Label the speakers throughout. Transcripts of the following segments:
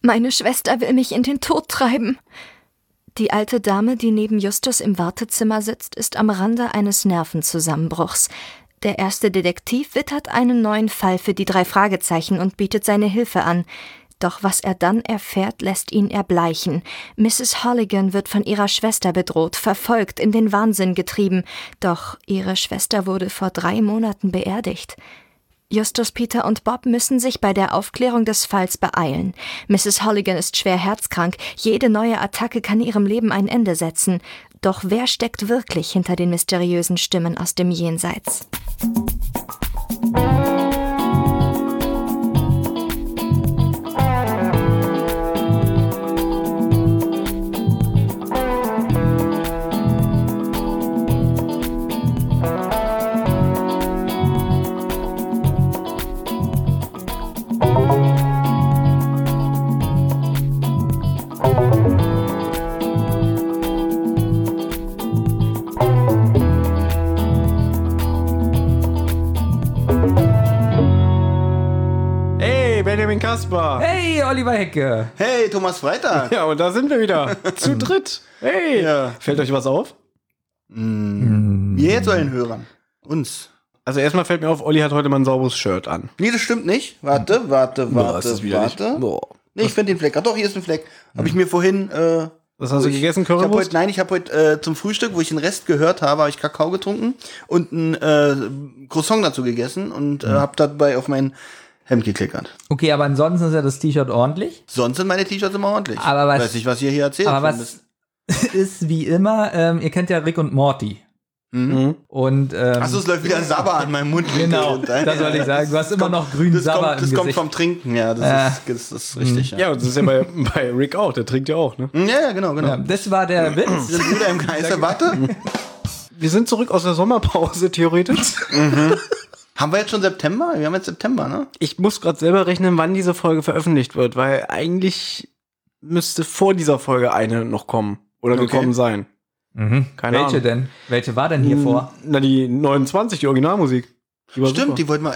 Speaker 1: Meine Schwester will mich in den Tod treiben. Die alte Dame, die neben Justus im Wartezimmer sitzt, ist am Rande eines Nervenzusammenbruchs. Der erste Detektiv wittert einen neuen Fall für die drei Fragezeichen und bietet seine Hilfe an. Doch was er dann erfährt, lässt ihn erbleichen. Mrs. Holligan wird von ihrer Schwester bedroht, verfolgt, in den Wahnsinn getrieben. Doch ihre Schwester wurde vor drei Monaten beerdigt. Justus, Peter und Bob müssen sich bei der Aufklärung des Falls beeilen. Mrs. Holligan ist schwer herzkrank. Jede neue Attacke kann ihrem Leben ein Ende setzen. Doch wer steckt wirklich hinter den mysteriösen Stimmen aus dem Jenseits?
Speaker 2: Hey, Benjamin Kasper.
Speaker 3: Hey, Oliver Hecke.
Speaker 2: Hey, Thomas Freitag.
Speaker 4: Ja, und da sind wir wieder. Zu dritt. Hey.
Speaker 2: Ja.
Speaker 4: Fällt euch was auf?
Speaker 2: Wir jetzt oder den Hörern? Uns.
Speaker 4: Also erstmal fällt mir auf, Olli hat heute mal ein sauberes Shirt an.
Speaker 2: Nee, das stimmt nicht. Warte, warte, warte,
Speaker 4: ist das widerlich.
Speaker 2: warte.
Speaker 4: Boah.
Speaker 2: Nee, ich finde den Fleck. Ach doch, hier ist ein Fleck.
Speaker 3: Hm.
Speaker 2: Habe ich mir vorhin. Äh,
Speaker 4: Was hast du
Speaker 2: ich-
Speaker 4: gegessen,
Speaker 2: ich hab
Speaker 4: Currywurst?
Speaker 2: heute, Nein, ich habe heute äh, zum Frühstück, wo ich den Rest gehört habe, habe ich Kakao getrunken und ein äh, Croissant dazu gegessen und äh,
Speaker 3: Hm.
Speaker 2: habe dabei auf mein Hemd gekleckert.
Speaker 3: Okay, aber ansonsten ist ja das T-Shirt ordentlich.
Speaker 2: Sonst sind meine T-Shirts immer ordentlich.
Speaker 3: Aber was-
Speaker 2: Weiß nicht, was ihr hier erzählt.
Speaker 3: Aber
Speaker 2: Von das-
Speaker 3: was ist wie immer, ähm, ihr kennt ja Rick und Morty.
Speaker 2: Mhm.
Speaker 3: Und ähm,
Speaker 2: Achso, es läuft wieder ein Sabber an meinem Mund.
Speaker 3: genau,
Speaker 2: Und ein-
Speaker 3: das wollte ich sagen. Du hast immer noch grünen
Speaker 2: Das,
Speaker 3: Sabber
Speaker 2: kommt,
Speaker 3: im
Speaker 2: das kommt
Speaker 3: Gesicht. Äh.
Speaker 2: vom Trinken, ja. Das, ist, das ist richtig. Ja,
Speaker 4: Ja, und das ist ja bei, bei Rick auch. Der trinkt ja auch, ne?
Speaker 2: ja, ja genau, genau.
Speaker 3: ja, das war der Witz.
Speaker 2: Sind Brüder im Geiste, warte.
Speaker 4: Wir sind zurück aus der Sommerpause, theoretisch.
Speaker 2: Haben wir jetzt schon September? Wir haben jetzt September, ne?
Speaker 4: Ich muss gerade selber rechnen, wann diese Folge veröffentlicht wird, weil eigentlich müsste vor dieser Folge eine noch kommen. Oder
Speaker 2: Okay.
Speaker 4: gekommen sein. Keine
Speaker 3: Mhm. Welche
Speaker 4: Ahnung.
Speaker 3: denn? Welche war denn hier
Speaker 2: Hm.
Speaker 3: vor?
Speaker 4: Na, die 29, die Originalmusik. Die war
Speaker 2: Stimmt,
Speaker 4: super.
Speaker 2: die wollten wir,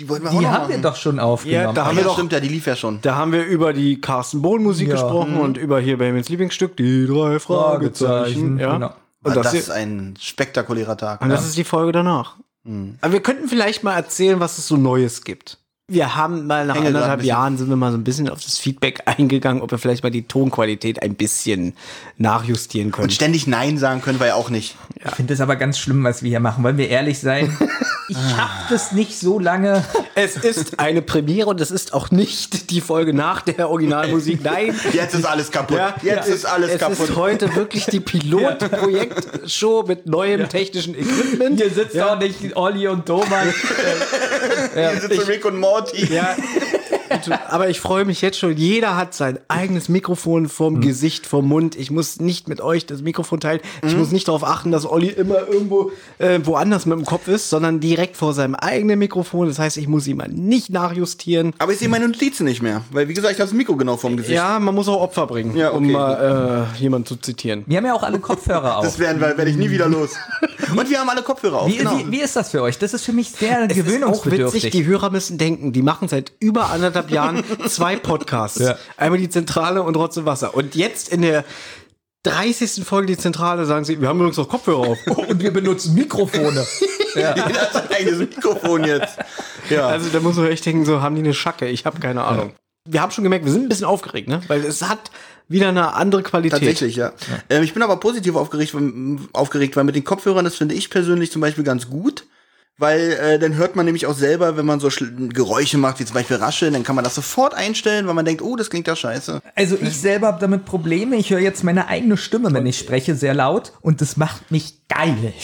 Speaker 2: die wollten wir auch
Speaker 3: Die
Speaker 2: noch
Speaker 3: haben
Speaker 2: machen.
Speaker 3: wir doch schon aufgenommen.
Speaker 4: Ja, da
Speaker 2: Haben
Speaker 4: haben
Speaker 2: ja,
Speaker 4: wir
Speaker 2: doch.
Speaker 4: doch.
Speaker 2: stimmt, ja, die lief ja schon.
Speaker 4: Da haben wir über die Carsten Bohn Musik
Speaker 3: Ja.
Speaker 4: gesprochen und über hier Benjamins Lieblingsstück, die drei Fragezeichen.
Speaker 3: Fragezeichen,
Speaker 4: Ja.
Speaker 3: genau.
Speaker 2: Ah,
Speaker 4: Und das,
Speaker 2: das
Speaker 4: hier-
Speaker 2: ist ein spektakulärer Tag. Hm.
Speaker 4: und das ist die Folge danach. Aber wir könnten vielleicht mal erzählen, was es so Neues gibt. Wir haben mal nach
Speaker 2: Hänge grad ein
Speaker 4: anderthalb
Speaker 2: bisschen.
Speaker 4: Jahren sind wir mal so ein bisschen auf das Feedback eingegangen, ob wir vielleicht mal die Tonqualität ein bisschen nachjustieren können.
Speaker 2: Und ständig Nein sagen können wir ja auch nicht.
Speaker 3: Ich finde das aber ganz schlimm, was wir hier machen. Wollen wir ehrlich sein? Ich schaff das nicht so lange.
Speaker 4: Es ist eine Premiere und es ist auch nicht die Folge nach der Originalmusik. Nein.
Speaker 2: Jetzt ist alles kaputt. Jetzt ist alles
Speaker 4: es
Speaker 2: kaputt.
Speaker 4: ist heute wirklich die Pilotprojektshow mit neuem technischen Equipment.
Speaker 3: Hier sitzt auch nicht Olli und Thomas.
Speaker 2: Hier sitzen Rick und Morty.
Speaker 4: Ja. Aber ich freue mich jetzt schon. Jeder hat sein eigenes Mikrofon vorm
Speaker 2: Mhm.
Speaker 4: Gesicht, vorm Mund. Ich muss nicht mit euch das Mikrofon teilen.
Speaker 2: Mhm.
Speaker 4: Ich muss nicht darauf achten, dass Olli immer irgendwo äh, woanders mit dem Kopf ist, sondern direkt vor seinem eigenen Mikrofon. Das heißt, ich muss ihn mal nicht nachjustieren.
Speaker 2: Aber ich sehe meine Notizen nicht mehr. Weil, wie gesagt, ich habe das Mikro genau vorm Gesicht.
Speaker 4: Ja, man muss auch Opfer bringen,
Speaker 2: Ja,
Speaker 4: um
Speaker 2: okay.
Speaker 4: mal äh, jemanden zu zitieren.
Speaker 3: Wir haben ja auch alle Kopfhörer auf.
Speaker 2: Das werden wir, werde ich nie wieder los. Und wir haben alle Kopfhörer auf.
Speaker 3: Wie,
Speaker 2: genau.
Speaker 3: wie, wie ist das für euch? Das ist für mich
Speaker 4: Es
Speaker 3: sehr
Speaker 4: ist auch witzig,
Speaker 3: gewöhnungsbedürftig.
Speaker 4: die Hörer müssen denken, die machen seit über anderthalb Jahren zwei Podcasts.
Speaker 3: Ja.
Speaker 4: Einmal die Zentrale und Rotz und Wasser. Und jetzt in der 30. Folge die Zentrale sagen sie, wir haben übrigens noch Kopfhörer auf.
Speaker 3: Und wir benutzen Mikrofone.
Speaker 2: Jeder hat sein eigenes Mikrofon jetzt. Ja.
Speaker 4: Also da muss man echt denken, so haben die eine Schacke, ich habe keine Ahnung. Wir haben schon gemerkt, wir sind ein bisschen aufgeregt, ne? Weil es hat wieder eine andere Qualität.
Speaker 2: Tatsächlich, ja. Ähm, ich bin aber positiv aufgeregt, weil- aufgeregt, weil mit den Kopfhörern, das finde ich persönlich zum Beispiel ganz gut. Weil äh, dann hört man nämlich auch selber, wenn man so schl- Geräusche macht, wie zum Beispiel Rascheln, dann kann man das sofort einstellen, weil man denkt, oh, das klingt ja scheiße.
Speaker 3: Also ich selber habe damit Probleme. Ich höre jetzt meine eigene Stimme, wenn ich spreche, sehr laut. Und das macht mich geil.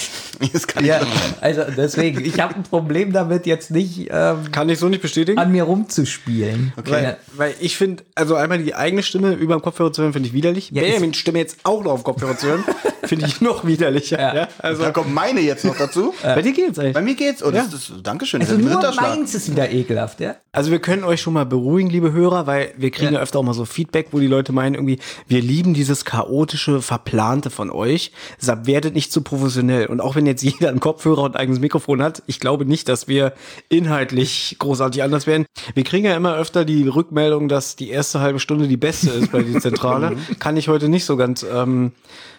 Speaker 2: Das kann
Speaker 3: Ja,
Speaker 2: ich nicht.
Speaker 3: also deswegen, ich habe ein Problem damit, jetzt nicht ähm,
Speaker 4: Kann ich so nicht bestätigen?
Speaker 3: an mir rumzuspielen.
Speaker 4: Weil,
Speaker 3: Ja.
Speaker 4: weil ich finde, also einmal die eigene Stimme über dem Kopfhörer zu hören, finde ich widerlich.
Speaker 3: Ja,
Speaker 4: Benjamins Stimme jetzt auch noch auf dem Kopfhörer zu hören, finde ich noch widerlicher. Ja.
Speaker 3: Ja.
Speaker 4: Also,
Speaker 2: Da kommt meine jetzt noch dazu.
Speaker 4: bei dir geht's eigentlich.
Speaker 2: Bei mir geht's. Oh, das,
Speaker 4: Äh. Ja.
Speaker 2: das, Dankeschön.
Speaker 3: Also
Speaker 2: das ist ein
Speaker 3: nur
Speaker 2: dritter Schlag.
Speaker 3: meins ist wieder ekelhaft, ja?
Speaker 4: Also wir können euch schon mal beruhigen, liebe Hörer, weil wir kriegen ja. öfter auch mal so Feedback, wo die Leute meinen irgendwie, wir lieben dieses chaotische, verplante von euch. Deshalb werdet nicht zu professionell. Und auch wenn jetzt jeder einen Kopfhörer und ein eigenes Mikrofon hat, ich glaube nicht, dass wir inhaltlich großartig anders werden. Wir kriegen ja immer öfter die Rückmeldung, dass die erste halbe Stunde die beste ist bei der Zentrale. Kann ich heute nicht so ganz ähm,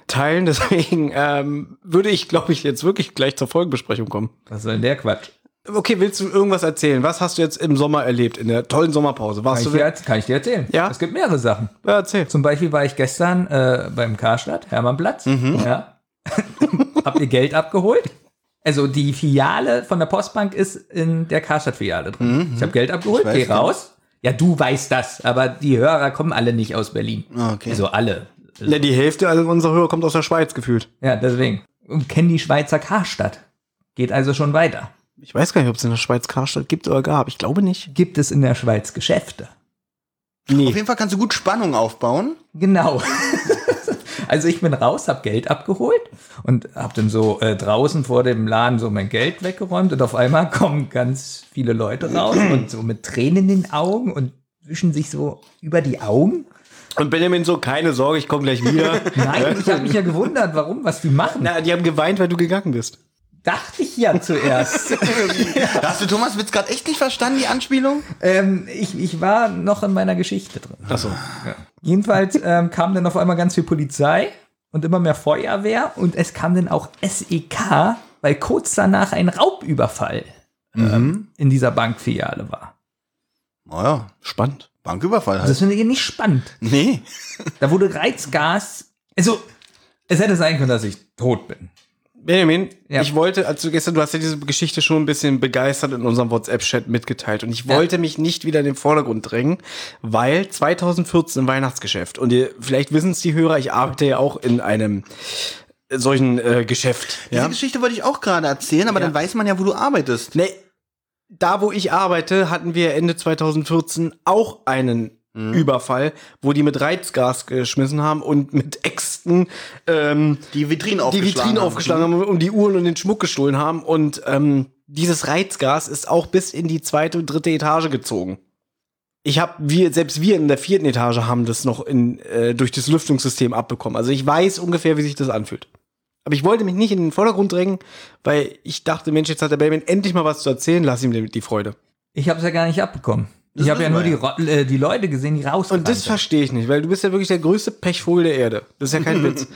Speaker 4: teilen. Deswegen ähm, würde ich, glaube ich, jetzt wirklich gleich zur Folgenbesprechung kommen.
Speaker 3: Was soll denn der Quatsch?
Speaker 4: Okay, willst du irgendwas erzählen? Was hast du jetzt im Sommer erlebt, in der tollen Sommerpause?
Speaker 3: Kann
Speaker 4: Warst
Speaker 3: ich,
Speaker 4: du
Speaker 3: dir,
Speaker 4: ja,
Speaker 3: erz- kann ich dir erzählen?
Speaker 4: Ja.
Speaker 3: Es gibt mehrere Sachen.
Speaker 4: erzähl.
Speaker 3: Zum Beispiel war ich gestern äh, beim Karstadt, Hermannplatz.
Speaker 2: Mhm.
Speaker 3: Ja. Habt ihr Geld abgeholt? Also die Filiale von der Postbank ist in der Karstadt-Filiale drin. Ich habe Geld abgeholt,
Speaker 2: Mhm. weiß
Speaker 3: geh
Speaker 2: das.
Speaker 3: raus. Ja, du weißt das, aber die Hörer kommen alle nicht aus Berlin.
Speaker 2: Ah, Okay.
Speaker 3: Also alle.
Speaker 4: Ja, die Hälfte also unserer Hörer kommt aus der Schweiz gefühlt.
Speaker 3: Ja, deswegen. Und kennen die Schweizer Karstadt. Geht also schon weiter.
Speaker 4: Ich weiß gar nicht, ob es in der Schweiz Karstadt gibt oder gab. Ich glaube nicht.
Speaker 3: Gibt es in der Schweiz Geschäfte?
Speaker 2: Auf jeden Fall kannst du gut Spannung aufbauen.
Speaker 3: Genau. Also ich bin raus, hab Geld abgeholt und hab dann so äh, draußen vor dem Laden so mein Geld weggeräumt und auf einmal kommen ganz viele Leute raus und so mit Tränen in den Augen und wischen sich so über die Augen.
Speaker 4: Und Benjamin so, keine Sorge, ich komme gleich wieder.
Speaker 3: Nein, ich habe mich ja gewundert, warum, was die machen.
Speaker 4: Na, die haben geweint, weil du gegangen bist.
Speaker 3: Dachte ich ja zuerst.
Speaker 2: Hast du Thomas Witz gerade echt nicht verstanden, die Anspielung?
Speaker 3: ähm, ich, ich war noch in meiner Geschichte drin.
Speaker 4: Achso.
Speaker 3: Jedenfalls ähm, kam dann auf einmal ganz viel Polizei und immer mehr Feuerwehr und es kam dann auch SEK, weil kurz danach ein Raubüberfall ähm,
Speaker 4: Mhm.
Speaker 3: in dieser Bankfiliale war. Also
Speaker 2: Naja,
Speaker 4: Spannend.
Speaker 2: Oh Banküberfall halt.
Speaker 3: Das finde ich nicht spannend.
Speaker 2: nee.
Speaker 3: Da wurde Reizgas. Also, es hätte sein können, dass ich tot bin.
Speaker 4: Benjamin,
Speaker 3: Ja.
Speaker 4: ich wollte, als du gestern, du hast ja diese Geschichte schon ein bisschen begeistert in unserem WhatsApp-Chat mitgeteilt und ich
Speaker 3: Ja.
Speaker 4: wollte mich nicht wieder in den Vordergrund drängen, weil 2014 im Weihnachtsgeschäft und ihr, vielleicht wissen es die Hörer, ich arbeite ja auch in einem solchen äh, Geschäft.
Speaker 2: Diese
Speaker 4: Ja?
Speaker 2: Geschichte wollte ich auch gerade erzählen, aber dann weiß man ja, wo du arbeitest.
Speaker 4: Nee, da wo ich arbeite, hatten wir Ende 2014 auch einen
Speaker 3: Mhm.
Speaker 4: Überfall, wo die mit Reizgas geschmissen haben und mit Äxten ähm,
Speaker 2: Die Vitrinen
Speaker 4: die
Speaker 2: aufgeschlagen.
Speaker 4: Vitrinen
Speaker 2: haben. Mhm.
Speaker 4: aufgeschlagen haben und die Uhren und den Schmuck gestohlen haben. Und ähm, dieses Reizgas ist auch bis in die zweite und dritte Etage gezogen. Ich habe, wir, selbst wir in der vierten Etage haben das noch in, äh, durch das Lüftungssystem abbekommen. Also ich weiß ungefähr, wie sich das anfühlt. Aber ich wollte mich nicht in den Vordergrund drängen, weil ich dachte, Mensch, jetzt hat der Benjamin endlich mal was zu erzählen, lass ihm die die Freude.
Speaker 3: Ich habe es ja gar nicht abbekommen. ich habe ja
Speaker 2: wissen
Speaker 3: nur die,
Speaker 2: wir
Speaker 3: Ro- äh, die Leute gesehen, die raus.
Speaker 4: Und das verstehe ich nicht, weil du bist ja wirklich der größte Pechvogel der Erde. Das ist ja kein Witz.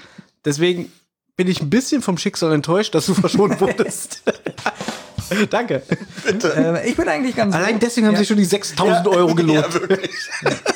Speaker 4: Deswegen bin ich ein bisschen vom Schicksal enttäuscht, dass du verschont wurdest. Danke.
Speaker 3: äh, ich bin eigentlich ganz.
Speaker 4: Allein
Speaker 3: froh.
Speaker 4: deswegen haben
Speaker 3: Ja.
Speaker 4: sich schon die 6000 Euro gelohnt.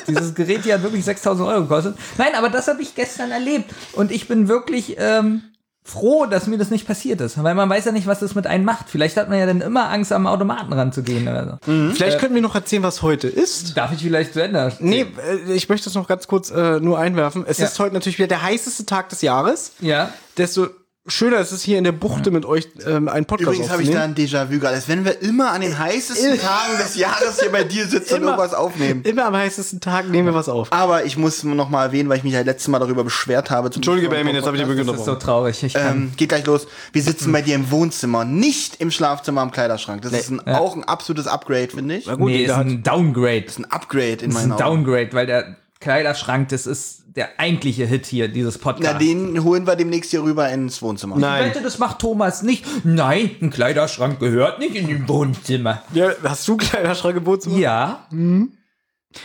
Speaker 3: Dieses Gerät hier hat wirklich 6000 Euro gekostet. Nein, aber das habe ich gestern erlebt. Und ich bin wirklich ähm, froh, dass mir das nicht passiert ist. Weil man weiß ja nicht, was das mit einem macht. Vielleicht hat man ja dann immer Angst, am Automaten ranzugehen oder so.
Speaker 4: Vielleicht können wir noch erzählen, was heute ist.
Speaker 3: Darf ich vielleicht zu Ende?
Speaker 4: Nee, äh, ich möchte es noch ganz kurz äh, nur einwerfen. Es
Speaker 3: Ja.
Speaker 4: ist heute natürlich wieder der heißeste Tag des Jahres.
Speaker 3: Ja.
Speaker 4: Desto schöner ist es hier in der Buchte mit euch ähm, einen Podcast
Speaker 2: Übrigens habe ich da
Speaker 4: aufzunehmen.
Speaker 2: ein Déjà-vu gerade. Als wenn wir immer an den heißesten Tagen des Jahres hier bei dir sitzen und
Speaker 4: Äh, Immer.
Speaker 2: irgendwas aufnehmen.
Speaker 4: Immer am heißesten Tag nehmen wir was auf.
Speaker 2: Aber ich muss noch mal erwähnen, weil ich mich ja letztes Mal darüber beschwert habe. zum-
Speaker 4: Entschuldige, Benjamin, jetzt habe ich Mhm. dir
Speaker 3: Das ist so
Speaker 4: begonnen.
Speaker 3: traurig. Ich kann,
Speaker 2: Ähm, geht gleich los. Wir sitzen bei dir im Wohnzimmer, nicht im Schlafzimmer am Kleiderschrank. Das ist ein, auch ein absolutes Upgrade, finde ich. Ein
Speaker 4: gut,
Speaker 3: nee, ist
Speaker 4: jeder hat-
Speaker 3: ein Downgrade. Das
Speaker 2: Upgrade in
Speaker 3: ist ein
Speaker 2: meinen Augen.
Speaker 3: Downgrade, weil der Kleiderschrank, das ist der eigentliche Hit hier, dieses
Speaker 2: Na,
Speaker 3: Podcast.
Speaker 2: den holen wir demnächst hier rüber ins Wohnzimmer.
Speaker 3: ich wette, das macht Thomas nicht. Nein, ein Kleiderschrank gehört nicht in die Wohnzimmer.
Speaker 4: Ja, hast du Kleiderschrank im Wohnzimmer?
Speaker 3: Ja,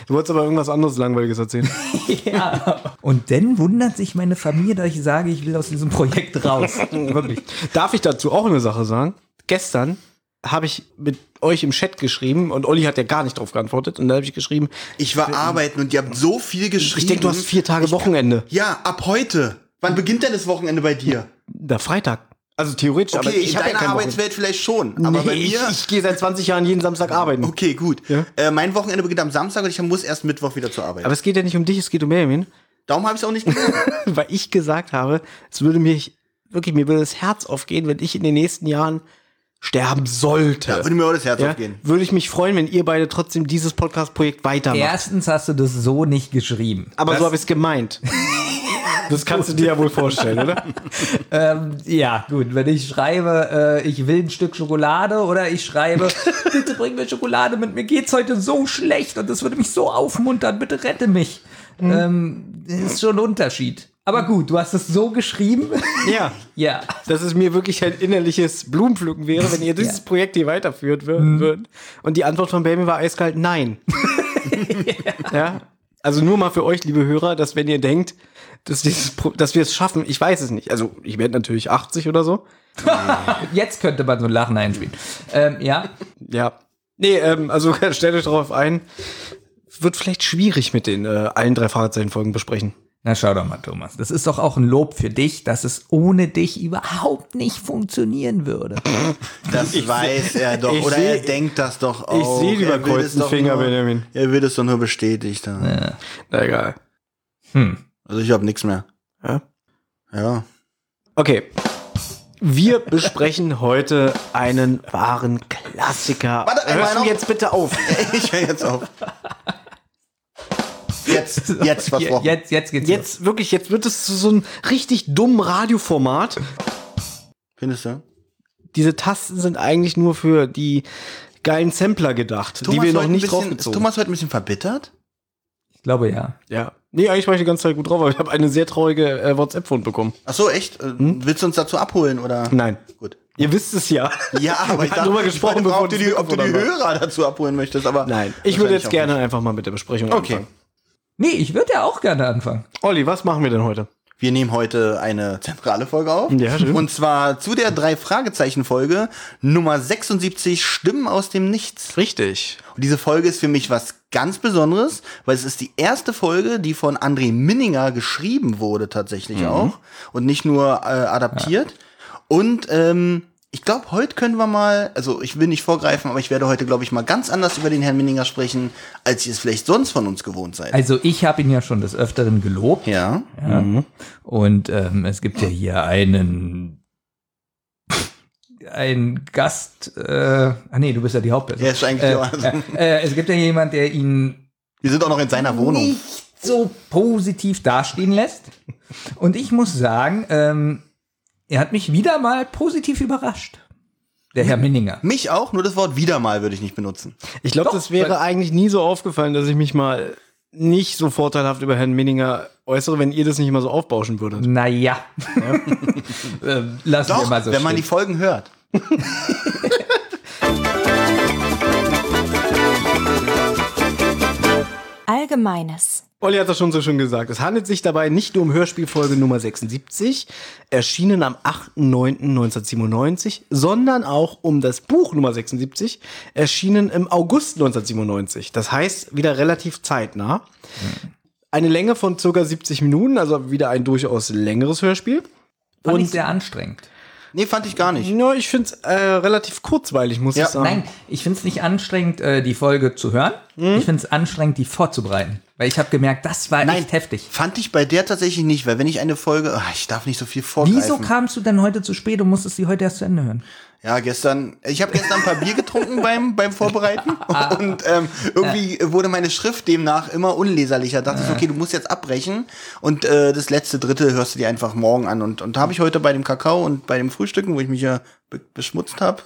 Speaker 4: Du wolltest aber irgendwas anderes Langweiliges erzählen.
Speaker 3: Ja. Und dann wundert sich meine Familie, dass ich sage, ich will aus diesem Projekt raus. Wirklich.
Speaker 4: Darf ich dazu auch eine Sache sagen? Gestern habe ich mit euch im Chat geschrieben und Olli hat ja gar nicht drauf geantwortet. Und da habe ich geschrieben,
Speaker 2: Ich war arbeiten und ihr habt so viel geschrieben.
Speaker 4: ich denke, du hast vier Tage Wochenende.
Speaker 2: Ja, ab heute. Wann beginnt denn das Wochenende bei dir?
Speaker 4: Der Freitag. Also theoretisch,
Speaker 2: Okay,
Speaker 4: aber ich
Speaker 2: in
Speaker 4: habe ja
Speaker 2: deiner
Speaker 4: kein Wochenende.
Speaker 2: Arbeitswelt vielleicht schon. Aber
Speaker 4: nee,
Speaker 2: bei mir.
Speaker 4: ich, ich gehe seit 20 Jahren jeden Samstag arbeiten.
Speaker 2: okay, gut.
Speaker 4: Ja.
Speaker 2: Äh, mein Wochenende beginnt am Samstag und ich muss erst Mittwoch wieder zur Arbeit.
Speaker 4: Aber es geht ja nicht um dich, es geht um Benjamin.
Speaker 2: Darum habe ich es auch nicht gesagt.
Speaker 4: Weil ich gesagt habe, es würde mir wirklich, mir würde das Herz aufgehen, wenn ich in den nächsten Jahren sterben sollte.
Speaker 2: da würde mir auch das Herz
Speaker 4: Ja,
Speaker 2: aufgehen.
Speaker 4: würde ich mich freuen, wenn ihr beide trotzdem dieses Podcast-Projekt weitermacht.
Speaker 3: Erstens hast du das so nicht geschrieben.
Speaker 4: Aber so habe ich es gemeint. Das kannst du dir ja wohl vorstellen, oder?
Speaker 3: Ähm, ja, gut, wenn ich schreibe, äh, ich will ein Stück Schokolade oder ich schreibe, bitte bring mir Schokolade mit, mir geht's heute so schlecht und das würde mich so aufmuntern, bitte rette mich. Ähm, das ist schon ein Unterschied. Aber gut, du hast es so geschrieben.
Speaker 4: Ja.
Speaker 3: ja.
Speaker 4: Dass es mir wirklich ein innerliches Blumenpflücken wäre, wenn ihr dieses Projekt hier weiterführt wür- würdet. Und die Antwort von Baby war eiskalt nein. ja. Also nur mal für euch, liebe Hörer, dass wenn ihr denkt, dass, dieses, Pro- dass wir es schaffen, ich weiß es nicht. Also ich werde natürlich 80 oder so.
Speaker 3: Jetzt könnte man so ein Lachen einspielen. Ähm, ja.
Speaker 4: Ja. Nee, ähm, also stellt euch darauf ein. Wird vielleicht schwierig mit den äh, allen drei Fahrradzellenfolgen besprechen.
Speaker 3: Na schau doch mal, Thomas. Das ist doch auch ein Lob für dich, dass es ohne dich überhaupt nicht funktionieren würde.
Speaker 2: Das weiß er doch.
Speaker 4: ich
Speaker 2: Oder
Speaker 4: seh-
Speaker 2: er denkt das doch
Speaker 4: ich
Speaker 2: auch.
Speaker 4: seh die
Speaker 2: Er will
Speaker 4: überkreuzten
Speaker 2: es doch
Speaker 4: Finger,
Speaker 2: nur,
Speaker 4: Benjamin.
Speaker 2: Er will es doch nur bestätigt haben.
Speaker 4: Na egal.
Speaker 3: Äh, Hm.
Speaker 2: Also ich habe nichts mehr.
Speaker 4: Ja?
Speaker 2: Ja.
Speaker 4: Okay. Wir besprechen heute einen wahren Klassiker.
Speaker 2: Warte, einmal
Speaker 4: Hörst du
Speaker 2: noch?
Speaker 4: jetzt bitte auf.
Speaker 2: Ich höre jetzt auf. Jetzt, jetzt versprochen.
Speaker 3: Jetzt, jetzt geht's los.
Speaker 4: Jetzt wirklich, jetzt wird es zu so einem richtig dummen Radioformat.
Speaker 2: Findest du?
Speaker 4: Diese Tasten sind eigentlich nur für die geilen Sampler gedacht, die wir noch
Speaker 2: heute ein
Speaker 4: nicht
Speaker 2: bisschen, ist
Speaker 4: draufgezogen haben.
Speaker 2: Thomas heute ein bisschen verbittert?
Speaker 3: Ich glaube ja.
Speaker 4: Ja. Nee, eigentlich war ich die ganze Zeit gut drauf, aber ich habe eine sehr traurige äh, WhatsApp-Phone bekommen.
Speaker 2: Ach so, echt? Äh, Willst du uns dazu abholen oder?
Speaker 4: Hm? Nein.
Speaker 2: Gut.
Speaker 4: Ihr wisst es ja.
Speaker 2: Ja, aber ich
Speaker 4: hatten drüber gesprochen,
Speaker 2: ich
Speaker 4: bevor
Speaker 2: ob du
Speaker 4: das
Speaker 2: die, ob du die
Speaker 4: Mikrofon an
Speaker 2: Hörer dazu abholen möchtest, aber
Speaker 4: Nein. Ich würde
Speaker 2: wahrscheinlich
Speaker 4: jetzt
Speaker 2: auch
Speaker 4: gerne
Speaker 2: nicht.
Speaker 4: einfach mal mit der Besprechung
Speaker 2: Okay.
Speaker 4: anfangen.
Speaker 3: Nee, ich würde ja auch gerne anfangen.
Speaker 4: Olli, was machen wir denn heute?
Speaker 2: Wir nehmen heute eine zentrale Folge auf.
Speaker 4: Ja, stimmt.
Speaker 2: Und zwar zu der drei Fragezeichen Folge Nummer 76 Stimmen aus dem Nichts.
Speaker 4: Richtig.
Speaker 2: Und diese Folge ist für mich was ganz Besonderes, weil es ist die erste Folge, die von André Minninger geschrieben wurde tatsächlich auch und nicht nur äh, adaptiert. Und ähm, ich glaube, heute können wir mal, also ich will nicht vorgreifen, aber ich werde heute, glaube ich, mal ganz anders über den Herrn Minninger sprechen, als ihr es vielleicht sonst von uns gewohnt seid.
Speaker 3: Also ich habe ihn ja schon des Öfteren gelobt.
Speaker 2: ja.
Speaker 3: Ja. Und ähm, es gibt ja hier einen einen Gast. Äh, ah nee, du bist ja die Hauptperson.
Speaker 2: Er ist eigentlich
Speaker 3: äh,
Speaker 2: die-
Speaker 3: äh, äh, es gibt ja jemand, der ihn
Speaker 2: Wir sind auch noch in seiner Wohnung.
Speaker 3: nicht so positiv dastehen lässt. Und ich muss sagen, ähm, er hat mich wieder mal positiv überrascht. Der Herr Minninger.
Speaker 2: Mich auch, nur das Wort wieder mal würde ich nicht benutzen.
Speaker 4: Ich glaube,
Speaker 3: Doch,
Speaker 4: das wäre
Speaker 3: weil-
Speaker 4: eigentlich nie so aufgefallen, dass ich mich mal nicht so vorteilhaft über Herrn Minninger äußere, wenn ihr das nicht mal so aufbauschen würdet.
Speaker 3: Naja. ähm, lassen wir
Speaker 2: Doch,
Speaker 3: mal so
Speaker 2: wenn man die
Speaker 3: stehen.
Speaker 2: Folgen hört.
Speaker 1: Allgemeines.
Speaker 4: Olli hat das schon so schön gesagt. Es handelt sich dabei nicht nur um Hörspielfolge Nummer 76, erschienen am 8.9.1997, sondern auch um das Buch Nummer 76, erschienen im August 1997. Das heißt, wieder relativ zeitnah. Eine Länge von circa 70 Minuten, also wieder ein durchaus längeres Hörspiel.
Speaker 3: Fand ich sehr anstrengend.
Speaker 2: Nee, fand ich gar nicht.
Speaker 4: Ja, ich finde es äh, relativ kurzweilig, muss
Speaker 2: Ja,
Speaker 4: ich sagen.
Speaker 3: Nein, ich finde es nicht anstrengend, äh, die Folge zu hören.
Speaker 2: Mhm.
Speaker 3: Ich finde es anstrengend, die vorzubereiten. Weil ich habe gemerkt, das war
Speaker 2: Nein,
Speaker 3: echt heftig.
Speaker 2: Fand ich bei der tatsächlich nicht, weil wenn ich eine Folge, Ah, ich darf nicht so viel vorgreifen.
Speaker 3: Wieso kamst du denn heute zu spät und musstest sie heute erst zu Ende hören?
Speaker 2: Ja, gestern, ich habe gestern ein paar Bier getrunken beim, beim Vorbereiten
Speaker 3: Ah.
Speaker 2: und ähm, irgendwie wurde meine Schrift demnach immer unleserlicher. Dachte ich, okay, du musst jetzt abbrechen und äh, das letzte Drittel hörst du dir einfach morgen an. Und, und habe ich heute bei dem Kakao und bei dem Frühstücken, wo ich mich ja be beschmutzt habe,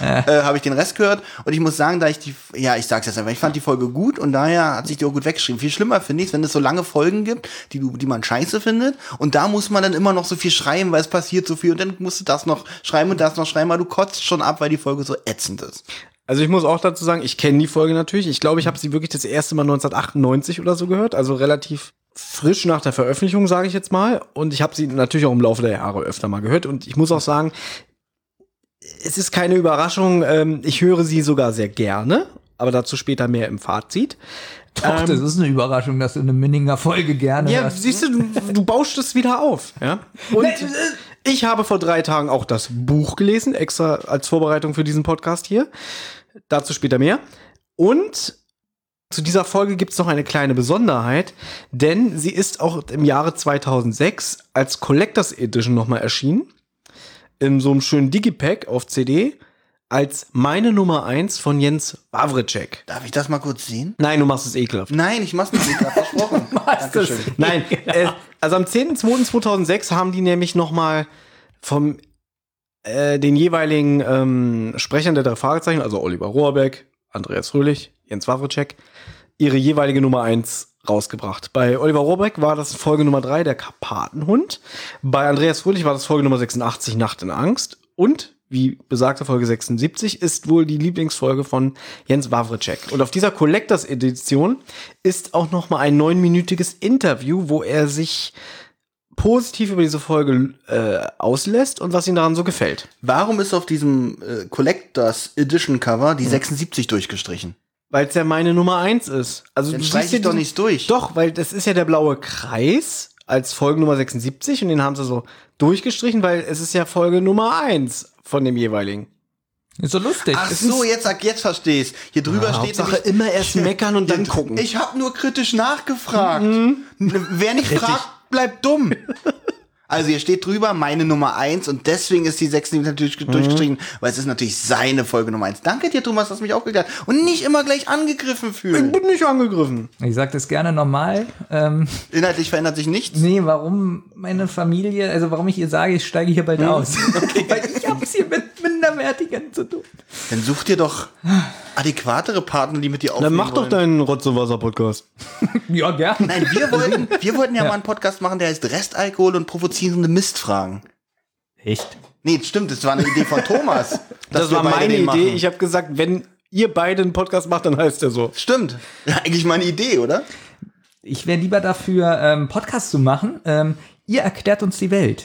Speaker 2: äh, habe ich den Rest gehört. Und ich muss sagen, da ich die, ja, ich sag's jetzt einfach, ich fand die Folge gut und daher hat sich die auch gut weggeschrieben. Viel schlimmer finde ich wenn es so lange Folgen gibt, die, du- die man scheiße findet und da muss man dann immer noch so viel schreiben, weil es passiert so viel und dann musst du das noch schreiben und das noch schreiben, weil du kotzt schon ab, weil die Folge so ätzend ist.
Speaker 4: Also ich muss auch dazu sagen, ich kenne die Folge natürlich. Ich glaube, ich habe sie wirklich das erste Mal 1998 oder so gehört, also relativ frisch nach der Veröffentlichung, sage ich jetzt mal. Und ich habe sie natürlich auch im Laufe der Jahre öfter mal gehört. Und ich muss auch sagen, es ist keine Überraschung. Ähm, ich höre sie sogar sehr gerne, aber dazu später mehr im Fazit.
Speaker 2: Ähm.
Speaker 3: Doch, das ist eine Überraschung, dass du eine Minninger Folge gerne
Speaker 4: Ja,
Speaker 3: hörst.
Speaker 4: siehst du, du, du bauscht es wieder auf. Ja? Und ich habe vor drei Tagen auch das Buch gelesen, extra als Vorbereitung für diesen Podcast hier. Dazu später mehr. Und zu dieser Folge gibt es noch eine kleine Besonderheit, denn sie ist auch im Jahre 2006 als Collectors Edition nochmal erschienen. In so einem schönen Digipack auf CD. Als meine Nummer 1 von Jens Wawritschek.
Speaker 2: Darf ich das mal kurz sehen?
Speaker 4: Nein, du machst es ekelhaft.
Speaker 2: Nein, ich mach's nicht, ich hab versprochen. Dankeschön.
Speaker 4: Nein, äh, also am 10.02.2006 haben die nämlich nochmal vom äh, den jeweiligen ähm, Sprechern der drei Fragezeichen, also Oliver Rohrbeck, Andreas Fröhlich, Jens Wawritschek, ihre jeweilige Nummer 1 rausgebracht. Bei Oliver Rohrbeck war das Folge Nummer 3, der Karpatenhund. Bei Andreas Fröhlich war das Folge Nummer 86, Nacht in Angst. Und, wie besagte Folge 76, ist wohl die Lieblingsfolge von Jens Wawritschek. Und auf dieser Collectors Edition ist auch noch mal ein neunminütiges Interview, wo er sich positiv über diese Folge äh, auslässt und was ihm daran so gefällt.
Speaker 2: Warum ist auf diesem äh, Collectors Edition Cover die 76 durchgestrichen?
Speaker 4: Weil es ja meine Nummer eins ist. Also
Speaker 2: Dann
Speaker 4: du
Speaker 2: streiche
Speaker 4: siehst ja
Speaker 2: ich doch
Speaker 4: diesen-
Speaker 2: nicht durch.
Speaker 4: Doch, weil das ist ja der blaue Kreis als Folge Nummer 76 und den haben sie so durchgestrichen, weil es ist ja Folge Nummer eins von dem jeweiligen.
Speaker 3: Ist so lustig.
Speaker 2: Ach so, jetzt, sag- jetzt verstehe ich. Hier drüber steht
Speaker 4: Hauptsache immer erst meckern und dann
Speaker 2: Ich-
Speaker 4: gucken.
Speaker 2: Ich habe nur kritisch nachgefragt.
Speaker 4: Mhm.
Speaker 2: N- Wer nicht fragt, bleibt dumm. Also hier steht drüber meine Nummer eins und deswegen ist die 6 natürlich
Speaker 4: Mhm.
Speaker 2: durchgestrichen, weil es ist natürlich seine Folge Nummer eins. Danke dir, Thomas, dass du mich aufgeklärt hast und nicht immer gleich angegriffen fühlen.
Speaker 4: bin nicht angegriffen.
Speaker 3: Ich sag das gerne nochmal. Ähm,
Speaker 2: Inhaltlich verändert sich nichts.
Speaker 3: nee, warum meine Familie, also warum ich ihr sage, ich steige hier
Speaker 2: Hm?
Speaker 3: bald aus. Weil ich hab's hier mit Minderwertigen zu tun.
Speaker 2: Dann such dir doch adäquatere Partner, die mit dir aufnehmen
Speaker 4: Dann mach doch
Speaker 2: wollen.
Speaker 4: deinen Rotze-Wasser-Podcast.
Speaker 3: Ja, gerne.
Speaker 2: Nein, wir wollten, wir wollten ja, mal einen Podcast machen, der heißt Restalkohol und provozierende Mistfragen.
Speaker 3: Echt?
Speaker 2: Nee, stimmt, das war eine Idee von Thomas. dass
Speaker 4: Das
Speaker 2: wir
Speaker 4: war
Speaker 2: beide
Speaker 4: meine
Speaker 2: den
Speaker 4: Idee.
Speaker 2: machen.
Speaker 4: Ich habe gesagt, wenn ihr beide einen Podcast macht, dann heißt der so.
Speaker 2: Stimmt. Eigentlich meine Idee, oder?
Speaker 3: Ich wäre lieber dafür, ähm, Podcast zu machen. Ähm, ihr erklärt uns die Welt.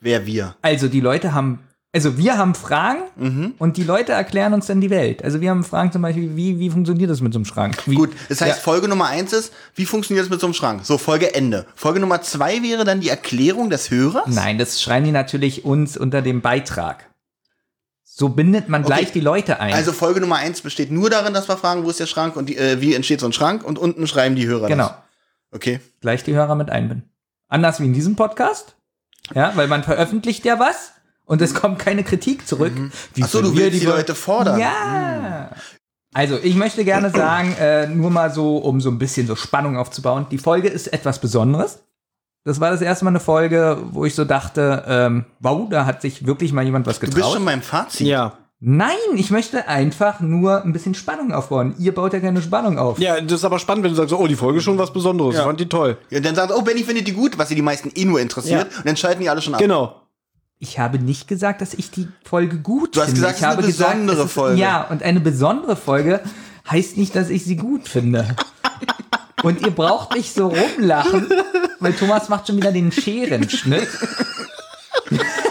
Speaker 2: Wer wir.
Speaker 3: Also die Leute haben, also wir haben Fragen
Speaker 2: Mhm.
Speaker 3: und die Leute erklären uns dann die Welt. Also wir haben Fragen zum Beispiel, wie, wie funktioniert das mit so einem Schrank? Wie,
Speaker 2: Gut, das heißt,
Speaker 3: Ja.
Speaker 2: Folge Nummer eins ist, wie funktioniert es mit so einem Schrank? So, Folge Ende. Folge Nummer zwei wäre dann die Erklärung des Hörers.
Speaker 3: Nein, das schreiben die natürlich uns unter dem Beitrag. So bindet man gleich die Leute ein.
Speaker 2: Also Folge Nummer eins besteht nur darin, dass wir fragen, wo ist der Schrank und die, äh, wie entsteht so ein Schrank und unten schreiben die Hörer.
Speaker 3: genau,
Speaker 2: Das. Okay.
Speaker 3: gleich die Hörer mit einbinden. Anders wie in diesem Podcast, ja, weil man veröffentlicht ja was und es kommt keine Kritik zurück. Wie
Speaker 2: Achso, Mhm. du
Speaker 3: können wir
Speaker 2: willst die
Speaker 3: Leute-
Speaker 2: Leute fordern. Mhm.
Speaker 3: Ja. Also, ich möchte gerne sagen, äh, nur mal so, um so ein bisschen so Spannung aufzubauen, die Folge ist etwas Besonderes. Das war das erste Mal eine Folge, wo ich so dachte, ähm, wow, da hat sich wirklich mal jemand was
Speaker 2: Du bist
Speaker 3: getraut.
Speaker 2: schon beim Fazit.
Speaker 4: Ja.
Speaker 3: Nein, ich möchte einfach nur ein bisschen Spannung aufbauen. Ihr baut ja keine Spannung auf.
Speaker 4: Ja, das ist aber spannend, wenn du sagst, oh, die Folge ist schon was Besonderes.
Speaker 2: Ja.
Speaker 4: Ich fand die toll.
Speaker 2: Und dann sagt, oh, Benny findet die gut, was sie die meisten eh nur interessiert.
Speaker 4: Ja.
Speaker 2: Und dann schalten die alle schon ab.
Speaker 4: Genau.
Speaker 3: Ich habe nicht gesagt, dass ich die Folge gut
Speaker 2: Du hast
Speaker 3: finde.
Speaker 2: gesagt, es
Speaker 3: ich
Speaker 2: ist eine
Speaker 3: habe
Speaker 2: besondere
Speaker 3: es ist-
Speaker 2: Folge.
Speaker 3: Ja, und eine besondere Folge heißt nicht, dass ich sie gut finde. Und ihr braucht nicht so rumlachen, weil Thomas macht schon wieder den Scherenschnitt.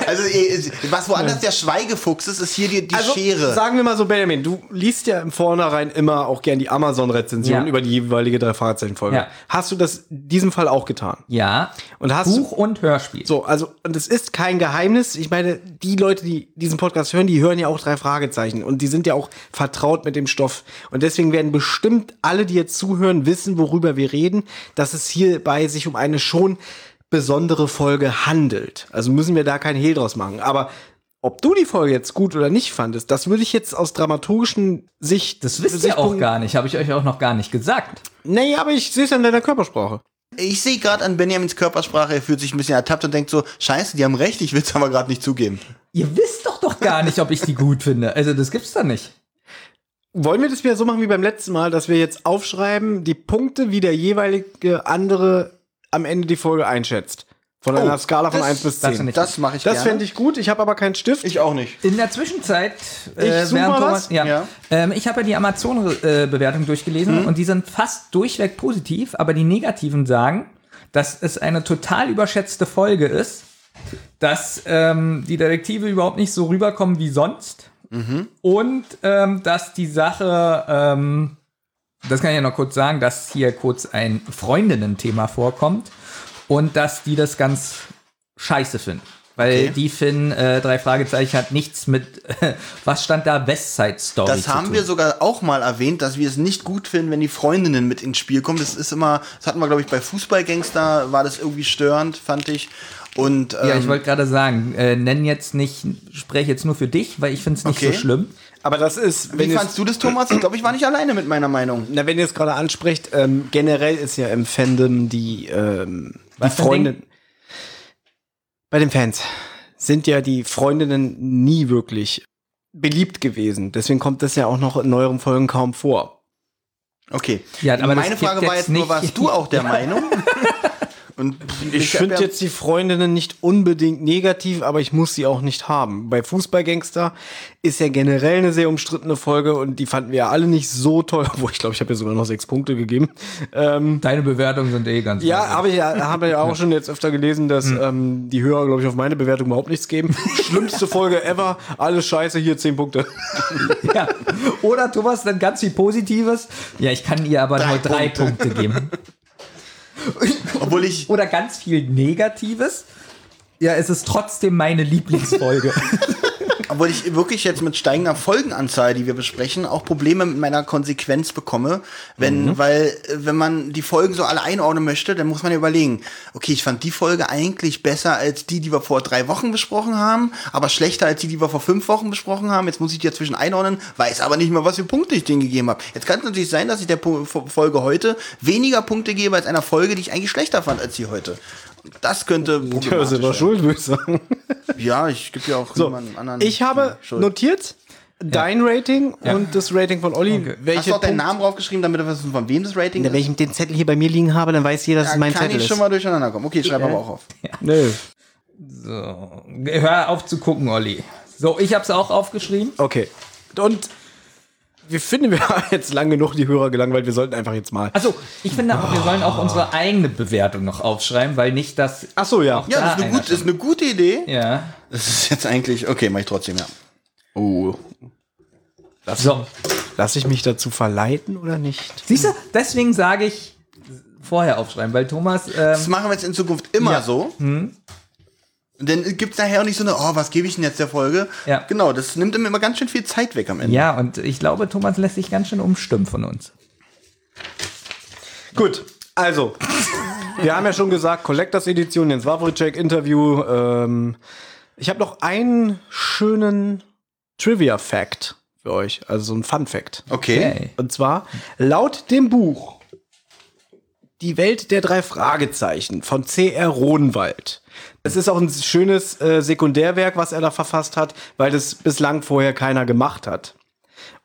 Speaker 2: Also, eh, was woanders der Schweigefuchs ist, ist hier die, die
Speaker 3: Also,
Speaker 2: Schere.
Speaker 4: Also, Sagen wir mal so, Benjamin, du liest ja im Vornherein immer auch gern die Amazon-Rezension
Speaker 3: Ja.
Speaker 4: über die jeweilige drei Fahrzeugfolge.
Speaker 3: Ja.
Speaker 4: Hast du das in diesem Fall auch getan?
Speaker 3: Ja.
Speaker 4: Und hast
Speaker 3: Buch und Hörspiel.
Speaker 4: du so, also und es ist kein Geheimnis. Ich meine, die Leute, die diesen Podcast hören, die hören ja auch drei Fragezeichen und die sind ja auch vertraut mit dem Stoff und deswegen werden bestimmt alle, die jetzt zuhören, wissen, worüber wir reden, dass es hierbei sich um eine schon besondere Folge handelt. Also müssen wir da kein Hehl draus machen, aber ob du die Folge jetzt gut oder nicht fandest, das würde ich jetzt aus dramaturgischen Sicht.
Speaker 3: Das wisst ihr auch gar nicht, habe ich euch auch noch gar nicht gesagt.
Speaker 4: Nee, aber ich sehe es an deiner Körpersprache.
Speaker 2: Ich sehe gerade an Benjamins Körpersprache, er fühlt sich ein bisschen ertappt und denkt so, scheiße, die haben recht, ich will es aber gerade nicht zugeben.
Speaker 3: Ihr wisst doch doch gar nicht, ob ich die gut finde. Also das gibt's doch nicht.
Speaker 4: Wollen wir das wieder so machen wie beim letzten Mal, dass wir jetzt aufschreiben, die Punkte, wie der jeweilige andere am Ende die Folge einschätzt? Von einer Skala von
Speaker 2: Oh, das-
Speaker 4: 1 bis
Speaker 3: das
Speaker 4: 10.
Speaker 3: nicht.
Speaker 2: Das mache ich
Speaker 4: Das
Speaker 2: gerne.
Speaker 4: fände ich gut, ich habe aber keinen Stift.
Speaker 2: ich auch nicht.
Speaker 3: In der Zwischenzeit, äh,
Speaker 4: Ich such mal was.
Speaker 3: ja,
Speaker 2: Ja.
Speaker 3: Ähm, ich habe ja die Amazon-Bewertung durchgelesen
Speaker 4: Mhm.
Speaker 3: und die sind fast durchweg positiv, aber die Negativen sagen, dass es eine total überschätzte Folge ist, dass ähm, die Detektive überhaupt nicht so rüberkommen wie sonst
Speaker 4: Mhm.
Speaker 3: und ähm, dass die Sache, ähm, das kann ich ja noch kurz sagen, dass hier kurz ein Freundinnen-Thema vorkommt und dass die das ganz scheiße finden. Weil
Speaker 2: Okay.
Speaker 3: die Finn, äh, drei Fragezeichen, hat nichts mit, was stand da, Westside Story
Speaker 2: Das
Speaker 3: zu
Speaker 2: haben
Speaker 3: tun.
Speaker 2: wir sogar auch mal erwähnt, dass wir es nicht gut finden, wenn die Freundinnen mit ins Spiel kommen. Das ist immer, das hatten wir, glaube ich, bei Fußballgangster war das irgendwie störend, fand ich. Und ähm,
Speaker 3: Ja, ich wollte gerade sagen, äh, nenn jetzt nicht, sprech jetzt nur für dich, weil ich finde es nicht
Speaker 2: Okay.
Speaker 3: so schlimm.
Speaker 4: Aber das ist, wenn
Speaker 2: wie
Speaker 4: ihr
Speaker 2: fandst du das, Thomas? Ich glaube, ich war nicht alleine mit meiner Meinung.
Speaker 4: na, wenn ihr es gerade ansprecht, ähm, generell ist ja im Fandom die, ähm, die
Speaker 3: Was für ein
Speaker 4: Freundin. Bei den Fans sind ja die Freundinnen nie wirklich beliebt gewesen. Deswegen kommt das ja auch noch in neueren Folgen kaum vor.
Speaker 2: Okay.
Speaker 3: Ja, aber das
Speaker 2: Meine
Speaker 3: gibt
Speaker 2: Frage
Speaker 3: jetzt
Speaker 2: war jetzt nur,
Speaker 3: nicht-
Speaker 2: warst du auch der Meinung? Und
Speaker 4: Ich
Speaker 2: hab
Speaker 4: finde
Speaker 2: ja-
Speaker 4: jetzt die Freundinnen nicht unbedingt negativ, aber ich muss sie auch nicht haben. Bei Fußballgangster ist ja generell eine sehr umstrittene Folge und die fanden wir ja alle nicht so toll. Obwohl, ich glaube, ich habe ja sogar noch sechs Punkte gegeben. Ähm,
Speaker 3: Deine Bewertungen sind eh ganz
Speaker 4: ja,
Speaker 3: lustig.
Speaker 4: habe ich ja, hab ja auch schon jetzt öfter gelesen, dass ähm, die Hörer, glaube ich, auf meine Bewertung überhaupt nichts geben. Schlimmste Folge ever, alles scheiße, hier zehn Punkte.
Speaker 3: ja. Oder Thomas, dann ganz viel Positives. Ja, ich kann ihr aber nur drei Punkte geben.
Speaker 2: Obwohl ich.
Speaker 3: Oder ganz viel Negatives. Ja, es ist trotzdem meine Lieblingsfolge.
Speaker 2: Obwohl ich wirklich jetzt mit steigender Folgenanzahl, die wir besprechen, auch Probleme mit meiner Konsequenz bekomme, wenn,
Speaker 4: Mhm.
Speaker 2: weil äh, wenn man die Folgen so alle einordnen möchte, dann muss man ja überlegen, okay, ich fand die Folge eigentlich besser als die, die wir vor drei Wochen besprochen haben, aber schlechter als die, die wir vor fünf Wochen besprochen haben. Jetzt muss ich die dazwischen einordnen, weiß aber nicht mehr, was für Punkte ich denen gegeben habe. Jetzt kann es natürlich sein, dass ich der Po- Fo- Folge heute weniger Punkte gebe als einer Folge, die ich eigentlich schlechter fand als die heute. Und Das könnte
Speaker 4: Ja,
Speaker 2: problematisch
Speaker 4: selber
Speaker 2: werden.
Speaker 4: schuld, würde ich sagen.
Speaker 2: Ja, ich gebe ja auch
Speaker 4: So,
Speaker 2: jemandem anderen.
Speaker 4: ich habe
Speaker 2: die Schuld.
Speaker 4: notiert dein Rating und das Rating von Olli. Welche
Speaker 2: Hast du auch deinen
Speaker 4: Punkte-
Speaker 2: Namen draufgeschrieben, damit wir wissen, von wem das Rating
Speaker 4: Wenn
Speaker 2: ist?
Speaker 4: ich den Zettel hier bei mir liegen habe, dann weiß jeder, dass
Speaker 2: Da
Speaker 4: es mein
Speaker 2: kann
Speaker 4: Zettel
Speaker 2: ich
Speaker 4: ist.
Speaker 2: schon mal durcheinander kommen. Okay, schreib aber auch auf.
Speaker 4: Nö.
Speaker 3: so. Hör auf zu gucken, Olli. So, ich hab's auch aufgeschrieben.
Speaker 4: Okay. Und wir finden wir haben jetzt lang genug die Hörer gelangweilt. Wir sollten einfach jetzt mal.
Speaker 3: Also, ich finde auch, wir sollen auch unsere eigene Bewertung noch aufschreiben, weil nicht das.
Speaker 4: Ach so, ja.
Speaker 2: Ja, das ist
Speaker 3: Da
Speaker 2: eine,
Speaker 3: einer
Speaker 2: gut, ist eine gute Idee.
Speaker 3: Ja.
Speaker 2: Das ist jetzt eigentlich. Okay, mach ich trotzdem, ja. Oh.
Speaker 3: So.
Speaker 4: Lass ich mich dazu verleiten oder nicht?
Speaker 3: Siehst du, deswegen sage ich vorher aufschreiben, weil Thomas.
Speaker 2: Das
Speaker 3: Ähm,
Speaker 2: machen wir jetzt in Zukunft immer so.
Speaker 4: Hm.
Speaker 2: Und dann gibt es nachher auch nicht so eine, oh, was gebe ich denn jetzt der Folge?
Speaker 3: Ja.
Speaker 2: Genau, das nimmt ihm immer ganz schön viel Zeit weg am Ende.
Speaker 3: ja, und ich glaube, Thomas lässt sich ganz schön umstimmen von uns.
Speaker 4: Gut. Also, wir haben ja schon gesagt, Collectors Edition, den Swavricek Interview. Ähm, ich habe noch einen schönen Trivia Fact für euch, also so ein Fun Fact.
Speaker 2: Okay.
Speaker 3: Okay.
Speaker 4: Und zwar laut dem Buch Die Welt der drei Fragezeichen von C.R. Rodenwald. Es ist auch ein schönes äh, Sekundärwerk, was er da verfasst hat, weil das bislang vorher keiner gemacht hat.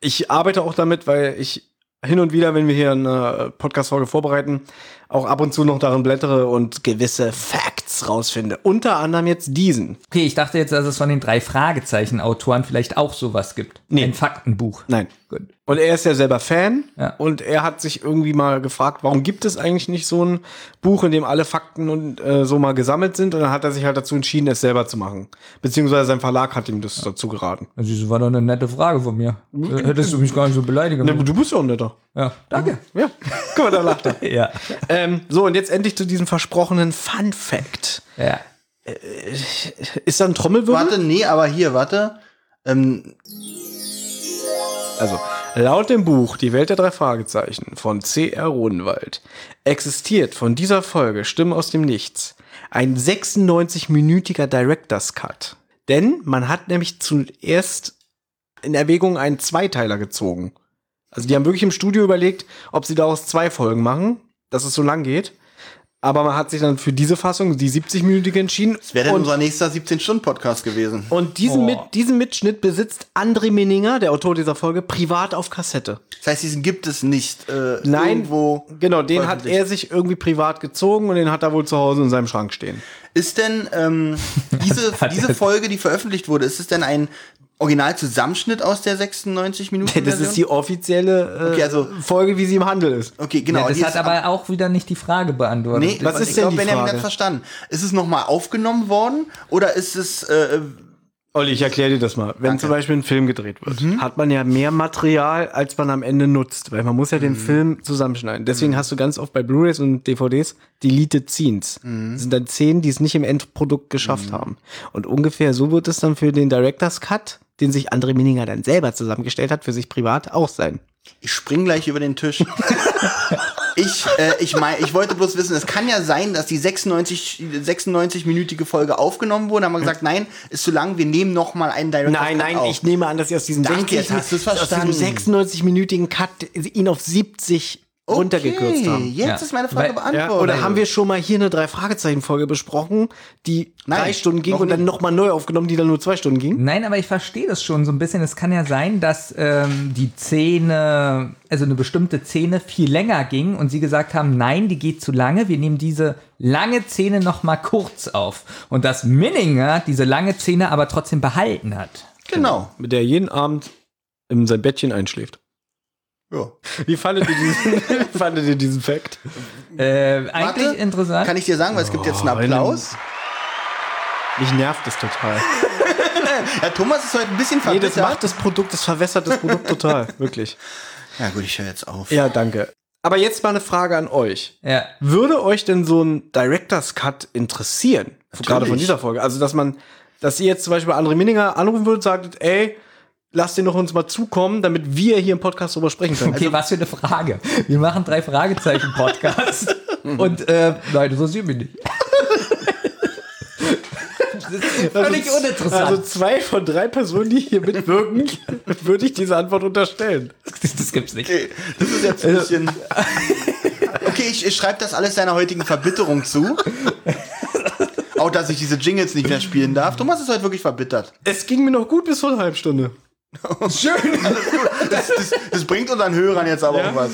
Speaker 4: Ich arbeite auch damit, weil ich hin und wieder, wenn wir hier eine Podcast-Folge vorbereiten, auch ab und zu noch darin blättere und gewisse Facts rausfinde. Unter anderem jetzt diesen.
Speaker 3: Okay, ich dachte jetzt, dass es von den drei Fragezeichen-Autoren vielleicht auch sowas gibt.
Speaker 4: Nee.
Speaker 3: Ein Faktenbuch.
Speaker 4: Nein.
Speaker 3: Gut.
Speaker 4: Und er ist ja selber Fan
Speaker 3: Ja.
Speaker 4: und er hat sich irgendwie mal gefragt, warum gibt es eigentlich nicht so ein Buch, in dem alle Fakten und äh, so mal gesammelt sind? Und dann hat er sich halt dazu entschieden, es selber zu machen. Beziehungsweise sein Verlag hat ihm das dazu geraten.
Speaker 3: Also, das war doch eine nette Frage von mir. Äh, Hättest du mich gar nicht so beleidigen
Speaker 4: Ja, aber Ne, Du bist ja auch netter.
Speaker 3: Ja, danke.
Speaker 4: Ja, guck mal, da lacht er.
Speaker 3: Ja.
Speaker 4: ähm, so, und jetzt endlich zu diesem versprochenen Fun Fact.
Speaker 3: ja.
Speaker 4: Ist da ein Trommelwirbel?
Speaker 2: Warte, nee, aber hier, warte. Ähm,
Speaker 4: Also, laut dem Buch Die Welt der drei Fragezeichen von C.R. Rodenwald existiert von dieser Folge Stimmen aus dem Nichts ein 96-minütiger Director's Cut. Denn man hat nämlich zuerst in Erwägung einen Zweiteiler gezogen. Also die haben wirklich im Studio überlegt, ob sie daraus zwei Folgen machen, dass es so lang geht. Aber man hat sich dann für diese Fassung, die 70-minütige, entschieden.
Speaker 2: das wäre denn
Speaker 4: Und-
Speaker 2: unser nächster 17-Stunden-Podcast gewesen.
Speaker 4: und diesen,
Speaker 3: Oh.
Speaker 4: Mit, diesen Mitschnitt besitzt André Meninger, der Autor dieser Folge, privat auf Kassette.
Speaker 2: Das heißt, diesen gibt es nicht. Äh,
Speaker 4: Nein,
Speaker 2: irgendwo
Speaker 4: genau, den hat
Speaker 2: veröffentlicht.
Speaker 4: er sich irgendwie privat gezogen und den hat er wohl zu Hause in seinem Schrank stehen.
Speaker 2: Ist denn ähm, diese,
Speaker 3: Hat
Speaker 2: diese
Speaker 3: er-
Speaker 2: Folge, die veröffentlicht wurde, ist es denn ein Originalzusammenschnitt aus der 96 Minuten?
Speaker 4: Das ist die offizielle äh,
Speaker 2: Okay, also-
Speaker 4: Folge, wie sie im Handel ist.
Speaker 2: Okay, genau.
Speaker 3: ja das
Speaker 2: die
Speaker 3: hat
Speaker 2: ist
Speaker 3: aber auch wieder nicht die Frage beantwortet.
Speaker 2: Nee,
Speaker 4: was ist
Speaker 2: was ist ich
Speaker 4: denn
Speaker 2: glaube,
Speaker 4: die
Speaker 2: Benjamin
Speaker 4: Frage?
Speaker 2: hat verstanden. Ist es nochmal aufgenommen worden oder ist es äh,
Speaker 4: Olli, ich erkläre dir das mal. Wenn zum Beispiel ein Film gedreht wird, hat man ja mehr Material, als man am Ende nutzt, weil man muss ja den Film zusammenschneiden. Deswegen hast du ganz oft bei Blu-rays und DVDs deleted Scenes. Das sind dann Szenen, die es nicht im Endprodukt geschafft haben. Und ungefähr so wird es dann für den Director's Cut, den sich André Mininger dann selber zusammengestellt hat, für sich privat auch sein.
Speaker 2: Ich spring gleich über den Tisch. ich, äh, ich, mein, ich wollte bloß wissen, es kann ja sein, dass die 96 96-minütige Folge aufgenommen wurde. Haben wir gesagt, nein, ist zu lang, wir nehmen noch mal einen Director's
Speaker 4: Nein,
Speaker 2: Cut
Speaker 4: nein,
Speaker 2: auf.
Speaker 4: ich nehme an, dass sie aus diesem,
Speaker 2: Danke, jetzt hast du's
Speaker 4: aus diesem
Speaker 2: verstanden.
Speaker 4: 96-minütigen Cut ihn auf 70 runtergekürzt haben.
Speaker 2: Jetzt
Speaker 3: Ja.
Speaker 2: ist meine Frage
Speaker 3: Weil- ja,
Speaker 2: beantwortet.
Speaker 4: Ja, oder haben wir schon mal hier eine Drei-Fragezeichen-Folge besprochen, die
Speaker 2: Nein,
Speaker 4: drei Stunden ging
Speaker 2: noch
Speaker 4: und dann
Speaker 2: nie.
Speaker 4: nochmal neu aufgenommen, die dann nur zwei Stunden ging?
Speaker 3: Nein, aber ich verstehe das schon so ein bisschen. Es kann ja sein, dass ähm, die Szene, also eine bestimmte Szene viel länger ging und sie gesagt haben, nein, die geht zu lange, wir nehmen diese lange Szene noch mal kurz auf. Und dass Minninger diese lange Szene aber trotzdem behalten hat.
Speaker 2: Genau.
Speaker 4: Mit der jeden Abend in sein Bettchen einschläft.
Speaker 2: Ja.
Speaker 4: Wie fandet ihr diesen, wie fandet ihr diesen Fact?
Speaker 3: Äh, eigentlich
Speaker 2: Warte,
Speaker 4: Ah.
Speaker 3: interessant.
Speaker 2: Kann ich dir sagen, weil es gibt jetzt einen Applaus.
Speaker 4: Oh, Mich nervt das total.
Speaker 2: Ja, Thomas ist heute ein bisschen
Speaker 4: Nee, das
Speaker 2: verbittert.
Speaker 4: macht das Produkt, das verwässert das Produkt total. Wirklich.
Speaker 2: ja gut, ich höre jetzt auf.
Speaker 4: Ja, danke. Aber jetzt mal eine Frage an euch.
Speaker 3: ja.
Speaker 4: Würde euch denn so ein Director's Cut interessieren? Gerade von dieser Folge. Also, dass man, dass ihr jetzt zum Beispiel André Minninger anrufen würdet, sagt, ey, lasst den noch uns mal zukommen, damit wir hier im Podcast drüber sprechen können.
Speaker 3: Okay, Also, was für eine Frage. Wir machen drei Fragezeichen Podcast. und äh, nein, so sind wir nicht. Das ist völlig
Speaker 4: Also-
Speaker 3: uninteressant.
Speaker 4: Also zwei von drei Personen, die hier mitwirken, würde ich diese Antwort unterstellen.
Speaker 3: das, das gibt's nicht.
Speaker 2: Okay, das ist jetzt ein
Speaker 4: Äh.
Speaker 2: bisschen. Okay, ich, ich schreibe das alles deiner heutigen Verbitterung zu. Auch dass ich diese Jingles nicht mehr spielen darf. Thomas ist heute wirklich verbittert.
Speaker 4: Es ging mir noch gut bis vor einer halben Stunde.
Speaker 3: Schön.
Speaker 2: Das, das, das bringt unseren Hörern jetzt aber auch was.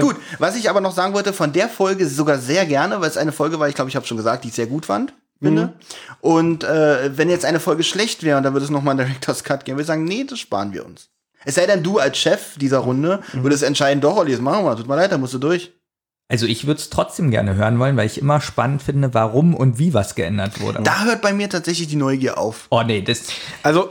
Speaker 2: Gut, was ich aber noch sagen wollte, von der Folge sogar sehr gerne, weil es eine Folge war, ich glaube, ich habe schon gesagt, die ich sehr gut fand. Finde. Und äh, wenn jetzt eine Folge schlecht wäre und dann würde es nochmal einen Director's Cut geben, wir sagen, nee, das sparen wir uns. Es sei denn, du als Chef dieser Runde würdest entscheiden, doch, Olli, das machen wir, tut mir leid, da musst du durch.
Speaker 3: Also ich würde es trotzdem gerne hören wollen, weil ich immer spannend finde, warum und wie was geändert wurde.
Speaker 2: Da hört bei mir tatsächlich die Neugier auf.
Speaker 3: oh nee, das.
Speaker 4: Also,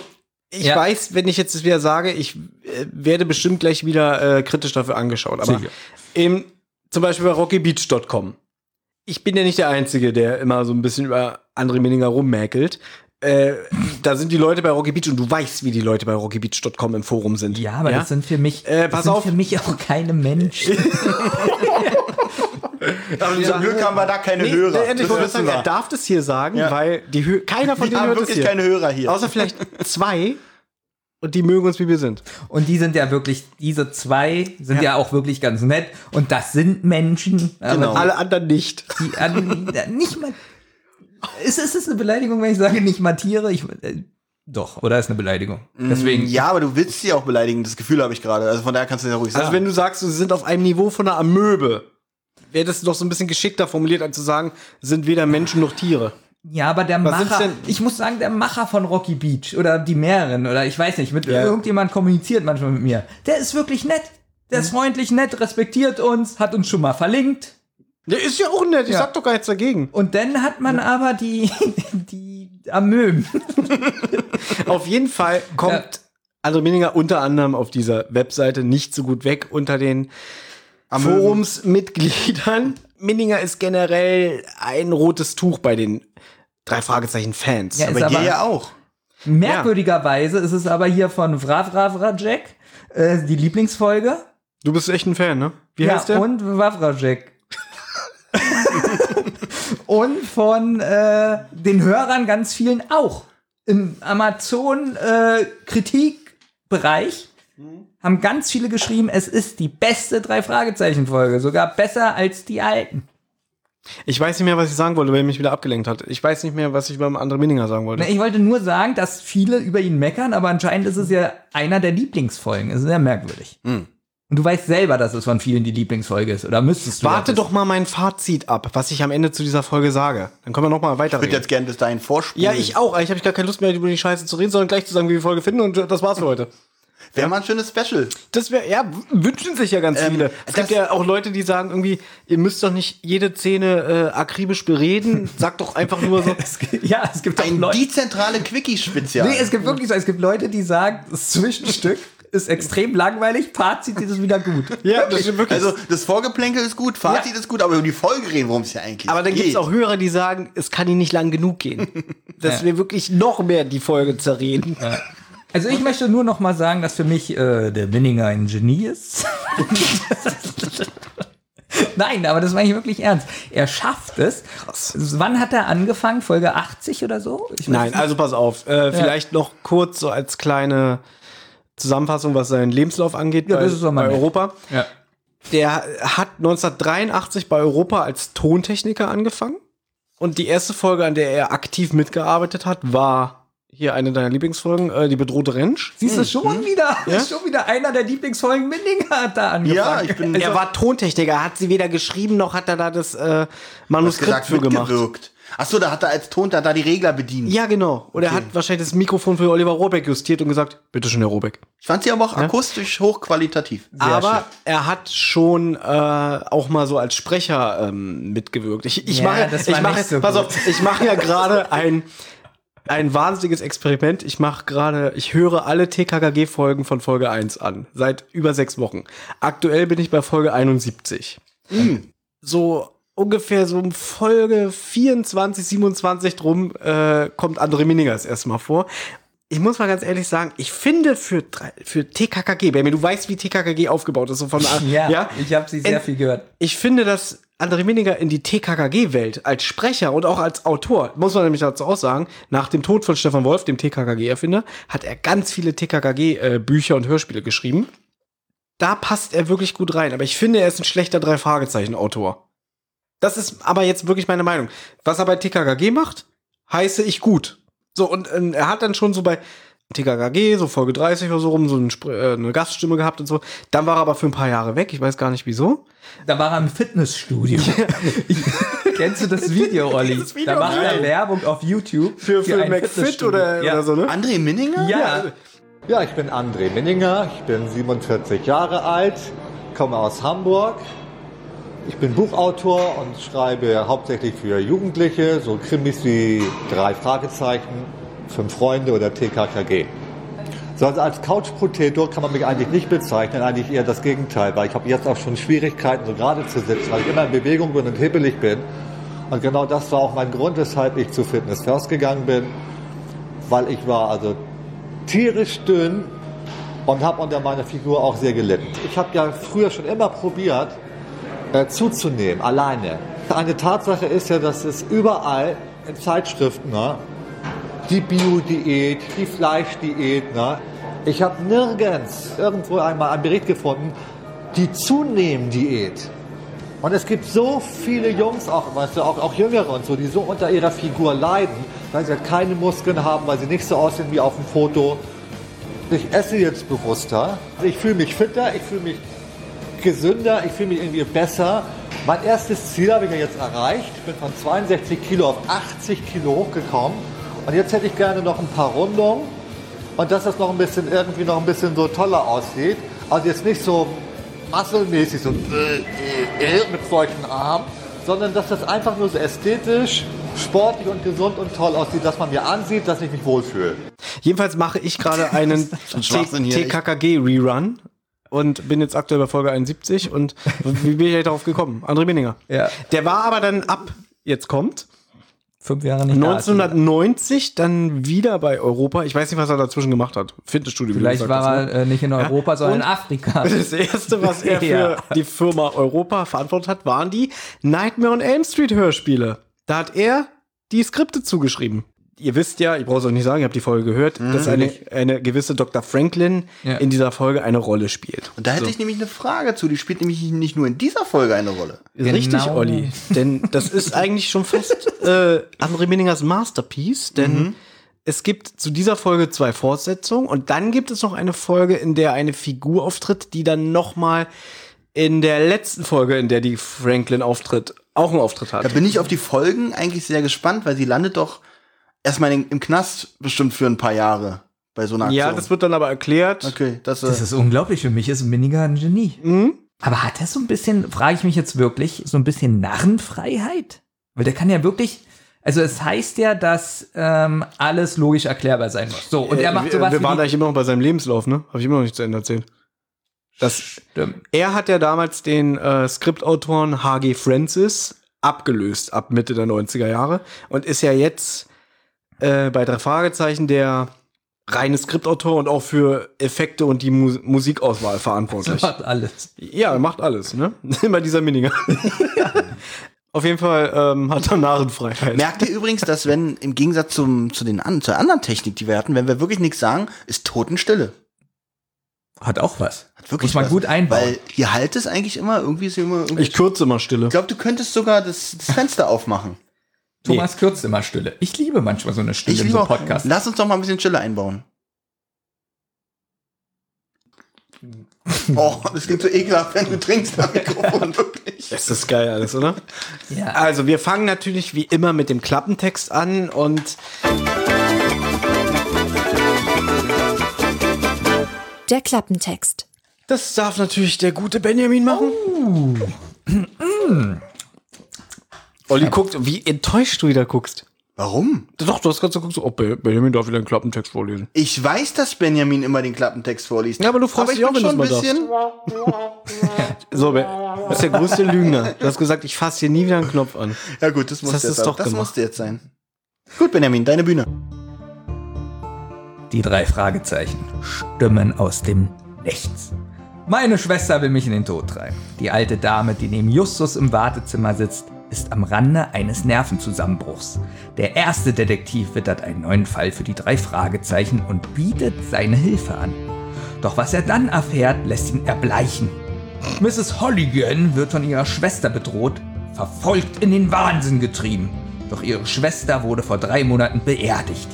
Speaker 4: ich
Speaker 3: Ja.
Speaker 4: weiß, wenn ich jetzt das wieder sage, ich äh, werde bestimmt gleich wieder äh, kritisch dafür angeschaut. Aber
Speaker 3: Sicher.
Speaker 4: im, zum Beispiel bei rockybeach.com. Ich bin ja nicht der Einzige, der immer so ein bisschen über André Meninger rummäkelt. Äh, da sind die Leute bei Rocky Beach und du weißt, wie die Leute bei rockybeach.com im Forum sind.
Speaker 3: Ja, aber das sind für mich,
Speaker 4: Äh,
Speaker 3: das
Speaker 4: pass
Speaker 3: sind
Speaker 4: auf.
Speaker 3: für mich auch keine Menschen.
Speaker 2: Aber zum Glück haben wir da keine
Speaker 4: Nee,
Speaker 2: Hörer.
Speaker 4: nee, endlich wollte ich
Speaker 2: wissen
Speaker 4: sagen, er
Speaker 2: wir.
Speaker 4: darf das hier sagen,
Speaker 2: Ja.
Speaker 4: weil die Hö keiner von
Speaker 2: Wir
Speaker 4: denen
Speaker 2: haben
Speaker 4: hört es
Speaker 2: wirklich
Speaker 4: hier.
Speaker 2: keine Hörer hier.
Speaker 4: Außer vielleicht zwei und die mögen uns, wie wir sind.
Speaker 3: Und die sind ja wirklich, diese zwei sind ja, auch wirklich ganz nett. Und das sind Menschen. Aber
Speaker 2: Genau.
Speaker 4: Alle anderen nicht.
Speaker 3: Die an, nicht mal. Ist, ist es eine Beleidigung, wenn ich sage, nicht mal Tiere? Ich, äh, doch, oder ist eine Beleidigung?
Speaker 4: Mhm.
Speaker 3: Deswegen.
Speaker 2: ja, aber du willst sie auch beleidigen, das Gefühl habe ich gerade. Also von daher kannst du ja ruhig sagen.
Speaker 4: Also wenn du sagst, sie sind auf einem Niveau von einer Amöbe, wäre das doch so ein bisschen geschickter formuliert, als zu sagen, sind weder Menschen noch Tiere.
Speaker 3: Ja, aber der
Speaker 4: Was sind's
Speaker 3: Macher,
Speaker 4: denn?
Speaker 3: ich muss sagen, der Macher von Rocky Beach oder die mehreren oder ich weiß nicht, mit
Speaker 4: Ja.
Speaker 3: irgendjemand kommuniziert manchmal mit mir. Der ist wirklich nett. Der
Speaker 4: Mhm.
Speaker 3: ist freundlich nett, respektiert uns, hat uns schon mal verlinkt.
Speaker 4: Ja, ist ja auch nett, ich
Speaker 3: Ja.
Speaker 4: sag doch gar nichts dagegen.
Speaker 3: Und dann hat man aber die, die Amöben.
Speaker 4: Auf jeden Fall kommt
Speaker 3: Ja.
Speaker 4: André Mininger unter anderem auf dieser Webseite nicht so gut weg unter den
Speaker 2: Amöben.
Speaker 4: Forumsmitgliedern. Minninger ist generell ein rotes Tuch bei den drei Fragezeichen Fans.
Speaker 3: Ja,
Speaker 2: aber
Speaker 3: ist
Speaker 2: ihr
Speaker 3: aber-
Speaker 2: ja auch.
Speaker 3: Merkwürdigerweise ist es aber hier von Vravrajek, äh, die Lieblingsfolge.
Speaker 4: Du bist echt ein Fan, ne? Wie heißt der?
Speaker 3: Und Vravrajek. und von äh, den Hörern ganz vielen auch. Im Amazon-Kritikbereich
Speaker 4: Hm.
Speaker 3: haben ganz viele geschrieben, es ist die beste Drei-Fragezeichen-Folge. Sogar besser als die alten.
Speaker 4: Ich weiß nicht mehr, was ich sagen wollte, weil er mich wieder abgelenkt hat. Ich weiß nicht mehr, was ich beim anderen Mininger sagen wollte.
Speaker 3: Na, Ich wollte nur sagen, dass viele über ihn meckern, aber anscheinend ist es ja einer der Lieblingsfolgen. Es ist sehr merkwürdig.
Speaker 4: Hm.
Speaker 3: Und du weißt selber, dass es von vielen die Lieblingsfolge ist. Oder müsstest du
Speaker 4: Warte
Speaker 3: das
Speaker 4: doch mal mein Fazit ab, was ich am Ende zu dieser Folge sage. Dann können wir noch mal
Speaker 2: Ich würde
Speaker 4: weiterreden.
Speaker 2: jetzt gerne bis dahin vorspulen.
Speaker 4: Ja, ich auch. Eigentlich habe ich gar keine Lust mehr, über die Scheiße zu reden, sondern gleich zu sagen, wie wir die Folge finden und äh, das war's für heute.
Speaker 2: Wäre mal ein schönes Special.
Speaker 4: Das wäre, ja, w- wünschen sich ja ganz
Speaker 2: Ähm,
Speaker 4: viele. Es
Speaker 2: das-
Speaker 4: gibt ja auch Leute, die sagen irgendwie, ihr müsst doch nicht jede Szene äh, akribisch bereden. Sagt doch einfach nur so.
Speaker 3: Es gibt- Ja, es gibt auch
Speaker 2: Ein
Speaker 3: Leute.
Speaker 2: dezentrale Quickie-Spezial.
Speaker 3: Nee, es gibt wirklich so, es gibt Leute, die sagen, das Zwischenstück ist extrem langweilig, Fazit ist es wieder gut.
Speaker 4: ja, das stimmt wirklich.
Speaker 2: also das Vorgeplänkel ist gut, Fazit
Speaker 3: Ja.
Speaker 2: ist gut, aber über die Folge reden, worum es ja eigentlich
Speaker 4: aber dann
Speaker 2: geht.
Speaker 4: gibt es auch Hörer, die sagen, es kann ihnen nicht lang genug gehen. Dass wir wirklich noch mehr die Folge zerreden.
Speaker 3: Also ich möchte nur noch mal sagen, dass für mich äh, der Winninger ein Genie ist. Nein, aber das meine ich wirklich ernst. Er schafft es. Wann hat er angefangen? Folge 80 oder so? Ich weiß
Speaker 4: Nein,
Speaker 3: nicht.
Speaker 4: also pass auf. Äh, vielleicht noch kurz so als kleine Zusammenfassung, was seinen Lebenslauf angeht
Speaker 3: Ja,
Speaker 4: bei,
Speaker 3: das ist doch mal
Speaker 4: bei
Speaker 3: nett.
Speaker 4: Europa.
Speaker 3: Ja.
Speaker 4: Der hat 1983 bei Europa als Tontechniker angefangen. Und die erste Folge, an der er aktiv mitgearbeitet hat, war hier eine deiner Lieblingsfolgen, äh, die bedrohte Rentsch.
Speaker 3: Siehst du schon wieder? Ist schon wieder einer der Lieblingsfolgen Mindinger hat da angefangen.
Speaker 2: Ja, ich bin
Speaker 4: er war Tontechniker, hat sie weder geschrieben noch hat er da das äh, Manuskript
Speaker 2: gesagt,
Speaker 4: für gemacht.
Speaker 2: mitgewirkt. Achso, da hat er als Ton, da hat er die Regler bedient.
Speaker 4: Ja, genau. Und er hat wahrscheinlich das Mikrofon für Oliver Rohrbeck justiert und gesagt, bitteschön, Herr Rohrbeck.
Speaker 2: Ich fand sie aber auch akustisch hochqualitativ.
Speaker 4: Aber er hat schon äh, auch mal so als Sprecher ähm, mitgewirkt. Ich, ich
Speaker 3: Ja,
Speaker 4: mache,
Speaker 3: das war
Speaker 4: ich mache,
Speaker 3: nicht so
Speaker 4: pass
Speaker 3: gut.
Speaker 4: auf, ich mache ja gerade ein ein wahnsinniges Experiment. Ich mache gerade, ich höre alle TKKG-Folgen von Folge 1 an. Seit über sechs Wochen. Aktuell bin ich bei Folge 71. So ungefähr so um Folge 24, 27 drum äh, kommt André Mininger das erste Mal vor. Ich muss mal ganz ehrlich sagen, ich finde für, drei- für TKKG, Benjamin, du weißt, wie TKKG aufgebaut ist. So von,
Speaker 3: Ja, ich habe sie sehr
Speaker 4: Ent-
Speaker 3: viel gehört.
Speaker 4: ich finde, dass André Mininger in die TKKG-Welt als Sprecher und auch als Autor, muss man nämlich dazu auch sagen, nach dem Tod von Stefan Wolf, dem TKKG-Erfinder, hat er ganz viele TKKG-Bücher und Hörspiele geschrieben. Da passt er wirklich gut rein, aber ich finde, er ist ein schlechter Drei-Fragezeichen-Autor. Das ist aber jetzt wirklich meine Meinung. Was er bei TKKG macht, heiße ich gut. So, und ähm, er hat dann schon so bei TKKG, so Folge 30 oder so rum, so ein Spr- äh, eine Gaststimme gehabt und so. Dann war er aber für ein paar Jahre weg, ich weiß gar nicht wieso.
Speaker 3: Da war er im Fitnessstudio. Kennst du das Video, Olli?
Speaker 4: Dieses Video,
Speaker 3: da macht er
Speaker 4: nein.
Speaker 3: Werbung auf YouTube.
Speaker 4: Für, für,
Speaker 3: ein
Speaker 4: McFit
Speaker 3: Fitnessstudio.
Speaker 4: oder,
Speaker 3: ja.
Speaker 4: oder so, ne?
Speaker 2: André Minninger?
Speaker 3: Ja,
Speaker 5: Ja, ich bin André Minninger, ich bin 47 Jahre alt, komme aus Hamburg. Ich bin Buchautor und schreibe hauptsächlich für Jugendliche, so Krimis wie drei Fragezeichen, fünf Freunde oder TKKG. So, also als Couch-Potato kann man mich eigentlich nicht bezeichnen, eigentlich eher das Gegenteil, weil ich habe jetzt auch schon Schwierigkeiten, so gerade zu sitzen, weil ich immer in Bewegung bin und hibbelig bin. Und genau das war auch mein Grund, weshalb ich zu Fitness First gegangen bin, weil ich war also tierisch dünn und habe unter meiner Figur auch sehr gelitten. Ich habe ja früher schon immer probiert, äh, zuzunehmen, alleine. Eine Tatsache ist ja, dass es überall in Zeitschriften, ne, die Bio-Diät, die Fleischdiät, ne, ich habe nirgends irgendwo einmal einen Bericht gefunden, die Zunehmen-Diät. Und es gibt so viele Jungs, auch, weißt du, auch, auch Jüngere und so, die so unter ihrer Figur leiden, weil sie halt keine Muskeln haben, weil sie nicht so aussehen wie auf dem Foto. Ich esse jetzt bewusster. Ich fühle mich fitter, ich fühle mich gesünder, ich fühle mich irgendwie besser. Mein erstes Ziel habe ich ja jetzt erreicht. Ich bin von 62 Kilo auf 80 Kilo hochgekommen. Und jetzt hätte ich gerne noch ein paar Rundungen. Und dass das noch ein bisschen, irgendwie noch ein bisschen so toller aussieht. Also jetzt nicht so muskelmäßig, so äh, äh, äh, mit solchen Armen, sondern dass das einfach nur so ästhetisch, sportlich und gesund und toll aussieht, dass man mir ansieht, dass ich mich wohlfühle.
Speaker 4: Jedenfalls mache ich gerade einen
Speaker 2: ein Schwachsinn hier, echt.
Speaker 4: TKKG-Rerun und bin jetzt aktuell bei Folge 71 und wie bin ich halt darauf gekommen? André Mininger.
Speaker 3: Ja.
Speaker 4: Der war aber dann ab, jetzt kommt,
Speaker 3: fünf Jahre nicht da.
Speaker 4: 1990 dann wieder bei Europa. Ich weiß nicht, was er dazwischen gemacht hat. Fitnessstudio. wie du
Speaker 3: Vielleicht
Speaker 4: gesagt
Speaker 3: war
Speaker 4: hast, ne?
Speaker 3: er äh, nicht in Europa, sondern in
Speaker 4: Und-
Speaker 3: Afrika.
Speaker 4: Das erste, was er für
Speaker 3: Ja.
Speaker 4: die Firma Europa verantwortet hat, waren die Nightmare on Elm Street Hörspiele. Da hat er die Skripte zugeschrieben. Ihr wisst ja, ich brauche es euch nicht sagen, ihr habt die Folge gehört, dass eine, eine gewisse Dr. Franklin
Speaker 3: Mhm. Ja.
Speaker 4: in dieser Folge eine Rolle spielt.
Speaker 2: Und da hätte ich nämlich eine Frage zu. Die spielt nämlich nicht nur in dieser Folge eine Rolle.
Speaker 3: Genau.
Speaker 4: Richtig, Olli. Denn das ist eigentlich schon fast äh, André Minningers Masterpiece, denn es gibt zu dieser Folge zwei Fortsetzungen und dann gibt es noch eine Folge, in der eine Figur auftritt, die dann nochmal in der letzten Folge, in der die Franklin auftritt, auch einen Auftritt
Speaker 2: Da
Speaker 4: hat.
Speaker 2: bin ich auf die Folgen eigentlich sehr gespannt, weil sie landet doch erstmal in, im Knast bestimmt für ein paar Jahre bei so einer Aktion.
Speaker 4: Ja, das wird dann aber erklärt.
Speaker 2: Okay, das, äh,
Speaker 3: Das ist unglaublich. Für mich ist Miniger ein Genie.
Speaker 4: Hm?
Speaker 3: Aber hat er so ein bisschen, frage ich mich jetzt wirklich, so ein bisschen Narrenfreiheit? Weil der kann ja wirklich, also es heißt ja, dass ähm, alles logisch erklärbar sein muss. So, und er macht
Speaker 4: Äh, wir,
Speaker 3: sowas
Speaker 4: wir waren
Speaker 3: wie
Speaker 4: eigentlich immer noch bei seinem Lebenslauf, ne? Habe ich immer noch nicht zu Ende erzählt. Das,
Speaker 3: Stimmt.
Speaker 4: Er hat ja damals den äh, Skriptautoren H.G. Francis abgelöst ab Mitte der 90er Jahre und ist ja jetzt äh, bei drei Fragezeichen der reine Skriptautor und auch für Effekte und die Mu Musikauswahl verantwortlich.
Speaker 3: Macht alles.
Speaker 4: Ja, er macht alles, ne? Immer dieser Miniger. Auf jeden Fall ähm, hat er Narrenfreiheit.
Speaker 2: Merkt ihr übrigens, dass wenn im Gegensatz zum, zu den an, zur anderen Technik, die wir hatten, wenn wir wirklich nichts sagen, ist Totenstille.
Speaker 3: Hat auch was.
Speaker 2: Hat wirklich
Speaker 3: Muss man
Speaker 2: was.
Speaker 3: gut einbauen.
Speaker 2: Weil ihr haltet es eigentlich immer, irgendwie ist hier immer. Irgendwie
Speaker 4: Ich kürze mal Stille.
Speaker 2: glaube, du könntest sogar das, das Fenster aufmachen.
Speaker 3: Thomas kürzt immer Stille. Ich liebe manchmal so eine Stille
Speaker 2: Ich
Speaker 3: in
Speaker 2: liebe
Speaker 3: so einem
Speaker 2: auch.
Speaker 3: Podcast.
Speaker 2: Lass uns doch mal ein bisschen Chille einbauen. Oh, das klingt so ekelhaft, wenn du trinkst am Mikrofon, wirklich.
Speaker 4: Das ist geil alles, oder?
Speaker 3: Ja.
Speaker 4: Also, wir fangen natürlich wie immer mit dem Klappentext an und
Speaker 1: Der Klappentext.
Speaker 4: das darf natürlich der gute Benjamin machen. Oh. Olli guckt, wie enttäuscht du wieder guckst.
Speaker 2: Warum?
Speaker 4: Doch, du hast gerade so geguckt, so, oh, Be- Benjamin darf wieder einen Klappentext vorlesen.
Speaker 2: Ich weiß, dass Benjamin immer den Klappentext vorliest.
Speaker 4: Ja, aber du freust
Speaker 2: ich
Speaker 4: dich auch,
Speaker 2: bin
Speaker 4: wenn
Speaker 2: schon ein
Speaker 4: du's mal
Speaker 2: bisschen.
Speaker 4: So, Be- du bist der größte Lügner. Du hast gesagt, ich fasse hier nie wieder einen Knopf an.
Speaker 2: Ja gut, das muss
Speaker 4: hast
Speaker 2: jetzt
Speaker 4: du's
Speaker 2: sein.
Speaker 4: doch
Speaker 2: das
Speaker 4: gemacht.
Speaker 2: musste jetzt sein. Gut, Benjamin, deine Bühne.
Speaker 3: Die drei Fragezeichen stimmen aus dem Nichts. Meine Schwester will mich in den Tod treiben. Die alte Dame, die neben Justus im Wartezimmer sitzt, ist am Rande eines Nervenzusammenbruchs. Der erste Detektiv wittert einen neuen Fall für die drei Fragezeichen und bietet seine Hilfe an. Doch was er dann erfährt, lässt ihn erbleichen. Mrs. Holligan wird von ihrer Schwester bedroht, verfolgt in den Wahnsinn getrieben. Doch ihre Schwester wurde vor drei Monaten beerdigt.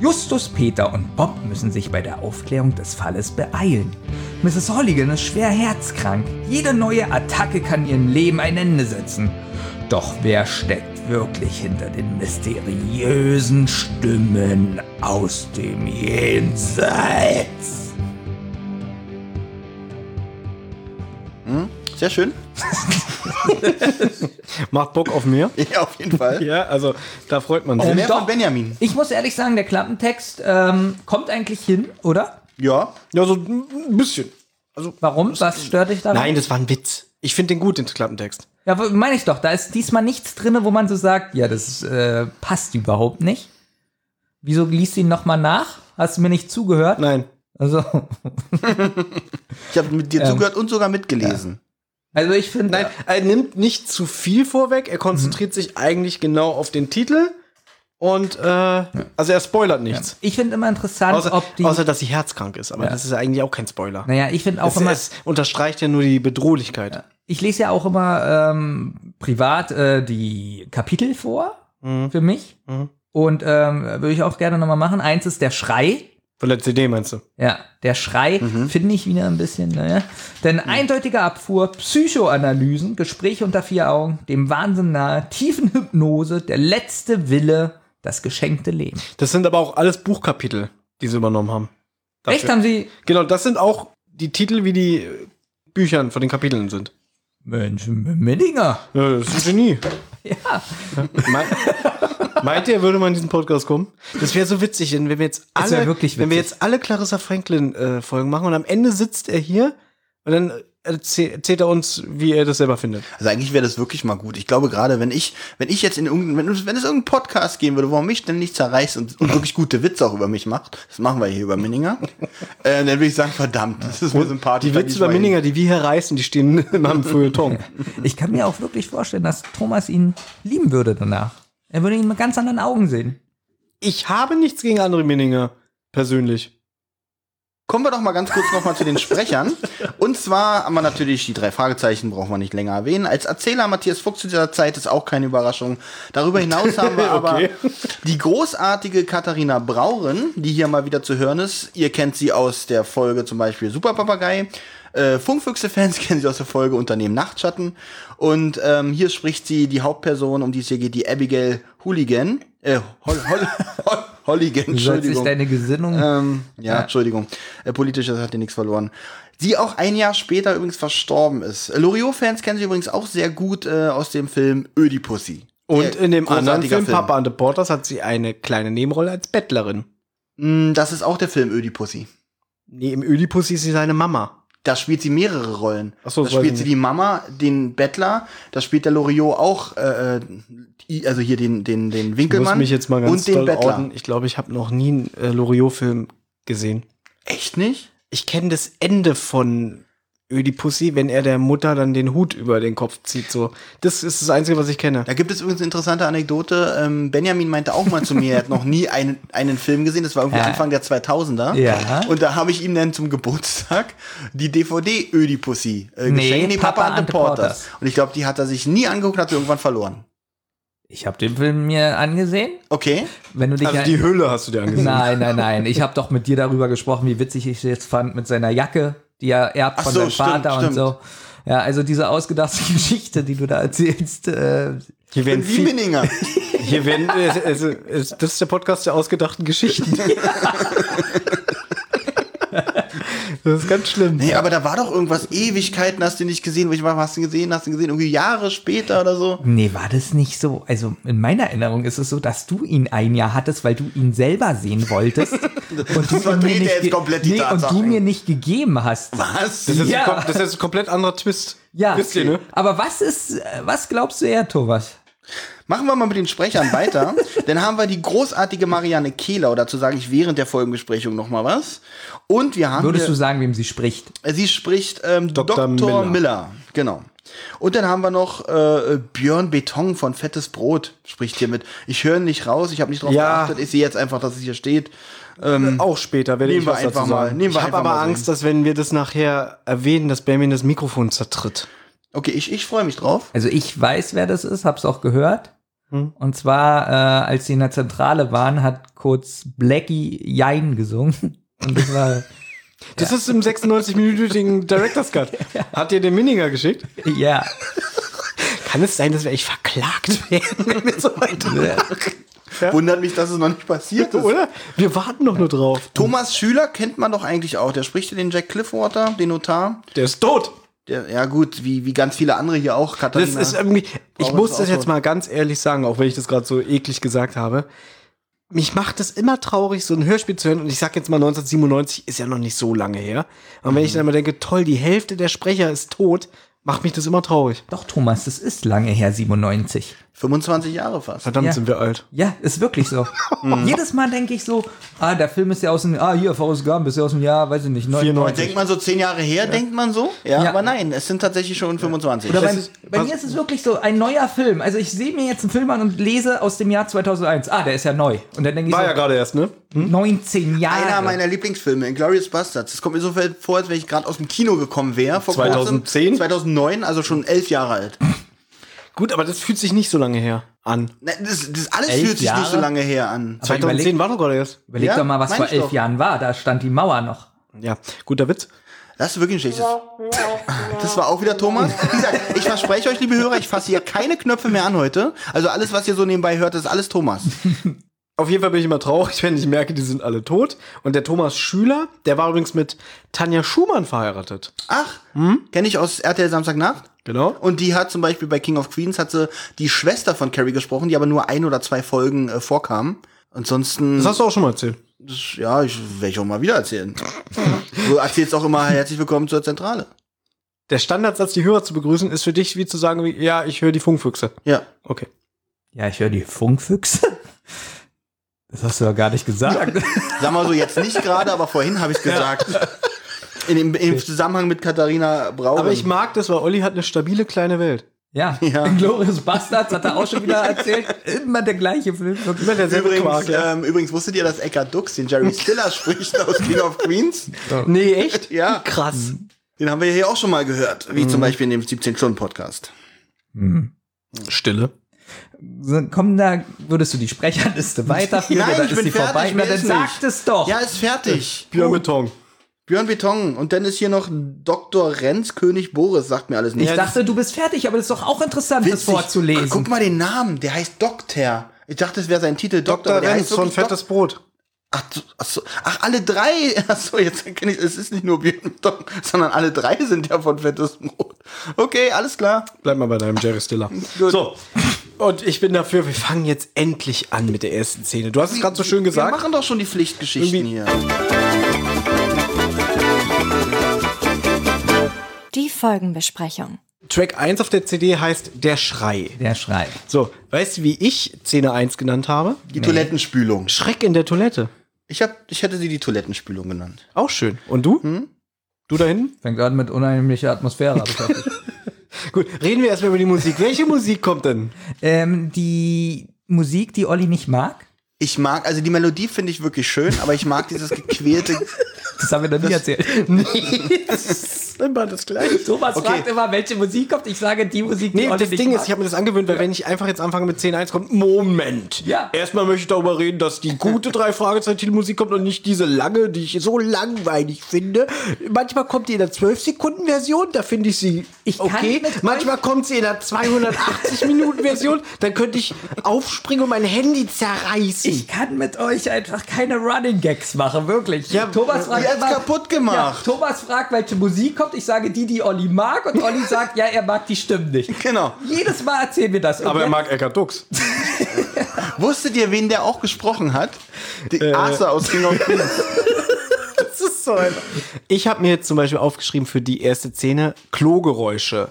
Speaker 3: Justus, Peter und Bob müssen sich bei der Aufklärung des Falles beeilen. Mrs. Holligan ist schwer herzkrank. Jede neue Attacke kann ihrem Leben ein Ende setzen. Doch wer steckt wirklich hinter den mysteriösen Stimmen aus dem Jenseits?
Speaker 2: Sehr schön.
Speaker 4: Macht Bock auf mehr?
Speaker 2: Ja, auf jeden Fall.
Speaker 4: Ja, also, da freut man sich.
Speaker 2: Mehr
Speaker 3: Doch.
Speaker 2: von Benjamin.
Speaker 3: Ich muss ehrlich sagen, der Klappentext ähm, kommt eigentlich hin, oder?
Speaker 2: Ja.
Speaker 4: Ja, so ein bisschen.
Speaker 3: Warum? Was stört dich daran?
Speaker 4: Nein, das war ein Witz. Ich finde den gut, den Klappentext.
Speaker 3: Ja, wo- meine ich doch. Da ist diesmal nichts drin, wo man so sagt, ja, das äh, passt überhaupt nicht. Wieso liest du ihn nochmal nach? Hast du mir nicht zugehört?
Speaker 4: Nein.
Speaker 3: Also,
Speaker 2: Ich habe mit dir
Speaker 4: Ähm,
Speaker 2: zugehört und sogar mitgelesen.
Speaker 3: also ich finde,
Speaker 4: Nein, er nimmt nicht zu viel vorweg. Er konzentriert sich eigentlich genau auf den Titel. Und, äh, also er spoilert nichts.
Speaker 3: ich finde immer interessant,
Speaker 4: Außer,
Speaker 3: ob die.
Speaker 4: außer, dass sie herzkrank ist. Aber das ist ja eigentlich auch kein Spoiler.
Speaker 3: naja, ich finde auch
Speaker 4: es,
Speaker 3: immer.
Speaker 4: es unterstreicht ja nur die Bedrohlichkeit.
Speaker 3: ich lese ja auch immer ähm, privat äh, die Kapitel vor
Speaker 4: Mhm.
Speaker 3: für mich. Und ähm, würde ich auch gerne nochmal machen. Eins ist der Schrei.
Speaker 4: Von der CD meinst du?
Speaker 3: Ja, der Schrei
Speaker 4: Mhm.
Speaker 3: finde ich wieder ein bisschen, naja. Denn eindeutige Abfuhr, Psychoanalysen, Gespräche unter vier Augen, dem Wahnsinn nahe, tiefen Hypnose, der letzte Wille, das geschenkte Leben.
Speaker 4: Das sind aber auch alles Buchkapitel, die sie übernommen haben. Dafür-
Speaker 3: Echt haben sie.
Speaker 4: Genau, das sind auch die Titel, wie die äh, Büchern von den Kapiteln sind.
Speaker 3: Mensch, Menninger.
Speaker 4: Ja, das ist ein Genie.
Speaker 3: Ja.
Speaker 4: Me Meint ihr, würde man in diesen Podcast kommen? Das wäre so witzig, wenn wir jetzt
Speaker 3: Das wär
Speaker 4: alle,
Speaker 3: wirklich
Speaker 4: wenn wir
Speaker 3: witzig.
Speaker 4: jetzt alle Clarissa Franklin äh, Folgen machen und am Ende sitzt er hier und dann erzäh- erzählt er uns, wie er das selber findet.
Speaker 2: Also eigentlich wäre das wirklich mal gut. Ich glaube gerade, wenn ich, wenn ich jetzt in irgendeinen, wenn, es- wenn es irgendeinen Podcast geben würde, wo man mich ständig zerreißt und, und wirklich gute Witze auch über mich macht, das machen wir hier über Minninger, äh, dann würde ich sagen, verdammt, das ist mir sympathisch.
Speaker 4: Die
Speaker 2: da
Speaker 4: Witze
Speaker 2: gehe ich
Speaker 4: über
Speaker 2: mal hin.
Speaker 4: Minninger, die wir hier reißen, die stehen in meinem Feuilleton.
Speaker 3: Ich kann mir auch wirklich vorstellen, dass Thomas ihn lieben würde danach. Er würde ihn mit ganz anderen Augen sehen.
Speaker 4: Ich habe nichts gegen andere Minninger, persönlich.
Speaker 2: Kommen wir doch mal ganz kurz nochmal zu den Sprechern. Und zwar haben wir natürlich die drei Fragezeichen, braucht man nicht länger erwähnen. Als Erzähler Matthias Fuchs zu dieser Zeit ist auch keine Überraschung. Darüber hinaus haben wir aber
Speaker 4: Okay.
Speaker 2: die großartige Katharina Brauren, die hier mal wieder zu hören ist. Ihr kennt sie aus der Folge zum Beispiel Super Papagei. Äh, Funkfüchse-Fans kennen sie aus der Folge Unternehmen Nachtschatten. Und ähm, hier spricht sie die Hauptperson, um die es hier geht, die Abigail Hooligan. Äh, Hol Hol Hol Holligan,
Speaker 3: Du sollst
Speaker 2: Entschuldigung.
Speaker 3: dich deine Gesinnung.
Speaker 4: Äh.
Speaker 2: Ähm, ja, Entschuldigung. Äh, politisch das hat dir nichts verloren. Die auch ein Jahr später übrigens verstorben ist. Äh, Loriot-Fans kennen sie übrigens auch sehr gut äh, aus dem Film Ödipussy.
Speaker 4: Und in dem anderen
Speaker 2: großartiger
Speaker 4: Film, Papa and the Porters, hat sie eine kleine Nebenrolle als Bettlerin.
Speaker 2: Mm, Das ist auch der Film Ödipussy.
Speaker 4: Nee, im Ödipus ist sie seine Mama.
Speaker 2: Da spielt sie mehrere Rollen.
Speaker 4: Ach so,
Speaker 2: da
Speaker 4: das weiß
Speaker 2: spielt
Speaker 4: ich
Speaker 2: sie die Mama, den Bettler, da spielt der Loriot auch, äh, äh, i- also hier den, den, den
Speaker 4: Ich muss
Speaker 2: Winkelmann
Speaker 4: mich jetzt mal ganz
Speaker 2: und den
Speaker 4: doll
Speaker 2: Bettler.
Speaker 4: outen. Ich glaube, ich habe noch nie einen äh, Loriot-Film gesehen.
Speaker 2: Echt nicht?
Speaker 4: Ich kenne das Ende von Ödipussy, wenn er der Mutter dann den Hut über den Kopf zieht. So, das ist das Einzige, was ich kenne.
Speaker 2: Da gibt es übrigens eine interessante Anekdote. Ähm, Benjamin meinte auch mal zu mir, er hat noch nie einen, einen Film gesehen. Das war irgendwie
Speaker 3: Ja.
Speaker 2: Anfang der 2000er.
Speaker 3: Ja.
Speaker 2: Und da habe ich ihm dann zum Geburtstag die DVD Ödipussy äh,
Speaker 3: Nee,
Speaker 2: geschenkt. Nee, Papa,
Speaker 3: Papa
Speaker 2: and
Speaker 3: and
Speaker 2: the
Speaker 3: the
Speaker 2: Porters.
Speaker 3: Porters.
Speaker 2: Und ich glaube, die hat er sich nie angeguckt, hat sie irgendwann verloren.
Speaker 3: Ich habe den Film mir angesehen.
Speaker 2: Okay.
Speaker 3: Wenn du dich
Speaker 4: Also
Speaker 3: ja-
Speaker 4: die Hülle hast du dir angesehen.
Speaker 3: Nein, nein, nein. Ich habe doch mit dir darüber gesprochen, wie witzig ich es jetzt fand mit seiner Jacke, die er erbt
Speaker 2: Ach
Speaker 3: von
Speaker 2: so,
Speaker 3: seinem
Speaker 2: stimmt,
Speaker 3: Vater
Speaker 2: stimmt.
Speaker 3: und so. Ja, also diese ausgedachte Geschichte, die du da erzählst. Äh,
Speaker 4: Hier werden,
Speaker 2: Und wie
Speaker 4: viel,
Speaker 2: Minninger.
Speaker 4: hier werden äh, also, äh, das ist der Podcast der ausgedachten Geschichten. das ist ganz schlimm.
Speaker 2: Nee, aber da war doch irgendwas, Ewigkeiten hast du nicht gesehen, wo ich war, hast du gesehen, hast du gesehen, irgendwie Jahre später oder so.
Speaker 3: nee, war das nicht so? Also in meiner Erinnerung ist es so, dass du ihn ein Jahr hattest, weil du ihn selber sehen wolltest. und du
Speaker 2: verdreht er jetzt
Speaker 3: ge-
Speaker 2: komplett die
Speaker 3: und
Speaker 2: Tatsache.
Speaker 3: du mir nicht gegeben hast.
Speaker 2: Was?
Speaker 4: Das ist,
Speaker 3: Ja.
Speaker 4: kom- das ist ein komplett anderer Twist.
Speaker 3: Ja,
Speaker 4: Wisst ihr, ne?
Speaker 3: aber was ist, äh, was glaubst du eher, Thomas?
Speaker 2: Machen wir mal mit den Sprechern weiter. Dann haben wir die großartige Marianne Kehlau. Dazu sage ich während der Folgenbesprechung noch mal was. Und wir haben
Speaker 3: Würdest
Speaker 2: hier-
Speaker 3: du sagen, wem sie spricht?
Speaker 2: Sie spricht ähm, Dr.
Speaker 4: Dr.
Speaker 2: Miller.
Speaker 4: Miller.
Speaker 2: Genau. Und dann haben wir noch äh, Björn Beton von Fettes Brot spricht hier mit. Ich höre nicht raus, ich habe nicht drauf
Speaker 4: Ja.
Speaker 2: geachtet. Ich sehe jetzt einfach, dass es hier steht.
Speaker 4: Auch später werde
Speaker 2: Mhm. Nehmen
Speaker 4: ich
Speaker 2: wir
Speaker 4: was dazu
Speaker 2: einfach
Speaker 4: sagen.
Speaker 2: mal- nehmen wir
Speaker 4: ich habe
Speaker 2: einfach
Speaker 4: aber
Speaker 2: mal so
Speaker 4: Angst, dass wenn wir das nachher erwähnen, dass Benjamin das Mikrofon zertritt.
Speaker 2: Okay, ich, ich freue mich drauf.
Speaker 3: Also ich weiß, wer das ist, hab's auch gehört.
Speaker 2: Hm.
Speaker 3: Und zwar, äh, als sie in der Zentrale waren, hat kurz Blackie Jein gesungen. Und das war,
Speaker 4: Das ist im 96-minütigen Director's Cut. Hat dir den Mininger geschickt?
Speaker 3: ja.
Speaker 4: Kann es sein, dass wir echt verklagt werden, wenn wir so weitermachen?
Speaker 2: Wundert mich, dass es noch nicht passiert ist.
Speaker 4: Oder? Wir warten doch nur drauf.
Speaker 2: Thomas Schüler kennt man doch eigentlich auch. Der spricht ja den Jack Cliffwater, den Notar.
Speaker 4: Der ist tot.
Speaker 2: Der, ja gut, wie, wie ganz viele andere hier auch.
Speaker 4: Das
Speaker 2: Katharina.
Speaker 4: ist irgendwie. Ich
Speaker 2: Brauchen
Speaker 4: muss
Speaker 2: wir
Speaker 4: das
Speaker 2: auch
Speaker 4: jetzt mal ganz ehrlich sagen, auch wenn ich das gerade so eklig gesagt habe. Mich macht es immer traurig, so ein Hörspiel zu hören. Und ich sag jetzt mal, 1997 ist ja noch nicht so lange her. Und wenn ich dann mal denke, toll, die Hälfte der Sprecher ist tot, macht mich das immer traurig.
Speaker 3: Doch, Thomas, das ist lange her, 97.
Speaker 2: 25 Jahre fast.
Speaker 4: Verdammt,
Speaker 3: Ja.
Speaker 4: sind wir alt.
Speaker 3: Ja, ist wirklich so.
Speaker 2: Hm.
Speaker 3: Jedes Mal denke ich so, ah, der Film ist ja aus dem, ah, hier, Forrest Gump ist ja aus dem Jahr, weiß ich nicht, 99.
Speaker 2: Denkt man so zehn Jahre her, denkt man so? Ja,
Speaker 3: Ja.
Speaker 2: aber nein, es sind tatsächlich schon 25.
Speaker 3: Oder
Speaker 2: Das
Speaker 3: bei, bei mir ist es wirklich so ein neuer Film. Also ich sehe mir jetzt einen Film an und lese aus dem Jahr 2001. Ah, der ist ja neu. Und dann denke ich
Speaker 4: War
Speaker 3: so,
Speaker 4: ja gerade erst, ne?
Speaker 3: 19 Jahre.
Speaker 2: Einer meiner Lieblingsfilme, Inglourious Bastards. Das kommt mir so vor, als wenn ich gerade aus dem Kino gekommen wäre. vor
Speaker 4: 2010?
Speaker 2: Kurzem. 2009, also schon elf Jahre alt.
Speaker 4: Gut, aber das fühlt sich nicht so lange her an.
Speaker 2: Ne, Das, das alles
Speaker 3: Elf
Speaker 2: fühlt sich nicht
Speaker 3: Jahre?
Speaker 2: so lange her an.
Speaker 3: Aber überleg-
Speaker 4: 2010 war doch gerade erst.
Speaker 3: Überleg
Speaker 2: Ja,
Speaker 3: doch mal, was
Speaker 2: mein
Speaker 3: vor
Speaker 2: ich
Speaker 3: elf
Speaker 2: doch.
Speaker 3: Jahren war. Da stand die Mauer noch.
Speaker 4: Ja, guter Witz.
Speaker 2: Das ist wirklich ein schlechtes. Das war auch wieder Thomas. Wie gesagt, ich verspreche euch, liebe Hörer, ich fasse hier keine Knöpfe mehr an heute. Also alles, was ihr so nebenbei hört, ist alles Thomas.
Speaker 4: Auf jeden Fall bin ich immer traurig, wenn ich merke, die sind alle tot. Und der Thomas Schüler, der war übrigens mit Tanja Schumann verheiratet.
Speaker 2: Ach, kenne ich aus RTL Samstagnacht.
Speaker 4: Genau.
Speaker 2: Und die hat zum Beispiel bei King of Queens hat sie die Schwester von Carrie gesprochen, die aber nur ein oder zwei Folgen äh, vorkam. Ansonsten,
Speaker 4: Das hast du auch schon mal erzählt.
Speaker 2: ja, ich werde ich auch mal wieder erzählen. du erzählst auch immer herzlich willkommen zur Zentrale.
Speaker 4: Der Standardsatz, die Hörer zu begrüßen, ist für dich wie zu sagen, wie, ja, ich höre die Funkfüchse.
Speaker 2: Ja.
Speaker 4: Okay.
Speaker 3: Ja, ich höre die Funkfüchse. Das hast du ja gar nicht gesagt.
Speaker 2: Sag mal so, jetzt nicht gerade, aber vorhin habe ich es gesagt. In dem, Im Zusammenhang mit Katharina Brauer.
Speaker 4: Aber ich mag das, weil Olli hat eine stabile kleine Welt.
Speaker 3: ja,
Speaker 2: Ja.
Speaker 3: Glorious Bastards hat er auch schon wieder erzählt. Immer der gleiche Film.
Speaker 4: Immer derselbe
Speaker 2: Übrigens,
Speaker 4: Quark, ja.
Speaker 2: ähm, übrigens wusstet ihr, dass Eckard Dux den Jerry Stiller spricht aus King of Queens?
Speaker 4: Nee, echt?
Speaker 2: Ja.
Speaker 4: Krass. Mhm.
Speaker 2: Den haben wir hier auch schon mal gehört, wie zum Beispiel in dem 17-Stunden-Podcast.
Speaker 4: Stille.
Speaker 3: So, Komm, da würdest du die Sprecherliste weiterführen
Speaker 2: Nein,
Speaker 3: oder
Speaker 2: ich
Speaker 3: ist
Speaker 2: bin
Speaker 3: die
Speaker 2: fertig,
Speaker 3: vorbei?
Speaker 2: mir
Speaker 3: Na, dann
Speaker 2: ist
Speaker 3: sag
Speaker 2: nicht.
Speaker 3: es
Speaker 4: Oh.
Speaker 3: doch.
Speaker 2: Ja, ist fertig.
Speaker 4: Björn Beton.
Speaker 2: Björn Beton. Und dann ist hier noch Dr. Renz König Boris, sagt mir alles nicht.
Speaker 3: ich dachte, du bist fertig, aber das ist doch auch interessant, das vorzulesen.
Speaker 2: Guck mal den Namen, der heißt Doktor. Ich dachte, es wäre sein Titel Doktor.
Speaker 4: Dr.
Speaker 2: aber der
Speaker 4: Renz
Speaker 2: heißt
Speaker 4: von
Speaker 2: wirklich Dok-
Speaker 4: Fettes Brot.
Speaker 2: Ach, so, ach, so. ach, alle drei. Ach so, jetzt erkenne ich, es ist nicht nur Björn Beton, sondern alle drei sind ja von Fettes Brot. Okay, alles klar.
Speaker 4: Bleib mal bei deinem Jerry Stiller. So. Und ich bin dafür, wir fangen jetzt endlich an mit der ersten Szene. Du hast es gerade so schön
Speaker 2: Wir
Speaker 4: gesagt.
Speaker 2: machen doch schon die Pflichtgeschichten
Speaker 4: Irgendwie-
Speaker 2: hier.
Speaker 1: Die Folgenbesprechung.
Speaker 4: Track 1 auf der CD heißt Der Schrei.
Speaker 3: Der Schrei.
Speaker 4: So, weißt du, wie ich Szene 1 genannt habe?
Speaker 2: Die Toilettenspülung.
Speaker 4: Schreck in der Toilette.
Speaker 2: Ich, hab, ich hätte sie die Toilettenspülung genannt.
Speaker 4: Hm? Auch schön. Und du? Du dahin?
Speaker 3: Fängt an mit unheimlicher Atmosphäre. hab ich auch gesagt.
Speaker 4: Gut, reden wir erstmal über die Musik. Welche Musik kommt denn?
Speaker 3: ähm, die Musik, die Olli nicht mag,
Speaker 2: Ich mag, also die Melodie finde ich wirklich schön, aber ich mag dieses gequälte.
Speaker 3: das haben wir noch nie erzählt.
Speaker 4: Immer das gleiche.
Speaker 3: Thomas
Speaker 2: Okay.
Speaker 3: fragt immer, welche Musik kommt. Ich sage die Musik, die
Speaker 4: Nee,
Speaker 3: Olli
Speaker 4: das
Speaker 3: nicht
Speaker 4: Ding
Speaker 3: mag.
Speaker 4: ist, ich habe mir das angewöhnt, weil wenn ich einfach jetzt anfange mit 10.1 kommt, Moment.
Speaker 3: Ja.
Speaker 4: Erstmal möchte ich darüber reden, dass die gute drei Fragezeichen Titelmusik kommt und nicht diese lange, die ich so langweilig finde. Manchmal kommt die in der 12 Sekunden Version, da finde ich sie
Speaker 3: Ich kann
Speaker 4: okay.
Speaker 3: mit
Speaker 4: Manchmal kommt sie in der 280 Minuten Version, dann könnte ich aufspringen und mein Handy zerreißen.
Speaker 3: Ich kann mit euch einfach keine Running Gags machen, wirklich.
Speaker 4: Ja,
Speaker 3: Thomas fragt
Speaker 2: äh, ihr habt's
Speaker 3: immer-
Speaker 2: kaputt gemacht.
Speaker 3: Ja, Thomas fragt, welche Musik kommt. Ich sage die, die Olli mag. Und Olli sagt, ja, er mag die Stimmen nicht.
Speaker 2: genau.
Speaker 3: Jedes Mal erzählen wir das. Und jetzt-
Speaker 4: mag Eckart Dux.
Speaker 2: Wusstet ihr, wen der auch gesprochen hat? Die
Speaker 4: Äh.
Speaker 2: Arthur aus King of Queens.
Speaker 4: Ich habe mir jetzt zum Beispiel aufgeschrieben für die erste Szene Klogeräusche.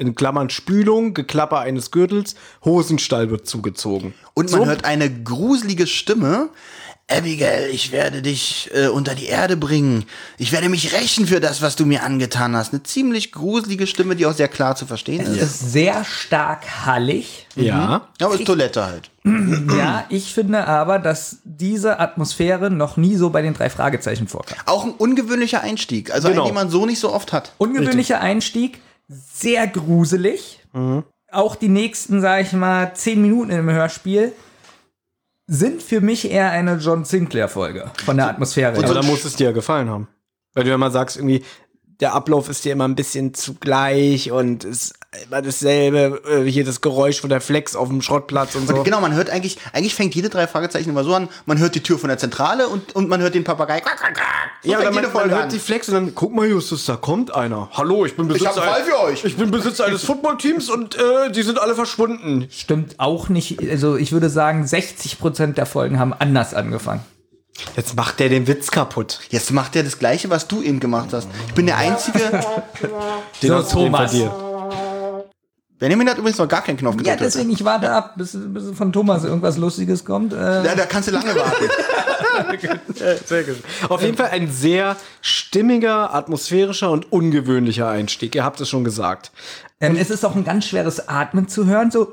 Speaker 4: In Klammern Spülung, Geklapper eines Gürtels, Hosenstall wird zugezogen.
Speaker 2: Und man hört eine gruselige Stimme. Abigail, ich werde dich äh, unter die Erde bringen. Ich werde mich rächen für das, was du mir angetan hast. Eine ziemlich gruselige Stimme, die auch sehr klar zu verstehen
Speaker 3: Es
Speaker 2: ist.
Speaker 3: ist sehr stark hallig.
Speaker 4: Ja.
Speaker 2: Ja, aber ist Toilette halt.
Speaker 3: Ja, ich finde aber, dass diese Atmosphäre noch nie so bei den drei Fragezeichen vorkam.
Speaker 2: Auch ein ungewöhnlicher Einstieg. Also
Speaker 4: Genau.
Speaker 2: einen, den man so nicht so oft hat.
Speaker 3: Ungewöhnlicher Einstieg, sehr gruselig.
Speaker 2: Mhm.
Speaker 3: Auch die nächsten, sag ich mal, zehn Minuten im Hörspiel sind für mich eher eine John Sinclair-Folge von der Atmosphäre.
Speaker 4: Aber
Speaker 3: her.
Speaker 4: dann muss es dir ja gefallen haben. Weil du ja mal sagst, irgendwie, der Ablauf ist dir immer ein bisschen zugleich und ist immer dasselbe. äh, Hier das Geräusch von der Flex auf dem Schrottplatz und so.
Speaker 2: Genau, man hört eigentlich, eigentlich fängt jede drei Fragezeichen immer so an, man hört die Tür von der Zentrale und, und man hört den Papagei. Quack, quack, quack. So
Speaker 4: Ja,
Speaker 2: fängt
Speaker 4: dann man,
Speaker 2: jede
Speaker 4: man
Speaker 2: Folge
Speaker 4: hört
Speaker 2: an.
Speaker 4: die Flex und dann, guck mal, Justus, da kommt einer. Hallo, ich bin Besitzer.
Speaker 2: hab einen Fall für euch.
Speaker 4: Ich bin Besitzer eines Footballteams und äh, die sind alle verschwunden.
Speaker 3: Stimmt auch nicht. Also ich würde sagen, 60% der Folgen haben anders angefangen.
Speaker 4: Jetzt macht der den Witz kaputt.
Speaker 2: Jetzt macht er das gleiche, was du eben gemacht hast. Ich bin der Einzige.
Speaker 4: Den
Speaker 3: So,
Speaker 4: hast du- den
Speaker 3: Thomas.
Speaker 4: verdient.
Speaker 2: Benjamin hat übrigens noch gar keinen Knopf
Speaker 3: Ja,
Speaker 2: gedrückt.
Speaker 3: deswegen, ich warte ab, bis, bis von Thomas irgendwas Lustiges kommt. Äh,
Speaker 2: da, da kannst du lange warten.
Speaker 4: Sehr gut. Auf jeden Fall ein sehr stimmiger, atmosphärischer und ungewöhnlicher Einstieg. Ihr habt es schon gesagt.
Speaker 3: ähm, es ist auch ein ganz schweres Atmen zu hören. So,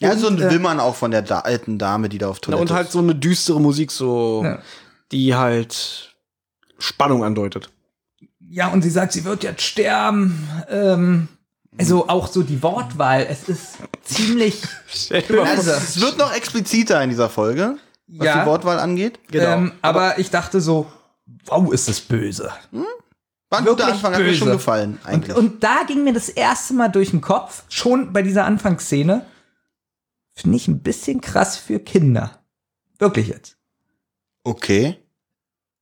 Speaker 2: ja, so ein
Speaker 3: äh,
Speaker 2: Wimmern auch von der da alten Dame, die da auf Toilette
Speaker 4: Und halt so eine düstere Musik, so
Speaker 3: Ja.
Speaker 4: die halt Spannung andeutet.
Speaker 3: ja, und sie sagt, sie wird jetzt sterben. Ähm, also auch so die Wortwahl, es ist ziemlich.
Speaker 2: ist.
Speaker 3: Also,
Speaker 2: Es wird noch expliziter in dieser Folge, was
Speaker 3: Ja.
Speaker 2: die Wortwahl angeht.
Speaker 4: Genau.
Speaker 3: ähm, aber ich dachte so, wow, ist das böse.
Speaker 2: War ein guter
Speaker 3: Wirklich
Speaker 2: Anfang, hat mir
Speaker 3: böse.
Speaker 2: schon gefallen
Speaker 3: Und,
Speaker 2: eigentlich.
Speaker 3: und da ging mir das erste Mal durch den Kopf, schon bei dieser Anfangsszene, finde ich ein bisschen krass für Kinder. Wirklich jetzt.
Speaker 2: okay.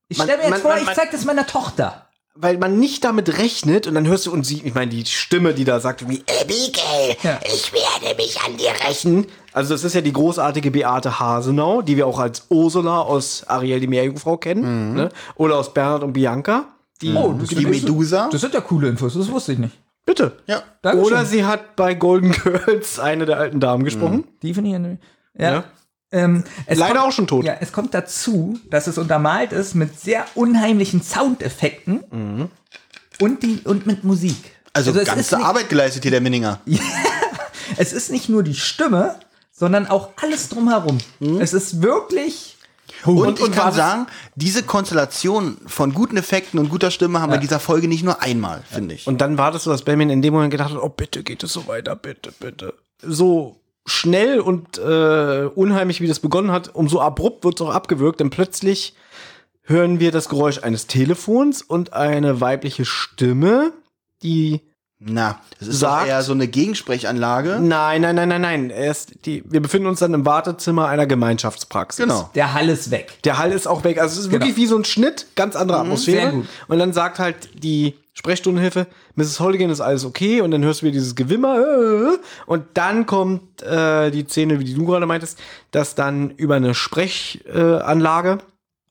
Speaker 3: Ich
Speaker 4: Man-
Speaker 3: stelle mir jetzt
Speaker 4: man-
Speaker 3: vor,
Speaker 4: man-
Speaker 3: ich
Speaker 4: man-
Speaker 3: zeig das meiner Tochter.
Speaker 4: Weil man nicht damit rechnet und dann hörst du und sie, ich meine, die Stimme, die da sagt, wie Abigail,
Speaker 3: Ja.
Speaker 4: ich werde mich an dir rächen. Also das ist ja die großartige Beate Hasenau, die wir auch als Ursula aus Ariel die Meerjungfrau kennen.
Speaker 3: Mhm.
Speaker 4: Ne? Oder aus Bernhard und Bianca. Die,
Speaker 3: Oh, das
Speaker 2: Die Medusa.
Speaker 3: Das sind ja coole Infos, das wusste ich nicht.
Speaker 4: Bitte.
Speaker 2: Ja.
Speaker 3: Dankeschön.
Speaker 4: Oder sie hat bei Golden Girls eine der alten Damen gesprochen.
Speaker 3: Die finde ich ja. ne- Ja.
Speaker 4: Ja.
Speaker 3: Ähm, es
Speaker 4: Leider
Speaker 3: kommt,
Speaker 4: auch schon tot.
Speaker 3: Ja, es kommt dazu, dass es untermalt ist mit sehr unheimlichen Soundeffekten
Speaker 4: Mhm.
Speaker 3: und, die, und mit Musik.
Speaker 2: Also,
Speaker 3: es ist
Speaker 2: ganze
Speaker 3: nicht-
Speaker 2: Arbeit geleistet hier der Minninger.
Speaker 3: Es ist nicht nur die Stimme, sondern auch alles drumherum.
Speaker 4: Mhm.
Speaker 3: Es ist wirklich.
Speaker 2: Und, ich
Speaker 4: und
Speaker 2: kann
Speaker 4: was-
Speaker 2: sagen, diese Konstellation von guten Effekten und guter Stimme haben wir in dieser Folge nicht nur einmal, finde ich.
Speaker 4: Und dann war das so, dass Benjamin in dem Moment gedacht hat, oh bitte geht es so weiter, bitte, bitte. So schnell und äh, unheimlich, wie das begonnen hat, umso abrupt wird es auch abgewürgt, denn plötzlich hören wir das Geräusch eines Telefons und eine weibliche Stimme, die
Speaker 2: Na, es ist
Speaker 4: Sagt-
Speaker 2: doch eher so eine Gegensprechanlage.
Speaker 4: Nein, nein, nein, nein, nein. Erst die, wir befinden uns dann im Wartezimmer einer Gemeinschaftspraxis.
Speaker 2: Genau.
Speaker 3: Der Hall ist weg.
Speaker 4: Der Hall ist auch weg. Also es ist wirklich wie so ein Schnitt, ganz andere Atmosphäre.
Speaker 3: Genau. Mhm. sehr gut.
Speaker 4: Und dann sagt halt die Sprechstundenhilfe, Mrs. Holligan ist alles okay. Und dann hörst du wieder dieses Gewimmer. äh, Und dann kommt äh, die Szene, wie du gerade meintest, dass dann über eine Sprechanlage äh, Anlage,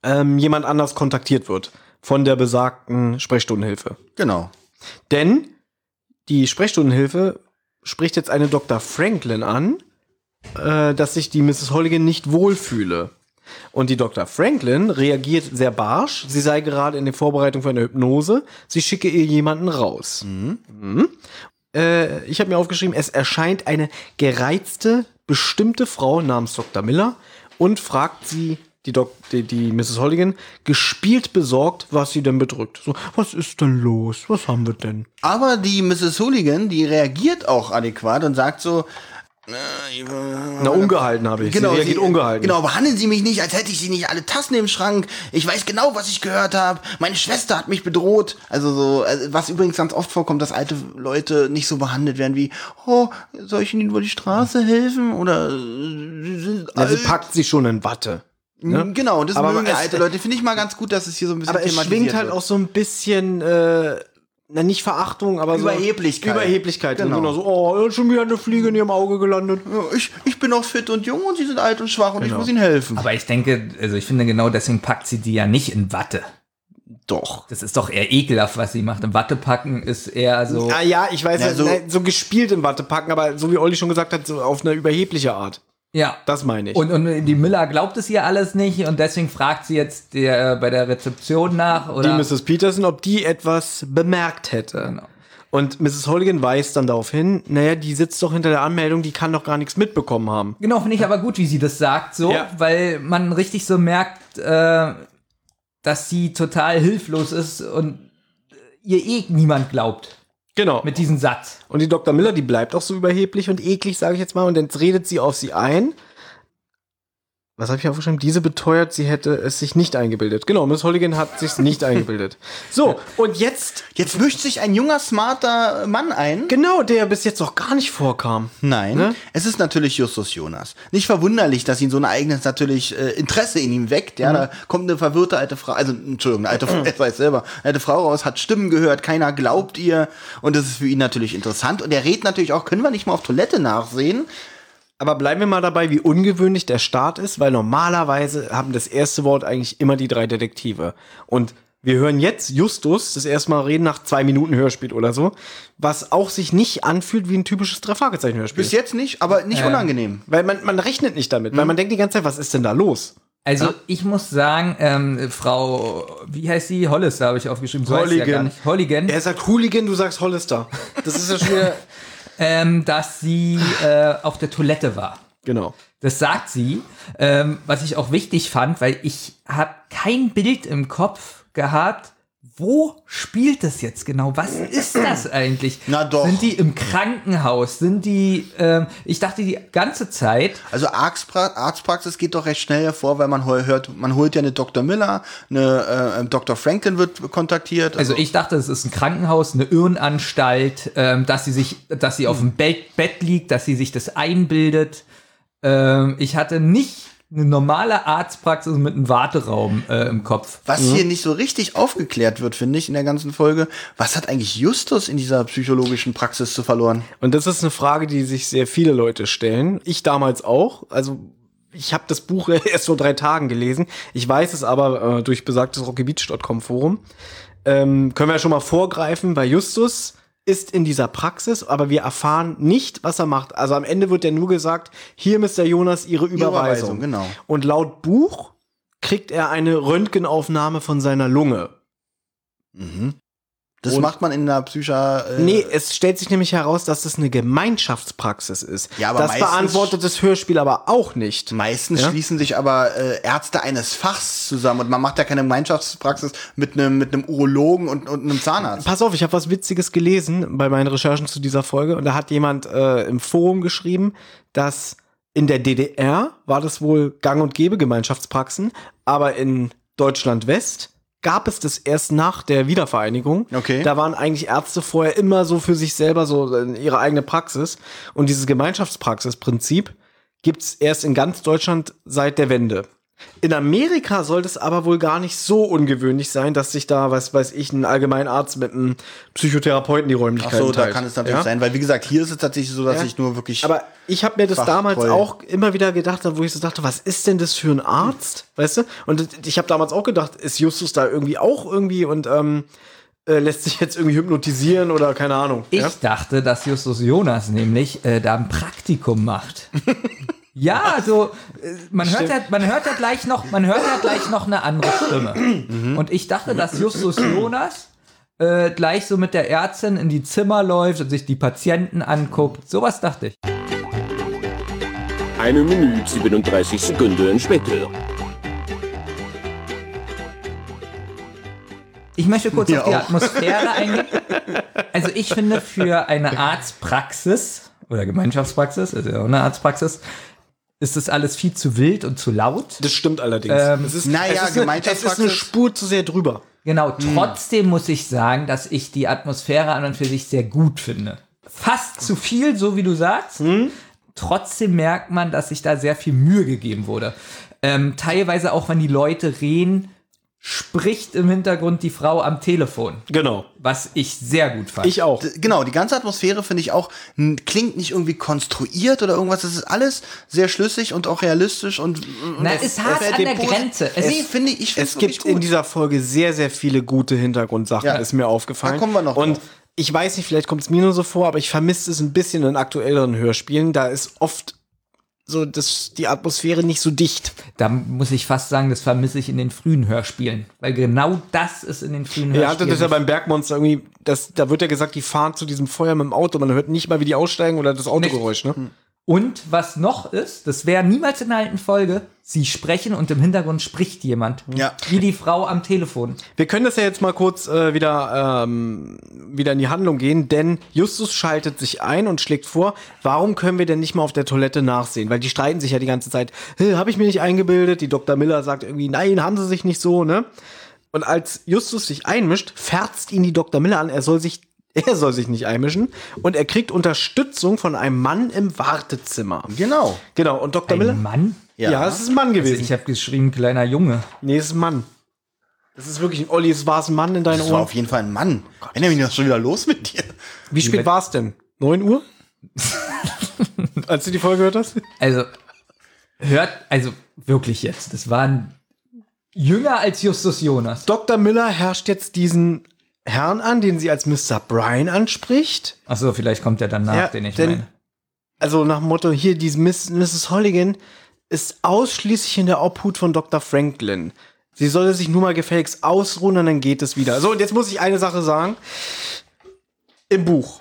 Speaker 4: ähm, jemand anders kontaktiert wird von der besagten Sprechstundenhilfe.
Speaker 2: Genau.
Speaker 4: Denn die Sprechstundenhilfe spricht jetzt eine Dr. Franklin an, äh, dass sich die Mrs. Holligan nicht wohlfühle. Und die Dr. Franklin reagiert sehr barsch. Sie sei gerade in der Vorbereitung für eine Hypnose. Sie schicke ihr jemanden raus. Mhm. Äh, ich habe mir aufgeschrieben, es erscheint eine gereizte, bestimmte Frau namens Dr. Miller und fragt sie, die, Doc, die, die Mrs. Holligan, gespielt besorgt, was sie denn bedrückt. So, was ist denn los? Was haben wir denn?
Speaker 2: Aber die Mrs. Hooligan, die reagiert auch adäquat und sagt so,
Speaker 4: Na, ungehalten habe ich. sie reagiert ungehalten.
Speaker 2: Genau, behandeln Sie mich nicht, als hätte ich Sie nicht alle Tassen im Schrank. Ich weiß genau, was ich gehört habe. Meine Schwester hat mich bedroht. Also so, also was übrigens ganz oft vorkommt, dass alte Leute nicht so behandelt werden wie, oh, soll ich Ihnen über die Straße helfen? Oder äh, Sie sind
Speaker 4: Also
Speaker 2: alt.
Speaker 4: packt sie schon in Watte.
Speaker 2: Mhm, Genau, das
Speaker 4: Aber
Speaker 2: mögen
Speaker 4: es-
Speaker 2: alte Leute. Finde ich mal ganz gut, dass es hier so ein bisschen
Speaker 4: Aber es schwingt halt
Speaker 2: wird.
Speaker 4: auch so ein bisschen, äh, na nicht Verachtung, aber so
Speaker 2: Überheblichkeit.
Speaker 4: Überheblichkeit.
Speaker 2: Genau.
Speaker 4: Und so, oh, schon wieder eine Fliege in ihrem Auge gelandet.
Speaker 2: Ja, Ich, ich bin noch fit und jung und Sie sind alt und schwach
Speaker 4: Genau.
Speaker 2: und ich muss Ihnen helfen.
Speaker 3: Aber ich denke, also ich finde genau deswegen packt sie die ja nicht in Watte.
Speaker 2: doch.
Speaker 3: Das ist doch eher ekelhaft, was sie macht. In Watte packen ist eher so.
Speaker 4: Ah ja, ich weiß,
Speaker 2: Ja,
Speaker 4: ja,
Speaker 2: so-
Speaker 4: so, so gespielt in Watte packen, aber so wie Olli schon gesagt hat, so auf eine überhebliche Art.
Speaker 3: Ja.
Speaker 4: Das meine ich.
Speaker 3: Und, und die Miller glaubt es ihr alles nicht und deswegen fragt sie jetzt der, äh, bei der Rezeption nach
Speaker 4: die
Speaker 3: oder.
Speaker 4: Mrs. Peterson, ob die etwas bemerkt hätte.
Speaker 3: Genau.
Speaker 4: Und Mrs. Holligan weist dann darauf hin, naja, die sitzt doch hinter der Anmeldung, die kann doch gar nichts mitbekommen haben.
Speaker 3: Genau, finde ich aber gut, wie sie das sagt, so,
Speaker 4: Ja.
Speaker 3: weil man richtig so merkt, äh, dass sie total hilflos ist und ihr eh niemand glaubt
Speaker 4: Genau.
Speaker 3: mit diesem Satz.
Speaker 4: Und die Dr. Miller, die bleibt auch so überheblich und eklig, sage ich jetzt mal. Und dann redet sie auf sie ein. Was habe ich aufgeschrieben? Diese beteuert, sie hätte es sich nicht eingebildet. Genau, Miss Holligan hat sich nicht eingebildet. So, und jetzt,
Speaker 2: Jetzt mischt sich ein junger, smarter Mann ein.
Speaker 4: genau, der bis jetzt noch gar nicht vorkam.
Speaker 2: Nein, es ist natürlich Justus Jonas. Nicht verwunderlich, dass ihn so ein eigenes natürlich äh, Interesse in ihm weckt. Ja, da kommt eine verwirrte alte Frau, also Entschuldigung, eine alte Frau, er weiß selber, eine alte Frau raus, hat Stimmen gehört, keiner glaubt ihr und das ist für ihn natürlich interessant und er redet natürlich auch, können wir nicht mal auf Toilette nachsehen?
Speaker 4: Aber bleiben wir mal dabei, wie ungewöhnlich der Start ist, weil normalerweise haben das erste Wort eigentlich immer die drei Detektive. Und wir hören jetzt Justus das erste Mal reden nach zwei Minuten Hörspiel oder so, was auch sich nicht anfühlt wie ein typisches Drei-Fragezeichen-Hörspiel.
Speaker 2: Bis jetzt nicht, aber nicht unangenehm.
Speaker 4: Weil man, man rechnet nicht damit, weil man denkt die ganze Zeit, was ist denn da los?
Speaker 3: Also ich muss sagen, ähm, Frau, wie heißt sie? Hollister habe ich aufgeschrieben. So heißt sie Ja gar
Speaker 4: Holligan.
Speaker 3: nicht. Holligan.
Speaker 4: Er sagt Hooligan, du sagst Hollister. Das ist ja schon wieder.
Speaker 3: ähm, dass sie äh, auf der Toilette war.
Speaker 4: genau.
Speaker 3: Das sagt sie, ähm, was ich auch wichtig fand, weil ich habe kein Bild im Kopf gehabt, wo spielt das jetzt genau? Was ist das eigentlich?
Speaker 2: Na doch.
Speaker 3: Sind die im Krankenhaus? Sind die, ähm, ich dachte die ganze Zeit,
Speaker 2: Also Arztpra Arztpraxis geht doch recht schnell hervor, weil man heu- hört, man holt ja eine Dr. Miller, eine äh, ähm, Dr. Franklin wird kontaktiert.
Speaker 3: also ich dachte, es ist ein Krankenhaus, eine Irrenanstalt, ähm, dass sie sich, dass sie auf dem Bett, Bett liegt, dass sie sich das einbildet. Ähm, ich hatte nicht eine normale Arztpraxis mit einem Warteraum äh, im Kopf.
Speaker 2: was
Speaker 4: Mhm.
Speaker 2: hier nicht so richtig aufgeklärt wird, finde ich, in der ganzen Folge, was hat eigentlich Justus in dieser psychologischen Praxis zu verloren?
Speaker 4: Und das ist eine Frage, die sich sehr viele Leute stellen. Ich damals auch. Also ich habe das Buch erst vor drei Tagen gelesen. Ich weiß es aber äh, durch besagtes rockybeach.com Forum. Ähm, können wir ja schon mal vorgreifen, weil Justus ist in dieser Praxis, aber wir erfahren nicht, was er macht. Also am Ende wird ja nur gesagt, hier Mr. Jonas Ihre Überweisung.
Speaker 2: Überweisung, genau.
Speaker 4: Und laut Buch kriegt er eine Röntgenaufnahme von seiner Lunge.
Speaker 2: Das
Speaker 4: Und-
Speaker 2: macht man in der Psycha. Äh,
Speaker 4: Nee, es stellt sich nämlich heraus, dass das eine Gemeinschaftspraxis ist.
Speaker 2: Ja, aber
Speaker 4: das
Speaker 2: meistens-
Speaker 4: beantwortet das Hörspiel aber auch nicht.
Speaker 2: Meistens
Speaker 4: Ja?
Speaker 2: schließen sich aber äh, Ärzte eines Fachs zusammen und man macht ja keine Gemeinschaftspraxis mit einem mit einem Urologen und, und einem Zahnarzt.
Speaker 4: Pass auf, ich habe was Witziges gelesen bei meinen Recherchen zu dieser Folge und da hat jemand äh, im Forum geschrieben, dass in der DDR war das wohl gang und gäbe Gemeinschaftspraxen, aber in Deutschland West gab es das erst nach der Wiedervereinigung.
Speaker 2: Okay.
Speaker 4: Da waren eigentlich Ärzte vorher immer so für sich selber so in ihre eigene Praxis und dieses Gemeinschaftspraxisprinzip gibt's erst in ganz Deutschland seit der Wende. In Amerika sollte es aber wohl gar nicht so ungewöhnlich sein, dass sich da, was weiß ich, ein Allgemeinarzt mit einem Psychotherapeuten die
Speaker 2: Ach
Speaker 4: Räumlichkeiten
Speaker 2: so, da
Speaker 4: teilt.
Speaker 2: kann es natürlich
Speaker 4: Ja?
Speaker 2: sein, weil wie gesagt, hier ist es tatsächlich so, dass
Speaker 4: Ja.
Speaker 2: ich nur wirklich.
Speaker 4: Aber ich habe mir das
Speaker 2: Fachtreu.
Speaker 4: damals auch immer wieder gedacht, wo ich so dachte, was ist denn das für ein Arzt? Weißt du? Und ich habe damals auch gedacht, ist Justus da irgendwie auch irgendwie und ähm, äh, lässt sich jetzt irgendwie hypnotisieren oder keine Ahnung.
Speaker 2: ähm,
Speaker 3: Ich
Speaker 4: ja?
Speaker 3: dachte, dass Justus Jonas nämlich äh, da ein Praktikum macht. Ja, so äh, man hört ja, man hört ja gleich noch, man hört ja gleich noch eine andere Stimme. Und ich dachte, dass Justus Jonas äh, gleich so mit der Ärztin in die Zimmer läuft und sich die Patienten anguckt. Sowas dachte ich.
Speaker 6: Eine Minute 37 Sekunden später.
Speaker 3: Ich möchte kurz
Speaker 2: Mir
Speaker 3: auf die
Speaker 2: auch.
Speaker 3: Atmosphäre eingehen. Also ich finde für eine Arztpraxis oder Gemeinschaftspraxis, also ja auch eine Arztpraxis, ist das alles viel zu wild und zu laut.
Speaker 4: Das stimmt allerdings.
Speaker 3: Ähm,
Speaker 4: es ist,
Speaker 2: naja,
Speaker 4: es ist eine, es ist
Speaker 2: Gemeinschaftspraxis.
Speaker 4: eine Spur zu sehr drüber.
Speaker 3: Genau,
Speaker 4: Hm.
Speaker 3: trotzdem muss ich sagen, dass ich die Atmosphäre an und für sich sehr gut finde. Fast zu viel, so wie du sagst.
Speaker 4: Hm?
Speaker 3: Trotzdem merkt man, dass sich da sehr viel Mühe gegeben wurde. Ähm, teilweise auch, wenn die Leute reden, spricht im Hintergrund die Frau am Telefon,
Speaker 4: Genau.
Speaker 3: was ich sehr gut fand.
Speaker 4: Ich auch.
Speaker 2: D- Genau, die ganze Atmosphäre finde ich auch, m, klingt nicht irgendwie konstruiert oder irgendwas. Das ist alles sehr schlüssig und auch realistisch und. und
Speaker 3: Na,
Speaker 2: es-
Speaker 3: ist hart
Speaker 2: es-
Speaker 3: an der
Speaker 2: es-
Speaker 3: Grenze. Es-
Speaker 2: Es, nee, finde ich, ich finde
Speaker 4: Es gibt in dieser Folge sehr, sehr viele gute Hintergrundsachen,
Speaker 2: Ja.
Speaker 4: ist mir aufgefallen.
Speaker 2: Da kommen wir noch
Speaker 4: Und
Speaker 2: drauf.
Speaker 4: ich weiß nicht, vielleicht kommt es mir nur so vor, aber ich vermisse es ein bisschen in aktuelleren Hörspielen. Da ist oft so das, die Atmosphäre nicht so dicht.
Speaker 3: da muss ich fast sagen, das vermisse ich in den frühen Hörspielen. Weil genau das ist in den frühen Hörspielen.
Speaker 4: Ihr hattet das ja
Speaker 3: nicht
Speaker 4: beim Bergmonster irgendwie, das, da wird ja gesagt, die fahren zu diesem Feuer mit dem Auto. Man hört nicht mal, wie die aussteigen oder das Autogeräusch, ne?
Speaker 3: Und was noch ist, das wäre niemals in der alten Folge, sie sprechen und im Hintergrund spricht jemand.
Speaker 2: Ja.
Speaker 3: Wie die Frau am Telefon.
Speaker 4: Wir können das ja jetzt mal kurz äh, wieder, ähm, wieder in die Handlung gehen, denn Justus schaltet sich ein und schlägt vor, warum können wir denn nicht mal auf der Toilette nachsehen? Weil die streiten sich ja die ganze Zeit. Hey, Habe ich mir nicht eingebildet? Die Dr. Miller sagt irgendwie, nein, haben sie sich nicht so, ne? Und als Justus sich einmischt, färzt ihn die Dr. Miller an, er soll sich, er soll sich nicht einmischen. Und er kriegt Unterstützung von einem Mann im Wartezimmer.
Speaker 2: Genau.
Speaker 4: Genau, und Dr. Miller?
Speaker 3: Ein Mann?
Speaker 4: Ja, es ist ein Mann gewesen.
Speaker 3: Ich habe geschrieben, kleiner Junge.
Speaker 4: nee, es ist ein Mann. Das ist wirklich ein Olli, es war es ein Oh Mann in deinen
Speaker 2: Das war
Speaker 4: Ohren.
Speaker 2: auf jeden Fall ein Mann. Benjamin, was ist schon wieder los mit dir?
Speaker 4: Wie spät war es denn? 9 Uhr? Als du die Folge gehört hast?
Speaker 3: Also, hört, also wirklich jetzt, das war ein jünger als Justus Jonas.
Speaker 4: Dr. Miller herrscht jetzt diesen Herrn an, den sie als Mr. Brian anspricht.
Speaker 3: Achso, vielleicht kommt der danach,
Speaker 4: Ja,
Speaker 3: den ich
Speaker 4: denn-
Speaker 3: meine.
Speaker 4: Also nach dem Motto, hier, diese Miss, Mrs. Holligan ist ausschließlich in der Obhut von Dr. Franklin. Sie solle sich nur mal gefälligst ausruhen und dann geht es wieder. So, und jetzt muss ich eine Sache sagen. Im Buch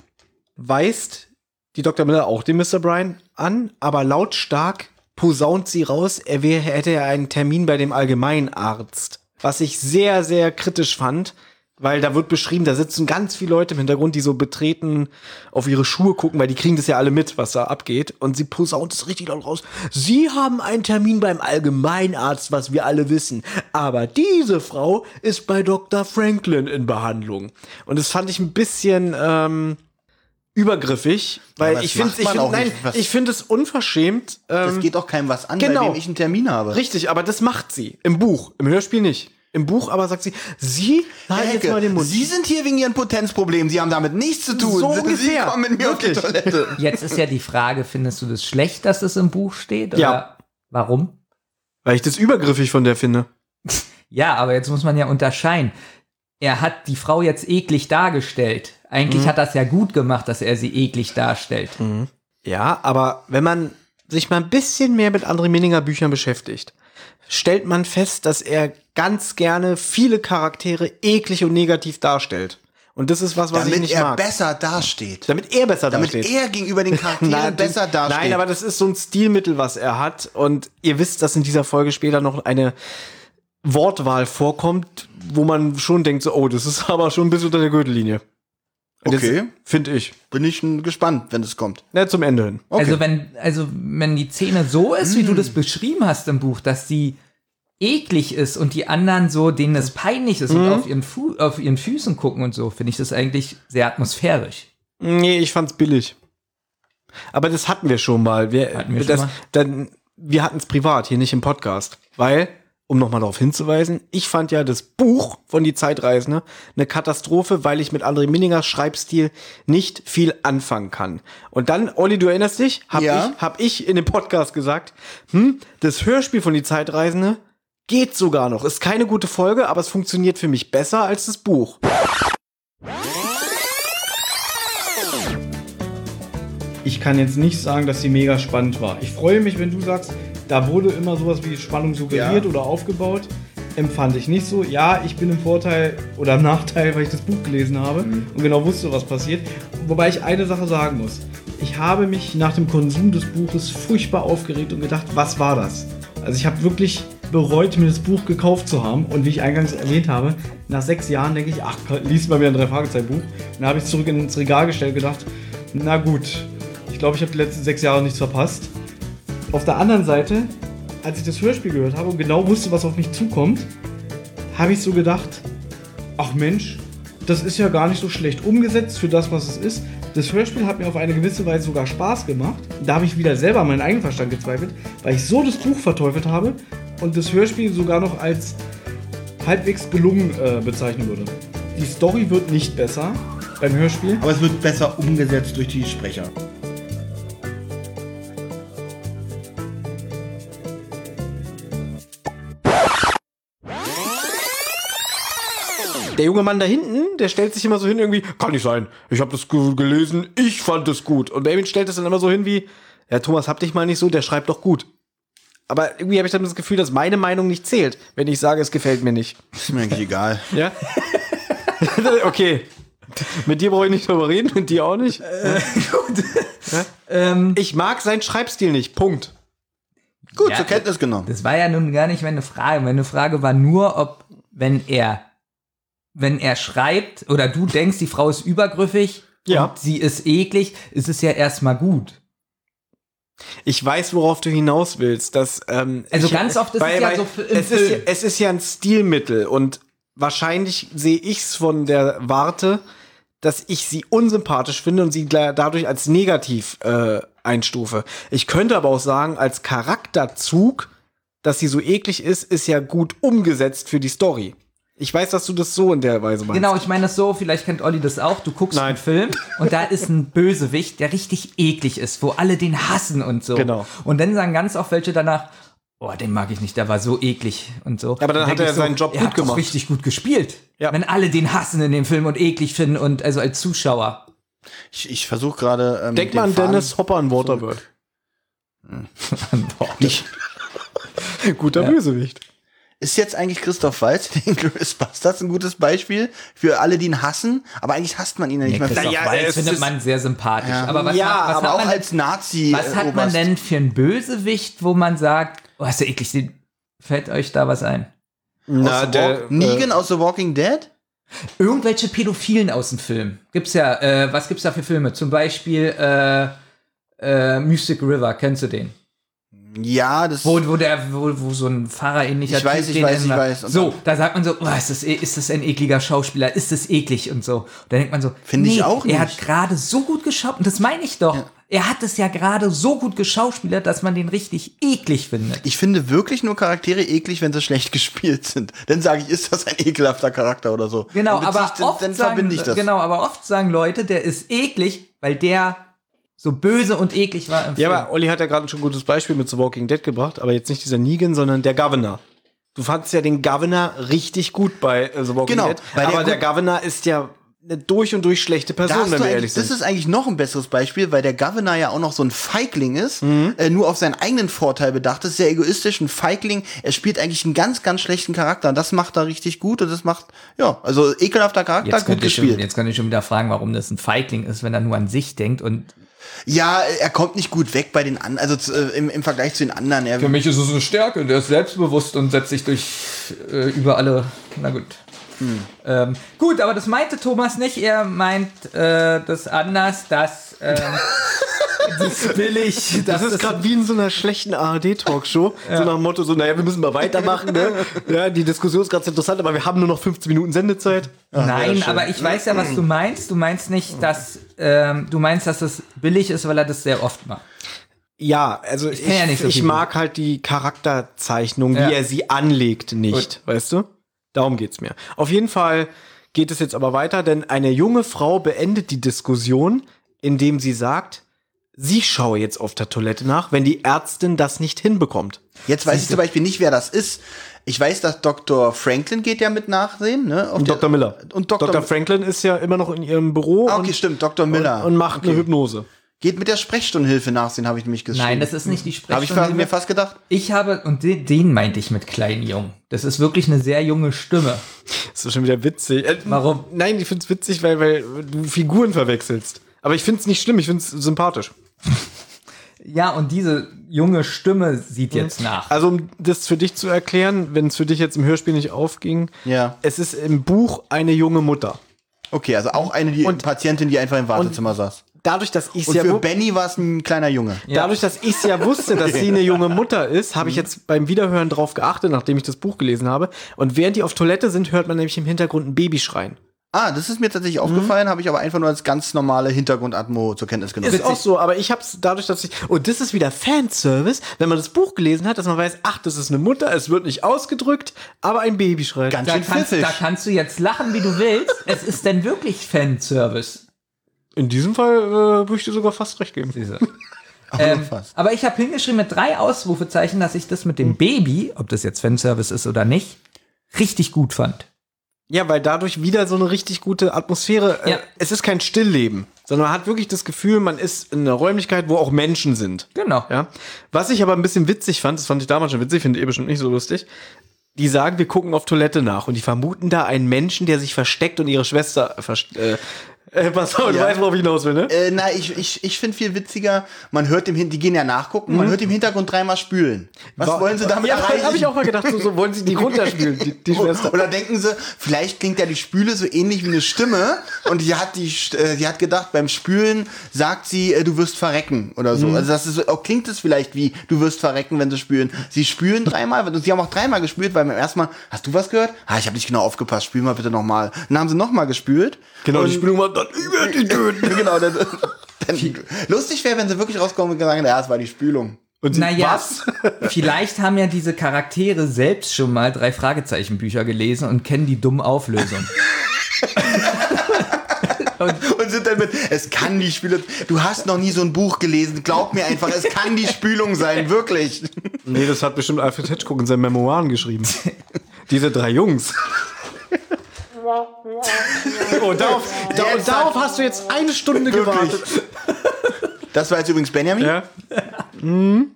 Speaker 4: weist die Dr. Miller auch den Mr. Brian an, aber lautstark posaunt sie raus, er wäre, hätte er einen Termin bei dem Allgemeinarzt. Was ich sehr, sehr kritisch fand, weil da wird beschrieben, da sitzen ganz viele Leute im Hintergrund, die so betreten auf ihre Schuhe gucken, weil die kriegen das ja alle mit, was da abgeht. Und sie posaunt es richtig laut raus. Sie haben einen Termin beim Allgemeinarzt, was wir alle wissen. Aber diese Frau ist bei Dr. Franklin in Behandlung. Und das fand ich ein bisschen, ähm, übergriffig, weil
Speaker 2: aber das
Speaker 4: ich finde
Speaker 2: macht
Speaker 4: ich
Speaker 2: man
Speaker 4: find,
Speaker 2: auch
Speaker 4: nein,
Speaker 2: nicht. Was-
Speaker 4: ich finde es unverschämt.
Speaker 2: Das
Speaker 4: Ähm,
Speaker 2: geht doch keinem was an,
Speaker 4: genau.
Speaker 2: bei wem ich einen Termin habe.
Speaker 4: richtig, aber das macht sie im Buch, im Hörspiel nicht. Im Buch aber sagt sie, sie
Speaker 2: Herr
Speaker 4: halten halt jetzt
Speaker 2: Hecke,
Speaker 4: mal den Mund.
Speaker 2: Sie sind hier wegen Ihren Potenzproblemen. Sie haben damit nichts zu tun.
Speaker 4: So
Speaker 2: Sie
Speaker 4: ungefähr.
Speaker 2: kommen mit mir auf die Toilette.
Speaker 3: Jetzt ist ja die Frage, findest du das schlecht, dass es im Buch steht?
Speaker 4: Ja.
Speaker 3: Oder warum?
Speaker 4: weil ich das übergriffig von der finde.
Speaker 3: Ja, aber jetzt muss man ja unterscheiden. Er hat die Frau jetzt eklig dargestellt. Eigentlich hat das ja gut gemacht, dass er sie eklig darstellt.
Speaker 4: Ja, aber wenn man sich mal ein bisschen mehr mit André Meninger Büchern beschäftigt, stellt man fest, dass er ganz gerne viele Charaktere eklig und negativ darstellt. Und das ist was, was ich
Speaker 2: Damit
Speaker 4: nicht
Speaker 2: er
Speaker 4: mag.
Speaker 2: besser dasteht.
Speaker 4: damit er besser
Speaker 2: Damit
Speaker 4: dasteht.
Speaker 2: er gegenüber den Charakteren
Speaker 4: Nein,
Speaker 2: besser
Speaker 4: das-
Speaker 2: dasteht.
Speaker 4: Nein, aber das ist so ein Stilmittel, was er hat. Und ihr wisst, dass in dieser Folge später noch eine Wortwahl vorkommt, wo man schon denkt, so, oh, das ist aber schon ein bisschen unter der Gürtellinie. Und jetzt-
Speaker 2: Okay.
Speaker 4: Finde ich.
Speaker 2: Bin ich n- gespannt, wenn es kommt.
Speaker 4: Na, zum Ende hin.
Speaker 3: Also wenn, also wenn die Szene so ist, wie du das beschrieben hast im Buch, dass sie eklig ist und die anderen so, denen es peinlich ist und auf ihren, Fu auf ihren Füßen gucken und so, finde ich das eigentlich sehr atmosphärisch.
Speaker 4: Nee, ich fand's billig. Aber das hatten wir schon mal. Wir,
Speaker 3: Hatten wir
Speaker 4: das,
Speaker 3: schon mal?
Speaker 4: Dann, wir hatten's privat, hier nicht im Podcast. Weil, um nochmal darauf hinzuweisen, ich fand ja das Buch von Die Zeitreisende eine Katastrophe, weil ich mit André Minningers Schreibstil nicht viel anfangen kann. Und dann, Olli, du erinnerst dich, hab,
Speaker 2: Ja.
Speaker 4: ich, hab ich in dem Podcast gesagt, hm, das Hörspiel von Die Zeitreisende geht sogar noch. Ist keine gute Folge, aber es funktioniert für mich besser als das Buch.
Speaker 7: ich kann jetzt nicht sagen, dass sie mega spannend war. Ich freue mich, wenn du sagst, da wurde immer sowas wie Spannung suggeriert
Speaker 2: Ja.
Speaker 7: oder aufgebaut. Empfand ich nicht so. Ja, ich bin im Vorteil oder im Nachteil, weil ich das Buch gelesen habe und genau wusste, was passiert. Wobei ich eine Sache sagen muss. Ich habe mich nach dem Konsum des Buches furchtbar aufgeregt und gedacht, was war das? Also ich habe wirklich bereut, mir das Buch gekauft zu haben. Und wie ich eingangs erwähnt habe, nach sechs Jahren denke ich, ach, liest mal wieder ein Drei-Fragezeichen-Buch. Und dann habe ich es zurück ins Regal gestellt und gedacht, na gut, ich glaube, ich habe die letzten sechs Jahre nichts verpasst. Auf der anderen Seite, als ich das Hörspiel gehört habe und genau wusste, was auf mich zukommt, habe ich so gedacht, ach Mensch, das ist ja gar nicht so schlecht umgesetzt für das, was es ist. Das Hörspiel hat mir auf eine gewisse Weise sogar Spaß gemacht. Da habe ich wieder selber an meinen eigenen Verstand gezweifelt, weil ich so das Buch verteufelt habe und das Hörspiel sogar noch als halbwegs gelungen äh, bezeichnen würde. Die Story wird nicht besser beim Hörspiel.
Speaker 2: Aber es wird besser umgesetzt durch die Sprecher.
Speaker 4: Der junge Mann da hinten, der stellt sich immer so hin irgendwie, kann nicht sein, ich habe das ge- gelesen, ich fand es gut. Und Benjamin stellt es dann immer so hin wie, ja Thomas, hab dich mal nicht so, der schreibt doch gut. Aber irgendwie habe ich dann das Gefühl, dass meine Meinung nicht zählt, wenn ich sage, es gefällt mir nicht.
Speaker 2: Ist mir eigentlich egal.
Speaker 4: Ja? okay. Mit dir brauche ich nicht drüber reden, mit dir auch nicht.
Speaker 7: Äh,
Speaker 3: Ähm,
Speaker 4: Ich mag seinen Schreibstil nicht, Punkt.
Speaker 2: Gut,
Speaker 3: Ja.
Speaker 2: zur Kenntnis genommen.
Speaker 3: das war ja nun gar nicht meine Frage. Meine Frage war nur, ob, wenn er, wenn er schreibt oder du denkst, die Frau ist übergriffig
Speaker 4: Ja.
Speaker 3: und sie ist eklig, ist es ja erstmal gut.
Speaker 4: Ich weiß, worauf du hinaus willst. Dass, ähm,
Speaker 3: Also
Speaker 4: ich,
Speaker 3: ganz oft ist es ja so f- im
Speaker 4: es, ist,
Speaker 3: Film.
Speaker 4: es ist ja ein Stilmittel und wahrscheinlich sehe ich es von der Warte, dass ich sie unsympathisch finde und sie gla- dadurch als negativ äh, einstufe. Ich könnte aber auch sagen, als Charakterzug, dass sie so eklig ist, ist ja gut umgesetzt für die Story. Ich weiß, dass du das so in der Weise meinst.
Speaker 3: Genau, ich meine das so, vielleicht kennt Olli das auch. Du guckst
Speaker 4: Nein.
Speaker 3: einen Film und da ist ein Bösewicht, der richtig eklig ist, wo alle den hassen und so.
Speaker 4: Genau.
Speaker 3: Und dann sagen ganz oft welche danach, oh, den mag ich nicht, der war so eklig und so.
Speaker 4: Aber dann
Speaker 3: Und
Speaker 4: hat
Speaker 3: denk
Speaker 4: er
Speaker 3: ich
Speaker 4: seinen Job
Speaker 3: er
Speaker 4: gut
Speaker 3: hat doch
Speaker 4: gemacht.
Speaker 3: richtig gut gespielt.
Speaker 4: Ja.
Speaker 3: Wenn alle den hassen in dem Film und eklig finden und also als Zuschauer.
Speaker 2: Ich, ich versuche gerade. Ähm,
Speaker 4: Denk
Speaker 2: den
Speaker 4: mal an
Speaker 2: Faden-
Speaker 4: Dennis Hopper in Waterbird. Guter Bösewicht.
Speaker 2: Ist jetzt eigentlich Christoph Waltz in Glorious Bastards ein gutes Beispiel für alle, die ihn hassen? Aber eigentlich hasst man ihn ja nicht mehr.
Speaker 3: Christoph
Speaker 4: ja,
Speaker 3: Waltz
Speaker 4: es
Speaker 3: findet
Speaker 4: ist-
Speaker 3: man sehr sympathisch. Aber was,
Speaker 4: Ja,
Speaker 3: ma- was,
Speaker 2: aber
Speaker 3: hat,
Speaker 2: auch
Speaker 3: man,
Speaker 2: als Nazi.
Speaker 3: was
Speaker 2: äh,
Speaker 3: hat man
Speaker 2: Oberst.
Speaker 3: denn für einen Bösewicht, wo man sagt, oh, ist der eklig, den, fällt euch da was ein?
Speaker 4: Na,
Speaker 2: Aus The Walk-
Speaker 3: äh,
Speaker 2: Negan aus The Walking Dead?
Speaker 3: Irgendwelche Pädophilen aus dem Film. Gibt's ja, äh, was gibt's da für Filme? Zum Beispiel äh, äh, Mystic River, kennst du den?
Speaker 2: Ja, das.
Speaker 3: Wo, wo der, wo, wo so ein Fahrer ähnlicher
Speaker 2: Ich weiß, ich
Speaker 3: den
Speaker 2: weiß, ich
Speaker 3: ändert.
Speaker 2: weiß. Und
Speaker 3: So,
Speaker 2: dann-
Speaker 3: da sagt man so, oh, ist, das, e- ist das ein ekliger Schauspieler, ist das eklig und so. Und da denkt man so,
Speaker 2: Finde ich auch
Speaker 3: Er
Speaker 2: nicht.
Speaker 3: hat gerade so gut geschaut, und das meine ich doch. Er hat es ja gerade so gut geschauspielert, dass man den richtig eklig findet.
Speaker 2: ich finde wirklich nur Charaktere eklig, wenn sie schlecht gespielt sind. Dann sage ich, ist das ein ekelhafter Charakter oder so.
Speaker 3: Genau,
Speaker 2: Dann beziehe
Speaker 3: aber
Speaker 2: ich das-
Speaker 3: oft
Speaker 2: dann
Speaker 3: sagen,
Speaker 2: verbinde ich das.
Speaker 3: genau, aber oft sagen Leute, der ist eklig, weil der so böse und eklig war im
Speaker 4: Ja,
Speaker 3: Film.
Speaker 4: aber Olli hat ja gerade schon ein gutes Beispiel mit The Walking Dead gebracht, aber jetzt nicht dieser Negan, sondern der Governor. Du fandst ja den Governor richtig gut bei äh, The Walking
Speaker 2: Genau,
Speaker 4: Dead,
Speaker 2: weil der
Speaker 4: aber der,
Speaker 2: gut-
Speaker 4: Governor ist ja eine durch und durch schlechte
Speaker 2: Da
Speaker 3: um
Speaker 4: Person,
Speaker 2: hast
Speaker 4: wenn
Speaker 2: du
Speaker 4: wir
Speaker 2: eigentlich,
Speaker 4: ehrlich
Speaker 2: das
Speaker 4: sind.
Speaker 2: ist eigentlich noch ein besseres Beispiel, weil der Governor ja auch noch so ein Feigling ist,
Speaker 3: Mhm.
Speaker 2: äh, nur auf seinen eigenen Vorteil bedacht ist, sehr egoistisch, ein Feigling. Er spielt eigentlich einen ganz, ganz schlechten Charakter und das macht er richtig gut und das macht, ja, also ekelhafter Charakter,
Speaker 3: Jetzt
Speaker 2: gut
Speaker 3: könnte, ich schon,
Speaker 2: gespielt.
Speaker 3: jetzt könnte ich schon wieder fragen, warum das ein Feigling ist, wenn er nur an sich denkt. Und
Speaker 2: Ja, er kommt nicht gut weg bei den anderen, also zu, äh, im, im Vergleich zu den anderen. Er,
Speaker 3: mich ist es eine Stärke, der ist selbstbewusst und setzt sich durch äh, über alle. Na gut. Ähm, gut, aber das meinte Thomas nicht. Er meint äh, das anders, dass ähm, das billig,
Speaker 4: Das
Speaker 3: dass
Speaker 4: ist gerade wie in so einer schlechten ARD-Talkshow, so nach dem Motto, so, naja, wir müssen mal weitermachen, ne? Ja, die Diskussion ist gerade sehr interessant, aber wir haben nur noch 15 Minuten Sendezeit.
Speaker 3: Nein, aber ich weiß ja, was du meinst. Du meinst nicht, dass ähm, du meinst, dass das billig ist, weil er das sehr oft macht.
Speaker 4: Ja, also ich,
Speaker 3: kenn ja nicht so
Speaker 4: ich
Speaker 3: viel.
Speaker 4: mag halt die Charakterzeichnung,
Speaker 3: Ja.
Speaker 4: wie er sie anlegt, nicht, weißt du? Darum geht's mir. Auf jeden Fall geht es jetzt aber weiter, denn eine junge Frau beendet die Diskussion, indem sie sagt, sie schaue jetzt auf der Toilette nach, wenn die Ärztin das nicht hinbekommt.
Speaker 2: jetzt weiß ich zum Beispiel nicht, wer das ist. Ich weiß, dass Dr. Franklin geht ja mit nachsehen, ne? auf
Speaker 4: Und
Speaker 2: der-
Speaker 4: Dr. Miller.
Speaker 2: Und Dr.
Speaker 4: Franklin ist ja immer noch in ihrem Büro
Speaker 2: Ah,
Speaker 4: und,
Speaker 2: okay, stimmt, Dr. Miller.
Speaker 4: und macht eine Hypnose.
Speaker 2: Geht mit der Sprechstundenhilfe nachsehen, habe ich nämlich geschrieben.
Speaker 3: Nein, das ist nicht die
Speaker 2: Habe ich
Speaker 3: Sprechstunde.
Speaker 2: fa- mir fast gedacht.
Speaker 3: Ich habe, und den, den meinte ich mit kleinen Jungen. Das ist wirklich eine sehr junge Stimme.
Speaker 4: Das ist schon wieder witzig. Äh,
Speaker 3: Warum?
Speaker 4: Nein, ich find's witzig, weil, weil du Figuren verwechselst. Aber ich find's nicht schlimm, ich find's sympathisch.
Speaker 3: Ja, und diese junge Stimme sieht jetzt nach.
Speaker 4: Also, um das für dich zu erklären, wenn es für dich jetzt im Hörspiel nicht aufging,
Speaker 2: Ja.
Speaker 4: es ist im Buch eine junge Mutter.
Speaker 2: Okay, also auch eine die Patientin, die einfach im Wartezimmer saß.
Speaker 4: Dadurch, dass ich
Speaker 2: Und
Speaker 4: ja
Speaker 2: für
Speaker 4: wu-
Speaker 2: Benny war es ein kleiner Junge.
Speaker 4: Dadurch, dass ich es ja Mhm. wusste, dass sie eine junge Mutter ist, habe ich jetzt beim Wiederhören drauf geachtet, nachdem ich das Buch gelesen habe. Und während die auf Toilette sind, hört man nämlich im Hintergrund ein Baby schreien.
Speaker 2: Ah, das ist mir tatsächlich aufgefallen, habe ich aber einfach nur als ganz normale Hintergrundatmo zur Kenntnis genommen.
Speaker 4: Mhm. Ist auch so, aber ich habe es dadurch, dass ich. Und das ist wieder Fanservice, wenn man das Buch gelesen hat, dass man weiß, ach, das ist eine Mutter, es wird nicht ausgedrückt, aber ein Baby schreit.
Speaker 2: Ganz
Speaker 3: Da
Speaker 2: schön
Speaker 3: kannst, da
Speaker 2: pfiffig.
Speaker 3: kannst du jetzt lachen, wie du willst. es ist denn wirklich Fanservice.
Speaker 4: In diesem Fall äh, würde ich dir sogar fast recht geben.
Speaker 3: Diese.
Speaker 2: Ähm,
Speaker 3: Ähm, aber ich habe hingeschrieben mit drei Ausrufezeichen, dass ich das mit
Speaker 2: Hm.
Speaker 3: dem Baby, ob das jetzt Fanservice ist oder nicht, richtig gut fand.
Speaker 4: Ja, weil dadurch wieder so eine richtig gute Atmosphäre. Äh,
Speaker 3: Ja.
Speaker 4: Es ist kein Stillleben, sondern man hat wirklich das Gefühl, man ist in einer Räumlichkeit, wo auch Menschen sind.
Speaker 3: Genau.
Speaker 4: Ja. Was ich aber ein bisschen witzig fand, das fand ich damals schon witzig, finde ihr bestimmt nicht so lustig. Die sagen, wir gucken auf Toilette nach und die vermuten da einen Menschen, der sich versteckt und ihre Schwester versteckt. Äh, äh, pass auf, du
Speaker 2: Ja.
Speaker 4: weißt, worauf ich hinaus will, ne?
Speaker 2: Äh, na, ich, ich, ich finde viel witziger, man hört im Hin die gehen ja nachgucken, man hört im Hintergrund dreimal spülen. Was wollen sie
Speaker 4: Mhm.
Speaker 2: damit Oh.
Speaker 4: ja,
Speaker 2: erreichen?
Speaker 4: habe ich auch mal gedacht, so, so wollen sie die runterspielen, die, die Schwester.
Speaker 2: Oder denken sie, vielleicht klingt ja die Spüle so ähnlich wie eine Stimme und die hat, die, St- äh, die hat gedacht, beim Spülen sagt sie, äh, du wirst verrecken oder
Speaker 4: Mhm.
Speaker 2: so. Also das ist, so- auch klingt es vielleicht wie, du wirst verrecken, wenn sie spülen. Sie spülen dreimal und sie haben auch dreimal gespült, weil beim ersten Mal, hast du was gehört? Ah, ich habe nicht genau aufgepasst, spül mal bitte nochmal. Dann haben sie nochmal gespült.
Speaker 4: Genau, die
Speaker 2: um und
Speaker 4: Spülung war dann über die Töten.
Speaker 2: genau, dann, dann, lustig wäre, wenn sie wirklich rauskommen und gesagt hätten, ja, es war die Spülung.
Speaker 4: Und sie,
Speaker 3: Naja,
Speaker 4: was?
Speaker 3: vielleicht haben ja diese Charaktere selbst schon mal drei Fragezeichenbücher gelesen und kennen die dumme Auflösung.
Speaker 2: Und sind dann mit, es kann die Spülung, du hast noch nie so ein Buch gelesen, glaub mir einfach, es kann die Spülung sein, wirklich.
Speaker 4: Nee, das hat bestimmt Alfred Hitchcock in seinen Memoiren geschrieben. Diese drei Jungs. Oh, darauf, da, und darauf hast du jetzt eine Stunde gewartet.
Speaker 2: Das war jetzt übrigens Benjamin.
Speaker 4: Ja. Mhm.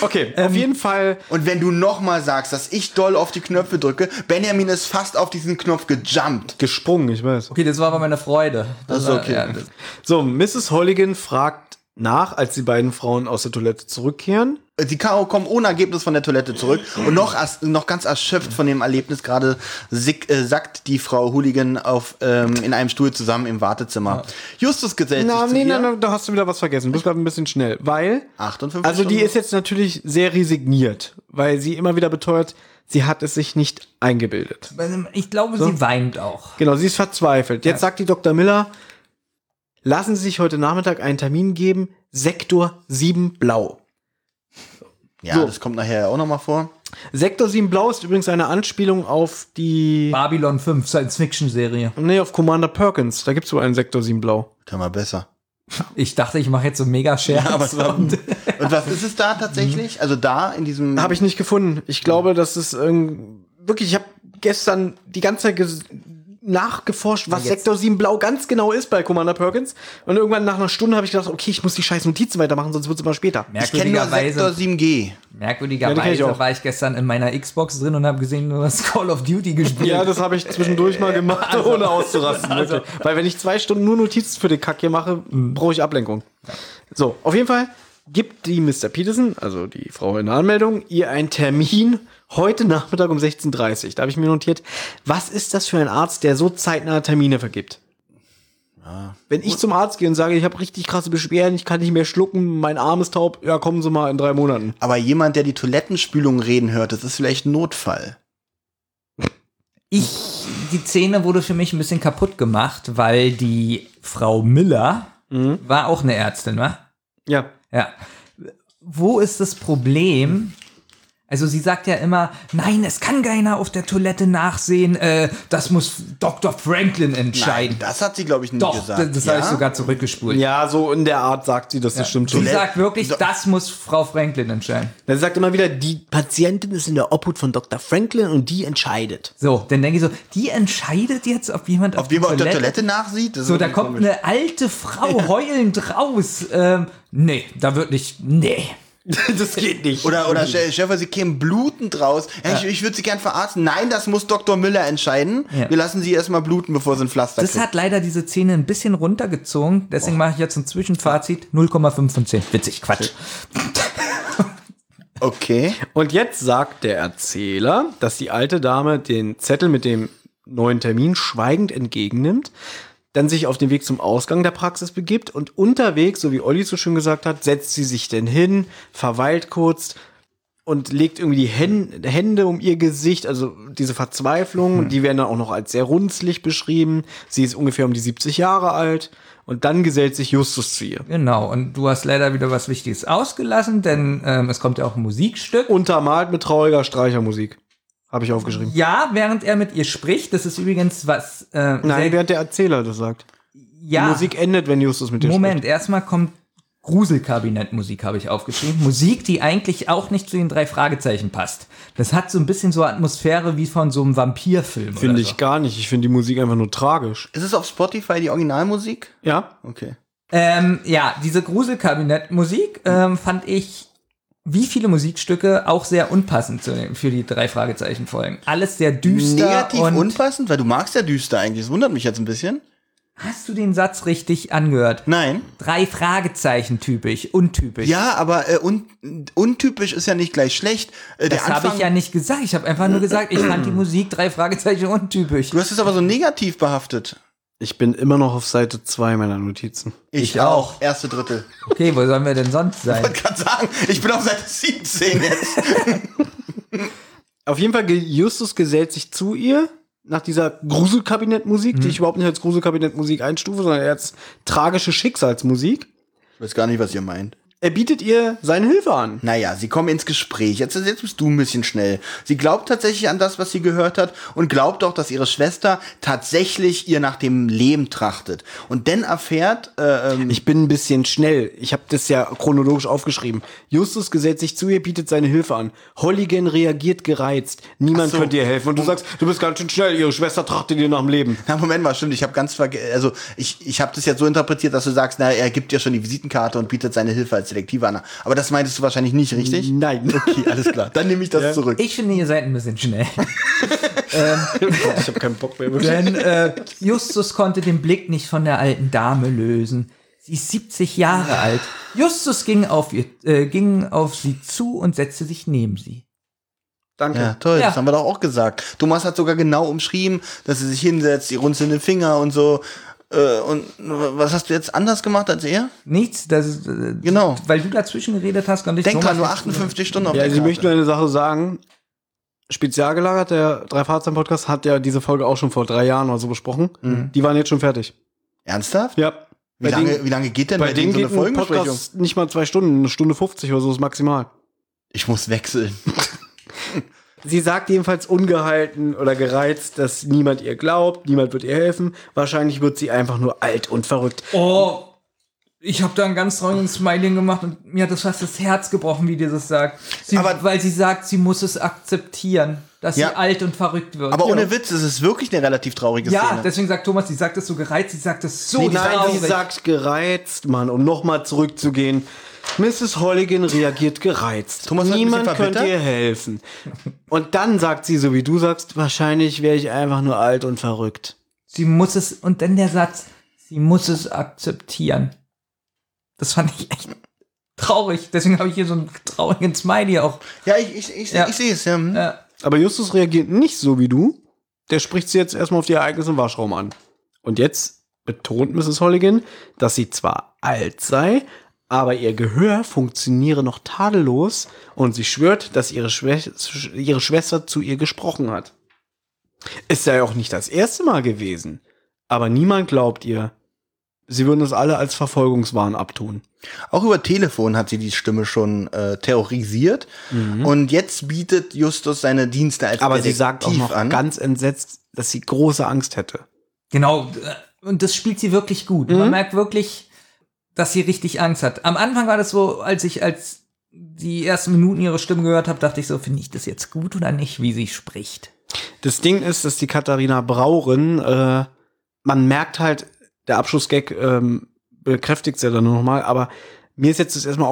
Speaker 4: Okay, auf jeden Fall.
Speaker 2: Und wenn du nochmal sagst, dass ich doll auf die Knöpfe drücke, Benjamin ist fast auf diesen Knopf gejumpt.
Speaker 4: Gesprungen, ich weiß.
Speaker 3: Okay, das war aber meine Freude. Das
Speaker 2: ist
Speaker 3: war-
Speaker 2: okay.
Speaker 3: das-
Speaker 4: So, Mrs. Holligan fragt nach, als die beiden Frauen aus der Toilette zurückkehren.
Speaker 2: Die Karo kommen ohne Ergebnis von der Toilette zurück und noch, erst- noch ganz erschöpft von dem Erlebnis gerade sick, äh, sackt die Frau Hooligan auf, ähm, in einem Stuhl zusammen im Wartezimmer. Justus gesellt
Speaker 4: Na,
Speaker 2: sich zu
Speaker 4: nee,
Speaker 2: ihr.
Speaker 4: nein, nein, da hast du wieder was vergessen. Du bist gerade ein bisschen schnell. Weil,
Speaker 2: 58
Speaker 4: also die
Speaker 2: Stunden.
Speaker 4: ist jetzt natürlich sehr resigniert, weil sie immer wieder beteuert, sie hat es sich nicht eingebildet.
Speaker 3: ähm, Ich glaube, sie weint auch.
Speaker 4: Genau, sie ist verzweifelt. Jetzt sagt die Dr. Miller, lassen Sie sich heute Nachmittag einen Termin geben, Sektor 7 Blau.
Speaker 2: Ja, das kommt nachher auch nochmal vor.
Speaker 4: Sektor 7 Blau ist übrigens eine Anspielung auf die.
Speaker 3: Babylon 5, Science-Fiction-Serie.
Speaker 4: Nee, auf Commander Perkins. Da gibt es wohl einen Sektor 7 Blau.
Speaker 2: Können wir besser.
Speaker 3: Ich dachte, ich mache jetzt so einen Mega-Scherz.
Speaker 2: Ja, aber es war-
Speaker 3: und-
Speaker 2: Und was ist es da tatsächlich? Also da in diesem.
Speaker 4: Habe ich nicht gefunden. Ich glaube, dass es irgend- wirklich, ich habe gestern die ganze Zeit ges- nachgeforscht, was Sektor 7 Blau ganz genau ist bei Commander Perkins. Und irgendwann nach einer Stunde habe ich gedacht, okay, ich muss die scheiß Notizen weitermachen, sonst wird es immer später.
Speaker 2: ich kenne nur Sektor
Speaker 3: Merkwürdigerweise,
Speaker 2: 7G.
Speaker 4: Ja, die kenn
Speaker 3: merkwürdigerweise
Speaker 4: ich auch.
Speaker 3: war ich gestern in meiner Xbox drin und habe gesehen, du hast Call of Duty gespielt.
Speaker 4: Ja, das habe ich zwischendurch mal gemacht, ohne auszurasten. wirklich. Weil wenn ich zwei Stunden nur Notizen für den Kack hier mache, brauche ich Ablenkung. So, auf jeden Fall gibt die Mr. Peterson, also die Frau in der Anmeldung, ihr einen Termin heute Nachmittag um 16.30 Uhr. Da habe ich mir notiert, was ist das für ein Arzt, der so zeitnah Termine vergibt? Wenn ich zum Arzt gehe und sage, ich habe richtig krasse Beschwerden, ich kann nicht mehr schlucken, mein Arm ist taub, ja, kommen Sie mal in drei Monaten.
Speaker 2: Aber jemand, der die Toilettenspülung reden hört, das ist vielleicht ein Notfall.
Speaker 3: Ich, die Szene wurde für mich ein bisschen kaputt gemacht, weil die Frau Miller
Speaker 4: Mhm.
Speaker 3: war auch eine Ärztin, wa?
Speaker 4: Ja,
Speaker 3: Ja. Wo ist das Problem, Also sie sagt ja immer, nein, es kann keiner auf der Toilette nachsehen, äh, das muss Dr. Franklin entscheiden.
Speaker 2: Das hat sie, glaube ich, nicht
Speaker 3: Doch,
Speaker 2: gesagt.
Speaker 3: das, das habe ich sogar zurückgespult.
Speaker 4: Ja, so in der Art sagt sie das, das stimmt
Speaker 3: Sie
Speaker 4: schon.
Speaker 3: sagt wirklich,
Speaker 2: So-
Speaker 3: das muss Frau Franklin entscheiden.
Speaker 4: Dann sagt immer wieder, die Patientin ist in der Obhut von Dr. Franklin und die entscheidet.
Speaker 3: So, dann denke ich so, die entscheidet jetzt, ob jemand auf,
Speaker 2: Ob
Speaker 3: die
Speaker 2: jemand auf
Speaker 3: Toilette,
Speaker 2: der Toilette nachsieht? Das ist
Speaker 3: So, da
Speaker 2: irgendwie
Speaker 3: kommt
Speaker 2: komisch.
Speaker 3: eine alte Frau heulend raus. Ähm, nee, da wird nicht. Nee.
Speaker 4: Das geht nicht.
Speaker 2: Oder, oder Che- Schäfer, sie kämen blutend raus. Ja, Ich, ich würde sie gern verarzen. Nein, das muss Dr. Müller entscheiden.
Speaker 3: Ja.
Speaker 2: Wir lassen sie erstmal bluten, bevor sie ein Pflaster
Speaker 3: Das hat leider diese Szene ein bisschen runtergezogen. Deswegen
Speaker 2: Oh.
Speaker 3: mache ich jetzt ein Zwischenfazit: 0,5 von 10. Witzig, Quatsch.
Speaker 2: Okay.
Speaker 4: Und jetzt sagt der Erzähler, dass die alte Dame den Zettel mit dem neuen Termin schweigend entgegennimmt, dann sich auf den Weg zum Ausgang der Praxis begibt und unterwegs, so wie Olli so schön gesagt hat, setzt sie sich denn hin, verweilt kurz und legt irgendwie die Hän- Hände um ihr Gesicht, also diese Verzweiflung, die werden dann auch noch als sehr runzlig beschrieben. Sie ist ungefähr um die 70 Jahre alt und dann gesellt sich Justus zu ihr.
Speaker 3: Genau, und du hast leider wieder was Wichtiges ausgelassen, denn ähm, es kommt ja auch ein Musikstück.
Speaker 4: Untermalt mit trauriger Streichermusik, habe ich aufgeschrieben.
Speaker 3: ja, während er mit ihr spricht, das ist übrigens was. Äh,
Speaker 4: Nein,
Speaker 3: sehr-
Speaker 4: während der Erzähler das sagt.
Speaker 3: ja,
Speaker 4: Die Musik endet, wenn Justus mit dir
Speaker 3: Moment, erstmal kommt Gruselkabinettmusik, habe ich aufgeschrieben. Musik, die eigentlich auch nicht zu den drei Fragezeichen passt. Das hat so ein bisschen so Atmosphäre wie von so einem Vampirfilm.
Speaker 4: spricht. Finde
Speaker 3: oder
Speaker 4: ich
Speaker 3: so.
Speaker 4: gar nicht. Ich finde die Musik einfach nur tragisch.
Speaker 2: Ist es auf Spotify die Originalmusik?
Speaker 4: Ja?
Speaker 2: Okay.
Speaker 3: Ähm, ja, diese Gruselkabinettmusik ähm, fand ich wie viele Musikstücke auch sehr unpassend zu den, für die drei Fragezeichen Folgen. Alles sehr düster
Speaker 2: Negativ
Speaker 3: und
Speaker 2: unpassend, weil du magst ja düster eigentlich. Das wundert mich jetzt ein bisschen.
Speaker 3: hast du den Satz richtig angehört?
Speaker 2: Nein.
Speaker 3: Drei Fragezeichen typisch, untypisch.
Speaker 2: Ja, aber äh, un untypisch ist ja nicht gleich schlecht. Äh, der
Speaker 3: das habe
Speaker 2: Anfang,
Speaker 3: ich ja nicht gesagt. Ich habe einfach nur gesagt, ich fand die Musik drei Fragezeichen untypisch.
Speaker 2: Du hast es aber so negativ behaftet.
Speaker 4: Ich bin immer noch auf Seite 2 meiner Notizen.
Speaker 2: Ich,
Speaker 3: auch.
Speaker 2: Erste Drittel.
Speaker 3: Okay, wo sollen wir denn sonst sein?
Speaker 2: Ich kann sagen, ich bin auf Seite 17 jetzt.
Speaker 4: Auf jeden Fall, ge- Justus gesellt sich zu ihr nach dieser Gruselkabinettmusik, die ich überhaupt nicht als Gruselkabinettmusik einstufe, sondern eher als tragische Schicksalsmusik.
Speaker 2: Ich weiß gar nicht, was ihr meint.
Speaker 4: Er bietet ihr seine Hilfe an.
Speaker 2: Naja, sie kommen ins Gespräch. Jetzt, jetzt bist du ein bisschen schnell. Sie glaubt tatsächlich an das, was sie gehört hat und glaubt auch, dass ihre Schwester tatsächlich ihr nach dem Leben trachtet. Und dann erfährt, äh, ähm,
Speaker 4: Ich bin ein bisschen schnell. Ich habe das ja chronologisch aufgeschrieben. Justus gesellt sich zu ihr, bietet seine Hilfe an. Holligan reagiert gereizt. Niemand
Speaker 2: Ach so.
Speaker 4: könnte ihr helfen. Und du sagst, du bist ganz schön schnell. Ihre Schwester trachtet dir nach dem Leben.
Speaker 2: na Moment mal, stimmt, ich habe ganz vergessen, also ich, ich habe das jetzt so interpretiert, dass du sagst, na, er gibt dir schon die Visitenkarte und bietet seine Hilfe als Detektive an. Aber das meintest du wahrscheinlich nicht, richtig?
Speaker 4: Nein.
Speaker 2: Okay, alles klar. Dann nehme ich das zurück.
Speaker 3: Ich finde, ihr seid ein bisschen schnell. Ähm,
Speaker 4: ich habe keinen Bock mehr. wirklich.
Speaker 3: Denn äh, Justus konnte den Blick nicht von der alten Dame lösen. Sie ist 70 Jahre alt. Justus ging auf, ihr, äh, ging auf sie zu und setzte sich neben sie.
Speaker 4: Danke.
Speaker 2: Ja, toll,
Speaker 3: Ja.
Speaker 2: das haben wir doch auch gesagt. Thomas hat sogar genau umschrieben, dass sie sich hinsetzt, die runzelnden Finger und so. Äh, und was hast du jetzt anders gemacht als er?
Speaker 3: Nichts, das ist, äh,
Speaker 2: Genau.
Speaker 3: weil du dazwischen geredet hast, konnte ich
Speaker 2: Denk
Speaker 3: Thomas
Speaker 2: dran, nur
Speaker 3: nicht-
Speaker 2: 58 Stunden auf
Speaker 4: Ja,
Speaker 2: der
Speaker 4: also ich
Speaker 2: Karte.
Speaker 4: möchte nur eine Sache sagen. Spezialgelagert, der drei Fahrzeugen Podcast hat ja diese Folge auch schon vor drei Jahren oder so besprochen.
Speaker 2: Mhm.
Speaker 4: Die waren jetzt schon fertig.
Speaker 2: Ernsthaft?
Speaker 4: Ja.
Speaker 2: Wie lange, wie lange geht denn
Speaker 4: bei denen
Speaker 2: so eine
Speaker 4: geht ein
Speaker 2: Folgenbesprechung?
Speaker 4: Podcast nicht mal zwei Stunden, eine Stunde 50 oder so ist maximal.
Speaker 2: Ich muss wechseln.
Speaker 4: Sie sagt jedenfalls ungehalten oder gereizt, dass niemand ihr glaubt, niemand wird ihr helfen. Wahrscheinlich wird sie einfach nur alt und verrückt.
Speaker 3: Oh, ich habe da einen ganz traurigen Smiling gemacht und mir hat das fast das Herz gebrochen, wie dir das sagt. Sie,
Speaker 2: Aber-
Speaker 3: weil sie sagt, sie muss es akzeptieren, dass
Speaker 2: Ja.
Speaker 3: sie alt und verrückt wird.
Speaker 2: Aber
Speaker 3: ja.
Speaker 2: ohne Witz, es ist wirklich eine relativ traurige
Speaker 3: Ja,
Speaker 2: Szene.
Speaker 3: deswegen sagt Thomas, sie sagt das so gereizt, sie sagt das so
Speaker 2: Nee,
Speaker 4: Nein,
Speaker 3: traurig.
Speaker 4: sie sagt gereizt, Mann, um nochmal zurückzugehen. Mrs. Holligan reagiert gereizt.
Speaker 2: Thomas hat ein bisschen
Speaker 4: Niemand könnte
Speaker 2: verbittert.
Speaker 4: ihr helfen. Und dann sagt sie, so wie du sagst, wahrscheinlich wäre ich einfach nur alt und verrückt.
Speaker 3: Sie muss es, und dann der Satz, sie muss es akzeptieren. Das fand ich echt traurig. Deswegen habe ich hier so einen traurigen Smiley auch. ne?
Speaker 2: ja, ich, ich, ich,
Speaker 3: Ja.
Speaker 2: ich sehe es. Ja. hm.
Speaker 4: Aber Justus reagiert nicht so wie du. Der spricht sie jetzt erstmal auf die Ereignisse im Waschraum an. Und jetzt betont Mrs. Holligan, dass sie zwar alt sei, aber ihr Gehör funktioniere noch tadellos und sie schwört, dass ihre, Schwä- sch- ihre Schwester zu ihr gesprochen hat. Es sei auch nicht das erste Mal gewesen, aber niemand glaubt ihr. Sie würden es alle als Verfolgungswahn abtun.
Speaker 2: Auch über Telefon hat sie die Stimme schon äh, terrorisiert. Und jetzt bietet Justus seine Dienste als
Speaker 4: Mhm. Aber sie sagt auch
Speaker 2: Detektiv
Speaker 4: noch ganz entsetzt, dass sie große Angst hätte.
Speaker 3: Genau, äh, und das spielt sie wirklich gut. Man merkt wirklich, dass sie richtig Angst hat. Am Anfang war das so, als ich als die ersten Minuten ihre Stimme gehört habe, dachte ich so, finde ich das jetzt gut oder nicht, wie sie spricht.
Speaker 4: Das Ding ist, dass die Katharina Brauren, äh, man merkt halt, der Abschlussgag ähm, bekräftigt ja dann nochmal, aber mir ist jetzt das erstmal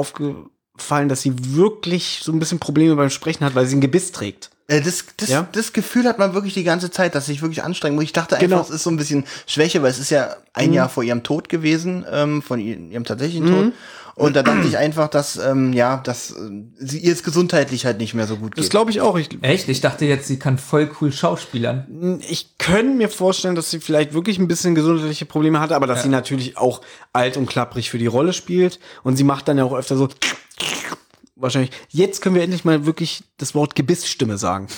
Speaker 4: aufgefallen, dass sie wirklich so ein bisschen Probleme beim Sprechen hat, weil sie ein Gebiss trägt.
Speaker 2: Äh, Das, das,
Speaker 4: Ja?
Speaker 2: das Gefühl hat man wirklich die ganze Zeit, dass ich wirklich anstrengen muss. Ich dachte einfach,
Speaker 4: Genau.
Speaker 2: es ist so ein bisschen Schwäche, weil es ist ja
Speaker 3: Mhm.
Speaker 2: ein Jahr vor ihrem Tod gewesen, ähm, von i- ihrem tatsächlichen Tod. Und da dachte ich einfach, dass, ähm, ja, dass äh, sie ihr es gesundheitlich halt nicht mehr so gut
Speaker 4: Das
Speaker 2: geht.
Speaker 4: glaube ich auch. Ich,
Speaker 3: Echt? Ich dachte jetzt, sie kann voll cool schauspielern.
Speaker 4: ich könnte mir vorstellen, dass sie vielleicht wirklich ein bisschen gesundheitliche Probleme hatte, aber dass sie natürlich auch alt und klapprig für die Rolle spielt. Und sie macht dann ja auch öfter so. Wahrscheinlich. Jetzt können wir endlich mal wirklich das Wort Gebissstimme sagen.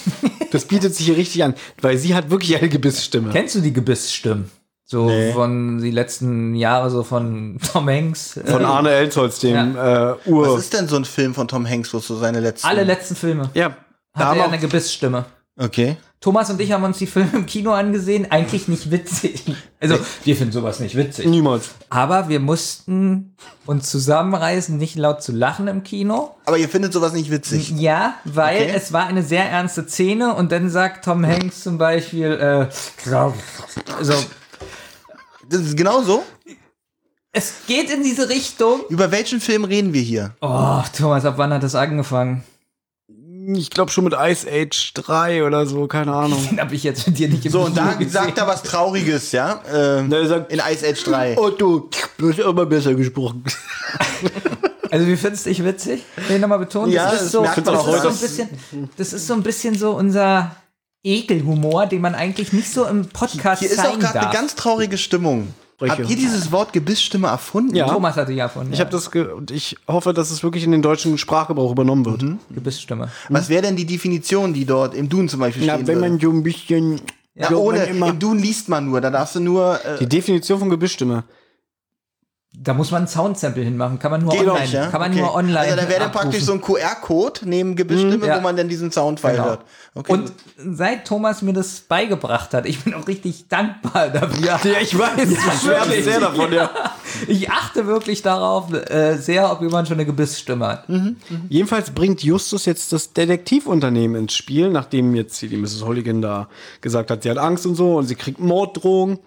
Speaker 4: Das bietet sich hier richtig an, weil sie hat wirklich eine Gebissstimme.
Speaker 3: Kennst du die Gebissstimmen? So von die letzten Jahre, so von Tom Hanks.
Speaker 4: Von
Speaker 3: äh,
Speaker 4: Arne Elzholz, dem äh,
Speaker 2: Was
Speaker 4: Ur.
Speaker 2: ist denn so ein Film von Tom Hanks, wo es so seine letzten...
Speaker 3: Alle letzten Filme.
Speaker 4: Ja,
Speaker 3: Hat er
Speaker 4: damals-
Speaker 3: eine Gebissstimme.
Speaker 2: Okay.
Speaker 3: Thomas und ich haben uns die Filme im Kino angesehen. Eigentlich nicht witzig. Also, wir finden sowas nicht witzig.
Speaker 4: niemals.
Speaker 3: Aber wir mussten uns zusammenreißen, nicht laut zu lachen im Kino.
Speaker 2: Aber ihr findet sowas nicht witzig.
Speaker 3: Ja, weil
Speaker 2: Okay.
Speaker 3: es war eine sehr ernste Szene und dann sagt Tom Hanks zum Beispiel, äh, so,
Speaker 2: Das ist genau so.
Speaker 3: es geht in diese Richtung.
Speaker 2: Über welchen Film reden wir hier?
Speaker 3: Oh, Thomas, ab wann hat das angefangen?
Speaker 4: Ich glaube schon mit Ice Age 3 oder so, keine Ahnung.
Speaker 3: Den habe ich jetzt mit dir nicht im
Speaker 2: So, und
Speaker 3: Kino
Speaker 2: da
Speaker 3: gesehen.
Speaker 2: sagt er was Trauriges, ja? Ähm,
Speaker 4: er sagt-
Speaker 2: in Ice Age 3.
Speaker 4: Otto, du hast immer besser gesprochen.
Speaker 3: Also wir finden es nicht witzig, will ich nochmal betonen.
Speaker 2: Ja,
Speaker 3: das
Speaker 2: das
Speaker 3: ist so, das
Speaker 2: merkt man auch
Speaker 3: ist so
Speaker 2: heute.
Speaker 3: ein bisschen, das ist so ein bisschen so unser Ekelhumor, den man eigentlich nicht so im Podcast
Speaker 2: Hier ist auch
Speaker 3: zeigen
Speaker 2: gerade eine
Speaker 3: darf.
Speaker 2: ganz traurige Stimmung. Habt ihr dieses Wort Gebissstimme erfunden?
Speaker 4: Ja.
Speaker 3: Thomas hatte ja von
Speaker 4: Ich
Speaker 3: ja,
Speaker 4: habe das ge und ich hoffe, dass es wirklich in den deutschen Sprachgebrauch übernommen wird.
Speaker 3: Mhm. Gebissstimme.
Speaker 2: Was wäre denn die Definition, die dort im Duden zum Beispiel
Speaker 4: Na,
Speaker 2: stehen
Speaker 4: wenn
Speaker 2: würde?
Speaker 4: man so ein bisschen
Speaker 2: Na,
Speaker 4: so
Speaker 2: ohne,
Speaker 4: man immer
Speaker 2: im Duden liest man nur, da darfst du nur äh,
Speaker 4: die Definition von Gebissstimme.
Speaker 3: Da muss man ein Soundsample hinmachen, kann man nur
Speaker 2: geht
Speaker 3: online,
Speaker 2: nicht, ja?
Speaker 3: kann man
Speaker 2: Okay.
Speaker 3: nur online.
Speaker 2: Also da wäre dann
Speaker 3: abrufen. Mhm.
Speaker 2: praktisch so ein QR-Code neben Gebissstimme,
Speaker 3: ja.
Speaker 2: wo man dann diesen Soundfile
Speaker 3: Genau.
Speaker 2: hört. Okay.
Speaker 3: Und seit Thomas mir das beigebracht hat, ich bin auch richtig dankbar dafür.
Speaker 4: Ja, ich weiß, ich schwärme
Speaker 3: wirklich.
Speaker 4: sehr davon, ja.
Speaker 3: Ich achte wirklich darauf äh, sehr, ob jemand schon eine Gebissstimme hat.
Speaker 2: Mhm.
Speaker 4: Jedenfalls bringt Justus jetzt das Detektivunternehmen ins Spiel, nachdem jetzt hier die Mrs. Holligan da gesagt hat, sie hat Angst und so und sie kriegt Morddrohungen.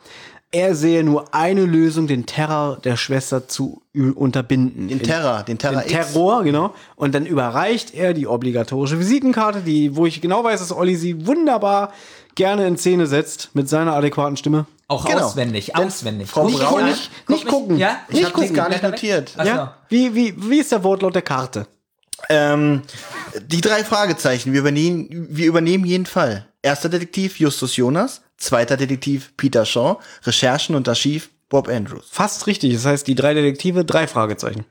Speaker 4: Er sehe nur eine Lösung, den Terror der Schwester zu ü- unterbinden.
Speaker 2: den Terra, den Terra
Speaker 4: Den
Speaker 2: X.
Speaker 4: Terror, genau. Und dann überreicht er die obligatorische Visitenkarte, die, wo ich genau weiß, dass Olli sie wunderbar gerne in Szene setzt mit seiner adäquaten Stimme.
Speaker 3: Auch
Speaker 2: Genau.
Speaker 3: auswendig, auswendig.
Speaker 2: Frau
Speaker 3: Guck mich
Speaker 2: Braun-
Speaker 3: an,
Speaker 4: Nicht-
Speaker 3: guck mich-
Speaker 4: nicht gucken.
Speaker 3: Ja?
Speaker 4: Ich
Speaker 3: Nicht
Speaker 4: hab das
Speaker 3: gucken.
Speaker 2: gar nicht
Speaker 3: Blätter weg.
Speaker 2: notiert.
Speaker 3: Ach so.
Speaker 4: Ja? Wie, wie, wie ist der Wortlaut der Karte?
Speaker 2: Ähm, die drei Fragezeichen, wir übernehmen, wir übernehmen jeden Fall. Erster Detektiv Justus Jonas, zweiter Detektiv Peter Shaw, Recherchen und Archiv Bob Andrews.
Speaker 4: Fast richtig. Das heißt, die drei Detektive, drei Fragezeichen.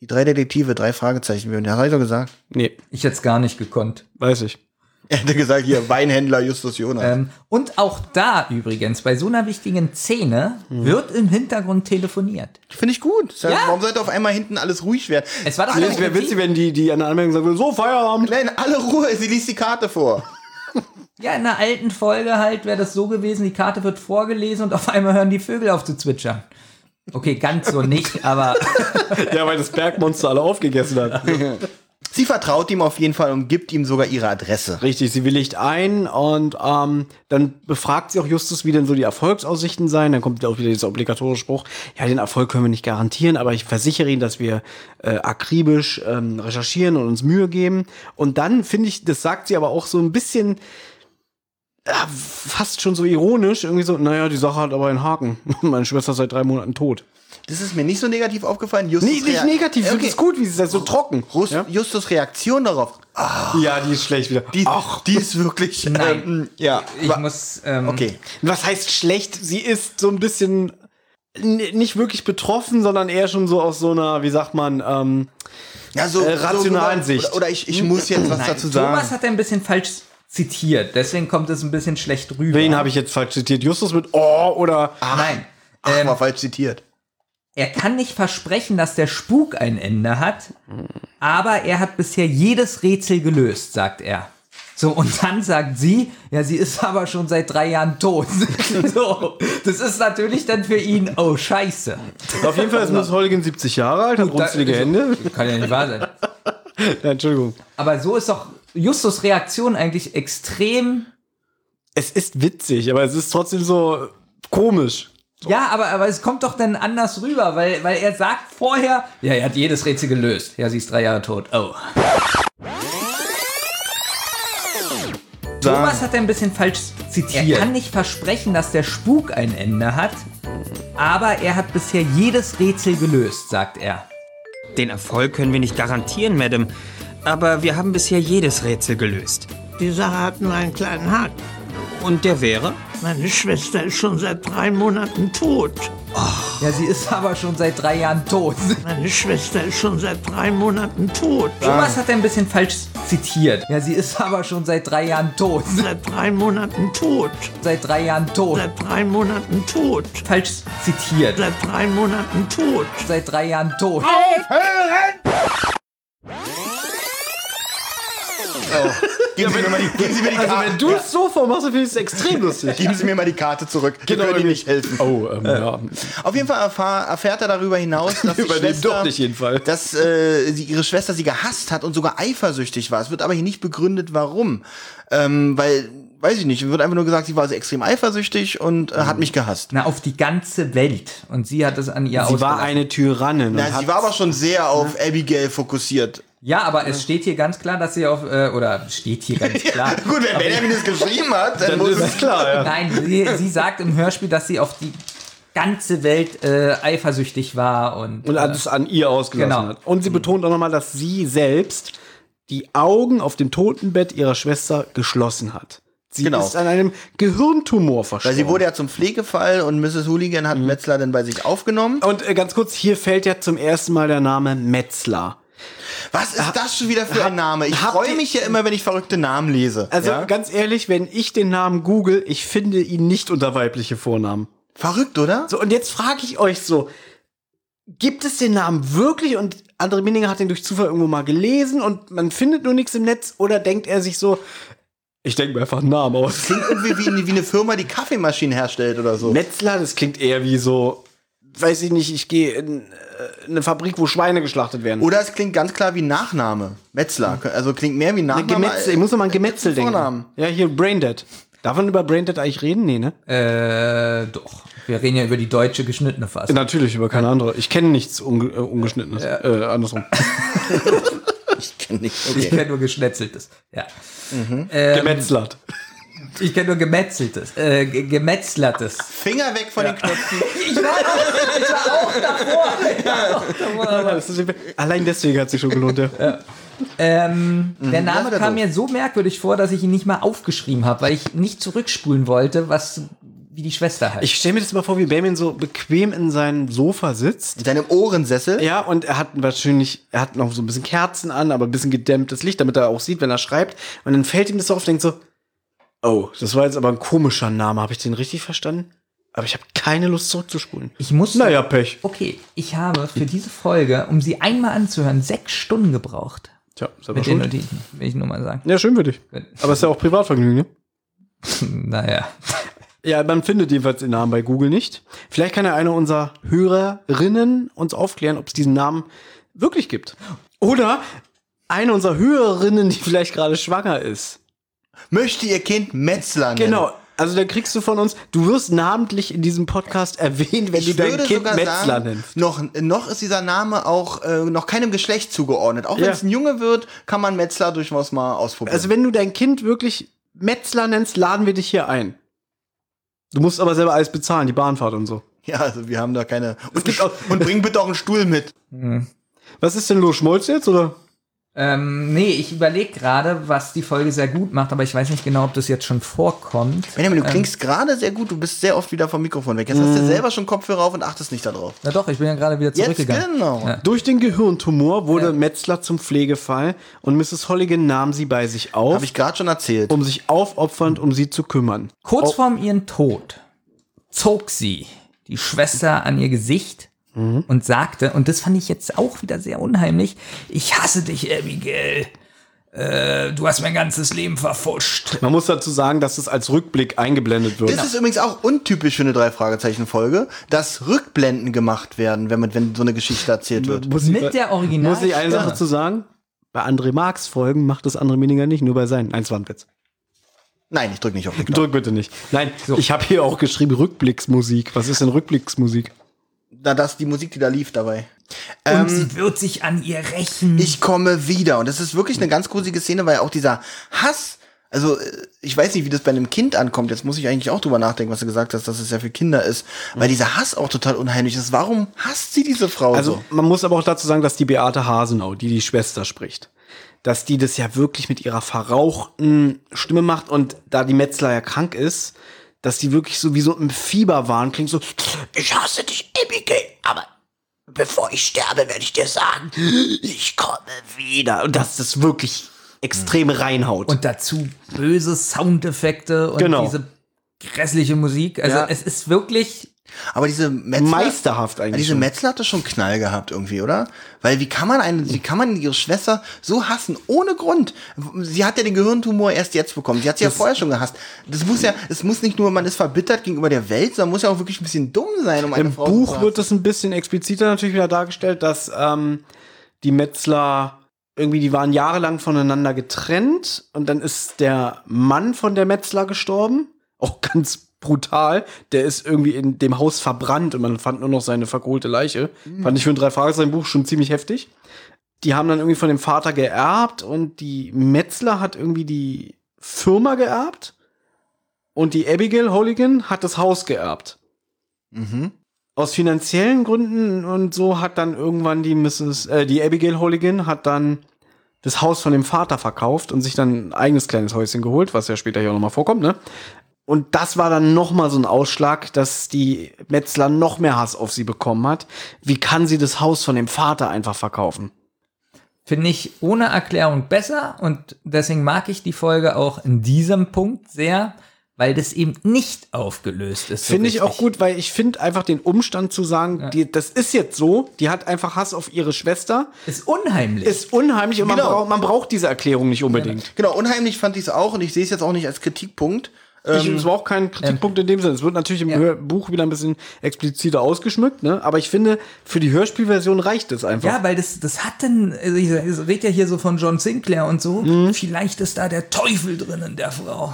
Speaker 2: Die drei Detektive, drei Fragezeichen, wir das habe ich doch also gesagt.
Speaker 4: Nee,
Speaker 3: Ich hätte es gar nicht gekonnt.
Speaker 4: weiß ich.
Speaker 2: Er hätte gesagt, hier, Weinhändler Justus Jonas.
Speaker 3: Ähm, und auch da übrigens, bei so einer wichtigen Szene,
Speaker 2: Mhm.
Speaker 3: wird im Hintergrund telefoniert.
Speaker 2: Finde ich gut. Ist Ja.
Speaker 3: Ja.
Speaker 2: Warum sollte auf einmal hinten alles ruhig werden?
Speaker 3: Es war doch
Speaker 4: Es wäre witzig, wenn die, die an der Anmeldung sagen würden, so Feierabend.
Speaker 2: Nein, alle Ruhe, sie liest die Karte vor.
Speaker 3: Ja, in einer alten Folge halt wäre das so gewesen, die Karte wird vorgelesen und auf einmal hören die Vögel auf zu zwitschern. Okay, ganz so nicht, aber
Speaker 4: Ja, weil das Bergmonster alle aufgegessen hat.
Speaker 2: Sie vertraut ihm auf jeden Fall und gibt ihm sogar ihre Adresse.
Speaker 4: Richtig, sie willigt ein und ähm, dann befragt sie auch Justus, wie denn so die Erfolgsaussichten seien. Dann kommt auch wieder dieser obligatorische Spruch, ja, den Erfolg können wir nicht garantieren, aber ich versichere Ihnen, dass wir äh, akribisch ähm, recherchieren und uns Mühe geben. Und dann finde ich, das sagt sie aber auch so ein bisschen äh, fast schon so ironisch, irgendwie so, naja, die Sache hat aber einen Haken. Meine Schwester ist seit drei Monaten tot.
Speaker 2: Das ist mir nicht so negativ aufgefallen. Justus
Speaker 4: Nee, nicht
Speaker 2: rea-
Speaker 4: negativ,
Speaker 2: Okay.
Speaker 4: okay. ist gut, wie sie das so trocken.
Speaker 2: Rus-
Speaker 4: Ja?
Speaker 2: Justus Reaktion darauf.
Speaker 4: ja, die ist schlecht wieder.
Speaker 2: Die, die ist wirklich.
Speaker 3: Nein.
Speaker 2: Ähm, ja.
Speaker 3: ich muss. Ähm,
Speaker 2: Okay.
Speaker 4: Was heißt schlecht? Sie ist so ein bisschen n- nicht wirklich betroffen, sondern eher schon so aus so einer, wie sagt man, ähm,
Speaker 2: Ja, so,
Speaker 4: Äh, rationalen
Speaker 2: so,
Speaker 4: Sicht.
Speaker 2: Oder, oder ich, ich muss jetzt was dazu sagen.
Speaker 3: Thomas hat ein bisschen falsch zitiert, deswegen kommt es ein bisschen schlecht rüber.
Speaker 4: wen habe ich jetzt falsch zitiert? Justus mit Oh oder
Speaker 3: Nein. Ähm,
Speaker 2: Ähm, Ach, war falsch zitiert.
Speaker 3: er kann nicht versprechen, dass der Spuk ein Ende hat, aber er hat bisher jedes Rätsel gelöst, sagt er. So, und dann sagt sie, ja, sie ist aber schon seit drei Jahren tot. so, das ist natürlich dann für ihn, oh, scheiße.
Speaker 4: Auf jeden Fall ist Miss Holligan 70 Jahre alt, hat runzelige Hände.
Speaker 3: Kann ja nicht wahr sein.
Speaker 4: Nein, Entschuldigung.
Speaker 3: Aber so ist doch Justus' Reaktion eigentlich extrem
Speaker 4: Es ist witzig, aber es ist trotzdem so komisch.
Speaker 3: Ja, aber, aber es kommt doch dann anders rüber, weil, weil er sagt vorher, ja, er hat jedes Rätsel gelöst. Ja, sie ist drei Jahre tot. Oh. Thomas hat er ein bisschen falsch zitiert. Er kann nicht versprechen, dass der Spuk ein Ende hat, aber er hat bisher jedes Rätsel gelöst, sagt er.
Speaker 8: Den Erfolg können wir nicht garantieren, Madam. Aber wir haben bisher jedes Rätsel gelöst.
Speaker 9: Die Sache hat nur einen kleinen Haken.
Speaker 8: Und der wäre?
Speaker 9: Meine Schwester ist schon seit drei Monaten tot.
Speaker 3: Ja, sie ist aber schon seit drei Jahren tot.
Speaker 9: Meine Schwester ist schon seit drei Monaten tot.
Speaker 3: Thomas hat er ein bisschen falsch zitiert. Ja, sie ist aber schon seit drei Jahren tot.
Speaker 9: Seit drei Monaten tot.
Speaker 3: Seit drei Jahren tot.
Speaker 9: Seit drei Monaten tot.
Speaker 3: Falsch zitiert.
Speaker 9: Seit drei Monaten tot.
Speaker 3: Seit drei Jahren tot.
Speaker 2: Geben Sie mir mal die, geben Sie mir die Karte.
Speaker 4: Wenn du es so vormachst, dann finde ich es extrem lustig.
Speaker 2: Geben Sie mir mal die Karte zurück. Wir
Speaker 4: Genau,
Speaker 2: können Ihnen
Speaker 4: nämlich.
Speaker 2: nicht helfen.
Speaker 4: Oh, ähm, ja.
Speaker 2: Auf jeden Fall erfahr, erfährt er darüber hinaus, dass die
Speaker 4: Über den
Speaker 2: Schwester,
Speaker 4: durfte ich jedenfalls.
Speaker 2: dass äh, sie, ihre Schwester sie gehasst hat und sogar eifersüchtig war. Es wird aber hier nicht begründet, warum. Ähm, weil, weiß ich nicht, wird einfach nur gesagt, sie war also extrem eifersüchtig und äh, hat mich gehasst.
Speaker 3: Na, auf die ganze Welt. Und sie hat es an ihr
Speaker 4: Sie war
Speaker 3: ausgelassen.
Speaker 4: eine Tyrannin. und
Speaker 2: Na,
Speaker 4: hat-
Speaker 2: sie war aber schon sehr auf Abigail fokussiert.
Speaker 3: Ja, aber es steht hier ganz klar, dass sie auf, äh, oder steht hier ganz klar.
Speaker 2: Gut, wenn Benjamin das geschrieben hat, dann, muss es klar.
Speaker 3: Nein, sie, sie sagt im Hörspiel, dass sie auf die ganze Welt äh, eifersüchtig war und,
Speaker 4: Und
Speaker 3: äh,
Speaker 4: hat es an ihr ausgelassen
Speaker 3: Genau.
Speaker 4: hat. Und sie betont auch nochmal, dass sie selbst die Augen auf dem Totenbett ihrer Schwester geschlossen hat. Sie
Speaker 2: Genau.
Speaker 4: ist an einem Gehirntumor verstorben.
Speaker 2: Weil sie wurde ja zum Pflegefall und Mrs. Hooligan
Speaker 4: Mhm.
Speaker 2: hat Metzler dann bei sich aufgenommen.
Speaker 4: und äh, ganz kurz, hier fällt ja zum ersten Mal der Name Metzler.
Speaker 2: Was ist das schon wieder für ein Name? Ich
Speaker 4: habt
Speaker 2: freue
Speaker 4: ihr-
Speaker 2: mich ja immer, wenn ich verrückte Namen lese.
Speaker 4: Also
Speaker 2: ja?
Speaker 4: ganz ehrlich, wenn ich den Namen google, ich finde ihn nicht unter weibliche Vornamen.
Speaker 2: Verrückt, oder?
Speaker 4: So, und jetzt frage ich euch so, gibt es den Namen wirklich? Und André Minninger hat den durch Zufall irgendwo mal gelesen und man findet nur nichts im Netz oder denkt er sich so, ich denke mir einfach einen Namen aus.
Speaker 2: Klingt irgendwie wie, wie eine Firma, die Kaffeemaschinen herstellt oder so.
Speaker 4: Metzler, das klingt eher wie so, weiß ich nicht, ich gehe in, äh, eine Fabrik, wo Schweine geschlachtet werden.
Speaker 2: Oder es klingt ganz klar wie Nachname. Metzler.
Speaker 4: Mhm.
Speaker 2: Also klingt mehr wie
Speaker 4: Ein
Speaker 2: Nachname. als-
Speaker 4: Gemetzel, ich muss noch mal ein Gemetzel denken.
Speaker 2: Vornamen.
Speaker 4: Ja, hier Braindead. Darf man über Braindead eigentlich reden? Nee, ne?
Speaker 3: äh, doch. Wir reden ja über die deutsche geschnittene Fassung.
Speaker 4: Natürlich, über keine andere. Ich kenne nichts unge äh, Ungeschnittenes. Äh, andersrum.
Speaker 2: Ich kenn nicht.
Speaker 3: Ich
Speaker 2: Okay.
Speaker 3: kenne nur geschnetzeltes. Ja. Ähm,
Speaker 4: Gemetzlert.
Speaker 3: ich kenne nur gemetzeltes. Äh, ge- gemetzlertes.
Speaker 2: Finger weg von den Knöpfen.
Speaker 4: Das ist- Allein deswegen hat sich schon gelohnt, ja.
Speaker 3: Ähm, der Name
Speaker 2: das wär
Speaker 3: kam
Speaker 2: doof.
Speaker 3: mir so merkwürdig vor, dass ich ihn nicht mal aufgeschrieben habe, weil ich nicht zurückspulen wollte, was wie die Schwester halt. heißt.
Speaker 4: Ich stelle mir das mal vor, wie Bamin so bequem in seinem Sofa sitzt.
Speaker 2: In deinem Ohrensessel.
Speaker 4: Ja, und er hat wahrscheinlich, er hat noch so ein bisschen Kerzen an, aber ein bisschen gedämmtes Licht, damit er auch sieht, wenn er schreibt. Und dann fällt ihm das so auf, denkt so, oh, das war jetzt aber ein komischer Name, habe ich den richtig verstanden? Aber ich habe keine Lust zurückzuspulen.
Speaker 3: Ich muss.
Speaker 4: Naja, Pech.
Speaker 3: Okay, ich habe für diese Folge, um sie einmal anzuhören, sechs Stunden gebraucht.
Speaker 4: Tja, ist aber
Speaker 3: Mit den
Speaker 4: schuld.
Speaker 3: Notizen, will ich nur mal sagen.
Speaker 4: Ja, schön für dich. Aber ist ja auch Privatvergnügen, ne?
Speaker 3: Naja.
Speaker 4: Ja, man findet jedenfalls den Namen bei Google nicht. Vielleicht kann ja einer unserer Hörerinnen uns aufklären, ob es diesen Namen wirklich gibt. Oder eine unserer Hörerinnen, die vielleicht gerade schwanger ist.
Speaker 2: Möchte ihr Kind Metzler nennen.
Speaker 4: Genau. Also dann kriegst du von uns, du wirst namentlich in diesem Podcast erwähnt, wenn
Speaker 2: Ich
Speaker 4: du dein
Speaker 2: würde
Speaker 4: Kind
Speaker 2: sogar
Speaker 4: Metzler
Speaker 2: sagen,
Speaker 4: nennst.
Speaker 2: noch, noch ist dieser Name auch äh, noch keinem Geschlecht zugeordnet. Auch
Speaker 4: Ja.
Speaker 2: wenn es ein Junge wird, kann man Metzler durchaus mal ausprobieren.
Speaker 4: Also wenn du dein Kind wirklich Metzler nennst, laden wir dich hier ein. Du musst aber selber alles bezahlen, die Bahnfahrt und so.
Speaker 2: ja, also wir haben da keine. Und,
Speaker 4: gibt auch-
Speaker 2: und bring bitte auch einen Stuhl mit.
Speaker 4: Was ist denn los? Schmolz jetzt oder?
Speaker 3: Ähm, nee, ich überlege gerade, was die Folge sehr gut macht, aber ich weiß nicht genau, ob das jetzt schon vorkommt.
Speaker 2: Benjamin, du
Speaker 4: Ähm.
Speaker 2: klingst gerade sehr gut. Du bist sehr oft wieder vom Mikrofon weg. Jetzt hast
Speaker 4: Mm.
Speaker 2: du selber schon Kopfhörer auf und achtest nicht darauf.
Speaker 3: Na doch, ich bin ja gerade wieder
Speaker 2: Jetzt
Speaker 3: zurückgegangen.
Speaker 2: genau.
Speaker 4: Durch den Gehirntumor wurde Metzler zum Pflegefall und Mrs. Holligan nahm sie bei sich auf,
Speaker 2: Habe ich gerade schon erzählt.
Speaker 4: um sich aufopfernd um sie zu kümmern.
Speaker 3: Kurz vorm ihren Tod zog sie die Schwester an ihr Gesicht
Speaker 4: Mhm.
Speaker 3: und sagte, und das fand ich jetzt auch wieder sehr unheimlich, ich hasse dich, Abigail. Äh, du hast mein ganzes Leben verfuscht.
Speaker 4: Man muss dazu sagen, dass es als Rückblick eingeblendet wird.
Speaker 2: Das ist übrigens auch untypisch für eine Drei-Fragezeichen-Folge, dass Rückblenden gemacht werden, wenn, man- wenn so eine Geschichte erzählt wird.
Speaker 4: muss
Speaker 3: Mit der Original.
Speaker 4: Muss ich eine Sache zu sagen? Bei André Marx Folgen macht das André Mininger nicht, nur bei seinen. Eins war ein Witz.
Speaker 2: Nein, ich drücke nicht auf den Knopf.
Speaker 4: Drück bitte nicht. Nein, ich habe hier auch geschrieben Rückblicksmusik. Was ist denn Rückblicksmusik?
Speaker 2: Da das die Musik, die da lief dabei.
Speaker 3: Und sie wird sich an ihr rächen.
Speaker 2: Ich komme wieder. Und das ist wirklich eine ganz gruselige Szene, weil auch dieser Hass, also äh, ich weiß nicht, wie das bei einem Kind ankommt. Jetzt muss ich eigentlich auch drüber nachdenken, was du gesagt hast, dass es ja für Kinder ist. Weil dieser Hass auch total unheimlich ist. Warum hasst sie diese Frau
Speaker 4: Mhm. Also
Speaker 2: so?
Speaker 4: man muss aber auch dazu sagen, dass die Beate Hasenau, die die Schwester spricht, dass die das ja wirklich mit ihrer verrauchten Stimme macht und da die Metzler ja krank ist, dass die wirklich so wie so im Fieber waren, klingt so, ich hasse dich, Abigail, aber bevor ich sterbe, werde ich dir sagen, ich komme wieder. Und dass das wirklich extrem reinhaut.
Speaker 3: Und dazu böse Soundeffekte und
Speaker 4: Genau.
Speaker 3: diese grässliche Musik. Also
Speaker 4: Ja.
Speaker 3: es ist wirklich.
Speaker 2: Aber diese Metzler,
Speaker 4: meisterhaft eigentlich.
Speaker 2: diese
Speaker 4: schon.
Speaker 2: Metzler hatte schon Knall gehabt irgendwie, oder? Weil wie kann man eine, wie kann man ihre Schwester so hassen ohne Grund? Sie hat ja den Gehirntumor erst jetzt bekommen. Sie hat sie ja vorher schon gehasst. Das muss ja, es muss nicht nur, man ist verbittert gegenüber der Welt, sondern muss ja auch wirklich ein bisschen dumm sein, um eine
Speaker 4: Im
Speaker 2: Frau zu
Speaker 4: Buch
Speaker 2: hassen.
Speaker 4: wird es ein bisschen expliziter natürlich wieder dargestellt, dass ähm, die Metzler irgendwie, die waren jahrelang voneinander getrennt und dann ist der Mann von der Metzler gestorben. Auch ganz brutal. Der ist irgendwie in dem Haus verbrannt und man fand nur noch seine verkohlte Leiche.
Speaker 2: Hm.
Speaker 4: Fand ich für ein Drei-Fragezeichen-Buch schon ziemlich heftig. Die haben dann irgendwie von dem Vater geerbt und die Metzler hat irgendwie die Firma geerbt und die Abigail Holligan hat das Haus geerbt aus finanziellen Gründen und so hat dann irgendwann die Mrs. Äh, die Abigail Holligan hat dann das Haus von dem Vater verkauft und sich dann ein eigenes kleines Häuschen geholt, was ja später hier auch nochmal vorkommt, ne? Und das war dann nochmal so ein Ausschlag, dass die Metzler noch mehr Hass auf sie bekommen hat. Wie kann sie das Haus von dem Vater einfach verkaufen?
Speaker 3: Finde ich ohne Erklärung besser und deswegen mag ich die Folge auch in diesem Punkt sehr, weil das eben nicht aufgelöst ist. so
Speaker 4: Finde ich auch
Speaker 3: richtig.
Speaker 4: gut, weil ich finde einfach den Umstand zu sagen, die, das ist jetzt so, die hat einfach Hass auf ihre Schwester,
Speaker 3: Ist unheimlich.
Speaker 4: ist unheimlich und man,
Speaker 2: Genau.
Speaker 4: braucht, man braucht diese Erklärung nicht unbedingt.
Speaker 2: Genau, unheimlich fand ich es auch und ich sehe es jetzt auch nicht als Kritikpunkt.
Speaker 4: Ich, es war auch kein Kritikpunkt in dem Sinne. Es wird natürlich im Hör Buch wieder ein bisschen expliziter ausgeschmückt, ne? Aber ich finde, für die Hörspielversion reicht es einfach.
Speaker 3: ja, weil das, das hat denn, also ich ich red ja hier so von John Sinclair und so,
Speaker 4: Mhm.
Speaker 3: vielleicht ist da der Teufel drin in der Frau.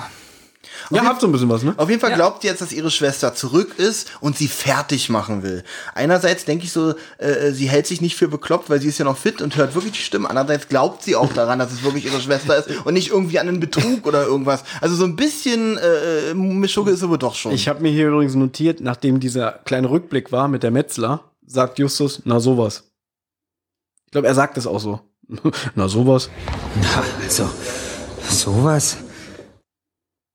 Speaker 4: ja habt so ein bisschen was, ne?
Speaker 2: Auf jeden Fall glaubt sie jetzt, dass ihre Schwester zurück ist und sie fertig machen will. Einerseits denke ich so, äh, sie hält sich nicht für bekloppt, weil sie ist ja noch fit und hört wirklich die Stimmen. Andererseits glaubt sie auch daran, dass es wirklich ihre Schwester ist und nicht irgendwie an einen Betrug oder irgendwas. Also so ein bisschen äh, Mischugge ist aber doch schon.
Speaker 4: Ich habe mir hier übrigens notiert, nachdem dieser kleine Rückblick war mit der Metzler, sagt Justus, na sowas. Ich glaube, er sagt es auch so. na sowas.
Speaker 8: Na, also, sowas.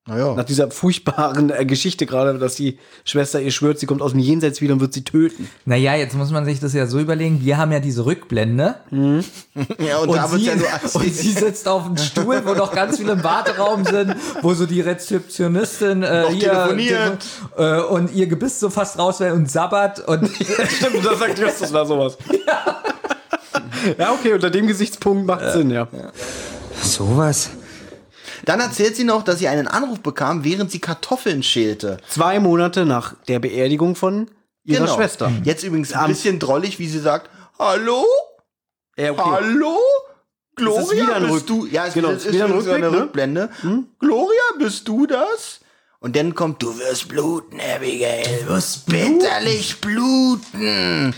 Speaker 4: Nach
Speaker 2: naja.
Speaker 4: dieser furchtbaren äh, Geschichte gerade, dass die Schwester ihr schwört, sie kommt aus dem Jenseits wieder und wird sie töten.
Speaker 3: Naja, jetzt muss man sich das ja so überlegen, wir haben ja diese Rückblende.
Speaker 2: Ja, und, da
Speaker 3: Und
Speaker 2: wird's
Speaker 3: sie,
Speaker 2: ja so
Speaker 3: und sie sitzt auf dem Stuhl, wo noch ganz viele im Warteraum sind, wo so die Rezeptionistin äh,
Speaker 2: Noch
Speaker 3: hier
Speaker 2: telefoniert.
Speaker 3: äh, und ihr Gebiss so fast raus wäre und sabbert und
Speaker 4: Stimmt, das sagt Justus, na sowas. Ja. ja, okay, unter dem Gesichtspunkt macht Sinn, ja.
Speaker 8: Sowas?
Speaker 2: Dann erzählt sie noch, dass sie einen Anruf bekam, während sie Kartoffeln schälte.
Speaker 4: Zwei Monate nach der Beerdigung von ihrer
Speaker 2: Genau.
Speaker 4: Schwester.
Speaker 2: Jetzt übrigens ein bisschen drollig, wie sie sagt, hallo?
Speaker 4: Ja, okay.
Speaker 2: Hallo? Gloria,
Speaker 4: Es ist wieder ein
Speaker 2: bist
Speaker 4: Rück-
Speaker 2: du? Ja, es
Speaker 4: Genau,
Speaker 2: ist,
Speaker 4: es ist wieder ein
Speaker 2: schon so eine
Speaker 4: Rückblick, ne?
Speaker 2: Rückblende. Gloria, bist du das? Und dann kommt, du wirst bluten, Abigail. Du wirst bitterlich bluten.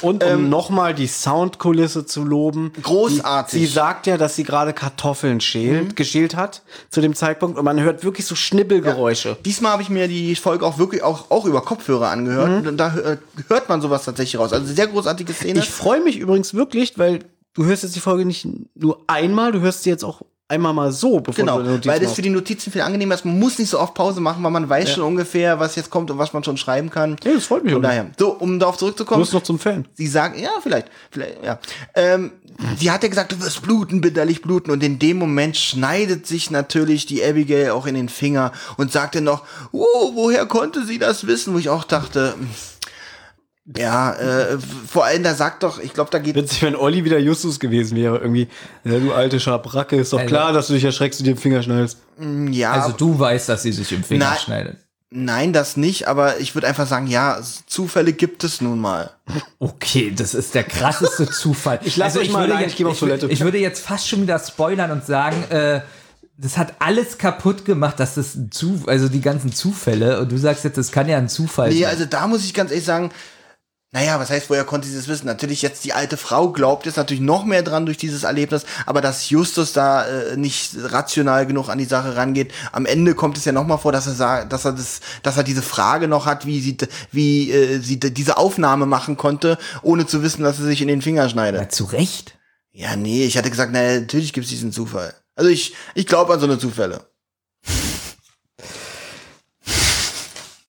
Speaker 4: Und um
Speaker 2: ähm,
Speaker 4: nochmal die Soundkulisse zu loben.
Speaker 2: Großartig.
Speaker 4: Sie sagt ja, dass sie gerade Kartoffeln schält,
Speaker 2: Mhm.
Speaker 4: geschält hat zu dem Zeitpunkt und man hört wirklich so Schnibbelgeräusche.
Speaker 2: Diesmal habe ich mir die Folge auch wirklich auch, auch über Kopfhörer angehört. Und Da äh, hört man sowas tatsächlich raus. Also sehr großartige Szene.
Speaker 4: Mhm. Ich freue mich übrigens wirklich, weil du hörst jetzt die Folge nicht nur einmal, du hörst sie jetzt auch einmal mal so, bevor
Speaker 2: Genau,
Speaker 4: du eine Notiz
Speaker 2: weil das
Speaker 4: machst.
Speaker 2: für die Notizen viel angenehmer ist. Man muss nicht so oft Pause machen, weil man weiß schon ungefähr, was jetzt kommt und was man schon schreiben kann.
Speaker 4: Ja, das freut mich
Speaker 2: Von
Speaker 4: auch.
Speaker 2: daher. So, um darauf
Speaker 4: Du
Speaker 2: zurückzukommen.
Speaker 4: wirst noch zum Fan.
Speaker 2: Sie sagen, ja, vielleicht, vielleicht, ja. Ähm, sie hat ja gesagt, du wirst bluten, bitterlich bluten. Und in dem Moment schneidet sich natürlich die Abigail auch in den Finger und sagt dann noch, oh, woher konnte sie das wissen? Wo ich auch dachte, hm, Ja, äh, vor allem, da sagt doch, ich glaube, da geht
Speaker 4: Witzig, wenn Olli wieder Justus gewesen wäre, irgendwie. Ja, du alte Schabracke, ist doch
Speaker 3: Alter.
Speaker 4: klar, dass du dich erschreckst und dir den Finger schnallst.
Speaker 2: ja.
Speaker 3: Also du weißt, dass sie sich im Finger
Speaker 2: Nein.
Speaker 3: schneidet.
Speaker 2: nein, das nicht, aber ich würde einfach sagen, ja, Zufälle gibt es nun mal.
Speaker 3: Okay, das ist der krasseste Zufall. Also Ich
Speaker 4: lass euch mal allein, ich geh mal auf
Speaker 3: wür-
Speaker 4: Toilette.
Speaker 3: Ich würde jetzt fast schon wieder spoilern und sagen, äh, das hat alles kaputt gemacht, dass das ein zu, also die ganzen Zufälle. Und du sagst jetzt, das kann ja ein Zufall
Speaker 2: Nee,
Speaker 3: sein.
Speaker 2: also da muss ich ganz ehrlich sagen, naja, was heißt, woher konnte sie das wissen? Natürlich jetzt die alte Frau glaubt jetzt natürlich noch mehr dran durch dieses Erlebnis, aber dass Justus da äh, nicht rational genug an die Sache rangeht. Am Ende kommt es ja nochmal vor, dass er sagt, dass er das, dass er diese Frage noch hat, wie sie, d- wie äh, sie d- diese Aufnahme machen konnte, ohne zu wissen, dass sie sich in den Finger schneidet.
Speaker 3: ja, zu Recht.
Speaker 2: Ja, nee, ich hatte gesagt, naja, natürlich gibt es diesen Zufall. Also ich, ich glaube an so eine Zufälle.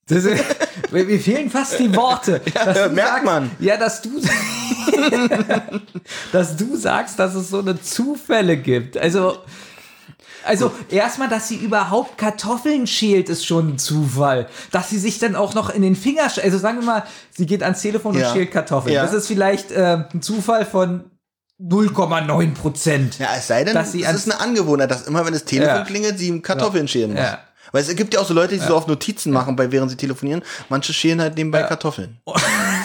Speaker 3: Das ist, mir mir fehlen fast die Worte. Dass
Speaker 2: äh,
Speaker 3: du
Speaker 2: merkt
Speaker 3: sagst,
Speaker 2: man.
Speaker 3: Ja, dass du, dass du sagst, dass es so eine Zufälle gibt. Also, also erstmal, dass sie überhaupt Kartoffeln schält, ist schon ein Zufall. Dass sie sich dann auch noch in den Finger, sch- also sagen wir mal, sie geht ans Telefon
Speaker 2: Ja.
Speaker 3: und schält Kartoffeln.
Speaker 2: Ja.
Speaker 3: Das ist vielleicht äh, ein Zufall von 0,9 Prozent.
Speaker 2: Ja, es sei denn,
Speaker 3: Dass sie
Speaker 2: es
Speaker 3: ans-
Speaker 2: ist eine Angewohnheit, dass immer, wenn das Telefon
Speaker 3: Ja.
Speaker 2: klingelt, sie Kartoffeln schälen muss.
Speaker 3: Ja.
Speaker 2: Weil es gibt ja auch so Leute, die so auf Notizen machen, bei während sie telefonieren. Manche schälen halt nebenbei Kartoffeln.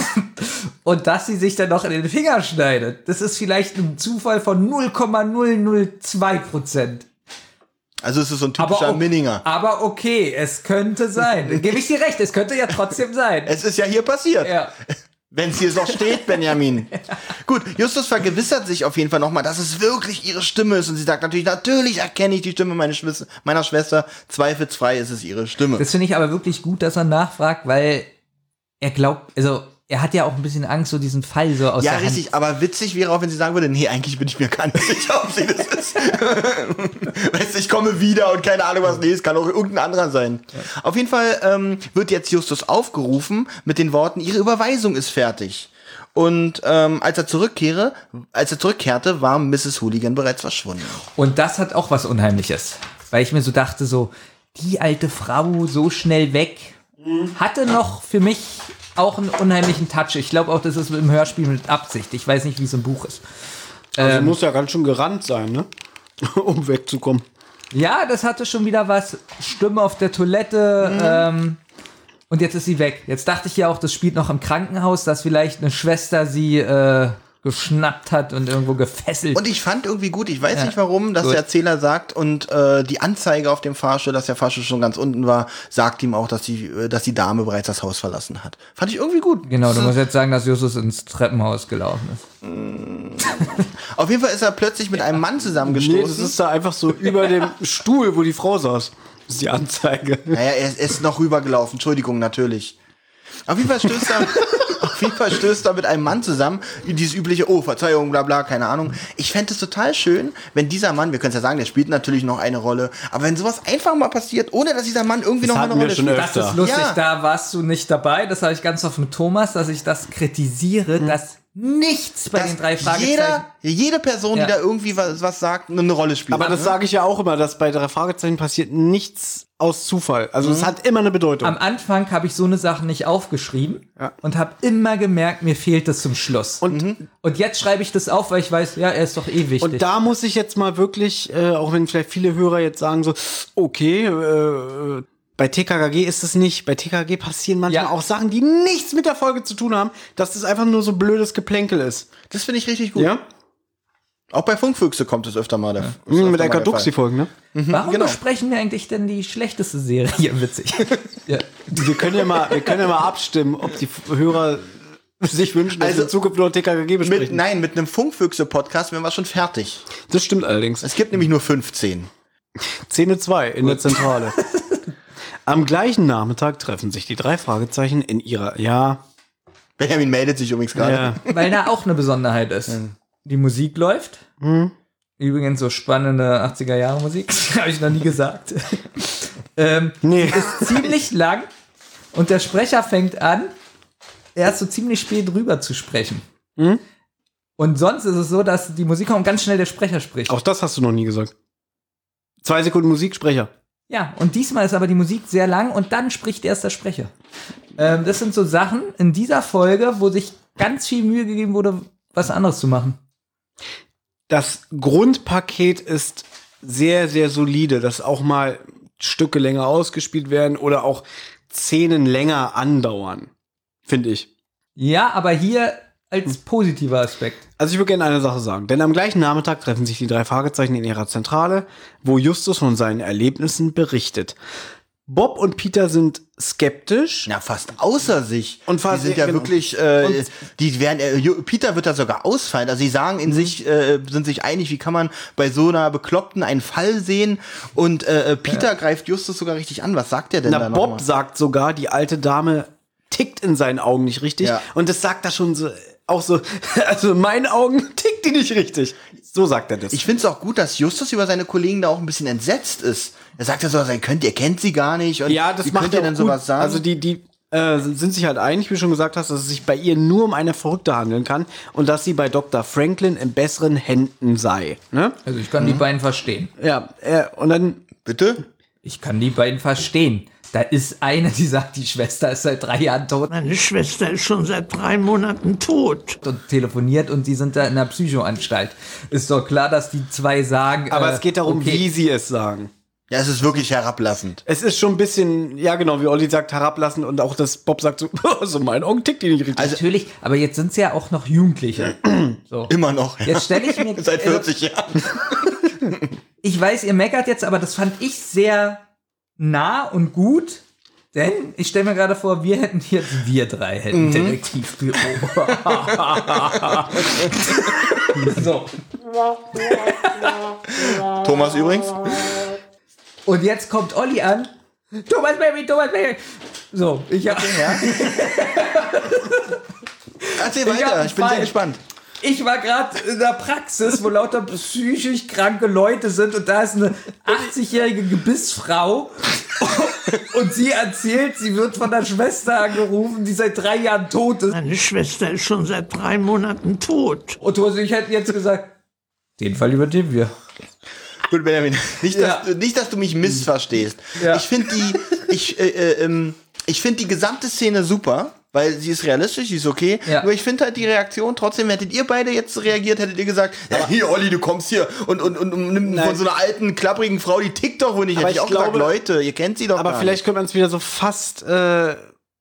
Speaker 3: Und dass sie sich dann noch in den Finger schneidet, das ist vielleicht ein Zufall von 0,002 Prozent.
Speaker 2: Also es ist so ein typischer
Speaker 3: o-
Speaker 2: Minninger.
Speaker 3: aber okay, es könnte sein. Gebe ich dir recht, es könnte ja trotzdem sein.
Speaker 2: Es ist ja hier passiert.
Speaker 3: Ja.
Speaker 2: Wenn es hier so steht, Benjamin. Gut, Justus vergewissert sich auf jeden Fall nochmal, dass es wirklich ihre Stimme ist. Und sie sagt natürlich, natürlich erkenne ich die Stimme meiner Schwester. Meiner Schwester. Zweifelsfrei ist es ihre Stimme.
Speaker 3: Das finde ich aber wirklich gut, dass er nachfragt, weil er glaubt, also er hat ja auch ein bisschen Angst, so diesen Fall so aus
Speaker 2: ja,
Speaker 3: der Hand.
Speaker 2: richtig. Aber witzig wäre auch, wenn sie sagen würde, nee, eigentlich bin ich mir gar nicht sicher, ob sie das ist. weißt du, ich komme wieder und keine Ahnung was. Nee, es kann auch irgendein anderer sein. Auf jeden Fall ähm, wird jetzt Justus aufgerufen mit den Worten, ihre Überweisung ist fertig. Und ähm, als er zurückkehre, als er zurückkehrte, war Mrs. Hooligan bereits verschwunden.
Speaker 3: Und das hat auch was Unheimliches, weil ich mir so dachte, so die alte Frau so schnell weg hatte noch für mich auch einen unheimlichen Touch. Ich glaube auch, das ist im Hörspiel mit Absicht. Ich weiß nicht, wie es im Buch ist.
Speaker 4: Also muss ja ganz schön gerannt sein, ne? um wegzukommen.
Speaker 3: Ja, das hatte schon wieder was. Stimme auf der Toilette. Ähm, und jetzt ist sie weg. Jetzt dachte ich ja auch, das spielt noch im Krankenhaus, dass vielleicht eine Schwester sie äh, geschnappt hat und irgendwo gefesselt.
Speaker 2: Und ich fand irgendwie gut, ich weiß nicht warum, dass der Erzähler sagt und äh, die Anzeige auf dem Fahrstuhl, dass der Fahrstuhl schon ganz unten war, sagt ihm auch, dass die, äh, dass die Dame bereits das Haus verlassen hat. Fand ich irgendwie gut.
Speaker 3: genau, du musst jetzt sagen, dass Justus ins Treppenhaus gelaufen ist.
Speaker 2: Auf jeden Fall ist er plötzlich mit einem Mann
Speaker 4: Nee, das
Speaker 2: zusammengestoßen.
Speaker 4: ist da einfach so ne? über dem Stuhl, wo die Frau saß. Das ist die Anzeige.
Speaker 2: naja, er ist- er ist noch rübergelaufen. Entschuldigung, natürlich. Auf jeden Fall stößt er, auf jeden Fall stößt er mit einem Mann zusammen. Dieses übliche, oh, Verzeihung, bla bla, keine Ahnung. Ich fände es total schön, wenn dieser Mann, wir können es ja sagen, der spielt natürlich noch eine Rolle, aber wenn sowas einfach mal passiert, ohne dass dieser Mann irgendwie
Speaker 4: Das
Speaker 2: noch mal eine
Speaker 4: hatten wir
Speaker 2: Rolle
Speaker 4: schon
Speaker 2: spielt.
Speaker 4: öfter.
Speaker 3: Das ist lustig,
Speaker 2: Ja.
Speaker 3: da warst du nicht dabei. Das habe ich ganz oft mit Thomas, dass ich das kritisiere, dass nichts bei
Speaker 2: Hm. dass
Speaker 3: den drei Fragezeichen.
Speaker 2: jeder, jede Person,
Speaker 3: Ja.
Speaker 2: die da irgendwie was, was sagt, eine Rolle spielt. Ne?
Speaker 4: Aber das sage ich ja auch immer, dass bei drei Fragezeichen passiert nichts aus Zufall. Also es hat immer eine Bedeutung.
Speaker 3: Am Anfang habe ich so eine Sache nicht aufgeschrieben und habe immer gemerkt, mir fehlt es zum Schluss. Und, jetzt schreibe ich das auf, weil ich weiß, ja, er ist doch eh wichtig.
Speaker 4: Und da muss ich jetzt mal wirklich, äh, auch wenn vielleicht viele Hörer jetzt sagen so, okay, äh, bei TKKG ist es nicht. Bei TKKG passieren manchmal
Speaker 3: Ja.
Speaker 4: auch Sachen, die nichts mit der Folge zu tun haben, dass das einfach nur so blödes Geplänkel ist.
Speaker 2: das finde ich richtig gut.
Speaker 4: Ja? Mhm,
Speaker 2: Auch bei Funkfüchse kommt es öfter mal. Der, ist öfter
Speaker 4: Mit
Speaker 2: mal
Speaker 4: der
Speaker 2: Fall.
Speaker 4: Kadux die Folgen, ne?
Speaker 3: Mhm. Warum
Speaker 2: genau.
Speaker 3: besprechen wir eigentlich denn die schlechteste Serie? Witzig. ja.
Speaker 4: Wir können ja mal, wir können ja mal abstimmen, ob die Hörer sich wünschen, dass
Speaker 2: Also,
Speaker 4: wir in Zukunft noch TKKG
Speaker 2: Mit,
Speaker 4: besprechen.
Speaker 2: nein, mit einem Funkfüchse-Podcast wären wir schon fertig.
Speaker 4: das stimmt allerdings.
Speaker 2: Es gibt nämlich nur 15.
Speaker 4: Szene 2 in der Zentrale. Am gleichen Nachmittag treffen sich die drei Fragezeichen in ihrer, ja, äh,
Speaker 2: Benjamin meldet sich übrigens gerade.
Speaker 4: ja,
Speaker 3: Weil da auch eine Besonderheit ist. Die Musik läuft.
Speaker 2: Mhm.
Speaker 3: Übrigens so spannende 80er Jahre Musik. habe ich noch nie gesagt. ähm,
Speaker 4: nee.
Speaker 3: ziemlich lang und der Sprecher fängt an, erst so ziemlich spät rüber zu sprechen. Und sonst ist es so, dass die Musik kommt und ganz schnell der Sprecher spricht.
Speaker 4: Auch das hast du noch nie gesagt. Zwei Sekunden Musiksprecher.
Speaker 3: Ja, und diesmal ist aber die Musik sehr lang und dann spricht erst der Sprecher. Ähm, das sind so Sachen in dieser Folge, wo sich ganz viel Mühe gegeben wurde, was anderes zu machen.
Speaker 4: Das Grundpaket ist sehr, sehr solide, dass auch mal Stücke länger ausgespielt werden oder auch Szenen länger andauern, finde ich.
Speaker 3: Ja, aber hier als positiver Aspekt.
Speaker 4: Also ich würde gerne eine Sache sagen, denn am gleichen Nachmittag treffen sich die drei Fragezeichen in ihrer Zentrale, wo Justus von seinen Erlebnissen berichtet. Bob und Peter sind skeptisch.
Speaker 2: Na, fast außer sich.
Speaker 4: Und fast-
Speaker 2: die sind ja
Speaker 4: genau.
Speaker 2: wirklich, äh,
Speaker 4: Und-
Speaker 2: die werden, äh, Ju- Peter wird da sogar ausfallen. Also sie sagen
Speaker 4: Mhm.
Speaker 2: in sich, äh, sind sich einig, wie kann man bei so einer Bekloppten einen Fall sehen. Und äh, äh, Peter greift Justus sogar richtig an. Was sagt er denn
Speaker 4: Na,
Speaker 2: da
Speaker 4: Bob
Speaker 2: nochmal?
Speaker 4: sagt sogar, die alte Dame tickt in seinen Augen nicht richtig.
Speaker 2: Ja.
Speaker 4: Und das sagt er schon so, auch so, also in meinen Augen tickt die nicht richtig. So sagt er das.
Speaker 2: Ich finde es auch gut, dass Justus über seine Kollegen da auch ein bisschen entsetzt ist. Er sagt ja so, er könnt, ihr kennt sie gar nicht. Und
Speaker 4: ja, das
Speaker 2: wie
Speaker 4: macht
Speaker 2: könnt ihr
Speaker 4: er
Speaker 2: denn
Speaker 4: auch
Speaker 2: sowas
Speaker 4: gut.
Speaker 2: sagen?
Speaker 4: Also die, die äh, sind sich halt einig, wie du schon gesagt hast, dass es sich bei ihr nur um eine Verrückte handeln kann und dass sie bei Dr. Franklin in besseren Händen sei. Ne?
Speaker 3: Also ich kann die beiden verstehen.
Speaker 4: Ja, äh, und dann
Speaker 2: Bitte?
Speaker 3: Ich kann die beiden verstehen. Da ist eine, die sagt, die Schwester ist seit drei Jahren tot
Speaker 9: Meine Schwester ist schon seit drei Monaten tot.
Speaker 3: und telefoniert und die sind da in einer Psychoanstalt. Ist doch klar, dass die zwei sagen.
Speaker 4: Aber
Speaker 3: äh,
Speaker 4: es geht darum,
Speaker 3: okay,
Speaker 4: wie sie es sagen.
Speaker 2: Ja, es ist wirklich herablassend.
Speaker 4: Es ist schon ein bisschen, ja genau, wie Olli sagt, herablassen und auch das Bob sagt so, oh, so mein Augen tickt die nicht richtig.
Speaker 3: also
Speaker 2: Also,
Speaker 3: Natürlich, aber jetzt sind es ja auch noch Jugendliche. So.
Speaker 2: Immer noch.
Speaker 3: Jetzt stelle ich mir. also,
Speaker 2: Seit 40 Jahren.
Speaker 3: ich weiß, ihr meckert jetzt, aber das fand ich sehr nah und gut. Denn ich stelle mir gerade vor, wir hätten jetzt, wir drei hätten
Speaker 4: Mhm.
Speaker 3: Detektivbüro. so.
Speaker 2: Thomas übrigens.
Speaker 3: Und jetzt kommt Olli an. Thomas Baby, Thomas Baby. So, ich habe Ich hab
Speaker 2: Erzähl weiter,
Speaker 3: einen
Speaker 2: ich bin
Speaker 3: Fall.
Speaker 2: sehr gespannt.
Speaker 3: Ich war gerade in der Praxis, wo lauter psychisch kranke Leute sind und da ist eine 80-jährige Gebissfrau und sie erzählt, sie wird von der Schwester angerufen, die seit drei Jahren tot ist.
Speaker 9: Meine Schwester ist schon seit drei Monaten tot.
Speaker 3: Und Hose, ich hätte jetzt gesagt, den Fall übernehmen wir.
Speaker 2: Gut, Benjamin, nicht, dass,
Speaker 3: Ja.
Speaker 2: nicht, dass du mich missverstehst.
Speaker 3: Ja.
Speaker 2: Ich finde die, ich, äh, äh, ähm, ich finde die gesamte Szene super, weil sie ist realistisch, sie ist okay.
Speaker 3: Ja.
Speaker 2: Nur ich finde halt die Reaktion trotzdem, hättet ihr beide jetzt reagiert, hättet ihr gesagt, ja, hier, Olli, du kommst hier und, und, und, und nimm von so einer alten, klapprigen Frau, die tickt doch wohl nicht.
Speaker 4: Aber
Speaker 2: Hätte ich
Speaker 4: ich
Speaker 2: auch gesagt,
Speaker 4: glaube-
Speaker 2: Leute, ihr kennt sie doch
Speaker 4: Aber
Speaker 2: gar
Speaker 4: vielleicht könnte man es wieder so fast. Äh,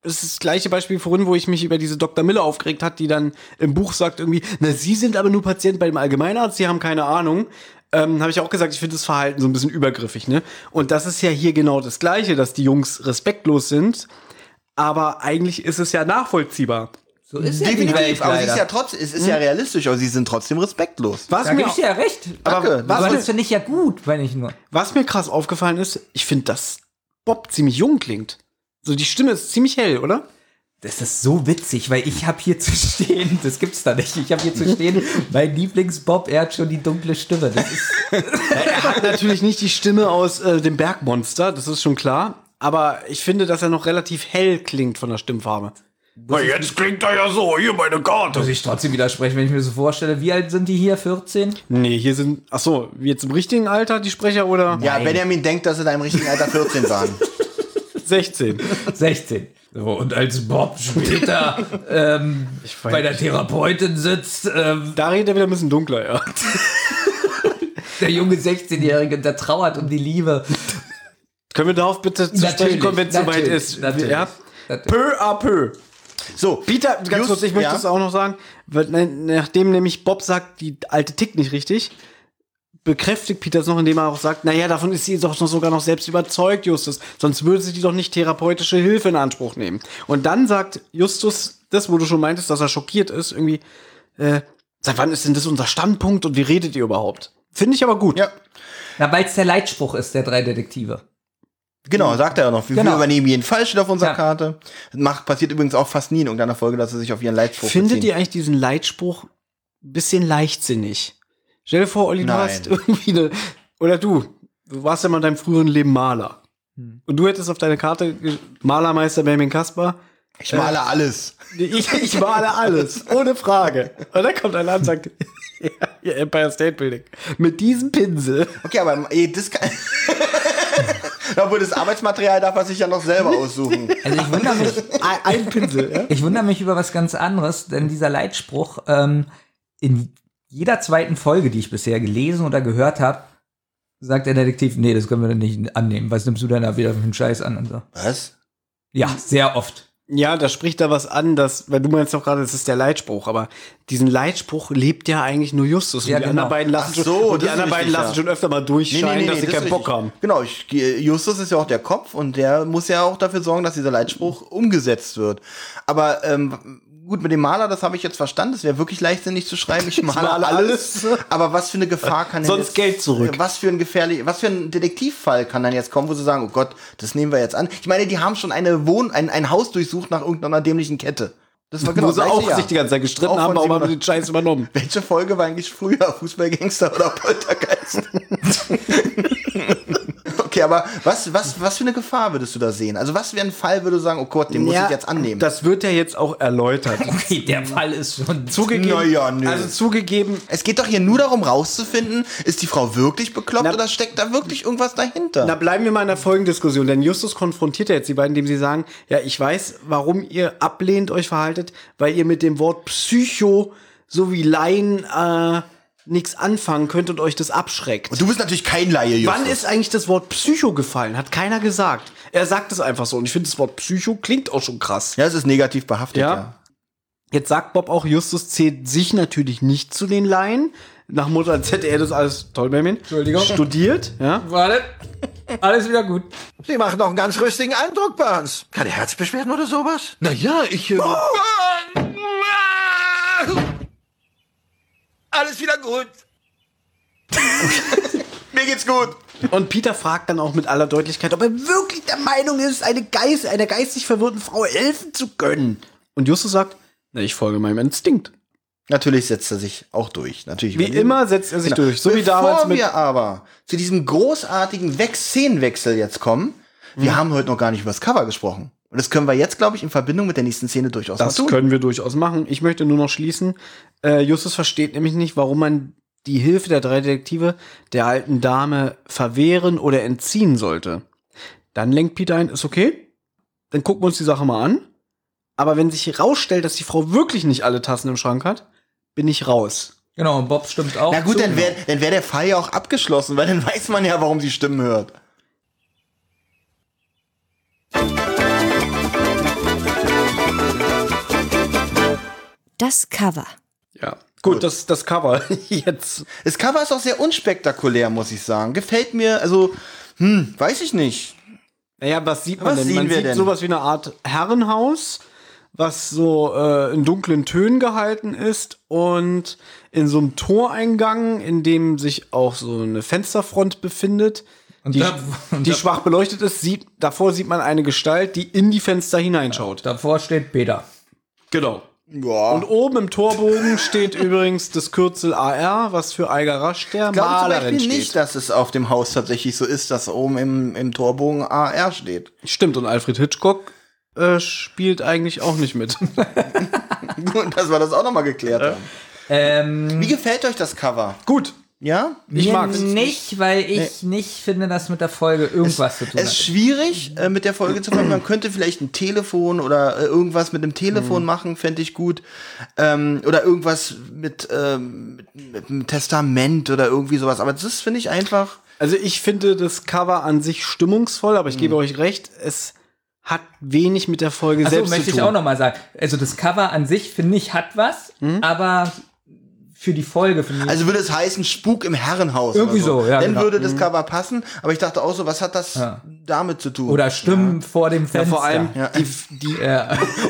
Speaker 4: es ist das gleiche Beispiel wie vorhin, wo ich mich über diese Dr. Miller aufgeregt hat, die dann im Buch sagt irgendwie, na, Sie sind aber nur Patient bei dem Allgemeinarzt, Sie haben keine Ahnung. Ähm, habe ich auch gesagt, ich finde das Verhalten so ein bisschen übergriffig, ne? Und das ist ja hier genau das Gleiche, dass die Jungs respektlos sind, aber eigentlich ist es ja nachvollziehbar.
Speaker 3: So ist
Speaker 2: nicht. Definitiv, aber sie ist ja
Speaker 3: leider.
Speaker 2: trotzdem, es ist ja realistisch, aber sie sind trotzdem respektlos.
Speaker 4: Was
Speaker 3: Da
Speaker 4: mir,
Speaker 3: gebe ich dir ja recht.
Speaker 2: Danke.
Speaker 4: aber
Speaker 3: Aber
Speaker 4: was,
Speaker 3: das
Speaker 4: mir,
Speaker 3: finde ich ja gut, wenn ich nur.
Speaker 4: was mir krass aufgefallen ist, ich finde, dass Bob ziemlich jung klingt. So, die Stimme ist ziemlich hell, oder?
Speaker 3: Das ist so witzig, weil ich habe hier zu stehen, das gibt's da nicht. Ich habe hier zu stehen, mein Lieblingsbob, er hat schon die dunkle Stimme. Das ist
Speaker 4: Er hat natürlich nicht die Stimme aus äh, dem Bergmonster, das ist schon klar. Aber ich finde, dass er noch relativ hell klingt von der Stimmfarbe.
Speaker 9: Na, jetzt klingt er ja so. Hier meine Karte.
Speaker 3: muss ich trotzdem widersprechen, wenn ich mir so vorstelle. Wie alt sind die hier? 14?
Speaker 4: Nee, hier sind. Ach so, jetzt im richtigen Alter die Sprecher oder
Speaker 2: Ja, Benjamin denkt, dass sie da im richtigen Alter 14 waren.
Speaker 4: 16?
Speaker 3: 16. So, und als Bob später ähm, bei der Therapeutin sitzt, ähm,
Speaker 4: Da redet er wieder ein bisschen dunkler, ja.
Speaker 3: der junge 16-Jährige, der trauert um die Liebe.
Speaker 4: Können wir darauf bitte zu sprechen
Speaker 3: Natürlich,
Speaker 4: kommen, wenn es soweit
Speaker 3: natürlich,
Speaker 4: ist?
Speaker 3: natürlich,
Speaker 4: ja?
Speaker 3: natürlich.
Speaker 4: Peu à peu.
Speaker 2: So,
Speaker 4: Peter, ganz
Speaker 2: Just-
Speaker 4: kurz, ich möchte
Speaker 2: ja.
Speaker 4: das auch noch sagen, weil, nein, nachdem nämlich Bob sagt, die alte tickt nicht richtig, bekräftigt Peter es noch, indem er auch sagt, naja, davon ist sie doch noch sogar noch selbst überzeugt, Justus, sonst würde sie die doch nicht therapeutische Hilfe in Anspruch nehmen. Und dann sagt Justus das, wo du schon meintest, dass er schockiert ist, irgendwie, äh, seit wann ist denn das unser Standpunkt und wie redet ihr überhaupt? Finde ich aber gut.
Speaker 2: Ja.
Speaker 3: Na, weil es der Leitspruch ist, der drei Detektive.
Speaker 2: Genau, sagt er ja noch. Wir
Speaker 3: Genau.
Speaker 2: wir übernehmen jeden Fall, steht auf unserer
Speaker 3: Ja.
Speaker 2: Karte. Macht, passiert übrigens auch fast nie in irgendeiner Folge, dass sie sich auf ihren Leitspruch
Speaker 4: Findet ihr
Speaker 2: beziehen.
Speaker 4: eigentlich diesen Leitspruch ein bisschen leichtsinnig? Stell dir vor, Olli, du
Speaker 2: Nein.
Speaker 4: hast irgendwie eine. Oder du, du warst ja mal in deinem früheren Leben Maler. Und du hättest auf deine Karte ge- Malermeister Benjamin Kasper.
Speaker 2: Ich male alles.
Speaker 4: Nee, Ich, ich male alles, ohne Frage. Und dann kommt einer und sagt, ja, ihr Empire State Building. Mit diesem Pinsel.
Speaker 2: Okay, aber eh, das kann. äh, Obwohl das Arbeitsmaterial darf er sich ja noch selber aussuchen.
Speaker 3: Also ich wundere mich,
Speaker 4: Ein, ein Pinsel, ja?
Speaker 3: Ich wundere mich über was ganz anderes, denn dieser Leitspruch ähm, in jeder zweiten Folge, die ich bisher gelesen oder gehört habe, sagt der Detektiv, nee, das können wir nicht annehmen. Was nimmst du denn da wieder für einen Scheiß an und so?
Speaker 2: Was?
Speaker 3: Ja, sehr oft.
Speaker 4: Ja, da spricht da was an, dass, weil du meinst doch gerade, das ist der Leitspruch, aber diesen Leitspruch lebt ja eigentlich nur Justus. Und
Speaker 3: Ja,
Speaker 4: die
Speaker 3: genau.
Speaker 4: anderen beiden lassen
Speaker 2: Ach so,
Speaker 4: schon, und die
Speaker 2: das ist
Speaker 4: anderen beiden
Speaker 2: richtig,
Speaker 4: lassen
Speaker 2: ja.
Speaker 4: schon öfter mal durchscheinen, dass sie
Speaker 2: das
Speaker 4: keinen
Speaker 2: ist
Speaker 4: Bock
Speaker 2: richtig.
Speaker 4: haben.
Speaker 2: Genau, ich, Justus ist ja auch der Kopf und der muss ja auch dafür sorgen, dass dieser Leitspruch umgesetzt wird. Aber ähm, gut, mit dem Maler, das habe ich jetzt verstanden. Es wäre wirklich leichtsinnig zu schreiben, ich male
Speaker 4: male
Speaker 2: alles. Aber was für eine Gefahr kann denn
Speaker 4: Sonst
Speaker 2: jetzt,
Speaker 4: Geld zurück.
Speaker 2: Was für ein gefährlich, was für ein Detektivfall kann dann jetzt kommen, wo sie sagen, oh Gott, das nehmen wir jetzt an. Ich meine, die haben schon eine Wohn, ein, ein Haus durchsucht nach irgendeiner dämlichen Kette. Das war genau
Speaker 4: Wo sie
Speaker 2: das
Speaker 4: auch
Speaker 2: gleiche
Speaker 4: sich die
Speaker 2: Jahr.
Speaker 4: ganze Zeit gestritten
Speaker 2: Auch
Speaker 4: haben,
Speaker 2: von
Speaker 4: warum haben wir
Speaker 2: 700.
Speaker 4: den Scheiß übernommen?
Speaker 2: Welche Folge war eigentlich früher? Fußballgangster oder Poltergeist? okay, aber was, was, was für eine Gefahr würdest du da sehen? Also was für ein Fall würde du sagen, oh Gott, den muss ich jetzt annehmen?
Speaker 4: Das wird ja jetzt auch erläutert.
Speaker 3: Okay, der Fall ist schon
Speaker 4: zugegeben,
Speaker 2: Na ja, nö.
Speaker 4: also zugegeben,
Speaker 2: es geht doch hier nur darum, rauszufinden, ist die Frau wirklich bekloppt
Speaker 4: Na-
Speaker 2: oder steckt da wirklich irgendwas dahinter?
Speaker 4: Da bleiben wir mal in der Folgendiskussion, denn Justus konfrontiert ja jetzt die beiden, indem sie sagen, ja, ich weiß, warum ihr ablehnt euch verhaltet, weil ihr mit dem Wort Psycho sowie Laien äh, nichts anfangen könnt und euch das abschreckt.
Speaker 2: und du bist natürlich kein Laie, Justus.
Speaker 4: Wann ist eigentlich das Wort Psycho gefallen? Hat keiner gesagt. Er sagt es einfach so und ich finde, das Wort Psycho klingt auch schon krass.
Speaker 2: ja, es ist negativ behaftet, ja.
Speaker 4: Ja. Jetzt sagt Bob auch, Justus zählt sich natürlich nicht zu den Laien. Nach Mutter, als hätte er das alles, toll, Benjamin,
Speaker 3: Entschuldigung.
Speaker 4: studiert. Ja.
Speaker 3: Warte, alles wieder gut.
Speaker 9: Sie machen doch einen ganz rüstigen Eindruck bei uns. Keine Herzbeschwerden oder sowas? Naja, ich... Äh
Speaker 2: Alles wieder gut. Mir geht's gut.
Speaker 4: Und Peter fragt dann auch mit aller Deutlichkeit, ob er wirklich der Meinung ist, eine Geist, einer geistig verwirrten Frau helfen zu können. Und Justus sagt, na, ich folge meinem Instinkt.
Speaker 2: Natürlich setzt er sich auch durch. Natürlich
Speaker 4: Wie
Speaker 2: übernehmen-
Speaker 4: immer setzt er sich durch, so
Speaker 2: Bevor
Speaker 4: wie damals mit.
Speaker 2: wir aber zu diesem großartigen Wech- Szenenwechsel jetzt kommen,
Speaker 4: Hm.
Speaker 2: wir haben heute noch gar nicht über das Cover gesprochen. Und das können wir jetzt, glaube ich, in Verbindung mit der nächsten Szene durchaus
Speaker 4: Das
Speaker 2: mal tun.
Speaker 4: können wir durchaus machen. Ich möchte nur noch schließen. Äh, Justus versteht nämlich nicht, warum man die Hilfe der drei Detektive der alten Dame verwehren oder entziehen sollte. Dann lenkt Peter ein, ist okay, dann gucken wir uns die Sache mal an. Aber wenn sich herausstellt, dass die Frau wirklich nicht alle Tassen im Schrank hat, bin ich raus.
Speaker 3: Genau, und Bob stimmt auch.
Speaker 2: Na gut,
Speaker 3: zu.
Speaker 2: dann wäre dann wär der Fall ja auch abgeschlossen, weil dann weiß man ja, warum sie Stimmen hört.
Speaker 1: Das Cover.
Speaker 4: Ja. Gut, Das, das Cover jetzt.
Speaker 2: Das Cover ist auch sehr unspektakulär, muss ich sagen. Gefällt mir, also, hm, weiß ich nicht.
Speaker 4: Naja, was sieht man
Speaker 2: Was
Speaker 4: denn?
Speaker 2: sehen
Speaker 4: man
Speaker 2: wir
Speaker 4: sieht
Speaker 2: denn?
Speaker 4: sowas wie eine Art Herrenhaus, was so äh, in dunklen Tönen gehalten ist und in so einem Toreingang, in dem sich auch so eine Fensterfront befindet,
Speaker 3: Und
Speaker 4: die,
Speaker 3: da- und
Speaker 4: die
Speaker 3: da-
Speaker 4: schwach beleuchtet ist. Sieht, davor sieht man eine Gestalt, die in die Fenster hineinschaut.
Speaker 3: Davor steht Peter.
Speaker 4: Genau.
Speaker 2: Ja.
Speaker 4: Und oben im Torbogen steht übrigens das Kürzel AR, was für Alga Rasch der
Speaker 2: Ich glaube zum
Speaker 4: Malerin
Speaker 2: Beispiel
Speaker 4: steht.
Speaker 2: nicht, dass es auf dem Haus tatsächlich so ist, dass oben im, im Torbogen AR steht.
Speaker 4: Stimmt, und Alfred Hitchcock äh, spielt eigentlich auch nicht mit.
Speaker 2: Gut, dass wir das auch nochmal geklärt haben.
Speaker 3: Ähm,
Speaker 2: Wie gefällt euch das Cover?
Speaker 4: Gut,
Speaker 2: Ja?
Speaker 4: ich
Speaker 3: mir
Speaker 4: mag's.
Speaker 3: nicht, weil ich nicht finde, dass mit der Folge irgendwas zu tun
Speaker 2: Es ist
Speaker 3: hat.
Speaker 2: schwierig, äh, mit der Folge zu fangen. Man könnte vielleicht ein Telefon oder äh, irgendwas mit dem Telefon machen, fände ich gut. Ähm, oder irgendwas mit, ähm, mit, mit einem Testament oder irgendwie sowas. Aber das ist, finde ich, einfach.
Speaker 4: Also ich finde das Cover an sich stimmungsvoll, aber ich gebe
Speaker 3: Mhm.
Speaker 4: euch recht, es hat wenig mit der Folge
Speaker 3: Achso,
Speaker 4: selbst
Speaker 3: Also,
Speaker 4: zu
Speaker 3: möchte ich
Speaker 4: tun.
Speaker 3: auch nochmal sagen. Also das Cover an sich, finde ich, hat was, aber für die Folge, finde ich,
Speaker 2: Hm? Also würde es heißen, Spuk im Herrenhaus.
Speaker 3: Irgendwie
Speaker 2: oder
Speaker 3: so, ja,
Speaker 2: Dann
Speaker 3: genau.
Speaker 2: würde das Cover passen. Aber ich dachte auch so, was hat das damit zu tun?
Speaker 3: oder Stimmen vor dem Fenster.
Speaker 4: ja, vor allem
Speaker 2: Ja.
Speaker 4: die, die,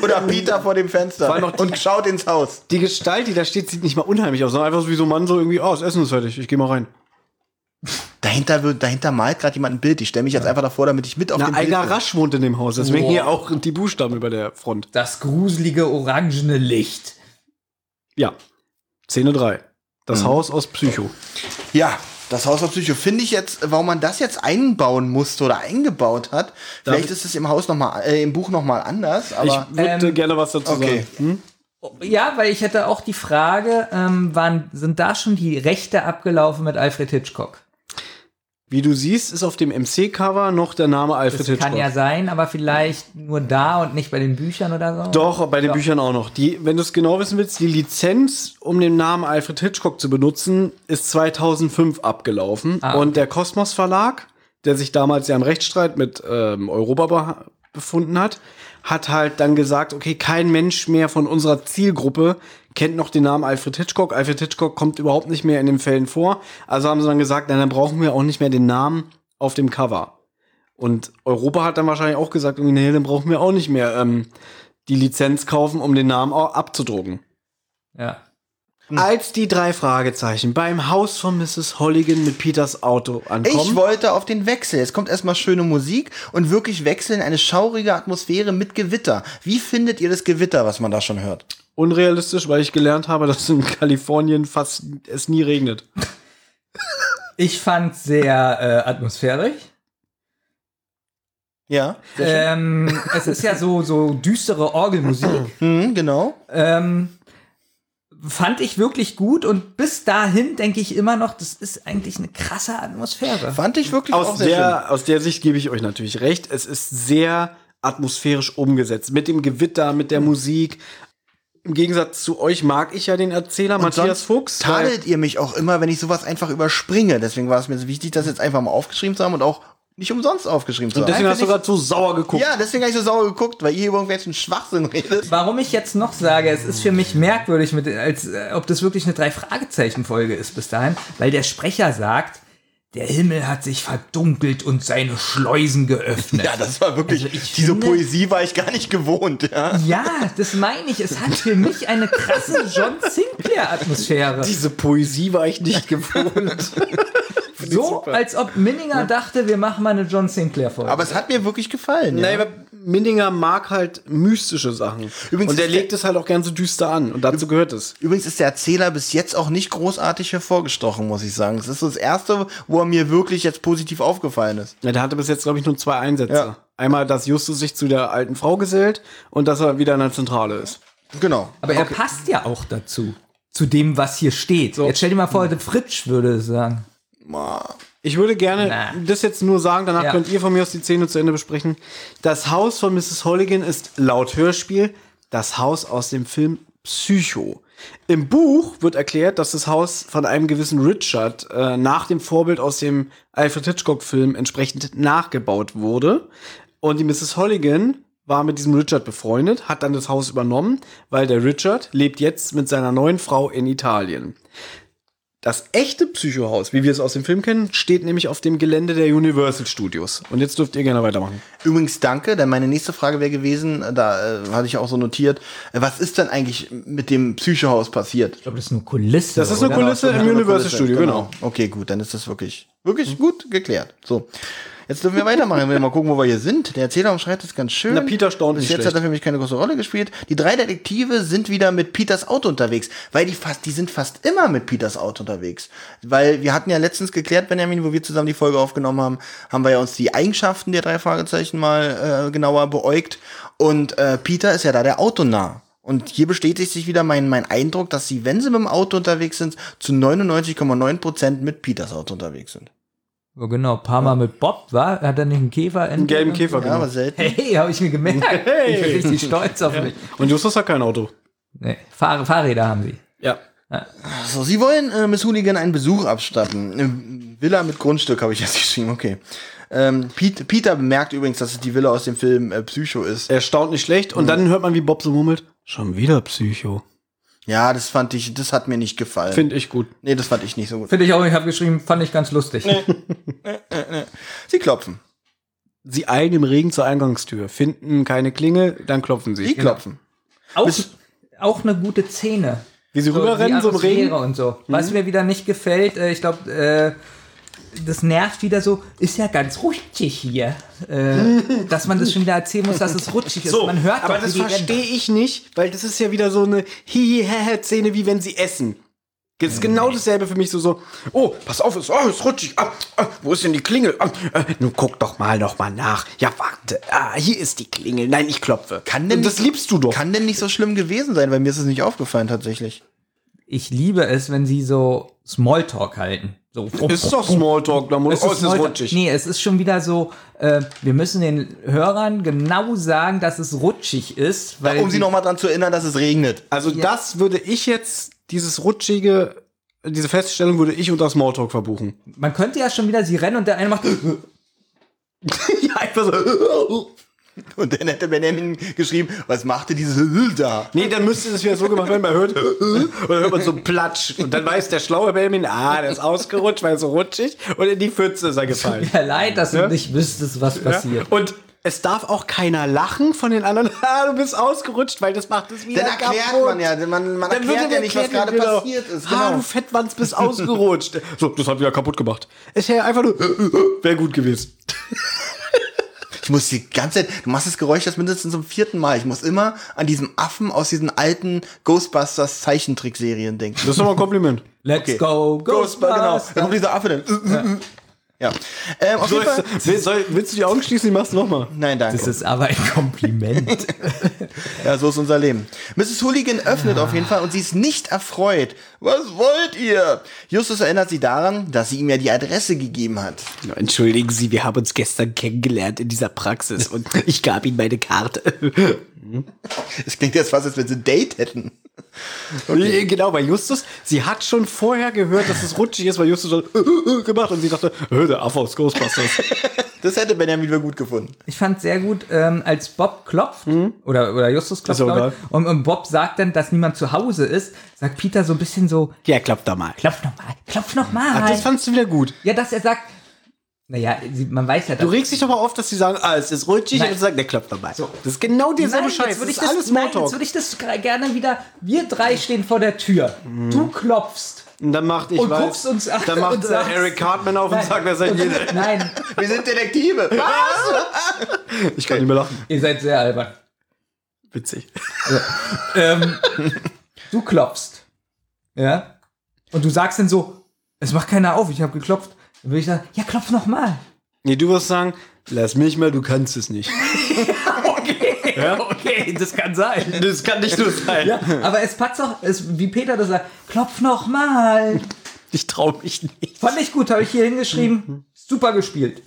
Speaker 2: Oder Peter vor dem Fenster
Speaker 4: allem auch die-
Speaker 2: und schaut ins Haus.
Speaker 4: die Gestalt, die da steht, sieht nicht mal unheimlich aus, sondern einfach so wie so ein Mann so irgendwie, oh, das Essen ist fertig, ich gehe mal rein.
Speaker 2: Dahinter, wird, dahinter malt gerade jemand ein Bild. Ich stelle mich jetzt einfach davor, damit ich mit auf
Speaker 4: Na,
Speaker 2: dem Bild
Speaker 4: Eiger
Speaker 2: bin.
Speaker 4: Rasch wohnt in dem Haus, deswegen
Speaker 3: Boah.
Speaker 4: hier auch die Buchstaben über der Front.
Speaker 3: Das gruselige orangene Licht.
Speaker 4: Ja, Szene 3.
Speaker 3: Mhm.
Speaker 4: Das Haus aus Psycho.
Speaker 2: Ja, das Haus auf Psycho finde ich jetzt, warum man das jetzt einbauen musste oder eingebaut hat. Vielleicht ist es im Haus noch mal, äh, im Buch noch mal anders, aber
Speaker 4: ich würde
Speaker 3: ähm,
Speaker 4: gerne was dazu
Speaker 2: okay.
Speaker 4: sagen. Hm?
Speaker 3: Ja, weil ich hätte auch die Frage, ähm, wann sind da schon die Rechte abgelaufen mit Alfred Hitchcock?
Speaker 4: Wie du siehst, ist auf dem MC-Cover noch der Name Alfred
Speaker 3: Das
Speaker 4: Hitchcock.
Speaker 3: kann ja sein, aber vielleicht nur da und nicht bei den Büchern oder so.
Speaker 4: Doch, bei den Büchern auch noch. Die, wenn du es genau wissen willst, die Lizenz, um den Namen Alfred Hitchcock zu benutzen, ist 2005 abgelaufen. Und der Kosmos Verlag, der sich damals ja im Rechtsstreit mit ähm, Europa beha- befunden hat, hat halt dann gesagt, okay, kein Mensch mehr von unserer Zielgruppe kennt noch den Namen Alfred Hitchcock. Alfred Hitchcock kommt überhaupt nicht mehr in den Fällen vor. Also haben sie dann gesagt, na, dann brauchen wir auch nicht mehr den Namen auf dem Cover. Und Europa hat dann wahrscheinlich auch gesagt, irgendwie, nee, dann brauchen wir auch nicht mehr ähm, die Lizenz kaufen, um den Namen au- abzudrucken.
Speaker 3: Ja.
Speaker 2: Hm.
Speaker 4: Als die drei Fragezeichen beim Haus von Mrs. Holligan mit Peters Auto
Speaker 2: Ich
Speaker 4: ankommen,
Speaker 2: wollte auf den Wechsel. Es kommt erstmal schöne Musik und wirklich wechseln eine schaurige Atmosphäre mit Gewitter. Wie findet ihr das Gewitter, was man da schon hört?
Speaker 4: unrealistisch, weil ich gelernt habe, dass in Kalifornien fast es nie regnet.
Speaker 3: Ich fand sehr äh, atmosphärisch.
Speaker 2: Ja,
Speaker 3: Ähm, es ist ja so, so düstere Orgelmusik.
Speaker 2: hm, genau.
Speaker 3: Ähm, fand ich wirklich gut und bis dahin denke ich immer noch, das ist eigentlich eine krasse Atmosphäre.
Speaker 2: Fand ich wirklich auch
Speaker 4: Aus
Speaker 2: sehr schön.
Speaker 4: der, aus der Sicht gebe ich euch natürlich recht. Es ist sehr atmosphärisch umgesetzt. Mit dem Gewitter, mit der Musik. Im Gegensatz zu euch mag ich ja den Erzähler Matthias
Speaker 2: sonst
Speaker 4: Fuchs. weil-
Speaker 2: Tadelt ihr mich auch immer, wenn ich sowas einfach überspringe. Deswegen war es mir so wichtig, das jetzt einfach mal aufgeschrieben zu haben und auch nicht umsonst aufgeschrieben zu haben.
Speaker 4: Deswegen
Speaker 2: Einfach
Speaker 4: hast du
Speaker 2: nicht-
Speaker 4: gerade so sauer geguckt.
Speaker 2: ja, deswegen habe ich so sauer geguckt, weil ihr über irgendwelchen Schwachsinn redet.
Speaker 3: Warum ich jetzt noch sage, es ist für mich merkwürdig, mit, als äh, ob das wirklich eine Drei-Fragezeichen-Folge ist bis dahin, weil der Sprecher sagt, der Himmel hat sich verdunkelt und seine Schleusen geöffnet.
Speaker 2: Ja, das war wirklich,
Speaker 3: Also ich
Speaker 2: diese
Speaker 3: finde-
Speaker 2: Poesie war ich gar nicht gewohnt. Ja.
Speaker 3: Ja, das meine ich. Es hat für mich eine krasse John Sinclair-Atmosphäre.
Speaker 4: Diese Poesie war ich nicht gewohnt.
Speaker 3: So, als ob Minninger dachte, wir machen mal eine John Sinclair-Folge.
Speaker 2: Aber es hat mir wirklich gefallen. Ja.
Speaker 4: Naja, aber Mindinger mag halt mystische Sachen.
Speaker 2: Übrigens
Speaker 4: und er
Speaker 2: ist der-
Speaker 4: legt es halt auch gern so düster an. Und dazu gehört es.
Speaker 2: Übrigens ist der Erzähler bis jetzt auch nicht großartig hervorgestochen, muss ich sagen. Das ist so das erste, wo er mir wirklich jetzt positiv aufgefallen ist.
Speaker 4: Ja, der hatte bis jetzt, glaube ich, nur zwei Einsätze.
Speaker 2: Ja.
Speaker 4: Einmal, dass Justus sich zu der alten Frau gesellt und dass er wieder in der Zentrale ist.
Speaker 2: Genau.
Speaker 3: Aber er passt ja auch dazu. Mhm. Zu dem, was hier steht. Jetzt stell dir mal vor, der Fritsch würde sagen.
Speaker 4: Ich würde gerne
Speaker 3: Na.
Speaker 4: das jetzt nur sagen, danach
Speaker 3: Ja.
Speaker 4: könnt ihr von mir aus die Szene zu Ende besprechen. Das Haus von Mrs. Holligan ist laut Hörspiel das Haus aus dem Film Psycho. Im Buch wird erklärt, dass das Haus von einem gewissen Richard äh, nach dem Vorbild aus dem Alfred Hitchcock-Film entsprechend nachgebaut wurde. Und die Mrs. Holligan war mit diesem Richard befreundet, hat dann das Haus übernommen, weil der Richard lebt jetzt mit seiner neuen Frau in Italien. Das echte Psychohaus, wie wir es aus dem Film kennen, steht nämlich auf dem Gelände der Universal Studios. Und jetzt dürft ihr gerne weitermachen.
Speaker 2: Übrigens danke, denn meine nächste Frage wäre gewesen, da äh, hatte ich auch so notiert, äh, was ist denn eigentlich mit dem Psychohaus passiert?
Speaker 3: Ich glaube, das ist nur Kulisse.
Speaker 4: Genau, Das ist eine Kulisse im Universal Studio, genau.
Speaker 2: Okay, gut, dann ist das wirklich, wirklich gut geklärt. So. Jetzt dürfen wir weitermachen. Wir mal gucken, wo wir hier sind. Der Erzähler umschreibt es ganz schön.
Speaker 4: Na, Peter staunt
Speaker 2: Hm. Bis
Speaker 4: nicht
Speaker 2: jetzt hat er für mich keine große Rolle gespielt. Die drei Detektive sind wieder mit Peters Auto unterwegs, weil die fast, die sind fast immer mit Peters Auto unterwegs. Weil wir hatten ja letztens geklärt, Benjamin, wo wir zusammen die Folge aufgenommen haben, haben wir ja uns die Eigenschaften der drei Fragezeichen mal äh, genauer beäugt. Und äh, Peter ist ja da der Autonah. Und hier bestätigt sich wieder mein, mein Eindruck, dass sie, wenn sie mit dem Auto unterwegs sind, zu 99,9% mit Peters Auto unterwegs sind.
Speaker 3: Ja, genau, ein paar Mal mit Bob, war? Hat er nicht einen Käfer?
Speaker 4: Einen gelben Käfer,
Speaker 2: Ja,
Speaker 4: genau.
Speaker 2: aber selten.
Speaker 3: Hey, habe ich mir gemerkt. Ich bin richtig stolz auf mich.
Speaker 4: Und Justus hat kein Auto.
Speaker 3: Nee, Fahr Fahrräder haben sie.
Speaker 4: Ja.
Speaker 2: So, Sie wollen äh, Miss Hooligan einen Besuch abstatten. Eine Villa mit Grundstück habe ich jetzt geschrieben, okay. Ähm, Piet, Peter bemerkt übrigens, dass es die Villa aus dem Film äh, Psycho ist.
Speaker 4: Er staunt nicht schlecht und dann hört man, wie Bob so murmelt. Schon wieder Psycho.
Speaker 2: Ja, das fand ich, das hat mir nicht gefallen.
Speaker 4: Finde ich gut.
Speaker 2: nee, das fand ich nicht so gut.
Speaker 3: Finde ich auch, ich habe geschrieben, fand ich ganz lustig.
Speaker 2: Sie klopfen.
Speaker 4: Sie eilen im Regen zur Eingangstür, finden keine Klingel, dann klopfen sie. Genau.
Speaker 2: Sie klopfen.
Speaker 3: Auch, auch eine gute Szene.
Speaker 4: Wie sie rüberrennen,
Speaker 3: die
Speaker 4: so Mhm. im Regen.
Speaker 3: Atmosphäre und so. Was mir wieder nicht gefällt, äh, ich glaube, äh, das nervt wieder so, ist ja ganz rutschig hier. Äh, dass man das schon wieder erzählen muss, dass es rutschig ist. man hört
Speaker 4: aber
Speaker 3: doch,
Speaker 4: das
Speaker 3: wie die rennen.
Speaker 4: verstehe ich nicht, weil das ist ja wieder so eine Hihi-Szene, wie wenn sie essen. Das
Speaker 3: Äh,
Speaker 4: ist genau dasselbe für mich so so. Oh, pass auf, es oh, ist rutschig. Ah, ah, wo ist denn die Klingel? Ah, äh, nun guck doch mal noch mal nach. Ja, warte. Ah, hier ist die Klingel. Nein, ich klopfe.
Speaker 2: Kann denn
Speaker 4: Und das
Speaker 2: nicht-
Speaker 4: liebst du doch.
Speaker 2: Kann denn nicht so schlimm gewesen sein, weil mir ist es nicht aufgefallen tatsächlich.
Speaker 3: Ich liebe es, wenn sie so Smalltalk halten. So.
Speaker 4: Ist doch Smalltalk, da muss
Speaker 3: Es
Speaker 4: oh, es
Speaker 3: ist
Speaker 4: ist
Speaker 3: heute-
Speaker 4: rutschig.
Speaker 3: Nee, es ist schon wieder so, äh, wir müssen den Hörern genau sagen, dass es rutschig ist, weil
Speaker 2: Um sie
Speaker 3: die-
Speaker 2: nochmal dran zu erinnern, dass es regnet.
Speaker 4: Also das würde ich jetzt, dieses rutschige, diese Feststellung würde ich unter Smalltalk verbuchen.
Speaker 3: man könnte ja schon wieder sie rennen und der eine macht
Speaker 4: ja, einfach so.
Speaker 2: Und dann hätte Benjamin geschrieben, was machte dieses da?
Speaker 4: Nee, dann müsste es wieder so gemacht werden, man hört, und dann hört man so einen Platsch. Und dann weiß der schlaue Benjamin, ah, der ist ausgerutscht, weil er so rutschig und in die Pfütze ist er gefallen.
Speaker 3: mir leid, dass du nicht wüsstest, was passiert.
Speaker 4: Und es darf auch keiner lachen von den anderen, ah, du bist ausgerutscht, weil das macht es wieder
Speaker 2: Dann erklärt
Speaker 4: kaputt.
Speaker 2: man ja, man, man
Speaker 4: Dann wird
Speaker 2: erklärt ja nicht, was
Speaker 4: erklärt,
Speaker 2: gerade
Speaker 4: genau.
Speaker 2: passiert ist.
Speaker 4: Ah,
Speaker 2: Genau.
Speaker 4: du Fettwanz bist ausgerutscht. So, das hat wieder kaputt gemacht. Es wäre einfach nur, wäre gut gewesen.
Speaker 2: Ich muss die ganze Zeit, du machst das Geräusch das mindestens zum vierten Mal. Ich muss immer an diesem Affen aus diesen alten Ghostbusters Zeichentrickserien denken.
Speaker 4: Das ist doch mal ein Kompliment.
Speaker 3: Let's
Speaker 2: Okay.
Speaker 3: go,
Speaker 2: Ghostbusters, genau.
Speaker 3: Ghostbusters.
Speaker 2: Dann kommt dieser Affe dann. Ja. Ähm, auf jeden Fall.
Speaker 4: Will- soll- willst du die Augen schließen? Ich mach's nochmal.
Speaker 2: Nein, danke.
Speaker 3: Das ist aber ein Kompliment.
Speaker 2: Ja, so ist unser Leben. Mrs. Hooligan öffnet auf jeden Fall und sie ist nicht erfreut. Was wollt ihr? Justus erinnert sie daran, dass sie ihm ja die Adresse gegeben hat.
Speaker 4: Entschuldigen Sie, wir haben uns gestern kennengelernt in dieser Praxis und ich gab Ihnen meine Karte.
Speaker 2: Es klingt jetzt fast, als wenn sie ein Date hätten.
Speaker 4: Genau, bei Justus, sie hat schon vorher gehört, dass es rutschig ist, weil Justus schon äh, gemacht und sie dachte, äh, der Affe aus Ghostbusters.
Speaker 2: Das hätte Benjamin wieder gut gefunden.
Speaker 3: Ich fand sehr gut, ähm, als Bob klopft oder, oder Justus klopft
Speaker 4: Hm? Ist auch
Speaker 3: glaub ich, und, und Bob sagt dann, dass niemand zu Hause ist, sagt Peter so ein bisschen so,
Speaker 4: ja, klappt da mal.
Speaker 3: klopf nochmal, klopf nochmal.
Speaker 4: Ach, Ah, das fandst du wieder gut.
Speaker 3: ja, dass er sagt, naja, sie- man weiß ja, dass
Speaker 4: Du regst dich doch mal auf, dass sie sagen, ah, es ist rutschig
Speaker 3: Nein.
Speaker 4: und sie sagen, der klappt doch mal. Das ist genau derselbe
Speaker 3: Nein, jetzt
Speaker 4: Scheiß.
Speaker 3: würde
Speaker 4: Das
Speaker 3: ich
Speaker 4: ist
Speaker 3: das,
Speaker 4: alles
Speaker 3: nein, jetzt
Speaker 4: Smalltalk.
Speaker 3: würde ich das gra- gerne wieder. Wir drei stehen vor der Tür.
Speaker 4: Mhm.
Speaker 3: Du klopfst.
Speaker 4: Und dann macht ich
Speaker 3: Und
Speaker 4: weiß,
Speaker 3: guckst uns an
Speaker 4: Dann macht
Speaker 3: und
Speaker 4: äh,
Speaker 3: sagst-
Speaker 4: Eric Cartman auf und sagt, wer seid
Speaker 3: Und-
Speaker 4: ihr?
Speaker 3: Nein,
Speaker 2: Wir sind Detektive. Was?
Speaker 4: Ich kann nicht mehr lachen.
Speaker 3: ihr seid sehr albern.
Speaker 4: Witzig.
Speaker 3: Ähm, du klopfst. Ja? Und du sagst dann so, es macht keiner auf, ich habe geklopft. Dann würde ich sagen, ja, klopf noch mal.
Speaker 4: Nee, du wirst sagen, lass mich mal, du kannst es nicht.
Speaker 3: Okay, okay, das kann sein.
Speaker 4: Das kann nicht nur sein.
Speaker 3: Ja, aber es passt doch, es, wie Peter das sagt, klopf noch mal.
Speaker 4: Ich traue mich nicht.
Speaker 3: Fand ich gut, habe ich hier hingeschrieben. Super gespielt.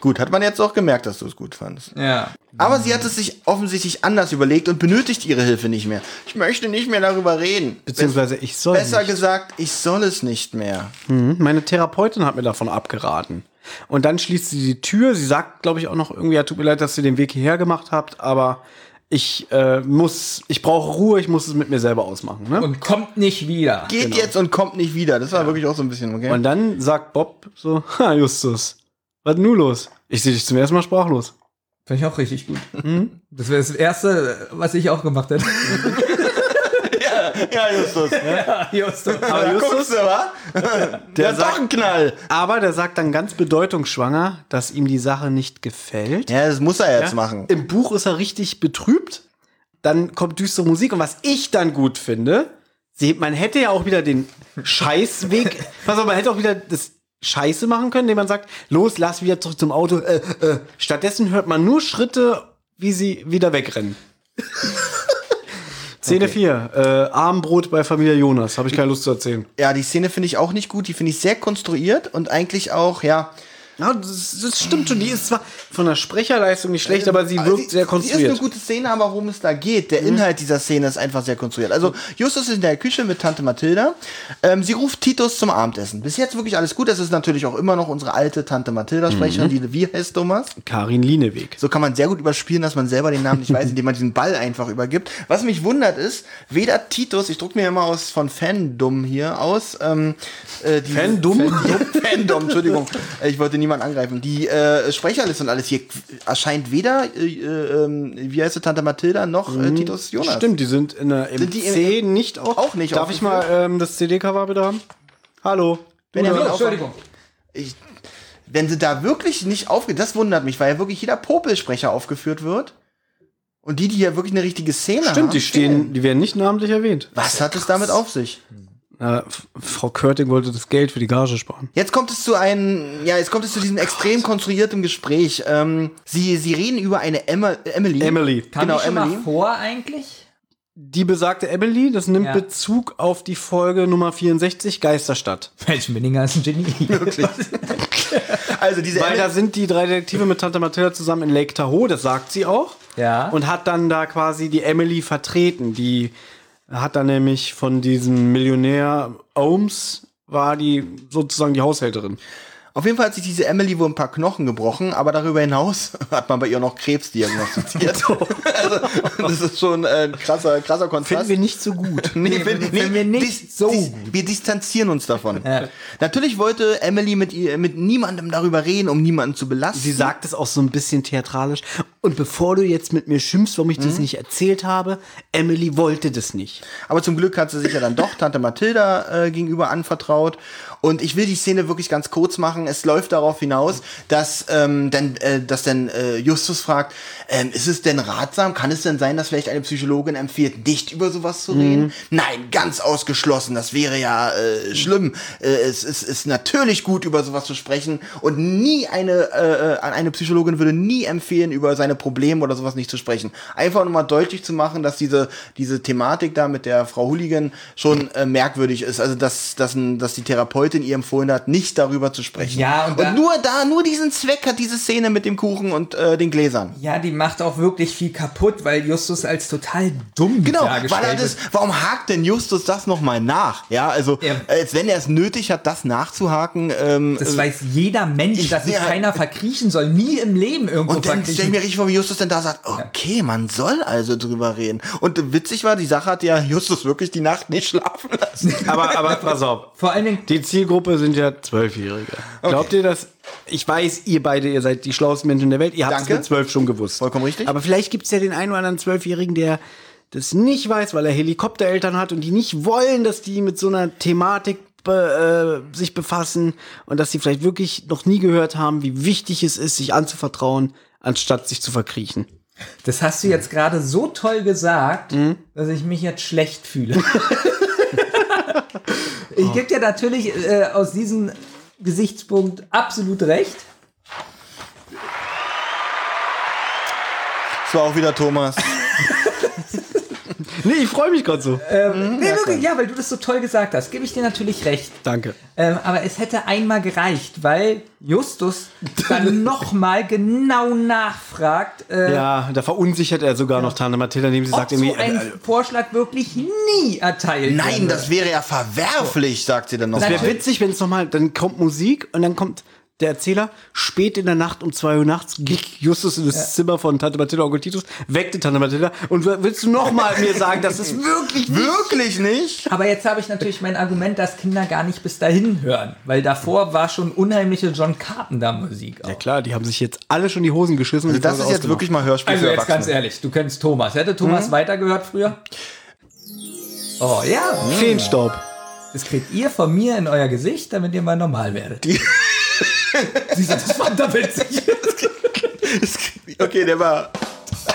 Speaker 2: Gut, hat man jetzt auch gemerkt, dass du es gut fandest.
Speaker 3: Ja.
Speaker 2: Aber sie hat es sich offensichtlich anders überlegt und benötigt ihre Hilfe nicht mehr. Ich möchte nicht mehr darüber reden.
Speaker 4: Beziehungsweise ich soll
Speaker 2: Besser
Speaker 4: nicht. Hm?
Speaker 2: gesagt, ich soll es nicht mehr.
Speaker 4: Meine Therapeutin hat mir davon abgeraten. Und dann schließt sie die Tür. Sie sagt, glaube ich, auch noch irgendwie, ja, tut mir leid, dass ihr den Weg hierher gemacht habt, aber ich äh, muss, ich brauche Ruhe, ich muss es mit mir selber ausmachen. Ne? Und,
Speaker 3: Und kommt nicht wieder.
Speaker 2: Geht
Speaker 4: Genau.
Speaker 2: jetzt und kommt nicht wieder. Das war wirklich auch so ein bisschen, okay?
Speaker 4: dann sagt Bob so, ha, Justus, was denn nun los? Ich sehe dich zum ersten Mal sprachlos.
Speaker 3: Fand ich auch richtig gut.
Speaker 2: Mhm.
Speaker 3: Das wäre das Erste, was ich auch gemacht hätte.
Speaker 2: ja, Justus.
Speaker 3: Justus.
Speaker 4: Aber
Speaker 2: Guckst du, wa? Der ist doch ein Knall.
Speaker 4: aber der sagt dann ganz bedeutungsschwanger, dass ihm die Sache nicht gefällt.
Speaker 2: Ja, das muss er jetzt machen.
Speaker 4: Im Buch ist er richtig betrübt. Dann kommt düstere Musik. Und was ich dann gut finde, sie, man hätte ja auch wieder den Scheißweg, pass auf, man hätte auch wieder das Scheiße machen können, indem man sagt, los, lass wieder zurück zum Auto. Äh, äh. Stattdessen hört man nur Schritte, wie sie wieder wegrennen. Szene 4. Äh, Armbrot bei Familie Jonas. Habe ich keine Lust zu erzählen.
Speaker 2: Ja, die Szene finde ich auch nicht gut. Die finde ich sehr konstruiert und eigentlich auch, ja.
Speaker 4: Ja, das, das stimmt schon. Die ist zwar von der Sprecherleistung nicht schlecht, aber Äh, sie wirkt sehr
Speaker 2: Sie ist
Speaker 4: konstruiert. Mhm.
Speaker 2: eine gute Szene, aber worum es da geht, der Inhalt dieser Szene ist einfach sehr konstruiert. Also, Justus ist in der Küche mit Tante Mathilda. Ähm, sie ruft Titus zum Abendessen. Bis jetzt wirklich alles gut. Das ist natürlich auch immer noch unsere alte Tante Mathilda-Sprecherin,
Speaker 4: Mhm.
Speaker 2: die, wie heißt Thomas?
Speaker 4: Karin Lieneweg.
Speaker 2: So kann man sehr gut überspielen, dass man selber den Namen nicht weiß, indem man diesen Ball einfach übergibt. Was mich wundert ist, weder Titus, ich drucke mir immer aus von Fandom hier aus, ähm, äh, die,
Speaker 4: Fandom?
Speaker 2: Fandom, Fandom, Entschuldigung, Äh, ich wollte niemanden angreifen. Die äh, Sprecherliste und alles hier erscheint weder, äh, äh, ähm, wie heißt sie, Tante Mathilda, noch äh, Titus Jonas.
Speaker 4: Hm, Stimmt, die sind in der MC
Speaker 2: Sind die im-
Speaker 4: nicht auch.
Speaker 2: auch nicht ne?
Speaker 4: Darf ich mal ähm, das CD-Cover bitte haben? Hallo.
Speaker 2: Benjamin,
Speaker 3: So,
Speaker 2: auf-
Speaker 3: Entschuldigung.
Speaker 2: Ich, wenn sie da wirklich nicht aufgeht, das wundert mich, weil ja wirklich jeder Popelsprecher aufgeführt wird. Und die, die ja wirklich eine richtige Szene haben.
Speaker 4: Stimmt, die stehen, die werden nicht namentlich erwähnt.
Speaker 2: Was hat es damit auf sich?
Speaker 4: Äh, F- Frau Körting wollte das Geld für die Gage sparen.
Speaker 2: Jetzt kommt es zu einem, ja, jetzt kommt es zu diesem extrem konstruierten Gespräch. Ähm, sie, sie reden über eine Emma, Emily.
Speaker 4: Emily.
Speaker 3: Kam
Speaker 2: genau,
Speaker 3: die schon
Speaker 2: Emily.
Speaker 3: mal vor eigentlich?
Speaker 4: die besagte Emily, das nimmt
Speaker 3: Ja.
Speaker 4: Bezug auf die Folge Nummer 64, Geisterstadt.
Speaker 3: Mensch, Minninger ist ein Genie. Wirklich.
Speaker 2: Also diese
Speaker 4: Weil da
Speaker 2: Emily,
Speaker 4: sind die drei Detektive mit Tante Mathilda zusammen in Lake Tahoe, das sagt sie auch.
Speaker 3: Ja.
Speaker 4: Und hat dann da quasi die Emily vertreten. Die hat dann nämlich von diesem Millionär Ohms war die sozusagen die Haushälterin.
Speaker 2: auf jeden Fall hat sich diese Emily wohl ein paar Knochen gebrochen, aber darüber hinaus hat man bei ihr noch Krebs diagnostiziert. also, das ist schon äh, ein krasser, krasser Kontrast.
Speaker 4: Finden wir nicht so gut.
Speaker 2: Nee, wenn, nee,
Speaker 3: wir nicht so
Speaker 2: Wir distanzieren uns davon. Natürlich wollte Emily mit, ihr, mit niemandem darüber reden, um niemanden zu belasten.
Speaker 4: Sie sagt es auch so ein bisschen theatralisch. Und bevor du jetzt mit mir schimpfst, warum ich das nicht erzählt habe, Emily wollte das nicht.
Speaker 2: Aber zum Glück hat sie sich ja dann doch Tante Mathilda äh, gegenüber anvertraut. Und ich will die Szene wirklich ganz kurz machen. Es läuft darauf hinaus, dass ähm, denn, äh, dass denn äh, Justus fragt, ähm, ist es denn ratsam? Kann es denn sein, dass vielleicht eine Psychologin empfiehlt, nicht über sowas zu reden? Nein, ganz ausgeschlossen. Das wäre ja äh, schlimm. Äh, es ist, ist natürlich gut, über sowas zu sprechen. Und nie eine, äh, äh, eine Psychologin würde nie empfehlen, über seine Probleme oder sowas nicht zu sprechen. Einfach nur mal deutlich zu machen, dass diese, diese Thematik da mit der Frau Hooligan schon äh, merkwürdig ist. Also, dass, dass, ein, dass die Therapeutin ihr empfohlen hat, nicht darüber zu sprechen.
Speaker 3: Ja, und
Speaker 2: und,
Speaker 3: da-
Speaker 2: nur da, nur diesen Zweck hat diese Szene mit dem Kuchen und äh, den Gläsern.
Speaker 3: Ja, die macht auch wirklich viel kaputt, weil Justus als total dumm
Speaker 2: Genau, weil
Speaker 3: dargestellt
Speaker 2: er das,
Speaker 3: ist.
Speaker 2: warum hakt denn Justus das nochmal nach? Ja, also,
Speaker 3: Ja.
Speaker 2: als wenn er es nötig hat, das nachzuhaken, ähm,
Speaker 3: Das weiß jeder Mensch,
Speaker 2: Ich-
Speaker 3: dass sich
Speaker 2: ja. äh,
Speaker 3: keiner verkriechen soll. Nie im Leben irgendwo
Speaker 2: Und dann stell ich
Speaker 3: verkriechen.
Speaker 2: mir richtig vor, wie Justus denn da sagt, okay, man soll also drüber reden. Und äh, witzig war, die Sache hat ja Justus wirklich die Nacht nicht schlafen lassen.
Speaker 4: Aber, aber pass auf.
Speaker 3: Vor allen Dingen,
Speaker 4: Die Zielgruppe sind ja Zwölfjährige. Glaubt ihr das? Ich weiß, ihr beide, ihr seid die schlauesten Menschen der Welt. Ihr habt es
Speaker 2: Danke.
Speaker 4: mit zwölf schon gewusst.
Speaker 2: Vollkommen richtig.
Speaker 4: Aber vielleicht gibt es ja den einen oder anderen Zwölfjährigen, der das nicht weiß, weil er Helikoptereltern hat und die nicht wollen, dass die mit so einer Thematik be, äh, sich befassen und dass sie vielleicht wirklich noch nie gehört haben, wie wichtig es ist, sich anzuvertrauen, anstatt sich zu verkriechen.
Speaker 3: das hast du jetzt gerade so toll gesagt,
Speaker 4: Mhm.
Speaker 3: dass ich mich jetzt schlecht fühle.
Speaker 4: Oh.
Speaker 3: ich gebe dir natürlich äh, aus diesem Gesichtspunkt absolut recht.
Speaker 2: Das war auch wieder Thomas.
Speaker 4: Nee, ich freue mich gerade so.
Speaker 2: Äh.
Speaker 3: Ähm, nee, wirklich, ja, weil du das so toll gesagt hast, gebe ich dir natürlich recht.
Speaker 4: Danke.
Speaker 3: Ähm, aber es hätte einmal gereicht, weil Justus dann nochmal genau nachfragt, äh,
Speaker 4: Ja, da verunsichert er sogar noch Tante Mathilda, indem sie
Speaker 3: ob
Speaker 4: sagt
Speaker 3: so
Speaker 4: irgendwie,
Speaker 3: ein
Speaker 4: äh,
Speaker 3: Vorschlag wirklich nie erteilt
Speaker 2: Nein,
Speaker 3: wurde.
Speaker 2: das wäre ja verwerflich, sagt sie dann noch.
Speaker 4: Wäre
Speaker 3: Natürlich.
Speaker 4: witzig, wenn es nochmal, dann kommt Musik und dann kommt der Erzähler spät in der Nacht um 2 Uhr nachts ging Justus in das Zimmer von Tante Mathilda Augustinus, weckte Tante Mathilda und w- willst du nochmal mir sagen, dass es wirklich
Speaker 2: Wirklich nicht?
Speaker 3: Aber jetzt habe ich natürlich mein Argument, dass Kinder gar nicht bis dahin hören, weil davor war schon unheimliche John Carpenter Musik. Auch.
Speaker 4: Klar, die haben sich jetzt alle schon die Hosen geschissen.
Speaker 2: Also das ist jetzt wirklich mal Hörspiel
Speaker 3: Also
Speaker 2: für
Speaker 3: jetzt ganz
Speaker 2: Erwachsene.
Speaker 3: ehrlich, du kennst Thomas. Hätte Thomas weitergehört früher? Mhm. Oh ja,
Speaker 4: Feenstaub.
Speaker 3: das kriegt ihr von mir in euer Gesicht, damit ihr mal normal werdet. Sie sagt, das war da witzig.
Speaker 2: Okay, der war...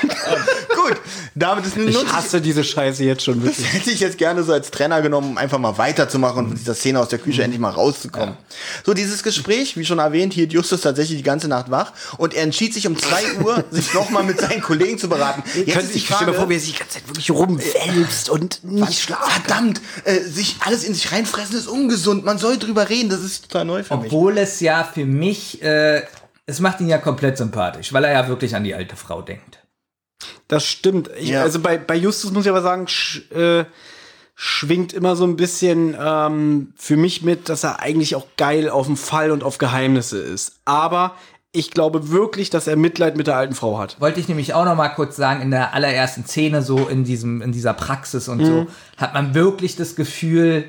Speaker 2: Gut, damit ist
Speaker 4: Ich
Speaker 2: nutze
Speaker 4: hasse diese Scheiße jetzt schon wirklich.
Speaker 2: hätte ich jetzt gerne so als Trainer genommen, um einfach mal weiterzumachen und mit dieser Szene aus der
Speaker 4: Mhm.
Speaker 2: Küche endlich mal rauszukommen. So, dieses Gespräch, wie schon erwähnt, hielt Justus tatsächlich die ganze Nacht wach und er entschied sich um 2 Uhr, sich nochmal mit seinen Kollegen zu beraten. Jetzt
Speaker 4: Könnt-
Speaker 2: ist die
Speaker 4: ich stelle mir
Speaker 2: Frage- Äh,
Speaker 4: vor, wie er sich die ganze Zeit wirklich rumwälzt und nicht schlafen.
Speaker 2: Verdammt, äh, sich alles in sich reinfressen ist ungesund. Man soll drüber reden, das ist total neu für mich.
Speaker 3: Obwohl es ja für mich, äh, es macht ihn ja komplett sympathisch, weil er ja wirklich an die alte Frau denkt.
Speaker 4: Das stimmt. Ich,
Speaker 2: Ja.
Speaker 4: Also bei, bei Justus muss ich aber sagen, sch, äh, schwingt immer so ein bisschen ähm, für mich mit, dass er eigentlich auch geil auf den Fall und auf Geheimnisse ist. Aber ich glaube wirklich, dass er Mitleid mit der alten Frau hat.
Speaker 3: Wollte ich nämlich auch noch mal kurz sagen, in der allerersten Szene so in diesem in dieser Praxis und so hat man wirklich das Gefühl,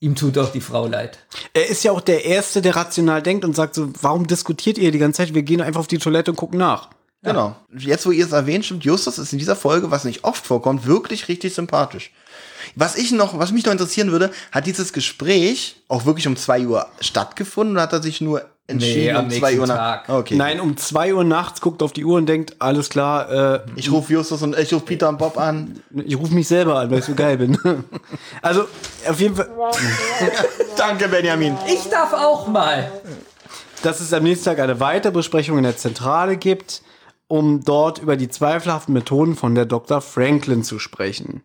Speaker 3: ihm tut doch die Frau leid.
Speaker 4: Er ist ja auch der Erste, der rational denkt und sagt so, warum diskutiert ihr die ganze Zeit? Wir gehen einfach auf die Toilette und gucken nach.
Speaker 2: Genau. Jetzt, wo ihr es erwähnt, stimmt, Justus ist in dieser Folge, was nicht oft vorkommt, wirklich richtig sympathisch. Was ich noch, was mich noch interessieren würde, hat dieses Gespräch auch wirklich um 2 Uhr stattgefunden oder hat er sich nur entschieden
Speaker 3: Nee, am
Speaker 2: um 2
Speaker 3: nächsten
Speaker 2: Uhr nach?
Speaker 3: Tag.
Speaker 2: Okay.
Speaker 4: Nein, um zwei Uhr nachts guckt auf die Uhr und denkt, alles klar, äh,
Speaker 2: Ich rufe Justus und ich rufe Peter und Bob an.
Speaker 4: ich rufe mich selber an, weil ich so geil bin. also, auf jeden Fall.
Speaker 2: Danke, Benjamin.
Speaker 3: Ich darf auch mal.
Speaker 4: dass es am nächsten Tag eine weitere Besprechung in der Zentrale gibt um dort über die zweifelhaften Methoden von der Dr. Franklin zu sprechen.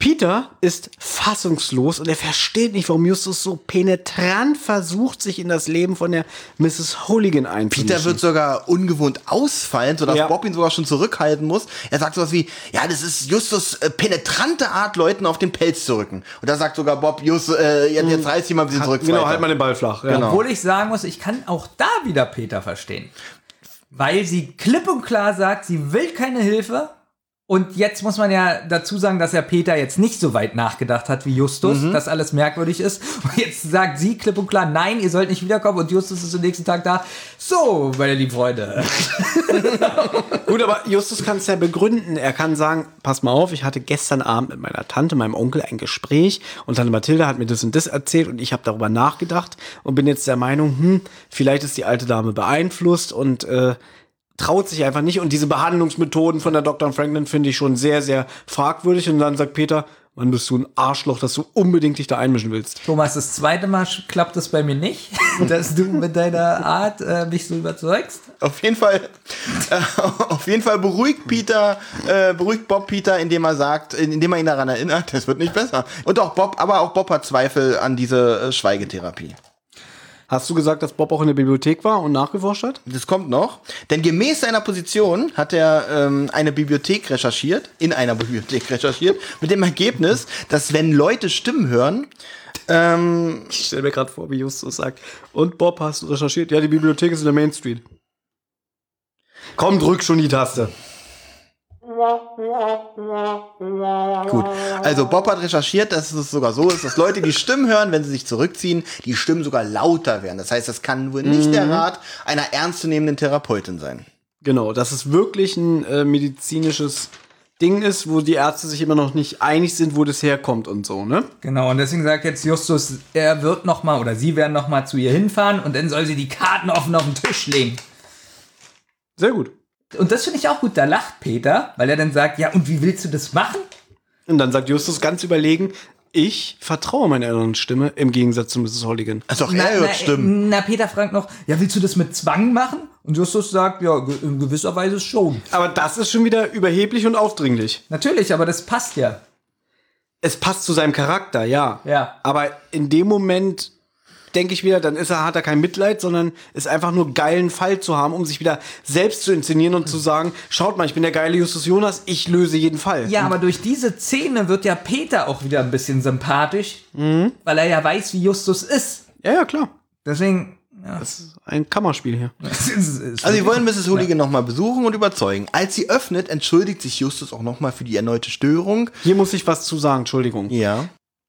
Speaker 4: Peter ist fassungslos und er versteht nicht, warum Justus so penetrant versucht, sich in das Leben von der Mrs. Hooligan einzumischen.
Speaker 2: Peter wird sogar ungewohnt ausfallend, sodass
Speaker 4: Ja.
Speaker 2: Bob ihn sogar schon zurückhalten muss. Er sagt sowas wie, ja, das ist Justus äh, penetrante Art, Leuten auf den Pelz zu rücken. Und da sagt sogar Bob, Justus, äh, jetzt, jetzt reiß dich mal ein bisschen zurück.
Speaker 4: Genau,
Speaker 2: Zweiter.
Speaker 4: halt mal den Ball flach. Ja.
Speaker 2: Genau.
Speaker 3: Obwohl ich sagen muss, ich kann auch da wieder Peter verstehen. Weil sie klipp und klar sagt, sie will keine Hilfe. Und jetzt muss man ja dazu sagen, dass ja Peter jetzt nicht so weit nachgedacht hat wie Justus, dass alles merkwürdig ist. Und jetzt sagt sie klipp und klar, nein, ihr sollt nicht wiederkommen. Und Justus ist am nächsten Tag da. So, meine lieben Freunde.
Speaker 4: Gut, aber Justus kann es ja begründen. Er kann sagen, pass mal auf, ich hatte gestern Abend mit meiner Tante, meinem Onkel ein Gespräch und Tante Mathilde hat mir das und das erzählt und ich habe darüber nachgedacht und bin jetzt der Meinung, hm, vielleicht ist die alte Dame beeinflusst und äh, traut sich einfach nicht. Und diese Behandlungsmethoden von der Dr. Franklin finde ich schon sehr, sehr fragwürdig. Und dann sagt Peter, Mann, bist du ein Arschloch, dass du unbedingt dich da einmischen willst.
Speaker 3: Thomas, das zweite Mal sch- klappt es bei mir nicht, dass du mit deiner Art äh, mich so überzeugst.
Speaker 2: Auf jeden Fall, äh, auf jeden Fall beruhigt Peter, äh, beruhigt Bob Peter, indem er sagt, in- indem er ihn daran erinnert, das wird nicht besser. Und auch Bob, aber auch Bob hat Zweifel an diese äh, Schweigetherapie.
Speaker 4: Hast du gesagt, dass Bob auch in der Bibliothek war und nachgeforscht hat?
Speaker 2: Das kommt noch. Denn gemäß seiner Position hat er ähm, eine Bibliothek recherchiert, in einer Bibliothek recherchiert, mit dem Ergebnis, dass wenn Leute Stimmen hören, ähm,
Speaker 4: Ich stelle mir gerade vor, wie Justus sagt. Und Bob, hast du recherchiert? Ja, die Bibliothek ist in der Main Street. Komm, drück schon die Taste.
Speaker 2: Gut. Also Bob hat recherchiert, dass es sogar so ist, dass Leute, die Stimmen hören, wenn sie sich zurückziehen, die Stimmen sogar lauter werden. Das heißt, das kann wohl nicht der Rat einer ernstzunehmenden Therapeutin sein.
Speaker 4: Genau, dass es wirklich ein äh, medizinisches Ding ist, wo die Ärzte sich immer noch nicht einig sind, wo das herkommt und so, ne?
Speaker 3: Genau, und deswegen sagt jetzt Justus, er wird noch mal oder sie werden noch mal zu ihr hinfahren und dann soll sie die Karten offen auf den Tisch legen.
Speaker 4: Sehr gut.
Speaker 3: Und das finde ich auch gut, da lacht Peter, weil er dann sagt, ja, und wie willst du das machen?
Speaker 4: Und dann sagt Justus ganz überlegen, ich vertraue meiner inneren Stimme im Gegensatz zu Mrs. Holligan.
Speaker 2: Also auch er hört Stimmen.
Speaker 3: Na, äh, Peter fragt noch, ja, willst du das mit Zwang machen? Und Justus sagt, ja, ge- in gewisser Weise schon.
Speaker 4: Aber das ist schon wieder überheblich und aufdringlich.
Speaker 3: Natürlich, aber das passt ja.
Speaker 4: Es passt zu seinem Charakter, ja.
Speaker 3: Ja.
Speaker 4: Aber in dem Moment denke ich wieder, dann ist er, hat er kein Mitleid, sondern ist einfach nur geilen Fall zu haben, um sich wieder selbst zu inszenieren und zu sagen, schaut mal, ich bin der geile Justus Jonas, ich löse jeden Fall.
Speaker 2: Mhm.
Speaker 3: Ja, aber durch diese Szene wird ja Peter auch wieder ein bisschen sympathisch,
Speaker 2: Mhm.
Speaker 3: weil er ja weiß, wie Justus ist.
Speaker 4: ja, ja, klar.
Speaker 3: Deswegen,
Speaker 4: Ein Kammerspiel hier.
Speaker 3: es ist, es
Speaker 2: Also sie wollen Mrs. Hooligan nochmal besuchen und überzeugen. Als sie öffnet, entschuldigt sich Justus auch nochmal für die erneute Störung.
Speaker 4: Hier muss ich was zu sagen, Entschuldigung.
Speaker 2: Ja.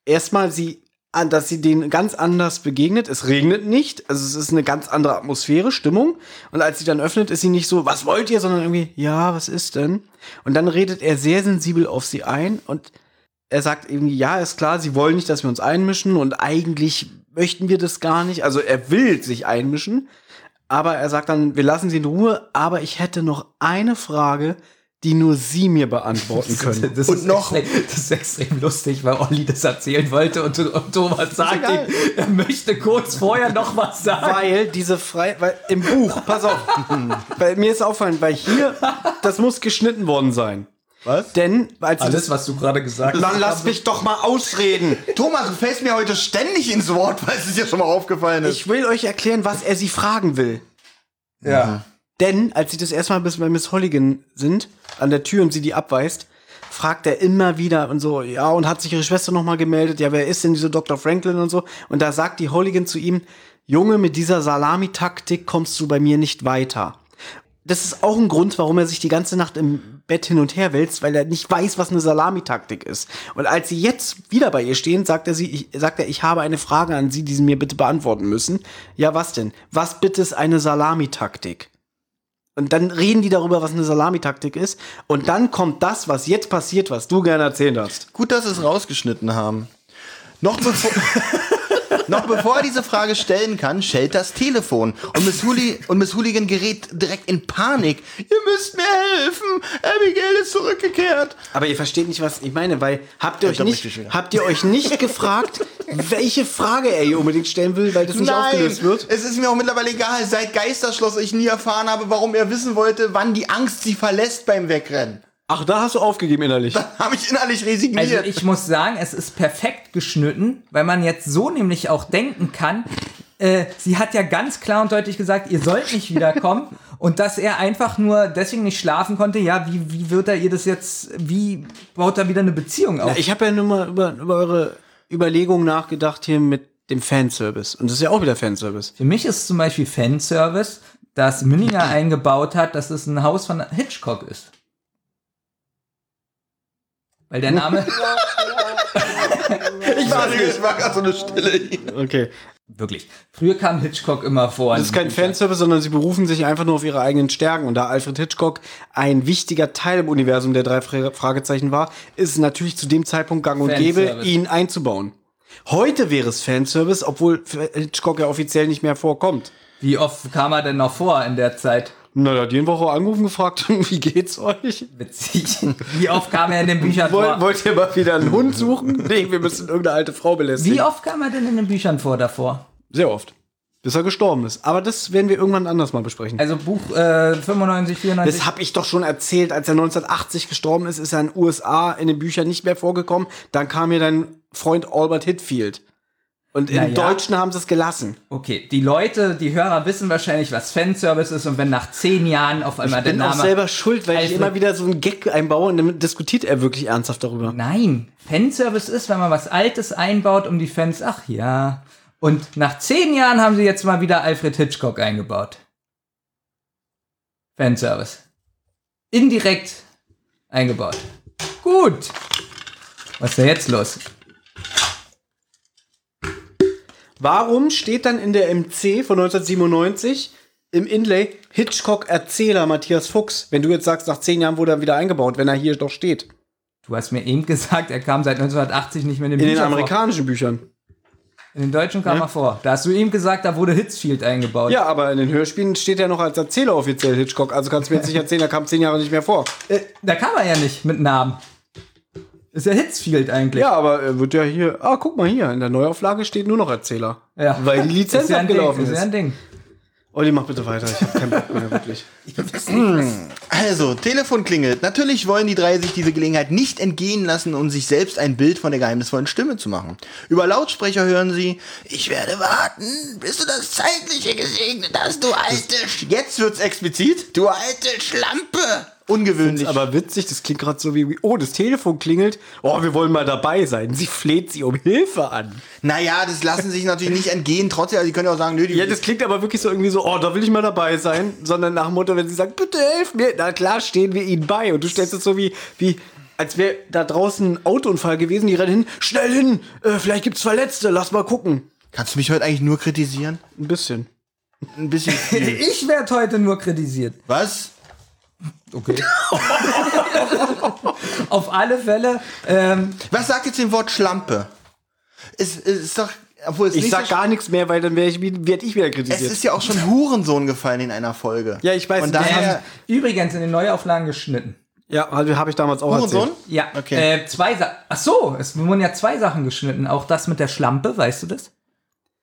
Speaker 4: Erstmal, sie, an- dass sie denen ganz anders begegnet. Es regnet nicht, also es ist eine ganz andere Atmosphäre, Stimmung. Und als sie dann öffnet, ist sie nicht so, was wollt ihr, sondern irgendwie, ja, was ist denn? Und dann redet er sehr sensibel auf sie ein und er sagt irgendwie, ja, ist klar, sie wollen nicht, dass wir uns einmischen und eigentlich möchten wir das gar nicht. Also er will sich einmischen, aber er sagt dann, wir lassen sie in Ruhe, aber ich hätte noch eine Frage, die nur sie mir beantworten können.
Speaker 3: Das
Speaker 2: Und
Speaker 3: ist
Speaker 2: noch-
Speaker 3: Extrem, das ist extrem lustig, weil Olli das erzählen wollte und, und Thomas sagt
Speaker 2: egal.
Speaker 3: ihm, er möchte kurz vorher noch was sagen.
Speaker 4: Weil diese frei, weil im Buch, pass auf, weil mir ist auffallend, weil hier, das muss geschnitten worden sein.
Speaker 2: Was?
Speaker 4: Denn, als sie das,
Speaker 3: was du gerade gesagt
Speaker 4: dann lass mich doch mal ausreden.
Speaker 2: Thomas, du fällst mir heute ständig ins Wort, weil es dir schon mal aufgefallen ist.
Speaker 4: Ich will euch erklären, was er sie fragen will. Mhm.
Speaker 3: Ja.
Speaker 4: Denn, als sie das erstmal bis bei Miss Holligan sind, an der Tür und sie die abweist, fragt er immer wieder und so, ja, und hat sich ihre Schwester nochmal gemeldet, ja, wer ist denn diese Dr. Franklin und so. Und da sagt die Holligan zu ihm, Junge, mit dieser Salamitaktik kommst du bei mir nicht weiter. Das ist auch ein Grund, warum er sich die ganze Nacht im Bett hin und her wälzt, weil er nicht weiß, was eine Salamitaktik ist. Und als sie jetzt wieder bei ihr stehen, sagt er, sie, ich, sagt er, ich habe eine Frage an Sie, die Sie mir bitte beantworten müssen. Ja, was denn? Was bitte ist eine Salamitaktik? Und dann reden die darüber, was eine Salamitaktik ist. Und dann kommt das, was jetzt passiert, was du gerne erzählt hast.
Speaker 2: Gut, dass sie es rausgeschnitten haben. Noch bevor, Noch bevor er diese Frage stellen kann, schellt das Telefon. Und Miss, Hooli, und Miss Hooligan gerät direkt in Panik. Ihr müsst mir helfen! Abigail ist zurückgekehrt!
Speaker 4: Aber ihr versteht nicht, was ich meine, weil habt ihr euch
Speaker 2: glaub,
Speaker 4: nicht,
Speaker 2: richtig wieder.
Speaker 4: habt ihr euch nicht gefragt, welche Frage er hier unbedingt stellen will, weil das nicht aufgelöst wird?
Speaker 2: es ist mir auch mittlerweile egal, seit Geisterschloss ich nie erfahren habe, warum er wissen wollte, wann die Angst sie verlässt beim Wegrennen.
Speaker 4: Ach, da hast du aufgegeben innerlich.
Speaker 2: Habe ich innerlich resigniert.
Speaker 3: Also ich muss sagen, es ist perfekt geschnitten, weil man jetzt so nämlich auch denken kann, äh, sie hat ja ganz klar und deutlich gesagt, ihr sollt nicht wiederkommen. Und dass er einfach nur deswegen nicht schlafen konnte, ja, wie, wie wird er ihr das jetzt, wie baut er wieder eine Beziehung auf?
Speaker 4: Ich habe ja nur mal über, über eure Überlegungen nachgedacht hier mit dem Fanservice. Und das ist ja auch wieder Fanservice.
Speaker 3: Für mich ist zum Beispiel Fanservice, dass Münninger eingebaut hat, dass es ein Haus von Hitchcock ist. Weil der Name.
Speaker 2: ich war, ich war gerade so eine Stille.
Speaker 4: Okay.
Speaker 3: wirklich. Früher kam Hitchcock immer vor.
Speaker 4: Das Also ist kein Fanservice, sondern sie berufen sich einfach nur auf ihre eigenen Stärken. Und da Alfred Hitchcock ein wichtiger Teil im Universum der drei Fra- Fragezeichen war, ist es natürlich zu dem Zeitpunkt gang und gäbe,
Speaker 3: Fanservice.
Speaker 4: ihn einzubauen. Heute wäre es Fanservice, obwohl Hitchcock ja offiziell nicht mehr vorkommt.
Speaker 3: Wie oft kam er denn noch vor in der Zeit?
Speaker 4: Na, da hat jeden Woche angerufen gefragt, wie geht's euch?
Speaker 3: Witzig. Wie oft kam er in den Büchern
Speaker 4: Woll,
Speaker 3: vor?
Speaker 4: wollt ihr mal wieder einen Hund suchen? Nee, wir müssen irgendeine alte Frau belästigen.
Speaker 3: Wie oft kam er denn in den Büchern vor davor?
Speaker 4: Sehr oft. Bis er gestorben ist. Aber das werden wir irgendwann anders mal besprechen.
Speaker 3: Also Buch äh, 95, 94.
Speaker 4: Das habe ich doch schon erzählt, als er 1980 gestorben ist, ist er in den USA in den Büchern nicht mehr vorgekommen. Dann kam hier dein Freund Albert Hitfield. Und im
Speaker 3: Na ja.
Speaker 4: Deutschen haben sie es gelassen.
Speaker 3: okay, die Leute, die Hörer wissen wahrscheinlich, was Fanservice ist und wenn nach zehn Jahren auf einmal
Speaker 4: Ich
Speaker 3: der
Speaker 4: bin
Speaker 3: Name. Also
Speaker 4: auch selber schuld, weil ich
Speaker 3: Alfred-
Speaker 4: immer wieder so einen Gag einbaue und dann diskutiert er wirklich ernsthaft darüber.
Speaker 3: Nein, Fanservice ist, wenn man was Altes einbaut, um die Fans, ach ja. Und nach zehn Jahren haben sie jetzt mal wieder Alfred Hitchcock eingebaut. Fanservice. Indirekt eingebaut. Gut. Was ist da jetzt los?
Speaker 4: Warum steht dann in der MC von 1997 im Inlay Hitchcock-Erzähler Matthias Fuchs, wenn du jetzt sagst, nach zehn Jahren wurde er wieder eingebaut, wenn er hier doch steht?
Speaker 3: Du hast mir eben gesagt, er kam seit 1980 nicht mehr in den
Speaker 4: In den
Speaker 3: Büchern
Speaker 4: amerikanischen Büchern.
Speaker 3: vor. In den deutschen kam er vor. Da hast du ihm gesagt, da wurde Hitzfield eingebaut.
Speaker 4: Ja, aber in den Hörspielen steht er noch als Erzähler offiziell Hitchcock. Also kannst du mir jetzt nicht erzählen, er kam zehn Jahre nicht mehr vor.
Speaker 3: Äh, Da kam er ja nicht mit Namen. Ist ja Hitzfield eigentlich.
Speaker 4: Ja, aber er wird ja hier. Ah, guck mal hier, in der Neuauflage steht nur noch Erzähler.
Speaker 3: Ja.
Speaker 4: Weil die Lizenz
Speaker 3: ist ja ein
Speaker 4: abgelaufen
Speaker 3: Ding,
Speaker 4: ist.
Speaker 3: ist. Ja ein Ding.
Speaker 4: Olli, mach bitte weiter. Ich hab keinen Bock mehr, wirklich. Hm.
Speaker 2: Also, Telefon klingelt. Natürlich wollen die drei sich diese Gelegenheit nicht entgehen lassen, um sich selbst ein Bild von der geheimnisvollen Stimme zu machen. Über Lautsprecher hören sie, ich werde warten, bis du das Zeitliche gesegnet hast, du alte Sch Jetzt wird's explizit, du alte Schlampe. Ungewöhnlich.
Speaker 4: Aber witzig, das klingt gerade so wie, oh, das Telefon klingelt. Oh, wir wollen mal dabei sein. Sie fleht sie um Hilfe an.
Speaker 2: naja, das lassen sich natürlich nicht entgehen. Trotzdem, also die können ja auch sagen, nö, die
Speaker 4: Ja, das klingt aber wirklich so irgendwie so, oh, da will ich mal dabei sein. Sondern nach dem Motto, wenn sie sagt, bitte helf mir, na klar stehen wir ihnen bei. Und du stellst es so wie, wie als wäre da draußen ein Autounfall gewesen, die rennen hin, schnell hin, äh, vielleicht gibt's Verletzte, lass mal gucken.
Speaker 2: Kannst du mich heute eigentlich nur kritisieren?
Speaker 4: Ein bisschen.
Speaker 2: Ein bisschen viel.
Speaker 3: Ich werde heute nur kritisiert.
Speaker 2: Was?
Speaker 3: Okay. Auf alle Fälle. Ähm,
Speaker 2: Was sagt jetzt dem Wort Schlampe? Es, es ist doch, obwohl es
Speaker 4: Ich
Speaker 2: nicht
Speaker 4: sag
Speaker 2: so
Speaker 4: gar nichts mehr, weil dann werde ich, wie- werd ich wieder kritisiert.
Speaker 2: Es ist ja auch schon Hurensohn gefallen in einer Folge.
Speaker 4: Ja, ich weiß,
Speaker 2: Und
Speaker 4: wir
Speaker 2: daher
Speaker 4: haben-
Speaker 3: also übrigens in den Neuauflagen geschnitten.
Speaker 4: ja, also habe ich damals auch
Speaker 2: Hurensohn?
Speaker 4: erzählt.
Speaker 3: Ja.
Speaker 2: Okay.
Speaker 3: Äh, zwei Sa Ach so, es wurden ja zwei Sachen geschnitten. Auch das mit der Schlampe, weißt du das?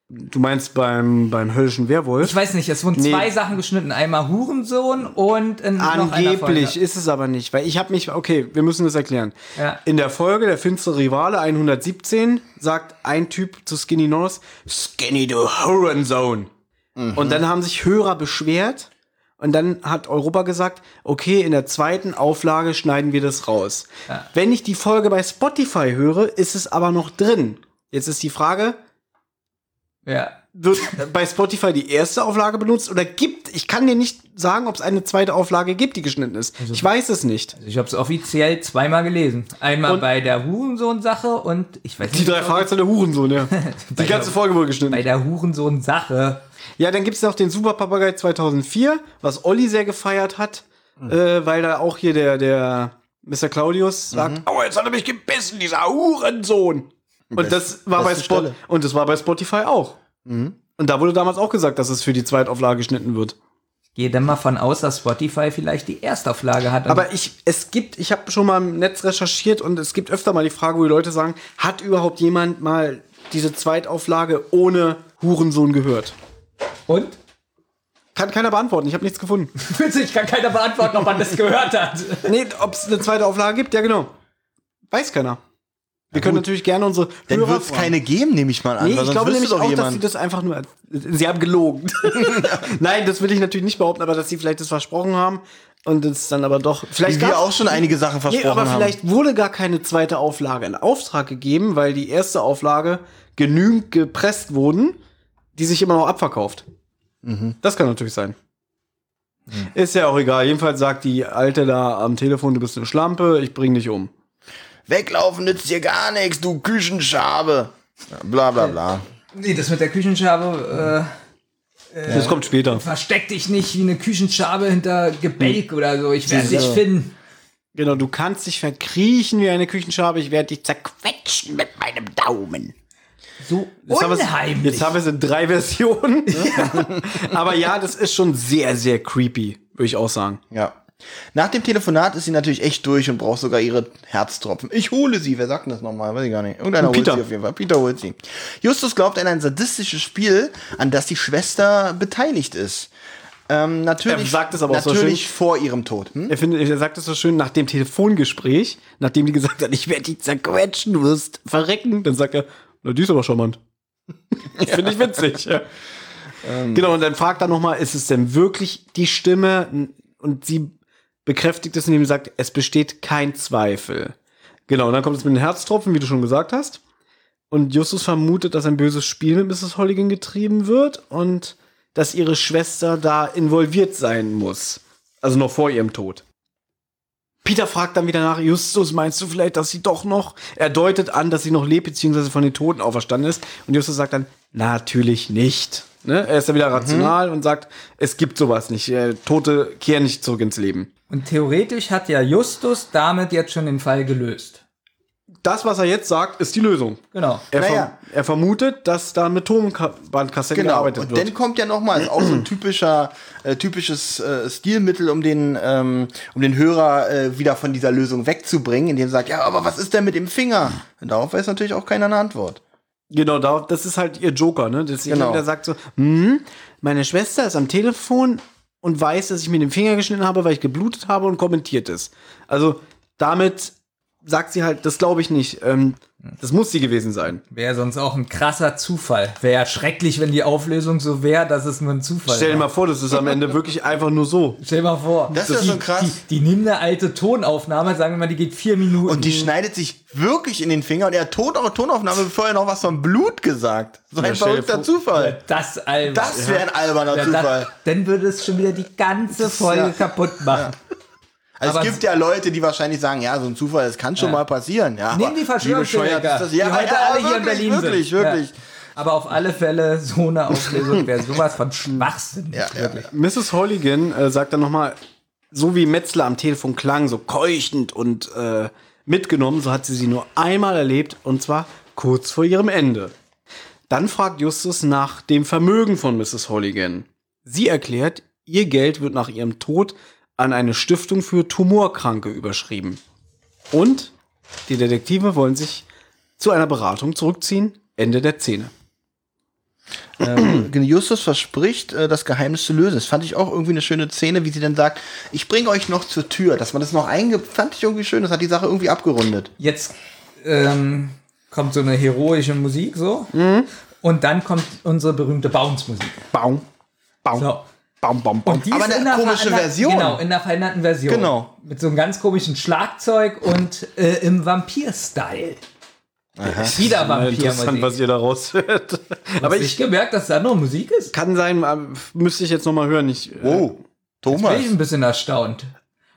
Speaker 4: Du meinst beim, beim höllischen Werwolf?
Speaker 3: Ich weiß nicht, es wurden
Speaker 4: Nee.
Speaker 3: zwei Sachen geschnitten. Einmal Hurensohn und in noch einer Folge.
Speaker 4: Angeblich ist es aber nicht, weil ich habe mich, okay, wir müssen das erklären.
Speaker 3: Ja.
Speaker 4: In der Folge der finstere Rivale 117 sagt ein Typ zu Skinny Norris, Skinny du Hurensohn. Und dann haben sich Hörer beschwert und dann hat Europa gesagt, okay, in der zweiten Auflage schneiden wir das raus. Wenn ich die Folge bei Spotify höre, ist es aber noch drin. Jetzt ist die Frage,
Speaker 3: Ja.
Speaker 4: wird bei Spotify die erste Auflage benutzt oder gibt, ich kann dir nicht sagen, ob es eine zweite Auflage gibt, die geschnitten ist.
Speaker 3: Also
Speaker 4: ich weiß es nicht.
Speaker 3: Ich habe es offiziell zweimal gelesen. Einmal
Speaker 4: Und-
Speaker 3: bei der Hurensohn-Sache und ich weiß
Speaker 4: Die drei Fragezeichen der Hurensohn, ja. Die ganze Folge wurde
Speaker 3: Bei
Speaker 4: geschnitten.
Speaker 3: der Hurensohn-Sache.
Speaker 4: Ja, dann gibt's noch den Super Papagei 2004, was Olli sehr gefeiert hat,
Speaker 3: Mhm.
Speaker 4: äh, weil da auch
Speaker 3: Mhm.
Speaker 4: hier der, der Mr. Claudius sagt, aua, jetzt hat er mich gebissen, dieser Hurensohn. Und das war bei
Speaker 2: beste
Speaker 4: Spot
Speaker 2: Stelle.
Speaker 4: und das war bei Spotify auch.
Speaker 3: Mhm.
Speaker 4: Und da wurde damals auch gesagt, dass es für die Zweitauflage geschnitten wird.
Speaker 3: Gehe dann mal von aus, dass Spotify vielleicht die Erstauflage hat.
Speaker 2: Also
Speaker 4: Aber ich, es gibt, ich habe schon mal im Netz recherchiert und es gibt öfter mal die Frage, wo die Leute sagen, hat überhaupt jemand mal diese Zweitauflage ohne Hurensohn gehört?
Speaker 3: und?
Speaker 4: Kann keiner beantworten, ich habe nichts gefunden.
Speaker 3: Witzig, kann keiner beantworten, ob man das gehört hat.
Speaker 4: nee, ob es eine zweite Auflage gibt, ja genau. Weiß keiner. Wir können natürlich gerne unsere
Speaker 2: Dann
Speaker 4: Hörer
Speaker 2: wird es
Speaker 4: fragen.
Speaker 2: keine geben, nehme ich mal an.
Speaker 4: Nee,
Speaker 2: weil
Speaker 4: ich
Speaker 2: sonst
Speaker 4: glaube
Speaker 2: wüsste
Speaker 4: nämlich
Speaker 2: doch
Speaker 4: auch, dass sie
Speaker 2: jemand.
Speaker 4: das einfach nur. Sie haben gelogen. Nein, das will ich natürlich nicht behaupten, aber dass sie vielleicht das versprochen haben und es dann aber doch. Vielleicht
Speaker 2: Wie wir
Speaker 4: gab's-
Speaker 2: auch schon einige Sachen versprochen
Speaker 4: Nee, aber
Speaker 2: haben.
Speaker 4: vielleicht wurde gar keine zweite Auflage in Auftrag gegeben, weil die erste Auflage genügend gepresst wurden, die sich immer noch abverkauft. Das kann natürlich sein. Ist ja auch egal. Jedenfalls sagt die Alte da am Telefon, du bist eine Schlampe, ich bring dich um.
Speaker 2: Weglaufen nützt dir gar nichts, du Küchenschabe. Ja, Bla bla bla.
Speaker 3: Nee, das mit der Küchenschabe, äh,
Speaker 4: Das kommt später.
Speaker 3: versteck dich nicht wie eine Küchenschabe hinter Gebälk oder Hm. so. Ich werde dich finden.
Speaker 4: Genau, du kannst dich verkriechen wie eine Küchenschabe, ich werde dich zerquetschen mit meinem Daumen.
Speaker 3: So
Speaker 4: Jetzt haben wir's-
Speaker 3: unheimlich.
Speaker 4: Jetzt haben wir es in drei Versionen. ne? Aber ja, das ist schon sehr, sehr creepy, würde ich auch sagen.
Speaker 2: Ja. Nach dem Telefonat ist sie natürlich echt durch und braucht sogar ihre Herztropfen. Ich hole sie. Wer sagt denn das nochmal? Weiß ich gar nicht. Irgendeiner holt
Speaker 4: Peter.
Speaker 2: sie auf jeden Fall. Peter holt sie. Justus glaubt an ein sadistisches Spiel, an das die Schwester beteiligt ist. Ähm, natürlich,
Speaker 4: Er sagt es aber auch so
Speaker 2: natürlich vor ihrem Tod. Hm?
Speaker 4: Er, findet, er sagt es so schön nach dem Telefongespräch, nachdem die gesagt hat, ich werde dich zerquetschen, du wirst verrecken. Dann sagt er, na, die ist aber charmant. Das Finde ich witzig. Ja. Genau, und dann fragt er nochmal, ist es denn wirklich die Stimme? Und sie bekräftigt es, indem sie sagt, es besteht kein Zweifel. Genau, und dann kommt es mit den Herztropfen, wie du schon gesagt hast. Und Justus vermutet, dass ein böses Spiel mit Mrs. Holligan getrieben wird und dass ihre Schwester da involviert sein muss. Also noch vor ihrem Tod. Peter fragt dann wieder nach, Justus, meinst du vielleicht, dass sie doch noch, er deutet an, dass sie noch lebt, beziehungsweise von den Toten auferstanden ist. Und Justus sagt dann, natürlich nicht. Ne? Er ist dann wieder rational und sagt, es gibt sowas nicht. Äh, Tote kehren nicht zurück ins Leben.
Speaker 3: Und theoretisch hat ja Justus damit jetzt schon den Fall gelöst.
Speaker 4: Das, was er jetzt sagt, ist die Lösung.
Speaker 3: Genau.
Speaker 4: Er, verm-
Speaker 2: Naja.
Speaker 4: er vermutet, dass da mit Tonbandkassetten
Speaker 2: Genau.
Speaker 4: gearbeitet
Speaker 2: Und
Speaker 4: wird.
Speaker 2: dann kommt ja nochmal, ist auch so ein typischer, äh, typisches äh, Stilmittel, um den, ähm, um den Hörer äh, wieder von dieser Lösung wegzubringen, indem er sagt, ja, aber was ist denn mit dem Finger? Und darauf weiß natürlich auch keiner eine Antwort.
Speaker 4: Genau, da- das ist halt ihr Joker, ne? Dass sie
Speaker 2: Genau.
Speaker 4: immer wieder sagt so, hm, meine Schwester ist am Telefon und weiß, dass ich mir den Finger geschnitten habe, weil ich geblutet habe und kommentiert es. Also damit sagt sie halt, das glaube ich nicht. Ähm, das muss sie gewesen sein.
Speaker 3: Wäre sonst auch ein krasser Zufall. Wäre ja schrecklich, wenn die Auflösung so wäre, dass es nur ein Zufall
Speaker 4: Stell dir
Speaker 3: war.
Speaker 4: mal vor, das ist am Ende wirklich einfach nur so.
Speaker 3: Stell dir mal vor.
Speaker 2: Das ist ja
Speaker 3: die,
Speaker 2: schon krass.
Speaker 3: Die, die nehmen eine alte Tonaufnahme, sagen wir mal, die geht vier Minuten.
Speaker 2: Und die schneidet sich wirklich in den Finger und er hat tot auch Tonaufnahme vorher noch was von Blut gesagt. So ein
Speaker 4: stell dir
Speaker 2: verrückter Zufall.
Speaker 3: das albern.
Speaker 2: Das wäre ein alberner
Speaker 3: Ja,
Speaker 2: Zufall.
Speaker 3: das- dann würde es schon wieder die ganze Folge
Speaker 2: ja-
Speaker 3: kaputt machen.
Speaker 2: Also es
Speaker 3: aber-
Speaker 2: gibt ja Leute, die wahrscheinlich sagen, ja, so ein Zufall, das kann schon mal passieren. Ja,
Speaker 3: Nehmen die
Speaker 2: aber wie bescheuert ist
Speaker 3: Verschwörungstheoretiker,
Speaker 2: das? Ja,
Speaker 3: die
Speaker 2: aber-
Speaker 3: heute
Speaker 2: ja,
Speaker 3: alle hier in
Speaker 2: wirklich,
Speaker 3: Berlin
Speaker 2: wirklich,
Speaker 3: sind.
Speaker 2: wirklich.
Speaker 3: Ja. Aber auf alle Fälle, so eine Auflösung wäre sowas von Schwachsinn.
Speaker 2: Ja, ja.
Speaker 3: wirklich.
Speaker 4: Mrs. Holligan äh, sagt dann nochmal, so wie Metzler am Telefon klang, so keuchend und äh, mitgenommen, so hat sie sie nur einmal erlebt und zwar kurz vor ihrem Ende. Dann fragt Justus nach dem Vermögen von Mrs. Holligan. Sie erklärt, ihr Geld wird nach ihrem Tod an eine Stiftung für Tumorkranke überschrieben. Und die Detektive wollen sich zu einer Beratung zurückziehen. Ende der Szene.
Speaker 2: Justus verspricht, äh, das Geheimnis zu lösen. Das fand ich auch irgendwie eine schöne Szene, wie sie dann sagt, ich bringe euch noch zur Tür. Dass man das noch einge... Fand ich irgendwie schön, das hat die Sache irgendwie abgerundet.
Speaker 3: jetzt ähm, kommt so eine heroische Musik so
Speaker 2: Mhm.
Speaker 3: und dann kommt unsere berühmte Bounce-Musik.
Speaker 4: Baum, baum,
Speaker 3: So.
Speaker 4: baum, baum, baum.
Speaker 3: Und die
Speaker 2: Aber eine
Speaker 3: der
Speaker 2: komische
Speaker 3: veränder-
Speaker 2: Version.
Speaker 3: Genau, in der veränderten Version.
Speaker 2: Genau.
Speaker 3: Mit so einem ganz komischen Schlagzeug und äh, im Vampir-Style. Ist Wieder
Speaker 4: Interessant, was
Speaker 3: Vampir-Musik.
Speaker 4: ihr daraus hört.
Speaker 3: Aber ich gemerkt, dass da noch Musik ist.
Speaker 4: Kann sein, ähm, müsste ich jetzt nochmal hören. Ich, äh,
Speaker 2: Oh, Thomas.
Speaker 3: Bin ich ein bisschen erstaunt.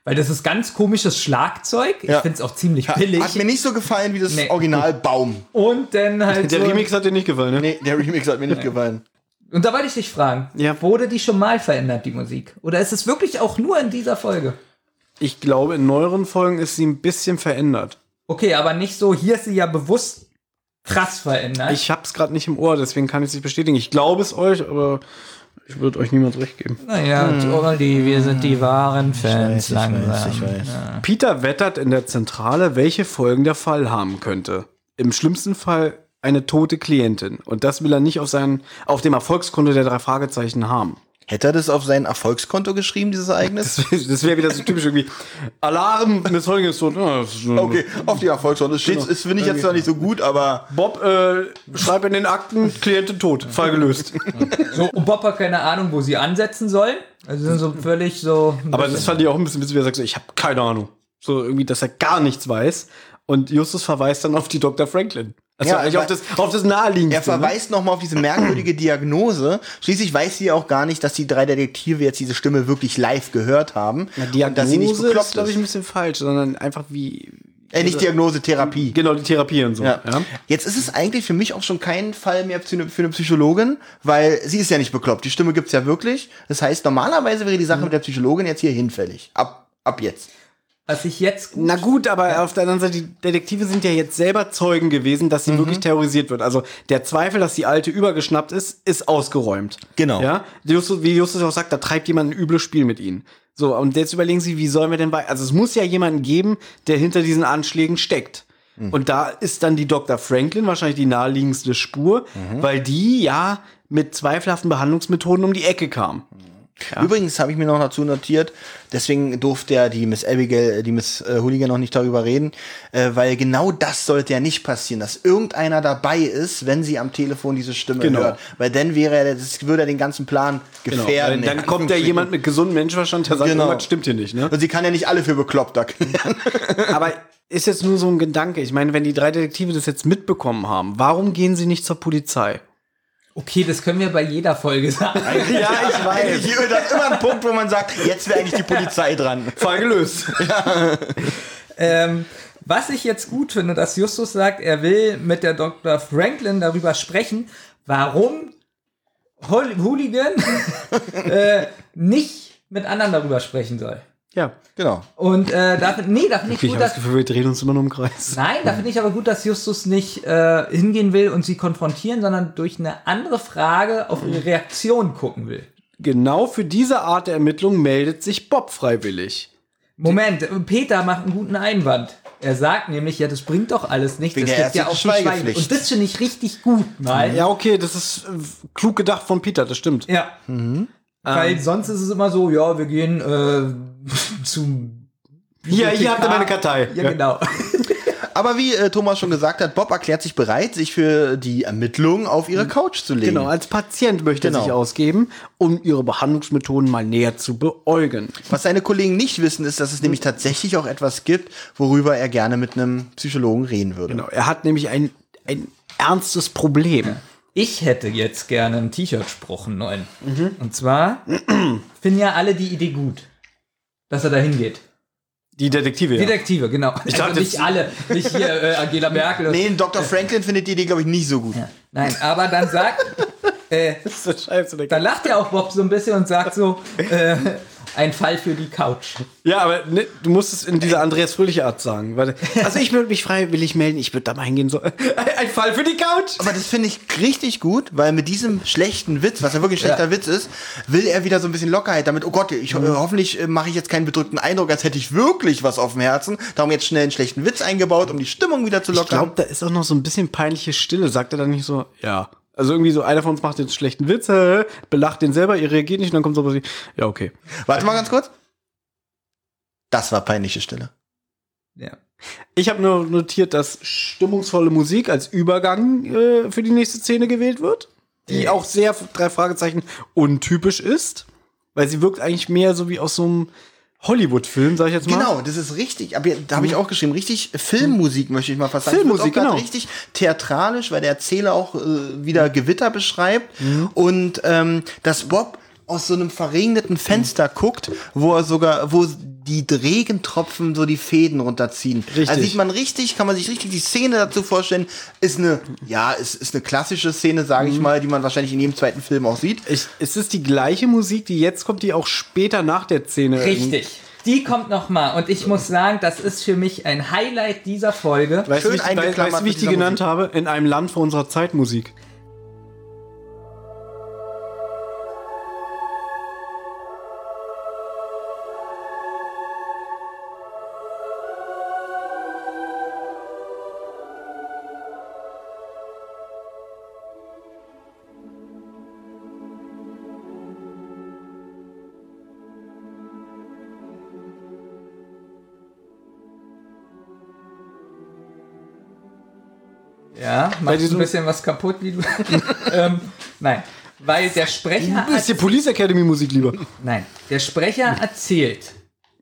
Speaker 3: Weil das ist ganz komisches Schlagzeug. Ich
Speaker 2: Ja.
Speaker 3: finde es auch ziemlich
Speaker 2: Hat mir
Speaker 3: billig.
Speaker 2: nicht so gefallen wie das
Speaker 3: Nee.
Speaker 2: Original Baum.
Speaker 3: Und dann halt.
Speaker 4: Der
Speaker 3: so
Speaker 4: Remix hat dir nicht gefallen, ne?
Speaker 2: Nee, der Remix hat mir nicht gefallen.
Speaker 3: Und da wollte ich dich fragen,
Speaker 4: Ja.
Speaker 3: wurde die schon mal verändert, die Musik? Oder ist es wirklich auch nur in dieser Folge?
Speaker 4: Ich glaube, in neueren Folgen ist sie ein bisschen verändert.
Speaker 3: Okay, aber nicht so, hier ist sie ja bewusst krass verändert.
Speaker 4: Ich hab's gerade nicht im Ohr, deswegen kann ich es nicht bestätigen. Ich glaube es euch, aber ich würde euch niemals recht geben.
Speaker 3: naja, Olli, wir sind die wahren Fans langsam.
Speaker 4: Peter wettert in der Zentrale, welche Folgen der Fall haben könnte. Im schlimmsten Fall eine tote Klientin. Und das will er nicht auf, seinen, auf dem Erfolgskonto der drei Fragezeichen haben.
Speaker 2: Hätte er das auf sein Erfolgskonto geschrieben, dieses Ereignis?
Speaker 4: Das wäre wieder so typisch irgendwie Alarm, Misshauling ist tot. Ja, das ist, äh,
Speaker 2: Okay, auf die Erfolgskonto. Steht's, ist, finde ich jetzt zwar nicht so gut, aber
Speaker 4: Bob, äh, schreib in den Akten, Klientin tot, Fall gelöst.
Speaker 3: So, und Bob hat keine Ahnung, wo sie ansetzen sollen. Also sind so völlig so.
Speaker 4: Aber das fand ich auch ein bisschen witzig, wie er sagt, so, ich habe keine Ahnung. So irgendwie, dass er gar nichts weiß. Und Justus verweist dann auf die Dr. Franklin. Also
Speaker 2: Ja,
Speaker 4: eigentlich
Speaker 2: aber-
Speaker 4: auf das, auf das Naheliegendste. ne?
Speaker 2: Er verweist nochmal auf diese merkwürdige Diagnose. Schließlich weiß sie auch gar nicht, dass die drei Detektive jetzt diese Stimme wirklich live gehört haben.
Speaker 4: ne?
Speaker 2: und dass sie nicht
Speaker 4: Diagnose
Speaker 2: bekloppt
Speaker 4: ist,
Speaker 2: ist.
Speaker 4: glaube ich, ein bisschen falsch, sondern einfach wie...
Speaker 2: äh, nicht Diagnose, Therapie.
Speaker 4: Genau, die Therapie und so.
Speaker 2: Ja.
Speaker 4: ja.
Speaker 2: Jetzt ist es eigentlich für mich auch schon kein Fall mehr für eine, für eine Psychologin, weil sie ist ja nicht bekloppt. Die Stimme gibt's ja wirklich. Das heißt, normalerweise wäre die Sache mit der Psychologin jetzt hier hinfällig. Ab, ab jetzt.
Speaker 3: was ich jetzt gut
Speaker 4: Na gut, aber auf der anderen Seite, die Detektive sind ja jetzt selber Zeugen gewesen, dass sie
Speaker 2: Mhm.
Speaker 4: wirklich terrorisiert wird. Also der Zweifel, dass die Alte übergeschnappt ist, ist ausgeräumt.
Speaker 2: Genau.
Speaker 4: Ja, Justus, wie Justus auch sagt, da treibt jemand ein übles Spiel mit ihnen. So, und jetzt überlegen sie, wie sollen wir denn bei, also es muss ja jemanden geben, der hinter diesen Anschlägen steckt.
Speaker 2: Mhm.
Speaker 4: Und da ist dann die Dr. Franklin wahrscheinlich die naheliegendste Spur,
Speaker 2: Mhm.
Speaker 4: weil die ja mit zweifelhaften Behandlungsmethoden um die Ecke kam.
Speaker 2: Übrigens habe ich mir noch dazu notiert, deswegen durfte ja die Miss Abigail, äh, die Miss äh, Hooligan noch nicht darüber reden, äh, weil genau das sollte ja nicht passieren, dass irgendeiner dabei ist, wenn sie am Telefon diese Stimme
Speaker 4: Genau.
Speaker 2: hört. Weil dann wäre er, das würde er den ganzen Plan gefährden.
Speaker 4: weil dann kommt ja jemand mit gesundem Menschenverstand, der sagt,
Speaker 2: Genau.
Speaker 4: irgendwas stimmt hier nicht, ne?
Speaker 2: Und sie kann ja nicht alle für bekloppt erklären.
Speaker 4: Aber ist jetzt nur so ein Gedanke. Ich meine, wenn die drei Detektive das jetzt mitbekommen haben, warum gehen sie nicht zur Polizei?
Speaker 3: Okay, das können wir bei jeder Folge sagen.
Speaker 4: Ja, ich
Speaker 2: Eigentlich hier ist das immer ein Punkt, wo man sagt, jetzt wäre eigentlich die Polizei dran.
Speaker 4: Fall gelöst.
Speaker 3: ähm, was ich jetzt gut finde, dass Justus sagt, er will mit der Dr. Franklin darüber sprechen, warum Hol Hooligan äh, nicht mit anderen darüber sprechen soll.
Speaker 4: Ja.
Speaker 2: Genau.
Speaker 3: Und äh, da, find- nee, da finde ich
Speaker 4: Ich
Speaker 3: gut,
Speaker 4: habe das
Speaker 3: dass
Speaker 4: Gefühl, wir drehen uns immer nur im Kreis.
Speaker 3: Nein, da finde ich aber gut, dass Justus nicht äh, hingehen will und sie konfrontieren, sondern durch eine andere Frage auf ihre Reaktion gucken will.
Speaker 4: Genau für diese Art der Ermittlung meldet sich Bob freiwillig.
Speaker 3: Moment, Peter macht einen guten Einwand. Er sagt nämlich, ja, das bringt doch alles nichts.
Speaker 2: Wegen
Speaker 3: Es
Speaker 2: der
Speaker 3: gibt ja auch
Speaker 2: ärztlichen
Speaker 3: Schweigen. Und
Speaker 2: Schweigepflicht.
Speaker 3: das finde ich richtig gut, mal.
Speaker 4: Ja, okay, das ist äh, klug gedacht von Peter, das stimmt.
Speaker 3: Ja. Weil sonst ist es immer so, ja, wir gehen äh, zum.
Speaker 4: Hier, hier habt ihr meine Kartei.
Speaker 3: Ja, genau.
Speaker 2: Aber wie äh, Thomas schon gesagt hat, Bob erklärt sich bereit, sich für die Ermittlungen auf ihre Couch zu legen.
Speaker 4: Genau, als Patient möchte er
Speaker 2: Genau.
Speaker 4: sich ausgeben, um ihre Behandlungsmethoden mal näher zu beäugen.
Speaker 2: Was seine Kollegen nicht wissen, ist, dass es nämlich tatsächlich auch etwas gibt, worüber er gerne mit einem Psychologen reden würde.
Speaker 4: Genau, er hat nämlich ein, ein ernstes Problem.
Speaker 3: Ich hätte jetzt gerne einen T-Shirt-Spruch, einen neuen. Und zwar finden ja alle die Idee gut, dass er da hingeht.
Speaker 4: Die Detektive, ja.
Speaker 3: Detektive, genau. Ich
Speaker 4: dachte
Speaker 3: also nicht
Speaker 4: jetzt-
Speaker 3: alle, nicht hier äh, Angela Merkel. und-
Speaker 2: Nee, Dr. Franklin findet die Idee, glaube ich, nicht so gut.
Speaker 3: Nein, aber dann sagt, äh,
Speaker 4: So scheiße, der
Speaker 3: dann lacht ja auch Bob so ein bisschen und sagt so, äh, ein Fall für die Couch.
Speaker 4: Ja, aber ne, du musst es in dieser Andreas Fröhliche Art sagen. Weil, also ich würde mich freiwillig melden, ich würde da mal hingehen. So, ein ein Fall für die Couch.
Speaker 2: Aber das finde ich richtig gut, weil mit diesem schlechten Witz, was ja wirklich ein schlechter Witz ist, will er wieder so ein bisschen Lockerheit damit. Oh Gott, ich, ho- hoffentlich äh, mache ich jetzt keinen bedrückten Eindruck, als hätte ich wirklich was auf dem Herzen. Darum jetzt schnell einen schlechten Witz eingebaut, um die Stimmung wieder zu
Speaker 4: Ich glaube,
Speaker 2: lockern.
Speaker 4: da ist auch noch so ein bisschen peinliche Stille. Sagt er dann nicht so, ja. Also irgendwie so, einer von uns macht jetzt schlechten Witz, hä, hä, belacht den selber, ihr reagiert nicht und dann kommt so was wie, ja, okay.
Speaker 2: Warte mal ganz kurz. Das war peinliche Stille.
Speaker 3: Ja.
Speaker 4: Ich habe nur notiert, dass stimmungsvolle Musik als Übergang äh, für die nächste Szene gewählt wird, die auch sehr drei Fragezeichen untypisch ist, weil sie wirkt eigentlich mehr so wie aus so einem Hollywood-Film, sag ich jetzt mal.
Speaker 2: Genau, das ist richtig. Aber da habe ich auch geschrieben, richtig äh, Filmmusik möchte ich mal fast sagen. Es wird
Speaker 4: Hm. Filmmusik,
Speaker 2: auch grad
Speaker 4: genau. Hm.
Speaker 2: Richtig theatralisch, weil der Erzähler auch äh, wieder Gewitter beschreibt und ähm, dass Bob aus so einem
Speaker 4: Hm.
Speaker 2: verregneten Fenster guckt, wo er sogar, wo die Regentropfen so die Fäden runterziehen.
Speaker 4: Richtig.
Speaker 2: Also sieht man richtig, kann man sich richtig die Szene dazu vorstellen. Ist eine, ja, ist, ist eine klassische Szene, sage
Speaker 4: Hm.
Speaker 2: ich mal, die man wahrscheinlich in jedem zweiten Film auch sieht.
Speaker 4: Ich, ist es die gleiche Musik, die jetzt kommt, die auch später nach der Szene?
Speaker 3: Richtig. Die kommt nochmal. Und ich muss sagen, das ist für mich ein Highlight dieser Folge.
Speaker 4: Weißt du,
Speaker 2: Schön
Speaker 4: wie ich- weißt
Speaker 2: eingeklammert
Speaker 4: weißt du, wie ich
Speaker 2: mit
Speaker 4: die
Speaker 2: dieser
Speaker 4: genannt habe? In einem Land vor unserer Zeit Musik.
Speaker 3: Ja, machst du ein
Speaker 4: diesem-
Speaker 3: bisschen was kaputt, wie du. ähm, nein. Weil der Sprecher.
Speaker 4: Du bist die Police Academy Musik lieber.
Speaker 3: Nein, der Sprecher
Speaker 4: Hm.
Speaker 3: erzählt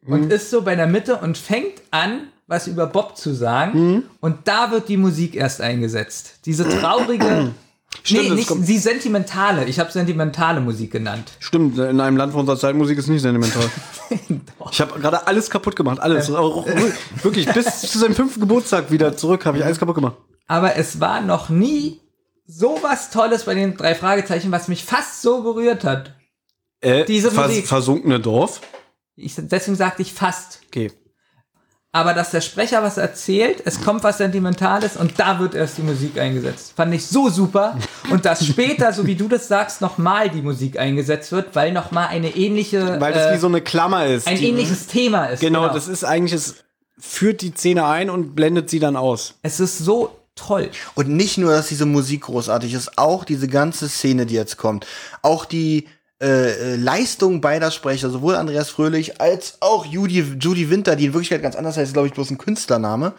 Speaker 3: und ist so bei der Mitte und fängt an, was über Bob zu sagen.
Speaker 4: Hm.
Speaker 3: Und da wird die Musik erst eingesetzt. Diese traurige. nee,
Speaker 4: das
Speaker 3: nicht
Speaker 4: kommt-
Speaker 3: die sentimentale. Ich habe sentimentale Musik genannt.
Speaker 4: Stimmt, in einem Land vor unserer Zeit Musik ist nicht sentimental. Ich habe gerade alles kaputt gemacht, alles. Auch Wirklich, bis zu seinem fünften Geburtstag wieder zurück habe ich alles kaputt gemacht.
Speaker 3: Aber es war noch nie sowas Tolles bei den drei Fragezeichen, was mich fast so berührt hat.
Speaker 4: Äh,
Speaker 3: Diese Musik.
Speaker 4: versunkene Dorf.
Speaker 3: Ich, deswegen sagte ich fast.
Speaker 4: Okay.
Speaker 3: Aber dass der Sprecher was erzählt, es kommt was Sentimentales und da wird erst die Musik eingesetzt. Fand ich so super. Und dass später, so wie du das sagst, nochmal die Musik eingesetzt wird, weil nochmal eine ähnliche,
Speaker 4: Weil das
Speaker 3: äh,
Speaker 4: wie so eine Klammer ist.
Speaker 3: ein
Speaker 4: die-
Speaker 3: ähnliches Thema ist.
Speaker 4: genau, das ist eigentlich, es führt die Szene ein und blendet sie dann aus.
Speaker 3: es ist so toll.
Speaker 2: Und nicht nur, dass diese Musik großartig ist, auch diese ganze Szene, die jetzt kommt, auch die äh, äh, Leistung beider Sprecher, sowohl Andreas Fröhlich als auch Judy, Judy Winter, die in Wirklichkeit ganz anders heißt, glaube ich, bloß ein Künstlername,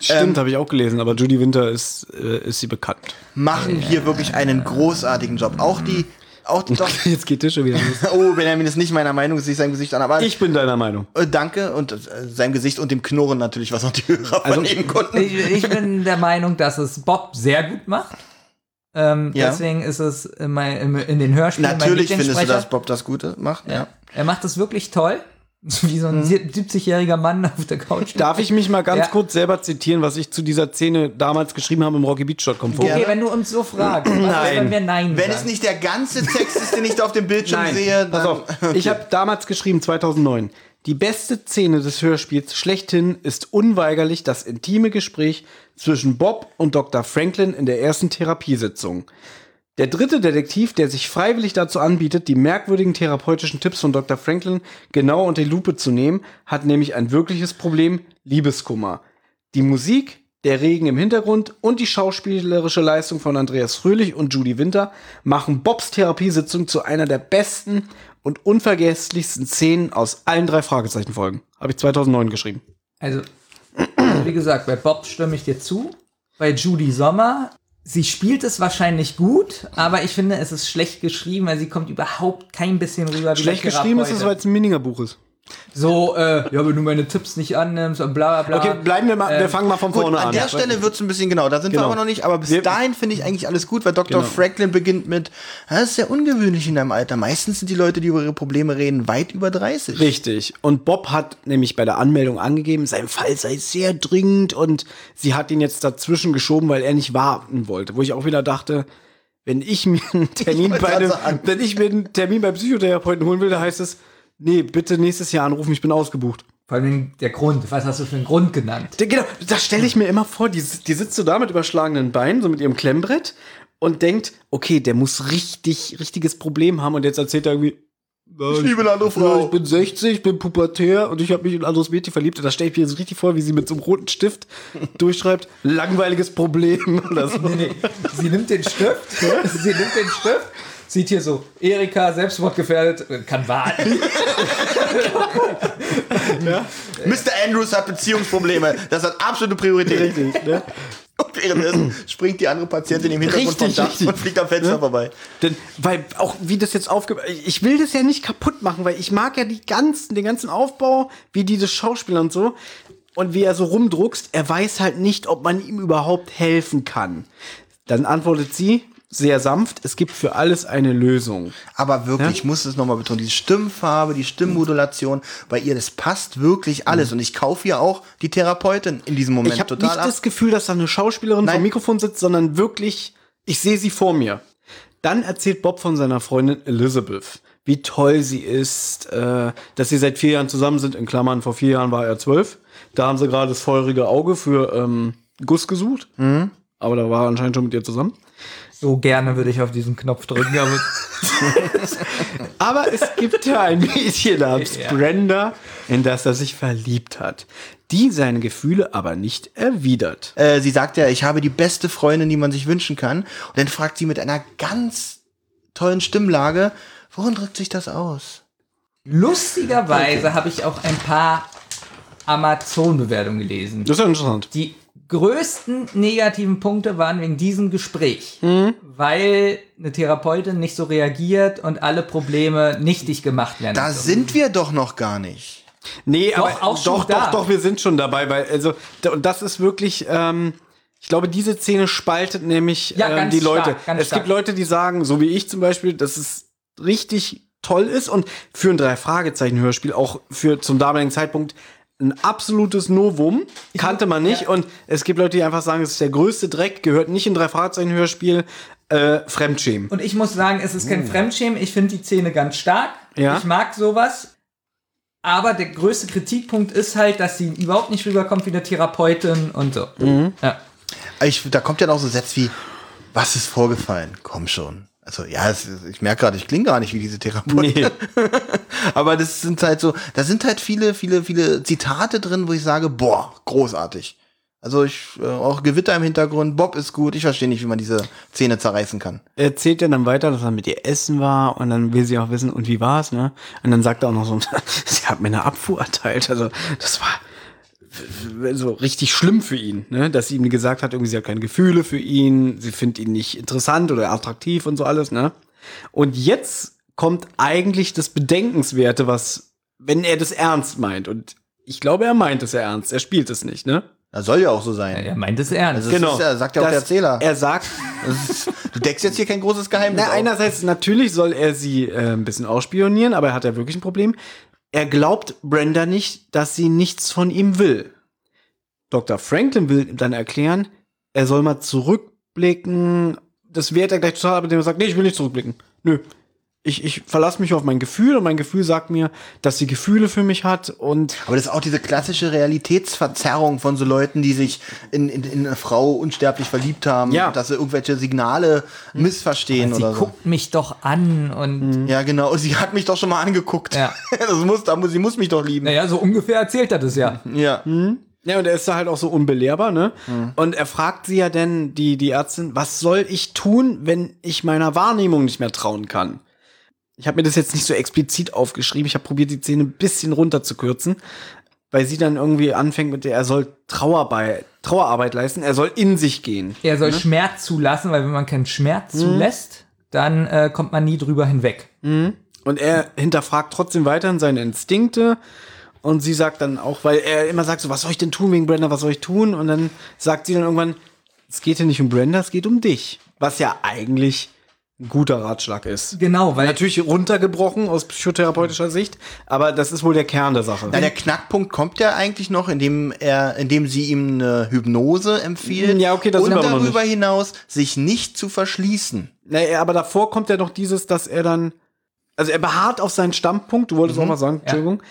Speaker 4: Stimmt, habe ich auch gelesen, aber Judy Winter ist, äh, ist sie bekannt.
Speaker 2: machen hier wirklich einen großartigen Job. Auch die, auch die, doch,
Speaker 4: Jetzt geht Tische wieder los.
Speaker 2: oh, Benjamin ist nicht meiner Meinung, sehe ich sein Gesicht an, aber
Speaker 4: Ich bin deiner Meinung.
Speaker 2: äh, danke und äh, seinem Gesicht und dem Knurren natürlich, was auch die Hörer vernehmen konnten.
Speaker 3: Ich, ich bin der Meinung, dass es Bob sehr gut macht. Ähm,
Speaker 2: Ja.
Speaker 3: Deswegen ist es in, mein, im- in den Hörspielen
Speaker 2: Natürlich
Speaker 3: mein
Speaker 2: findest du,
Speaker 3: Lieblingssprecher.
Speaker 2: dass Bob das Gute macht, ja.
Speaker 3: Er macht das wirklich toll. Wie
Speaker 4: Mhm.
Speaker 3: so ein 70-jähriger Mann auf der Couch.
Speaker 4: Darf ich mich mal ganz
Speaker 3: Ja.
Speaker 4: kurz selber zitieren, was ich zu dieser Szene damals geschrieben habe im Rocky Beach Dot Komfort?
Speaker 3: Okay, wenn du uns so fragst, was nein. wenn wir Nein
Speaker 2: Wenn
Speaker 3: sagen?
Speaker 2: es nicht der ganze Text ist, den ich da auf dem Bildschirm
Speaker 4: Nein,
Speaker 2: sehe, dann
Speaker 4: pass auf. Ich habe damals geschrieben, 2009. Die beste Szene des Hörspiels schlechthin ist unweigerlich das intime Gespräch zwischen Bob und Dr. Franklin in der ersten Therapiesitzung. Der dritte Detektiv, der sich freiwillig dazu anbietet, die merkwürdigen therapeutischen Tipps von Dr. Franklin genau unter die Lupe zu nehmen, hat nämlich ein wirkliches Problem, Liebeskummer. Die Musik, der Regen im Hintergrund und die schauspielerische Leistung von Andreas Fröhlich und Judy Winter machen Bobs Therapiesitzung zu einer der besten und unvergesslichsten Szenen aus allen drei Fragezeichenfolgen. Habe ich 2009 geschrieben.
Speaker 3: Also, wie gesagt, bei Bob stimme ich dir zu. Bei Judy Sommer, sie spielt es wahrscheinlich gut, aber ich finde, es ist schlecht geschrieben, weil sie kommt überhaupt kein bisschen rüber. wie
Speaker 4: Schlecht
Speaker 3: der
Speaker 4: geschrieben ist es, weil
Speaker 3: Therapeut.
Speaker 4: es ein Minninger-Buch ist.
Speaker 3: So, äh, ja, wenn du meine Tipps nicht annimmst und bla bla bla.
Speaker 4: Okay, bleiben wir mal, wir fangen mal von
Speaker 2: Gut,
Speaker 4: vorne Ah,
Speaker 2: an
Speaker 4: ähm, an.
Speaker 2: der Stelle wird's ein bisschen genau. Da sind wir
Speaker 4: Genau.
Speaker 2: aber noch nicht. Aber bis
Speaker 4: Wir- Genau.
Speaker 2: dahin finde ich eigentlich alles gut, weil Dr. Franklin beginnt mit, das ist sehr ungewöhnlich in deinem Alter. Meistens sind die Leute, die über ihre Probleme reden, weit über 30.
Speaker 4: Richtig. Und Bob hat nämlich bei der Anmeldung angegeben, sein Fall sei sehr dringend und sie hat ihn jetzt dazwischen geschoben, weil er nicht warten wollte. Wo ich auch wieder dachte, wenn ich mir einen Termin
Speaker 2: wollte
Speaker 4: bei
Speaker 2: grad
Speaker 4: einem,
Speaker 2: sagen.
Speaker 4: wenn ich mir einen Termin beim Psychotherapeuten holen will, da heißt es, nee, bitte nächstes Jahr anrufen, ich bin ausgebucht.
Speaker 3: Vor allem der Grund. Was hast du für einen Grund genannt?
Speaker 4: Da- Genau, das stelle ich mir immer vor. Die, die sitzt so da mit überschlagenen Beinen, so mit ihrem Klemmbrett und denkt, okay, der muss richtig, richtiges Problem haben und jetzt erzählt er irgendwie,
Speaker 2: Ich liebe eine andere
Speaker 4: Frau. Ich
Speaker 2: Frau.
Speaker 4: bin 60, bin pubertär und ich habe mich in ein anderes Mädchen verliebt. Und da stelle ich mir jetzt richtig vor, wie sie mit so einem roten Stift durchschreibt, langweiliges Problem oder so.
Speaker 3: Nee, nee. Sie nimmt den Stift, sie nimmt den Stift, sieht hier so, Erika, selbstmordgefährdet, äh, kann warten.
Speaker 2: Mr. Andrews hat Beziehungsprobleme. Das hat absolute Priorität.
Speaker 4: Richtig, ne?
Speaker 2: Und währenddessen springt die andere Patientin im Hintergrund
Speaker 4: Richtig,
Speaker 2: vom Dach
Speaker 4: richtig.
Speaker 2: und fliegt am Fenster
Speaker 4: Ja.
Speaker 2: vorbei.
Speaker 4: Denn, weil auch wie das jetzt aufge... Ich will das ja nicht kaputt machen, weil ich mag ja die ganzen, den ganzen Aufbau, wie die das Schauspieler und so. Und wie er so rumdruckst, er weiß halt nicht, ob man ihm überhaupt helfen kann. Dann antwortet sie sehr sanft, es gibt für alles eine Lösung.
Speaker 2: Aber wirklich, ich muss es nochmal betonen, die Stimmfarbe, die Stimmmodulation, bei ihr, das passt wirklich alles. Und ich kaufe ihr auch die Therapeutin in diesem Moment
Speaker 4: Mhm. Ich habe
Speaker 2: total
Speaker 4: nicht
Speaker 2: ab.
Speaker 4: das Gefühl, dass da eine Schauspielerin
Speaker 2: Nein.
Speaker 4: vor dem Mikrofon sitzt, sondern wirklich, ich sehe sie vor mir. Dann erzählt Bob von seiner Freundin Elizabeth, wie toll sie ist, äh, dass sie seit vier Jahren zusammen sind. In Klammern, vor vier Jahren war er zwölf. Da haben sie gerade das feurige Auge für ähm, Guss gesucht. Aber da war er anscheinend schon mit ihr zusammen.
Speaker 3: So gerne würde ich auf diesen Knopf drücken, aber
Speaker 4: Aber es gibt ja ein Mädchen namens Brenda, in das er sich verliebt hat, die seine Gefühle aber nicht erwidert.
Speaker 2: Äh, sie sagt ja, ich habe die beste Freundin, die man sich wünschen kann. Und dann fragt sie mit einer ganz tollen Stimmlage, worin drückt sich das aus?
Speaker 3: lustigerweise habe ich auch ein paar Amazon-Bewertungen gelesen.
Speaker 4: Das ist ja interessant.
Speaker 3: Die größten negativen Punkte waren wegen diesem Gespräch,
Speaker 2: Mhm.
Speaker 3: weil eine Therapeutin nicht so reagiert und alle Probleme nichtig gemacht werden.
Speaker 2: Da sind wir doch noch gar nicht.
Speaker 4: Nee,
Speaker 3: Doch,
Speaker 4: aber
Speaker 3: auch schon
Speaker 4: doch,
Speaker 3: da.
Speaker 4: doch, doch, wir sind schon dabei, weil, also, da- und das ist wirklich, ähm, ich glaube, diese Szene spaltet nämlich
Speaker 3: Ja,
Speaker 4: ähm,
Speaker 3: ganz
Speaker 4: die
Speaker 3: stark,
Speaker 4: Leute.
Speaker 3: ganz
Speaker 4: es
Speaker 3: stark.
Speaker 4: gibt Leute, die sagen, so wie ich zum Beispiel, dass es richtig toll ist und für ein Drei-Fragezeichen-Hörspiel, auch für zum damaligen Zeitpunkt, ein absolutes Novum, kannte man nicht. Und es gibt Leute, die einfach sagen, es ist der größte Dreck, gehört nicht in Drei-Fragezeichen-Hörspiel, äh, Fremdschämen.
Speaker 3: Und ich muss sagen, es ist
Speaker 2: Uh.
Speaker 3: kein Fremdschämen. Ich finde die Szene ganz stark.
Speaker 4: Ja.
Speaker 3: Ich mag sowas. Aber der größte Kritikpunkt ist halt, dass sie überhaupt nicht rüberkommt wie eine Therapeutin und so.
Speaker 2: Mhm.
Speaker 3: Ja.
Speaker 2: Ich, da kommt ja noch so ein Satz wie, was ist vorgefallen? Komm schon. Also ja, es, ich merke gerade, ich klinge gar nicht wie diese Therapeutin. Aber das sind halt so, da sind halt viele, viele, viele Zitate drin, wo ich sage, boah, großartig. Also ich, äh, auch Gewitter im Hintergrund, Bob ist gut, ich verstehe nicht, wie man diese Zähne zerreißen kann.
Speaker 4: erzählt ja dann weiter, dass er mit ihr essen war und dann will sie auch wissen, und wie war's, ne? Und dann sagt er auch noch so, sie hat mir eine Abfuhr erteilt. Also, das war so richtig schlimm für ihn, ne? Dass sie ihm gesagt hat, irgendwie sie hat keine Gefühle für ihn, sie findet ihn nicht interessant oder attraktiv und so alles, ne? Und jetzt kommt eigentlich das Bedenkenswerte, was, wenn er das ernst meint. Und ich glaube, er meint es ja ernst, er spielt es nicht, ne?
Speaker 2: Das soll ja auch so sein.
Speaker 3: Er meint es ernst.
Speaker 2: Das Also ist ja- sagt ja auch
Speaker 4: Dass
Speaker 2: der Erzähler.
Speaker 4: Genau. Er sagt,
Speaker 2: Du deckst jetzt hier kein großes Geheimnis
Speaker 4: Na,
Speaker 2: auf.
Speaker 4: einerseits natürlich soll er sie äh, ein bisschen ausspionieren, aber er hat ja wirklich ein Problem. Er glaubt Brenda nicht, dass sie nichts von ihm will. Dr. Franklin will ihm dann erklären, er soll mal zurückblicken. Das wehrt er gleich total, aber dem er sagt, nee, ich will nicht zurückblicken. Nö. Ich, ich verlasse mich auf mein Gefühl und mein Gefühl sagt mir, dass sie Gefühle für mich hat und
Speaker 2: Aber das ist auch diese klassische Realitätsverzerrung von so Leuten, die sich in, in, in eine Frau unsterblich verliebt haben,
Speaker 4: Ja. Hm.
Speaker 2: dass sie irgendwelche Signale missverstehen
Speaker 3: Sie
Speaker 2: oder so.
Speaker 3: guckt mich doch an und
Speaker 2: Ja, genau. Und Sie hat mich doch schon mal angeguckt.
Speaker 3: Ja.
Speaker 2: Das muss, da muss, sie muss mich doch lieben.
Speaker 3: naja, so ungefähr erzählt er das ja.
Speaker 2: Ja.
Speaker 4: Hm. Ja, und er ist da halt auch so unbelehrbar, ne? Und er fragt sie ja dann, die, die Ärztin, was soll ich tun, wenn ich meiner Wahrnehmung nicht mehr trauen kann? Ich habe mir das jetzt nicht so explizit aufgeschrieben. Ich habe probiert, die Szene ein bisschen runterzukürzen, weil sie dann irgendwie anfängt mit der, er soll Trauerbei Trauerarbeit leisten, er soll in sich gehen.
Speaker 3: Er
Speaker 2: Ne?
Speaker 3: soll Schmerz zulassen, weil wenn man keinen
Speaker 2: Hm?
Speaker 3: Schmerz zulässt, dann äh, kommt man nie drüber hinweg.
Speaker 4: Und er hinterfragt trotzdem weiterhin seine Instinkte. Und sie sagt dann auch, weil er immer sagt so, was soll ich denn tun wegen Brenda, was soll ich tun? Und dann sagt sie dann irgendwann, es geht ja nicht um Brenda, es geht um dich. Was ja eigentlich ein guter Ratschlag ist.
Speaker 3: Genau, weil
Speaker 4: Natürlich runtergebrochen aus psychotherapeutischer Sicht, aber das ist wohl der Kern der Sache.
Speaker 2: Na, der Knackpunkt kommt ja eigentlich noch, indem er, indem sie ihm eine Hypnose empfiehlt.
Speaker 4: Hm, Ja, okay, da
Speaker 2: Und
Speaker 4: sind wir aber noch
Speaker 2: darüber hinaus, sich nicht zu verschließen.
Speaker 4: Naja, aber davor kommt ja noch dieses, dass er dann, also er beharrt auf seinen Stammpunkt, du
Speaker 2: Mhm.
Speaker 4: wolltest auch mal sagen, Entschuldigung.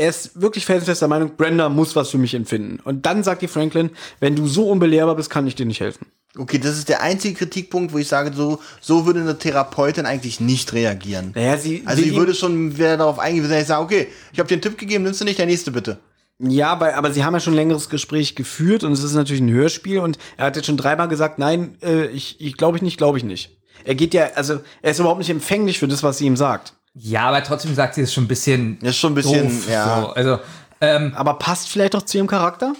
Speaker 4: Er ist wirklich felsenfest der Meinung, Brenda muss was für mich empfinden. Und dann sagt die Franklin, wenn du so unbelehrbar bist, kann ich dir nicht helfen.
Speaker 2: Okay, das ist der einzige Kritikpunkt, wo ich sage, so, so würde eine Therapeutin eigentlich nicht reagieren.
Speaker 4: Naja, sie
Speaker 2: Also
Speaker 4: will
Speaker 2: ich
Speaker 4: ihm-
Speaker 2: würde schon wäre darauf eingehen, wenn ich sage, okay, ich habe dir einen Tipp gegeben, nimmst du nicht, der nächste bitte.
Speaker 4: Ja, weil, aber sie haben ja schon ein längeres Gespräch geführt und es ist natürlich ein Hörspiel und er hat jetzt schon dreimal gesagt, nein, äh, ich, ich glaube ich nicht, glaube ich nicht. Er geht ja, also er ist überhaupt nicht empfänglich für das, was sie ihm sagt.
Speaker 3: ja, aber trotzdem sagt sie es schon ein bisschen.
Speaker 2: Das ist schon ein bisschen,
Speaker 3: doof,
Speaker 2: ja.
Speaker 3: So. Also ähm,
Speaker 4: Aber passt vielleicht auch zu ihrem Charakter?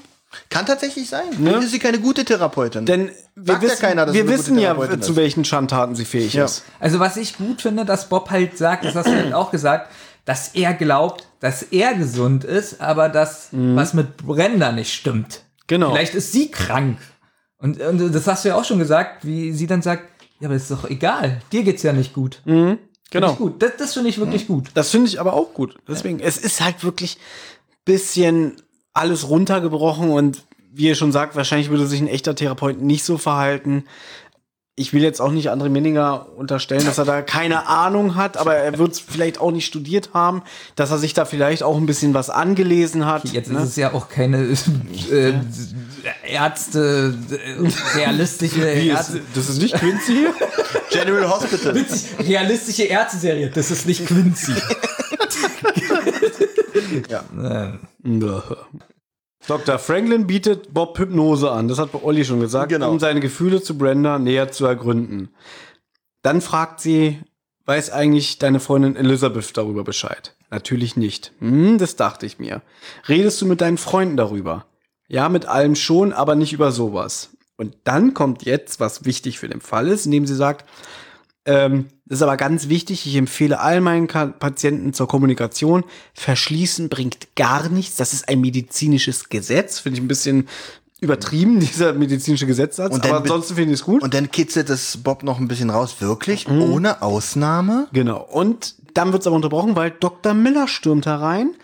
Speaker 2: Kann tatsächlich sein. Dann ist sie keine gute Therapeutin.
Speaker 4: Denn wir
Speaker 2: Sagt ja
Speaker 4: wissen,
Speaker 2: keiner, dass sie
Speaker 4: wir
Speaker 2: eine gute
Speaker 4: wissen ja,
Speaker 2: Therapeutin
Speaker 4: zu
Speaker 2: ist.
Speaker 4: welchen Schandtaten sie fähig
Speaker 2: Ja.
Speaker 4: ist.
Speaker 3: Also was ich gut finde, dass Bob halt sagt, das hast du halt auch gesagt, dass er glaubt, dass er gesund ist, aber dass
Speaker 2: Mhm.
Speaker 3: was mit Brenda nicht stimmt.
Speaker 4: Genau.
Speaker 3: Vielleicht ist sie krank. Und, und das hast du ja auch schon gesagt, wie sie dann sagt, ja, aber ist doch egal, dir geht's ja nicht gut. Finde
Speaker 4: Genau.
Speaker 3: Ich gut. Das, das finde ich wirklich gut.
Speaker 4: Das finde ich aber auch gut. Deswegen, es ist halt wirklich ein bisschen alles runtergebrochen und wie ihr schon sagt, wahrscheinlich würde sich ein echter Therapeut nicht so verhalten. ich will jetzt auch nicht André Minninger unterstellen, dass er da keine Ahnung hat, aber er wird es vielleicht auch nicht studiert haben, dass er sich da vielleicht auch ein bisschen was angelesen hat.
Speaker 3: Jetzt
Speaker 4: ne?
Speaker 3: ist es ja auch keine äh, Ärzte, äh, realistische Ärzte.
Speaker 4: das ist nicht Quincy?
Speaker 2: General Hospital.
Speaker 3: Realistische Ärzte-Serie, das ist nicht Quincy.
Speaker 4: Dr. Franklin bietet Bob Hypnose an, das hat Olli schon gesagt,
Speaker 2: Genau.
Speaker 4: um seine Gefühle zu Brenda näher zu ergründen. Dann fragt sie, weiß eigentlich deine Freundin Elizabeth darüber Bescheid? Natürlich nicht. Hm, das dachte ich mir. Redest du mit deinen Freunden darüber? Ja, mit allem schon, aber nicht über sowas. Und dann kommt jetzt, was wichtig für den Fall ist, indem sie sagt, ähm, das ist aber ganz wichtig. Ich empfehle all meinen Ka Patienten zur Kommunikation. Verschließen bringt gar nichts. Das ist ein medizinisches Gesetz. Finde ich ein bisschen übertrieben, dieser medizinische Gesetzsatz.
Speaker 2: Und dann
Speaker 4: aber
Speaker 2: mit-
Speaker 4: ansonsten finde ich es gut.
Speaker 2: Und dann kitzelt es Bob noch ein bisschen raus. Wirklich? Ohne Ausnahme?
Speaker 4: Genau. Und dann wird es aber unterbrochen, weil Dr. Miller stürmt herein.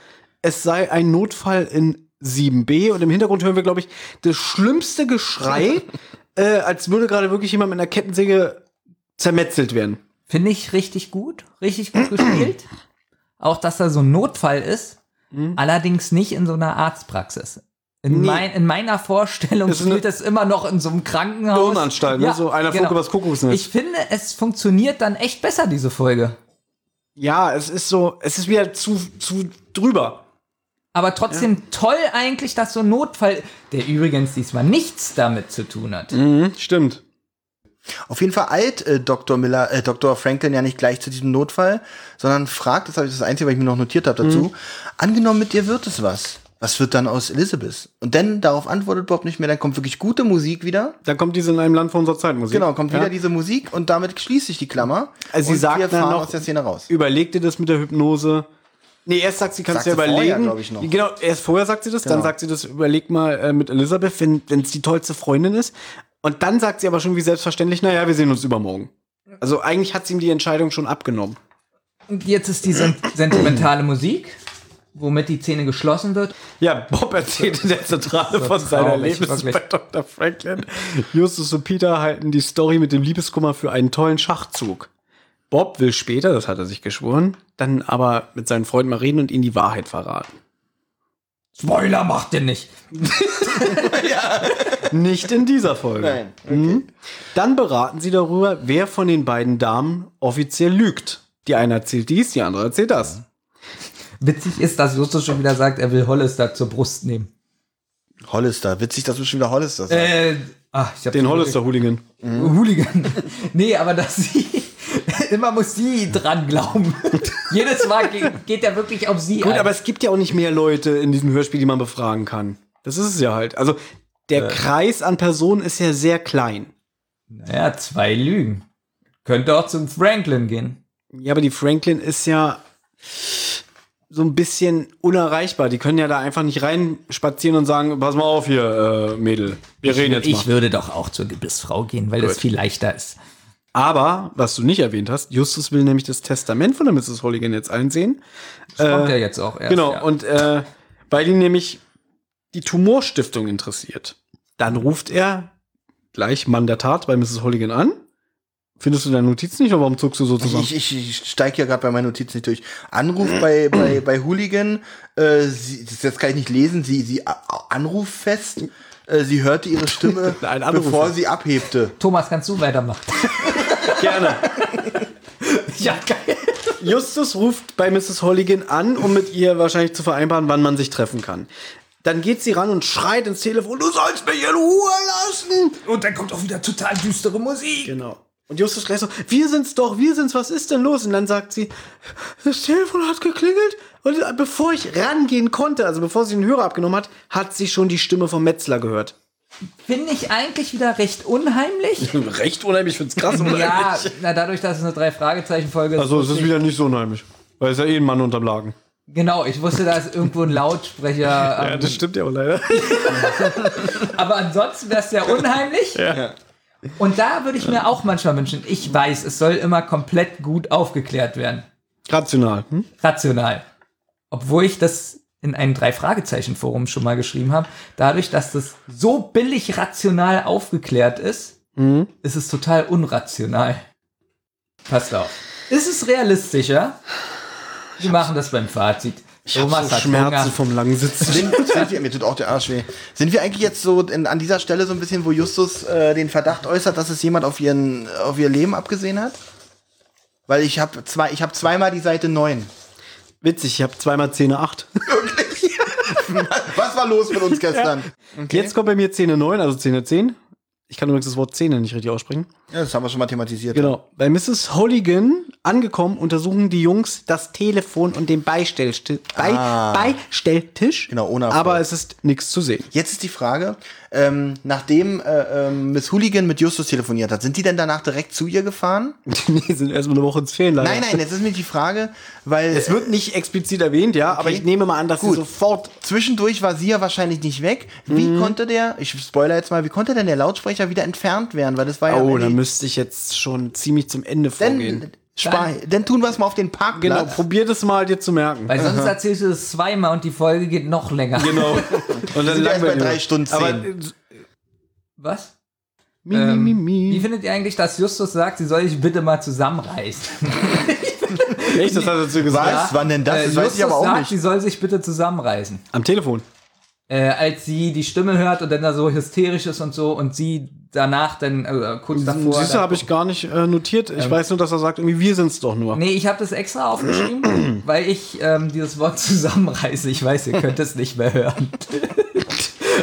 Speaker 4: Es sei ein Notfall in 7b und im Hintergrund hören wir, glaube ich, das schlimmste Geschrei, äh, als würde gerade wirklich jemand mit einer Kettensäge zermetzelt werden.
Speaker 3: Finde ich richtig gut, richtig gut gespielt. Auch, dass da so ein Notfall ist,
Speaker 4: Mhm.
Speaker 3: allerdings nicht in so einer Arztpraxis. In, mein, in meiner Vorstellung
Speaker 4: Das ist
Speaker 3: spielt
Speaker 4: eine-
Speaker 3: es immer noch in so einem Krankenhaus. genau.
Speaker 4: Irrenanstalt, ne? So einer flog übers Kuckucksnest.
Speaker 3: Ich finde, es funktioniert dann echt besser, diese Folge.
Speaker 4: Ja, es ist so, es ist wieder zu, zu drüber.
Speaker 3: Aber trotzdem toll eigentlich, dass so ein Notfall, der übrigens diesmal nichts damit zu tun hat.
Speaker 2: Mhm,
Speaker 4: Stimmt.
Speaker 2: Auf jeden Fall eilt äh, Dr. Miller, äh, Dr. Franklin ja nicht gleich zu diesem Notfall, sondern fragt, das habe ich das Einzige, was ich mir noch notiert habe dazu,
Speaker 4: Mhm.
Speaker 2: angenommen, mit dir wird es was. Was wird dann aus Elizabeth? Und dann darauf antwortet Bob nicht mehr, dann kommt wirklich gute Musik wieder.
Speaker 4: Dann kommt diese in einem Land von unserer Zeit Musik.
Speaker 2: Genau, kommt
Speaker 4: Ja.
Speaker 2: wieder diese Musik und damit schließt sich die Klammer.
Speaker 4: Also sie
Speaker 2: und
Speaker 4: sagt
Speaker 2: wir fahren
Speaker 4: dann noch-
Speaker 2: aus der Szene raus.
Speaker 4: Überleg dir das mit der Hypnose. Nee, erst sagt sie, kannst
Speaker 2: Sagt
Speaker 4: du ja
Speaker 2: sie vorher,
Speaker 4: überlegen.
Speaker 2: glaub ich, noch. Genau.
Speaker 4: Genau, erst vorher sagt sie das, dann sagt sie das, überleg mal äh, mit Elisabeth, wenn es die tollste Freundin ist. Und dann sagt sie aber schon wie selbstverständlich, naja, wir sehen uns übermorgen. Also eigentlich hat sie ihm die Entscheidung schon abgenommen.
Speaker 3: Und jetzt ist die sen sentimentale Musik, womit die Szene geschlossen wird.
Speaker 4: Ja, Bob erzählt in der Zentrale von seiner
Speaker 3: traurig,
Speaker 4: Erlebnis
Speaker 3: wirklich.
Speaker 4: bei Dr. Franklin. Justus und Peter halten die Story mit dem Liebeskummer für einen tollen Schachzug. Bob will später, das hat er sich geschworen, dann aber mit seinen Freunden mal reden und ihnen die Wahrheit verraten.
Speaker 3: Spoiler macht ihr nicht.
Speaker 4: Nicht in dieser Folge.
Speaker 2: Nein,
Speaker 4: Mhm. Dann beraten sie darüber, wer von den beiden Damen offiziell lügt. Die eine erzählt dies, die andere erzählt das.
Speaker 3: Witzig ist, dass Justus schon wieder sagt, er will Hollister zur Brust nehmen.
Speaker 2: Hollister, witzig, dass du schon wieder Hollister sagst.
Speaker 3: Äh, ah, ich hab
Speaker 4: Den Hollister-Hooligan.
Speaker 3: Hooligan. Nee, aber dass sie. Immer muss sie dran glauben. Jedes Mal ge geht er wirklich auf sie
Speaker 4: Gut,
Speaker 3: ein.
Speaker 4: aber es gibt ja auch nicht mehr Leute in diesem Hörspiel, die man befragen kann. Das ist es ja halt. Also der Kreis an Personen ist ja sehr klein.
Speaker 3: ja, zwei Lügen. Könnte auch zum Franklin gehen.
Speaker 4: Ja, aber die Franklin ist ja so ein bisschen unerreichbar. Die können ja da einfach nicht reinspazieren und sagen, pass mal auf hier, äh, Mädel. Wir reden jetzt mal.
Speaker 3: Ich würde doch auch zur Gebissfrau gehen, weil es viel leichter ist.
Speaker 4: Aber, was du nicht erwähnt hast, Justus will nämlich das Testament von der Mrs. Holligan jetzt einsehen.
Speaker 3: Das kommt ja jetzt auch erst.
Speaker 4: Äh, genau,
Speaker 3: ja.
Speaker 4: und äh, weil ihn nämlich die Tumorstiftung interessiert. Dann ruft er gleich Mandatat bei Mrs. Holligan an. Findest du deine Notiz nicht oder warum zuckst du so zusammen?
Speaker 2: Ich, ich, ich steige ja gerade bei meinen Notizen nicht durch. Anruf bei, bei, bei Hooligan, äh, sie, das, das kann ich nicht lesen, sie, sie a- a- Anruf fest. Äh, sie hörte ihre Stimme,
Speaker 4: Ein Anruf.
Speaker 2: bevor sie abhebte.
Speaker 3: Thomas, kannst du weitermachen?
Speaker 4: Gerne.
Speaker 3: ja, geil.
Speaker 4: Justus ruft bei Mrs. Holligan an, um mit ihr wahrscheinlich zu vereinbaren, wann man sich treffen kann. Dann geht sie ran und schreit ins Telefon, du sollst mich in Ruhe lassen.
Speaker 3: Und dann kommt auch wieder total düstere Musik.
Speaker 4: Genau. Und Justus gleich so, wir sind's doch, wir sind's, was ist denn los? Und dann sagt sie, das Telefon hat geklingelt. Und bevor ich rangehen konnte, also bevor sie den Hörer abgenommen hat, hat sie schon die Stimme vom Metzler gehört.
Speaker 3: Finde ich eigentlich wieder recht unheimlich.
Speaker 4: Recht unheimlich, find's krass.
Speaker 3: ja, na, dadurch, dass es eine Drei-Fragezeichen-Folge ist. wusste ich-
Speaker 4: Also, wieder nicht so unheimlich. Weil es ja eh ein Mann unterm Laken.
Speaker 3: Genau, ich wusste, da ist irgendwo ein Lautsprecher.
Speaker 4: Ja,
Speaker 3: ähm,
Speaker 4: das stimmt ja auch leider.
Speaker 3: Aber ansonsten wäre es sehr unheimlich. Und da würde ich mir auch manchmal wünschen, ich weiß, es soll immer komplett gut aufgeklärt werden.
Speaker 4: Rational. Hm?
Speaker 3: Rational. Obwohl ich das in einem Drei-Fragezeichen-Forum schon mal geschrieben habe. Dadurch, dass das so billig rational aufgeklärt ist,
Speaker 4: Mhm.
Speaker 3: Es ist total unrational. Passt auf. Es ist realistischer. Wir machen das beim Fazit.
Speaker 4: Ich hab so Schmerzen vom langen Sitzen.
Speaker 2: Sind, sind wir, mir tut auch der Arsch weh. Sind wir eigentlich jetzt so in, an dieser Stelle so ein bisschen, wo Justus äh, den Verdacht äußert, dass es jemand auf, ihren, auf ihr Leben abgesehen hat? Weil ich habe zwei, ich hab zweimal die Seite 9.
Speaker 4: Witzig, ich habe zweimal Zähne 8.
Speaker 2: Was war los mit uns gestern?
Speaker 4: Jetzt kommt bei mir Zähne 9, also Zähne 10. Ich kann übrigens das Wort Zähne nicht richtig aussprechen.
Speaker 2: Ja, das haben wir schon mal thematisiert.
Speaker 4: Genau. Bei Mrs. Holligan angekommen untersuchen die Jungs das Telefon und den Beistellsti Bei Beistelltisch.
Speaker 2: Genau, ohne Erfolg.
Speaker 4: Aber es ist nichts zu sehen.
Speaker 2: Jetzt ist die Frage, ähm, nachdem äh, ähm, Miss Hooligan mit Justus telefoniert hat, sind die denn danach direkt zu ihr gefahren?
Speaker 4: Die sind erstmal eine Woche ins Ferienlager.
Speaker 2: Nein, nein, jetzt ist mir die Frage, weil
Speaker 4: Es wird nicht explizit erwähnt, ja, aber ich nehme mal an, dass
Speaker 2: Gut.
Speaker 4: sie sofort.
Speaker 2: zwischendurch war sie ja wahrscheinlich nicht weg. Wie
Speaker 4: Mhm.
Speaker 2: konnte der, ich spoiler jetzt mal, wie konnte denn der Lautsprecher wieder entfernt werden? Weil das war ja.
Speaker 4: Oh,
Speaker 2: wenn
Speaker 4: da
Speaker 2: die-
Speaker 4: müsste ich jetzt schon ziemlich zum Ende vorgehen.
Speaker 2: denn, Spar, denn tun wir es mal auf den Parkplatz.
Speaker 4: genau, probier das mal dir zu merken.
Speaker 3: Weil sonst erzählst du es zweimal und die Folge geht noch länger.
Speaker 4: Genau. Und dann
Speaker 2: sind erst bei
Speaker 4: langweilig.
Speaker 2: drei Stunden zehn.
Speaker 4: Aber äh,
Speaker 3: Was? Ähm,
Speaker 4: mi, mi, mi,
Speaker 3: Wie
Speaker 4: mi.
Speaker 3: findet ihr eigentlich, dass Justus sagt, sie soll sich bitte mal zusammenreißen?
Speaker 4: Echt, das hat er zu gesagt.
Speaker 2: Was? Wann denn das?
Speaker 3: Äh,
Speaker 2: Das
Speaker 3: Justus
Speaker 2: weiß ich aber auch
Speaker 3: sagt,
Speaker 2: nicht.
Speaker 3: sie soll sich bitte zusammenreißen.
Speaker 4: Am Telefon.
Speaker 3: Äh, als sie die Stimme hört und dann da so hysterisch ist und so und sie danach dann äh, kurz davor.
Speaker 4: Siehst du, habe ich gar nicht äh, notiert. Ich weiß nur, dass er sagt, irgendwie, wir sind's doch nur.
Speaker 3: Nee, ich habe das extra aufgeschrieben, weil ich ähm, dieses Wort zusammenreiße. Ich weiß, ihr könnt es nicht mehr hören.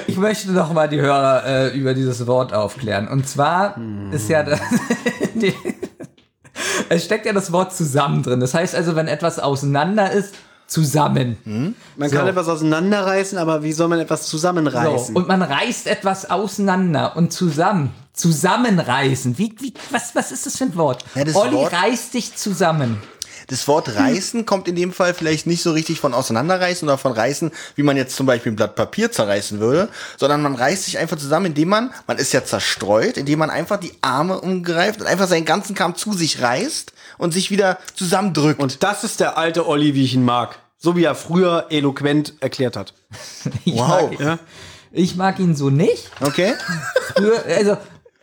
Speaker 3: Ich möchte noch mal die Hörer äh, über dieses Wort aufklären. Und zwar ist ja das, die, es steckt ja das Wort zusammen drin. Das heißt also, wenn etwas auseinander ist, zusammen.
Speaker 4: Man kann etwas auseinanderreißen, aber wie soll man etwas zusammenreißen?
Speaker 3: So, und man reißt etwas auseinander und zusammen. Zusammenreißen. Wie, wie, was, was ist das für ein Wort?
Speaker 2: Ja, das
Speaker 3: Olli
Speaker 2: Wort-
Speaker 3: reißt dich zusammen.
Speaker 2: Das Wort reißen kommt in dem Fall vielleicht nicht so richtig von auseinanderreißen oder von reißen, wie man jetzt zum Beispiel ein Blatt Papier zerreißen würde, sondern man reißt sich einfach zusammen, indem man, man ist ja zerstreut, indem man einfach die Arme umgreift und einfach seinen ganzen Kram zu sich reißt und sich wieder zusammendrückt.
Speaker 4: Und das ist der alte Olli, wie ich ihn mag. So wie er früher eloquent erklärt hat.
Speaker 3: Ich
Speaker 2: Wow.
Speaker 3: Mag, Ich mag ihn so nicht.
Speaker 2: Okay?
Speaker 3: Früher, also,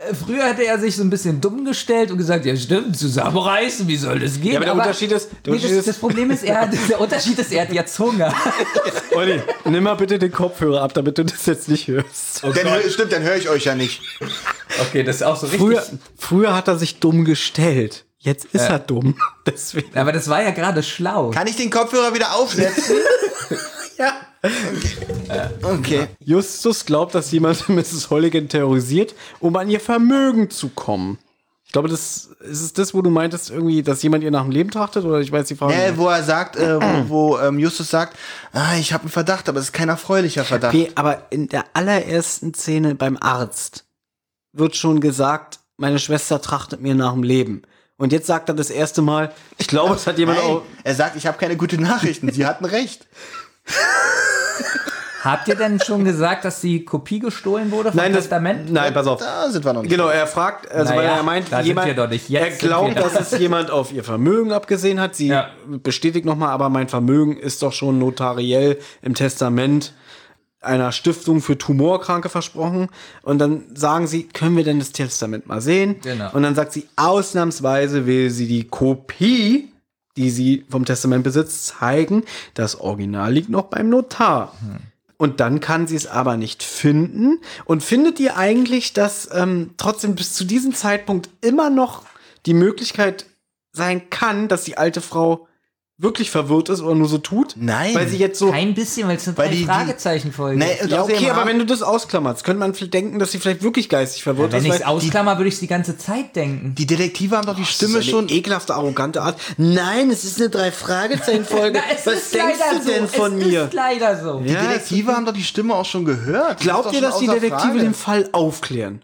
Speaker 3: äh, früher hätte er sich so ein bisschen dumm gestellt und gesagt, ja stimmt, zusammenreißen, wie soll das gehen?
Speaker 4: Ja, aber der Unterschied ist- der
Speaker 3: nee, das,
Speaker 4: Unterschied
Speaker 3: das
Speaker 4: ist-
Speaker 3: Problem ist, er hat, der Unterschied ist, er hat jetzt Hunger.
Speaker 4: Olli, nimm mal bitte den Kopfhörer ab, damit du das jetzt nicht hörst.
Speaker 2: dann, hö- stimmt, dann höre ich euch ja nicht.
Speaker 3: Okay, das ist auch so richtig.
Speaker 4: Früher, früher hat er sich dumm gestellt. Jetzt ist er dumm. Deswegen.
Speaker 3: Aber das war ja gerade schlau.
Speaker 2: Kann ich den Kopfhörer wieder aufsetzen? ja. Okay. okay.
Speaker 4: Justus glaubt, dass jemand Mrs. Holligan terrorisiert, um an ihr Vermögen zu kommen. Ich glaube, das ist es das, wo du meintest, irgendwie, dass jemand ihr nach dem Leben trachtet, oder ich weiß die Frage.
Speaker 2: Äh,
Speaker 4: nicht.
Speaker 2: wo er sagt, äh, wo, wo ähm, Justus sagt, ah, ich habe einen Verdacht, aber es ist kein erfreulicher Verdacht.
Speaker 4: Okay, aber in der allerersten Szene beim Arzt wird schon gesagt, meine Schwester trachtet mir nach dem Leben. Und jetzt sagt er das erste Mal, ich glaube, es hat jemand
Speaker 2: Nein,
Speaker 4: auch.
Speaker 2: er sagt, ich habe keine guten Nachrichten. Sie hatten recht.
Speaker 3: Habt ihr denn schon gesagt, dass die Kopie gestohlen wurde vom Testament?
Speaker 4: Nein, pass auf.
Speaker 2: Da sind wir noch nicht.
Speaker 4: Genau, er fragt, also weil
Speaker 3: Naja,
Speaker 4: er meint,
Speaker 3: da sind
Speaker 4: jemand,
Speaker 3: wir doch nicht. Jetzt
Speaker 4: er
Speaker 3: sind
Speaker 4: glaubt,
Speaker 3: wir da.
Speaker 4: dass es jemand auf ihr Vermögen abgesehen hat. Sie
Speaker 3: Ja.
Speaker 4: bestätigt nochmal, aber mein Vermögen ist doch schon notariell im Testament einer Stiftung für Tumorkranke versprochen. Und dann sagen sie, können wir denn das Testament mal sehen?
Speaker 3: Genau.
Speaker 4: Und dann sagt sie, ausnahmsweise will sie die Kopie, die sie vom Testament besitzt, zeigen. Das Original liegt noch beim Notar. Und dann kann sie es aber nicht finden. Und findet ihr eigentlich, dass ähm, trotzdem bis zu diesem Zeitpunkt immer noch die Möglichkeit sein kann, dass die alte Frau wirklich verwirrt ist oder nur so tut?
Speaker 2: Nein.
Speaker 4: Weil sie jetzt so.
Speaker 3: Kein bisschen, weil es eine
Speaker 2: Weil die-
Speaker 3: drei
Speaker 2: die-
Speaker 3: Fragezeichenfolge
Speaker 2: Nee, also,
Speaker 3: ist.
Speaker 2: und
Speaker 4: Ja,
Speaker 2: außerdem
Speaker 4: okay, aber
Speaker 2: haben-
Speaker 4: wenn du das ausklammerst, könnte man vielleicht denken, dass sie vielleicht wirklich geistig verwirrt
Speaker 3: Wenn
Speaker 4: ist.
Speaker 3: ich
Speaker 4: weil
Speaker 3: es ausklammer, würde ich es die ganze Zeit denken.
Speaker 2: die Detektive haben doch die
Speaker 4: das ist
Speaker 2: Stimme
Speaker 4: eine
Speaker 2: schon.
Speaker 4: ekelhafte, arrogante Art. Nein, es ist eine Drei-Fragezeichen-Folge.
Speaker 3: Na, es
Speaker 4: Was
Speaker 3: ist
Speaker 4: denkst
Speaker 3: leider
Speaker 4: du denn
Speaker 3: so.
Speaker 4: von
Speaker 3: es
Speaker 4: mir?
Speaker 3: Ist leider so.
Speaker 2: Die
Speaker 4: Ja,
Speaker 2: Detektive haben doch die Stimme auch schon gehört. Das ist
Speaker 4: Glaubt
Speaker 2: doch
Speaker 4: ihr,
Speaker 2: schon
Speaker 4: dass die
Speaker 2: außer
Speaker 4: Detektive
Speaker 2: Frage.
Speaker 4: den Fall aufklären?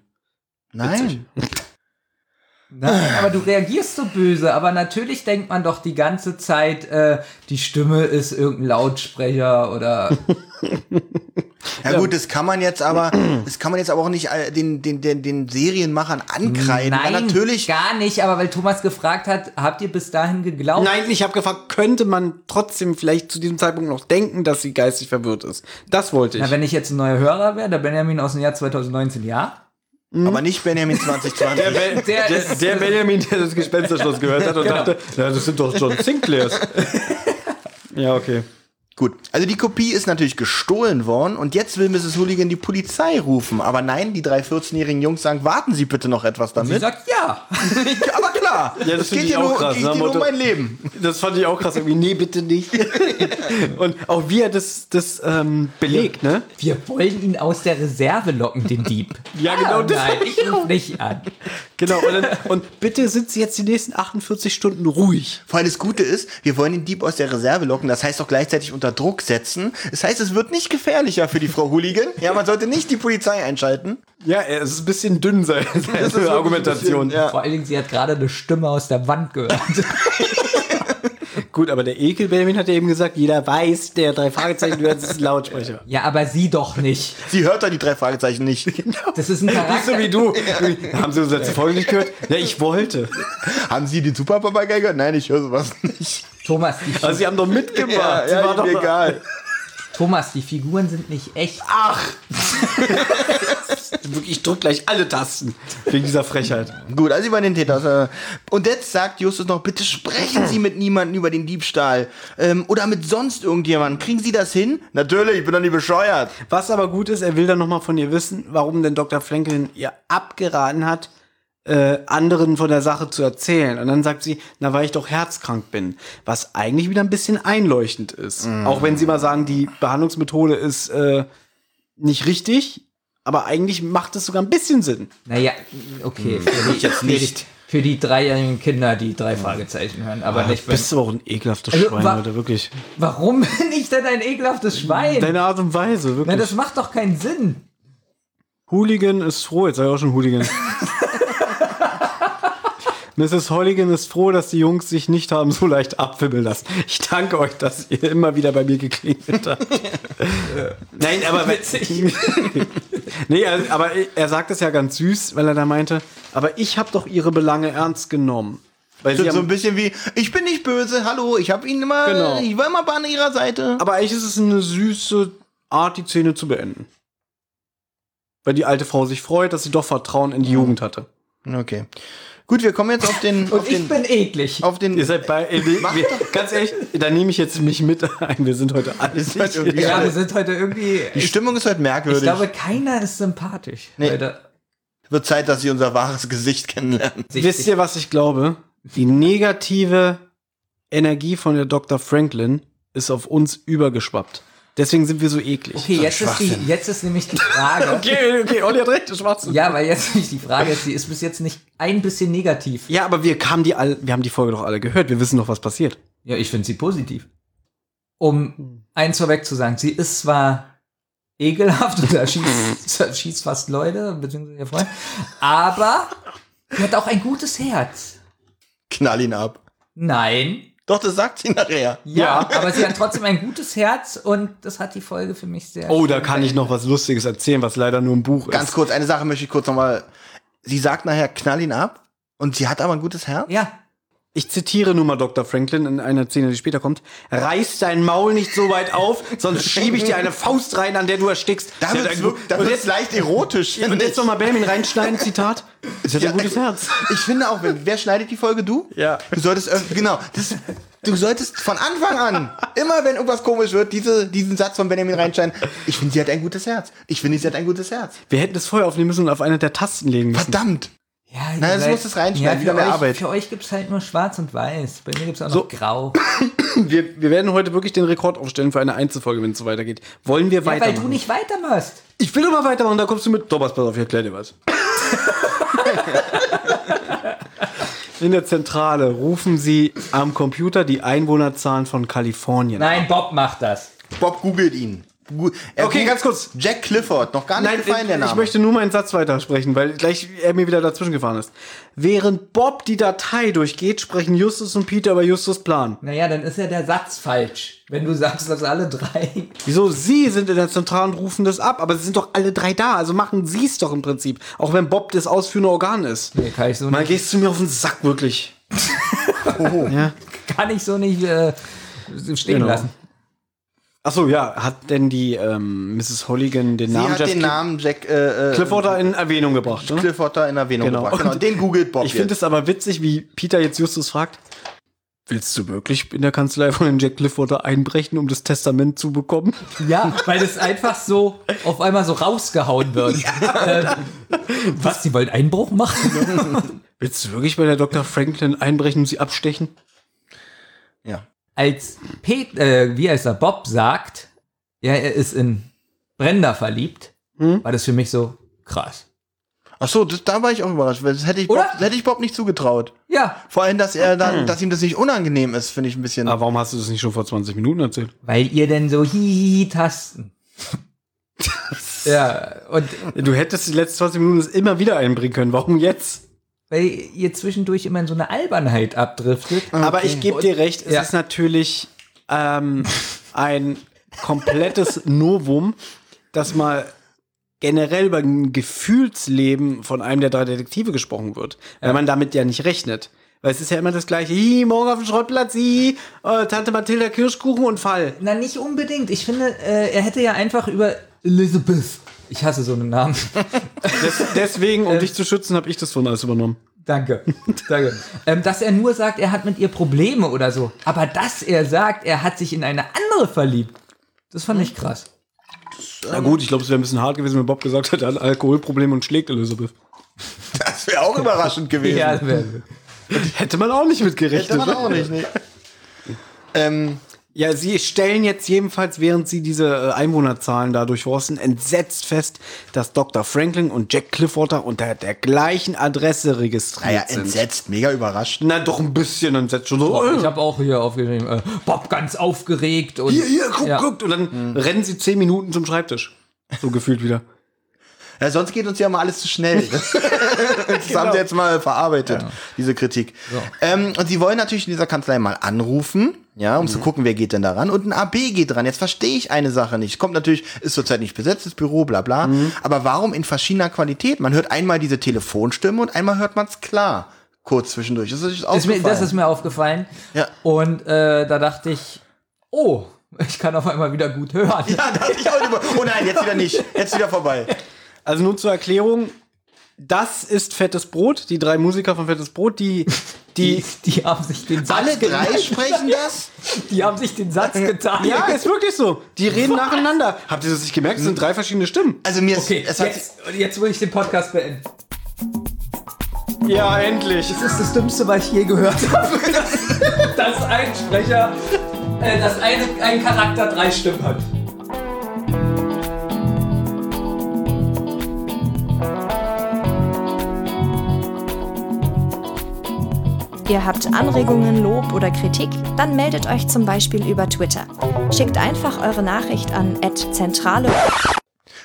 Speaker 2: Nein.
Speaker 3: Nein, aber du reagierst so böse. Aber natürlich denkt man doch die ganze Zeit, äh, die Stimme ist irgendein Lautsprecher oder.
Speaker 2: Ja gut, das kann man jetzt aber, das kann man jetzt aber auch nicht äh, den, den, den, den Serienmachern ankreiden.
Speaker 3: Nein,
Speaker 2: weil natürlich.
Speaker 3: gar nicht. Aber weil Thomas gefragt hat, habt ihr bis dahin geglaubt?
Speaker 4: Nein, ich habe gefragt, könnte man trotzdem vielleicht zu diesem Zeitpunkt noch denken, dass sie geistig verwirrt ist? Das wollte ich.
Speaker 3: Na, wenn ich jetzt ein neuer Hörer wäre, der Benjamin aus dem Jahr 2019, ja.
Speaker 2: Aber nicht Benjamin 2020.
Speaker 3: Der
Speaker 4: Der,
Speaker 3: ist-
Speaker 4: der Benjamin, der das Gespensterschloss gehört hat und dachte, na, das sind doch John Sinclairs. ja, okay.
Speaker 2: Gut, also die Kopie ist natürlich gestohlen worden und jetzt will Mrs. Hooligan die Polizei rufen. Aber nein, die drei 14-jährigen Jungs sagen, warten Sie bitte noch etwas
Speaker 3: Sie
Speaker 2: damit.
Speaker 3: sagt ja.
Speaker 2: Ja, aber klar,
Speaker 4: Ja, das
Speaker 2: es
Speaker 4: find
Speaker 2: geht
Speaker 4: ich
Speaker 2: hier
Speaker 4: auch
Speaker 2: nur,
Speaker 4: krass,
Speaker 2: geht
Speaker 4: ne,
Speaker 2: hier nur um
Speaker 4: Motto-
Speaker 2: mein Leben.
Speaker 4: Das fand ich auch krass. Irgendwie, nee, bitte nicht. und auch wie er das, das ähm, belegt, ne?
Speaker 3: Wir wollen ihn aus der Reserve locken, den Dieb. Ah,
Speaker 4: Ja, genau, das
Speaker 3: nein,
Speaker 4: hab ich
Speaker 3: ich ruf nicht an.
Speaker 4: Genau. Und, dann, und bitte sind sie jetzt die nächsten 48 Stunden ruhig.
Speaker 2: Vor allem das Gute ist, wir wollen den Dieb aus der Reserve locken, das heißt auch gleichzeitig unter Druck setzen. Das heißt, es wird nicht gefährlicher für die Frau Hooligan. Ja, man sollte nicht die Polizei einschalten.
Speaker 4: Ja, es ist ein bisschen dünn, seine, seine Argumentation.
Speaker 3: Vor allen Dingen, sie hat gerade eine Stimme aus der Wand gehört.
Speaker 4: Gut, aber der Ekel Benjamin hat ja eben gesagt, jeder weiß, der drei Fragezeichen gehört, ist ein Lautsprecher.
Speaker 3: Ja, aber sie doch nicht.
Speaker 2: Sie hört da die drei Fragezeichen nicht.
Speaker 4: Genau.
Speaker 3: Das ist ein
Speaker 4: Nicht so
Speaker 3: Charakter.
Speaker 4: wie du. Haben sie unsere letzte Folge nicht gehört? Ja, ich wollte.
Speaker 2: Haben Sie den Super Papagei gehört? Nein, ich höre sowas nicht.
Speaker 3: Thomas die,
Speaker 4: Also sie haben doch mitgemacht. sie war doch
Speaker 2: egal.
Speaker 3: Thomas, die Figuren sind nicht echt.
Speaker 4: Ach! ich drück gleich alle Tasten wegen dieser Frechheit.
Speaker 2: Gut, also über den Täter. äh, Und jetzt sagt Justus noch, bitte sprechen Sie mit niemandem über den Diebstahl. Ähm, oder mit sonst irgendjemandem. Kriegen Sie das hin? Natürlich, ich bin doch nicht bescheuert.
Speaker 4: Was aber gut ist, er will dann nochmal von ihr wissen, warum denn Dr. Franklin ihr abgeraten hat, äh, anderen von der Sache zu erzählen. Und dann sagt sie, na, weil ich doch herzkrank bin. Was eigentlich wieder ein bisschen einleuchtend ist. Auch wenn sie mal sagen, die Behandlungsmethode ist äh, nicht richtig, aber eigentlich macht es sogar ein bisschen Sinn.
Speaker 3: Naja,
Speaker 4: Hm,
Speaker 3: okay. Für die, jetzt
Speaker 2: nicht.
Speaker 3: Für die, für die dreijährigen Kinder, die drei Fragezeichen hören, aber nicht. Wenn,
Speaker 4: Ah, Bist du auch ein ekelhafter
Speaker 3: Also,
Speaker 4: Schwein,
Speaker 3: wa-
Speaker 4: Alter, wirklich.
Speaker 3: warum bin ich denn ein ekelhaftes Schwein?
Speaker 4: Deine Art und Weise, wirklich.
Speaker 3: Nein, das macht doch keinen Sinn.
Speaker 4: Hooligan ist froh, jetzt sei auch schon Hooligan. Mrs. Holligan ist froh, dass die Jungs sich nicht haben so leicht abwimmeln lassen. Ich danke euch, dass ihr immer wieder bei mir geklingelt habt. Nein, aber witzig. nee, er- aber er sagt es ja ganz süß, weil er da meinte, aber ich habe doch ihre Belange ernst genommen. Weil sie
Speaker 2: So, so ein
Speaker 4: haben,
Speaker 2: bisschen wie, ich bin nicht böse, hallo, ich habe Ihnen immer,
Speaker 4: Genau.
Speaker 2: ich war immer an Ihrer Seite.
Speaker 4: aber eigentlich ist es eine süße Art, die Szene zu beenden. Weil die alte Frau sich freut, dass sie doch Vertrauen in die Jugend hatte.
Speaker 2: Okay. Gut, wir kommen jetzt auf den,
Speaker 3: Und
Speaker 2: auf
Speaker 3: ich
Speaker 2: den,
Speaker 3: bin eklig.
Speaker 2: auf den,
Speaker 4: Ihr seid bei. Ey, wir, wir, ganz ehrlich, da nehme ich jetzt mich mit ein. Wir sind heute alle.
Speaker 2: ist halt irgendwie,
Speaker 3: Ja, wir sind heute irgendwie.
Speaker 2: die
Speaker 3: Ich,
Speaker 2: Stimmung ist halt merkwürdig.
Speaker 3: glaube, keiner ist sympathisch.
Speaker 2: Nee.
Speaker 3: Leute.
Speaker 2: Wird Zeit, dass Sie unser wahres Gesicht kennenlernen.
Speaker 4: Wisst ihr, was ich glaube? Die negative Energie von der Dr. Franklin ist auf uns übergeschwappt. Deswegen sind wir so eklig.
Speaker 3: Okay, jetzt ist, die, jetzt ist nämlich die Frage.
Speaker 4: okay, okay, Olli hat recht, schwarz. Ja.
Speaker 3: Ja, weil jetzt nämlich die Frage ist, die ist bis jetzt nicht ein bisschen negativ.
Speaker 4: ja, aber wir kamen die alle, wir haben die Folge doch alle gehört. Wir wissen doch, was passiert.
Speaker 3: Ja, ich finde sie positiv. Um eins vorweg zu sagen, sie ist zwar ekelhaft und da schießt, da schießt fast Leute, beziehungsweise ihr Freund, aber sie hat auch ein gutes Herz.
Speaker 2: Knall ihn ab.
Speaker 3: Nein.
Speaker 2: Doch, das sagt sie nachher.
Speaker 3: Ja, aber sie hat trotzdem ein gutes Herz und das hat die Folge für mich sehr.
Speaker 4: Oh, da kann ich noch was Lustiges erzählen, was leider nur ein Buch
Speaker 2: Ganz
Speaker 4: ist.
Speaker 2: kurz, eine Sache möchte ich kurz nochmal. Sie sagt nachher, knall ihn ab. Und sie hat aber ein gutes Herz.
Speaker 3: Ja,
Speaker 4: Ich zitiere nun mal Dr. Franklin in einer Szene, die später kommt. Reiß dein Maul nicht so weit auf, sonst schiebe ich dir eine Faust rein, an der du erstickst.
Speaker 2: Da
Speaker 4: Sie hat
Speaker 2: wird's
Speaker 4: ein
Speaker 2: wir-
Speaker 4: gut-
Speaker 2: da
Speaker 4: und
Speaker 2: wird's
Speaker 4: jetzt,
Speaker 2: leicht erotisch.
Speaker 4: und jetzt nochmal Benjamin reinschneiden, Zitat. Sie hat
Speaker 2: Ja,
Speaker 4: ein gutes
Speaker 2: äh,
Speaker 4: Herz.
Speaker 2: Ich finde auch, wer, wer schneidet die Folge? Du?
Speaker 4: Ja.
Speaker 2: Du solltest, öff- genau, das, du solltest von Anfang an, immer wenn irgendwas komisch wird, diese, diesen Satz von Benjamin reinschneiden. Ich finde, sie hat ein gutes Herz. Ich finde, sie hat ein gutes Herz.
Speaker 4: Wir hätten das Feuer aufnehmen müssen und auf einer der Tasten legen müssen.
Speaker 2: Verdammt.
Speaker 3: Ja, ihr
Speaker 2: Nein, das
Speaker 3: seid-
Speaker 2: musst du's reinschneiden,
Speaker 3: für
Speaker 2: wieder mehr
Speaker 3: euch,
Speaker 2: Arbeit.
Speaker 3: Für euch gibt's halt nur schwarz und weiß. Bei mir gibt's auch noch
Speaker 4: So.
Speaker 3: grau.
Speaker 4: Wir, wir werden heute wirklich den Rekord aufstellen für eine Einzelfolge, wenn es so weitergeht. Wollen wir
Speaker 3: Ja, weil
Speaker 4: weitermachen?
Speaker 3: du nicht weitermachst.
Speaker 4: ich will aber weitermachen, da kommst du mit. Thomas, pass auf, ich erkläre dir was. In der Zentrale rufen sie am Computer die Einwohnerzahlen von Kalifornien.
Speaker 3: Nein, Bob macht das.
Speaker 2: Bob googelt ihn. Gu- er
Speaker 4: Okay,
Speaker 2: googelt-
Speaker 4: ganz kurz.
Speaker 2: Jack Clifford, noch gar nicht
Speaker 4: Nein,
Speaker 2: gefallen, der
Speaker 4: ich,
Speaker 2: Name.
Speaker 4: ich möchte nur meinen Satz weitersprechen, weil gleich er mir wieder dazwischen gefahren ist. Während Bob die Datei durchgeht, sprechen Justus und Peter über Justus Plan.
Speaker 3: Naja, dann ist ja der Satz falsch, wenn du sagst, dass alle drei.
Speaker 4: Wieso? Sie sind in der Zentrale und rufen das ab, aber sie sind doch alle drei da, also machen sie es doch im Prinzip. Auch wenn Bob das ausführende Organ ist.
Speaker 3: Nee, kann ich so
Speaker 4: Mal
Speaker 3: nicht,
Speaker 4: gehst du mir auf den Sack, wirklich.
Speaker 3: kann ich so nicht äh, stehen
Speaker 4: Genau.
Speaker 3: lassen.
Speaker 4: Achso, ja, hat denn die ähm, Mrs. Holligan den
Speaker 2: Sie
Speaker 4: Namen
Speaker 2: hat
Speaker 4: Jeff
Speaker 2: den
Speaker 4: Cl-
Speaker 2: Namen Jack äh, äh,
Speaker 4: Clifford da in Erwähnung gebracht? Ne?
Speaker 2: Clifford da in Erwähnung
Speaker 4: Genau.
Speaker 2: gebracht. Genau,
Speaker 4: Und
Speaker 2: den googelt Bob
Speaker 4: Ich finde
Speaker 2: jetzt.
Speaker 4: es aber witzig, wie Peter jetzt Justus fragt, willst du wirklich in der Kanzlei von dem Jack Clifford da einbrechen, um das Testament zu bekommen?
Speaker 3: Ja, weil das einfach so auf einmal so rausgehauen wird. Ähm, was, die wollen Einbruch machen?
Speaker 4: Willst du wirklich bei der Dr. Franklin einbrechen und sie abstechen?
Speaker 2: ja.
Speaker 3: Als Pet, äh, wie heißt er, Bob sagt, ja, er ist in Brenda verliebt,
Speaker 4: Hm?
Speaker 3: war das für mich so krass.
Speaker 2: Ach so, das, da war ich auch überrascht. weil Das hätte ich, Bob,
Speaker 3: Oder?
Speaker 2: das hätte ich Bob nicht zugetraut.
Speaker 3: Ja,
Speaker 2: Vor allem, dass er dann, dass ihm das nicht unangenehm ist, finde ich ein bisschen.
Speaker 4: Hm. Aber warum hast du das nicht schon vor 20 Minuten erzählt?
Speaker 3: weil ihr denn so hihi tasten. ja, und
Speaker 4: Du hättest die letzten 20 Minuten das immer wieder einbringen können. Warum jetzt?
Speaker 3: weil ihr zwischendurch immer in so eine Albernheit abdriftet.
Speaker 4: Aber ich gebe dir recht, es
Speaker 3: Ja.
Speaker 4: ist natürlich ähm, ein komplettes Novum, dass mal generell über ein Gefühlsleben von einem der drei Detektive gesprochen wird, weil man damit ja nicht rechnet. Weil es ist ja immer das gleiche, hi, morgen auf dem Schrottplatz, hi, äh, Tante Mathilda Kirschkuchen und Fall.
Speaker 3: Na, nicht unbedingt. Ich finde, äh, er hätte ja einfach über Elizabeth. Ich hasse so einen Namen.
Speaker 4: Des, deswegen, um dich zu schützen, habe ich das von alles übernommen.
Speaker 3: Danke. Danke. ähm, dass er nur sagt, er hat mit ihr Probleme oder so. Aber dass er sagt, er hat sich in eine andere verliebt, das fand ich krass.
Speaker 4: Na gut, ich glaube, es wäre ein bisschen hart gewesen, wenn Bob gesagt hat, er hat Alkoholprobleme und schlägt Elizabeth.
Speaker 2: Das wäre auch überraschend gewesen.
Speaker 3: Ja,
Speaker 4: Hätte man auch nicht mit gerechnet.
Speaker 2: Hätte man auch nicht, ne? ähm,
Speaker 4: Ja, sie stellen jetzt jedenfalls, während sie diese äh, Einwohnerzahlen da durchforsten, entsetzt fest, dass Dr. Franklin und Jack Clifforder unter der gleichen Adresse
Speaker 2: naja,
Speaker 4: registriert sind.
Speaker 2: entsetzt, mega überrascht.
Speaker 4: Na, doch ein bisschen entsetzt. Schon so, äh,
Speaker 3: ich habe auch hier aufgeschrieben, äh, Bob ganz aufgeregt und
Speaker 4: hier, hier, guckt,
Speaker 3: Ja.
Speaker 4: guckt. Und dann rennen sie zehn Minuten zum Schreibtisch. So gefühlt wieder.
Speaker 2: Ja, sonst geht uns ja mal alles zu schnell. Das haben
Speaker 3: Genau.
Speaker 2: sie jetzt mal verarbeitet, diese Kritik. Ähm, und sie wollen natürlich in dieser Kanzlei mal anrufen, ja,
Speaker 3: Mhm.
Speaker 2: um zu gucken, wer geht denn daran. Und ein AB geht dran. Jetzt verstehe ich eine Sache nicht. Kommt natürlich, ist zurzeit nicht besetzt, das Büro, bla bla.
Speaker 3: Mhm.
Speaker 2: Aber warum in verschiedener Qualität? Man hört einmal diese Telefonstimme und einmal hört man es klar. Kurz zwischendurch. Das ist,
Speaker 3: ist mir,
Speaker 2: aufgefallen.
Speaker 3: das ist mir aufgefallen.
Speaker 2: Ja.
Speaker 3: Und äh, da dachte ich, oh, ich kann auf einmal wieder gut hören.
Speaker 2: ja, das ich auch über. Oh nein, jetzt wieder nicht. Jetzt wieder vorbei.
Speaker 4: Also nur zur Erklärung. Das ist Fettes Brot. Die drei Musiker von Fettes Brot, die, die,
Speaker 3: Die, die haben sich den Satz
Speaker 2: Alle
Speaker 3: getan.
Speaker 2: drei sprechen das?
Speaker 3: Die haben sich den Satz getan.
Speaker 4: ja, ist wirklich so. Die reden nacheinander. Habt ihr das nicht gemerkt? Das sind drei verschiedene Stimmen.
Speaker 2: Also mir
Speaker 3: Okay,
Speaker 2: ist, es hat,
Speaker 3: jetzt, und jetzt will ich den Podcast beenden.
Speaker 4: Ja, endlich.
Speaker 3: Das ist das Dümmste, was ich je gehört habe. Dass, dass ein Sprecher, äh, dass eine, ein Charakter drei Stimmen hat.
Speaker 1: Ihr habt Anregungen, Lob oder Kritik? Dann meldet euch zum Beispiel über Twitter. Schickt einfach eure Nachricht an @zentrale.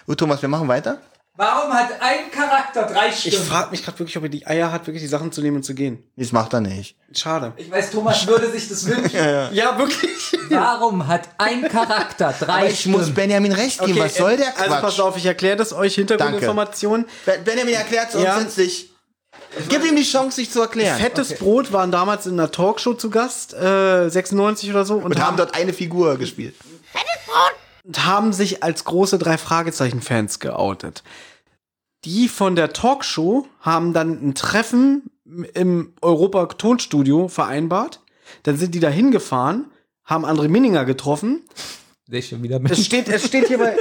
Speaker 2: oh, Thomas, wir machen weiter.
Speaker 3: Warum hat ein Charakter drei
Speaker 4: Ich
Speaker 3: Stimmen?
Speaker 4: frage mich gerade wirklich, ob er die Eier hat, wirklich die Sachen zu nehmen und zu gehen.
Speaker 2: Das macht er nicht.
Speaker 4: Schade.
Speaker 3: Ich, weiß, Thomas würde sich das wünschen.
Speaker 4: Ja, wirklich.
Speaker 3: Warum hat ein Charakter drei
Speaker 2: Ich muss äh, Benjamin recht geben. Was soll der
Speaker 4: Also
Speaker 2: Quatsch?
Speaker 4: pass auf, ich erkläre das euch, Hintergrundinformationen.
Speaker 2: Ben- Benjamin erklärt es uns
Speaker 4: Ja.
Speaker 2: jetzt nicht. Gib ihm die Chance, sich zu erklären.
Speaker 4: Fettes Brot waren damals in einer Talkshow zu Gast, äh, 96 oder so, und,
Speaker 2: Und haben
Speaker 4: haben,
Speaker 2: dort eine Figur gespielt.
Speaker 4: und haben sich als große drei Fragezeichen-Fans geoutet. Die von der Talkshow haben dann ein Treffen im Europa-Tonstudio vereinbart. Dann sind die da hingefahren, haben André Minninger getroffen.
Speaker 3: Sehe ich schon wieder
Speaker 4: Es
Speaker 3: mit.
Speaker 4: steht, es steht hier bei,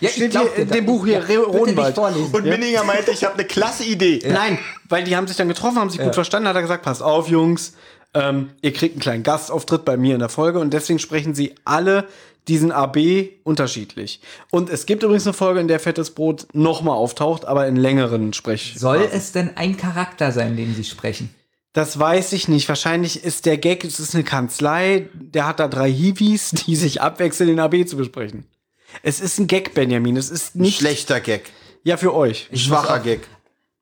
Speaker 3: Ja,
Speaker 4: steht hier in dem Buch hier, Re-
Speaker 3: Bitte nicht
Speaker 4: Rodenwald.
Speaker 3: vorlesen.
Speaker 2: Und Minninger meinte, ich habe eine klasse Idee.
Speaker 4: Nein, weil die haben sich dann getroffen, haben sich gut verstanden, hat er gesagt, passt auf, Jungs, ähm, ihr kriegt einen kleinen Gastauftritt bei mir in der Folge und deswegen sprechen sie alle diesen AB unterschiedlich. Und es gibt übrigens eine Folge, in der Fettes Brot nochmal auftaucht, aber in längeren Sprech.
Speaker 3: Soll es denn ein Charakter sein, den sie sprechen?
Speaker 4: Das weiß ich nicht. Wahrscheinlich ist der Gag, es ist eine Kanzlei, der hat da drei Hiwis, die sich abwechseln, den AB zu besprechen. Es ist ein Gag, Benjamin. Es ist nicht
Speaker 2: Schlechter Gag.
Speaker 4: Ja, für euch.
Speaker 2: Schwacher Gag.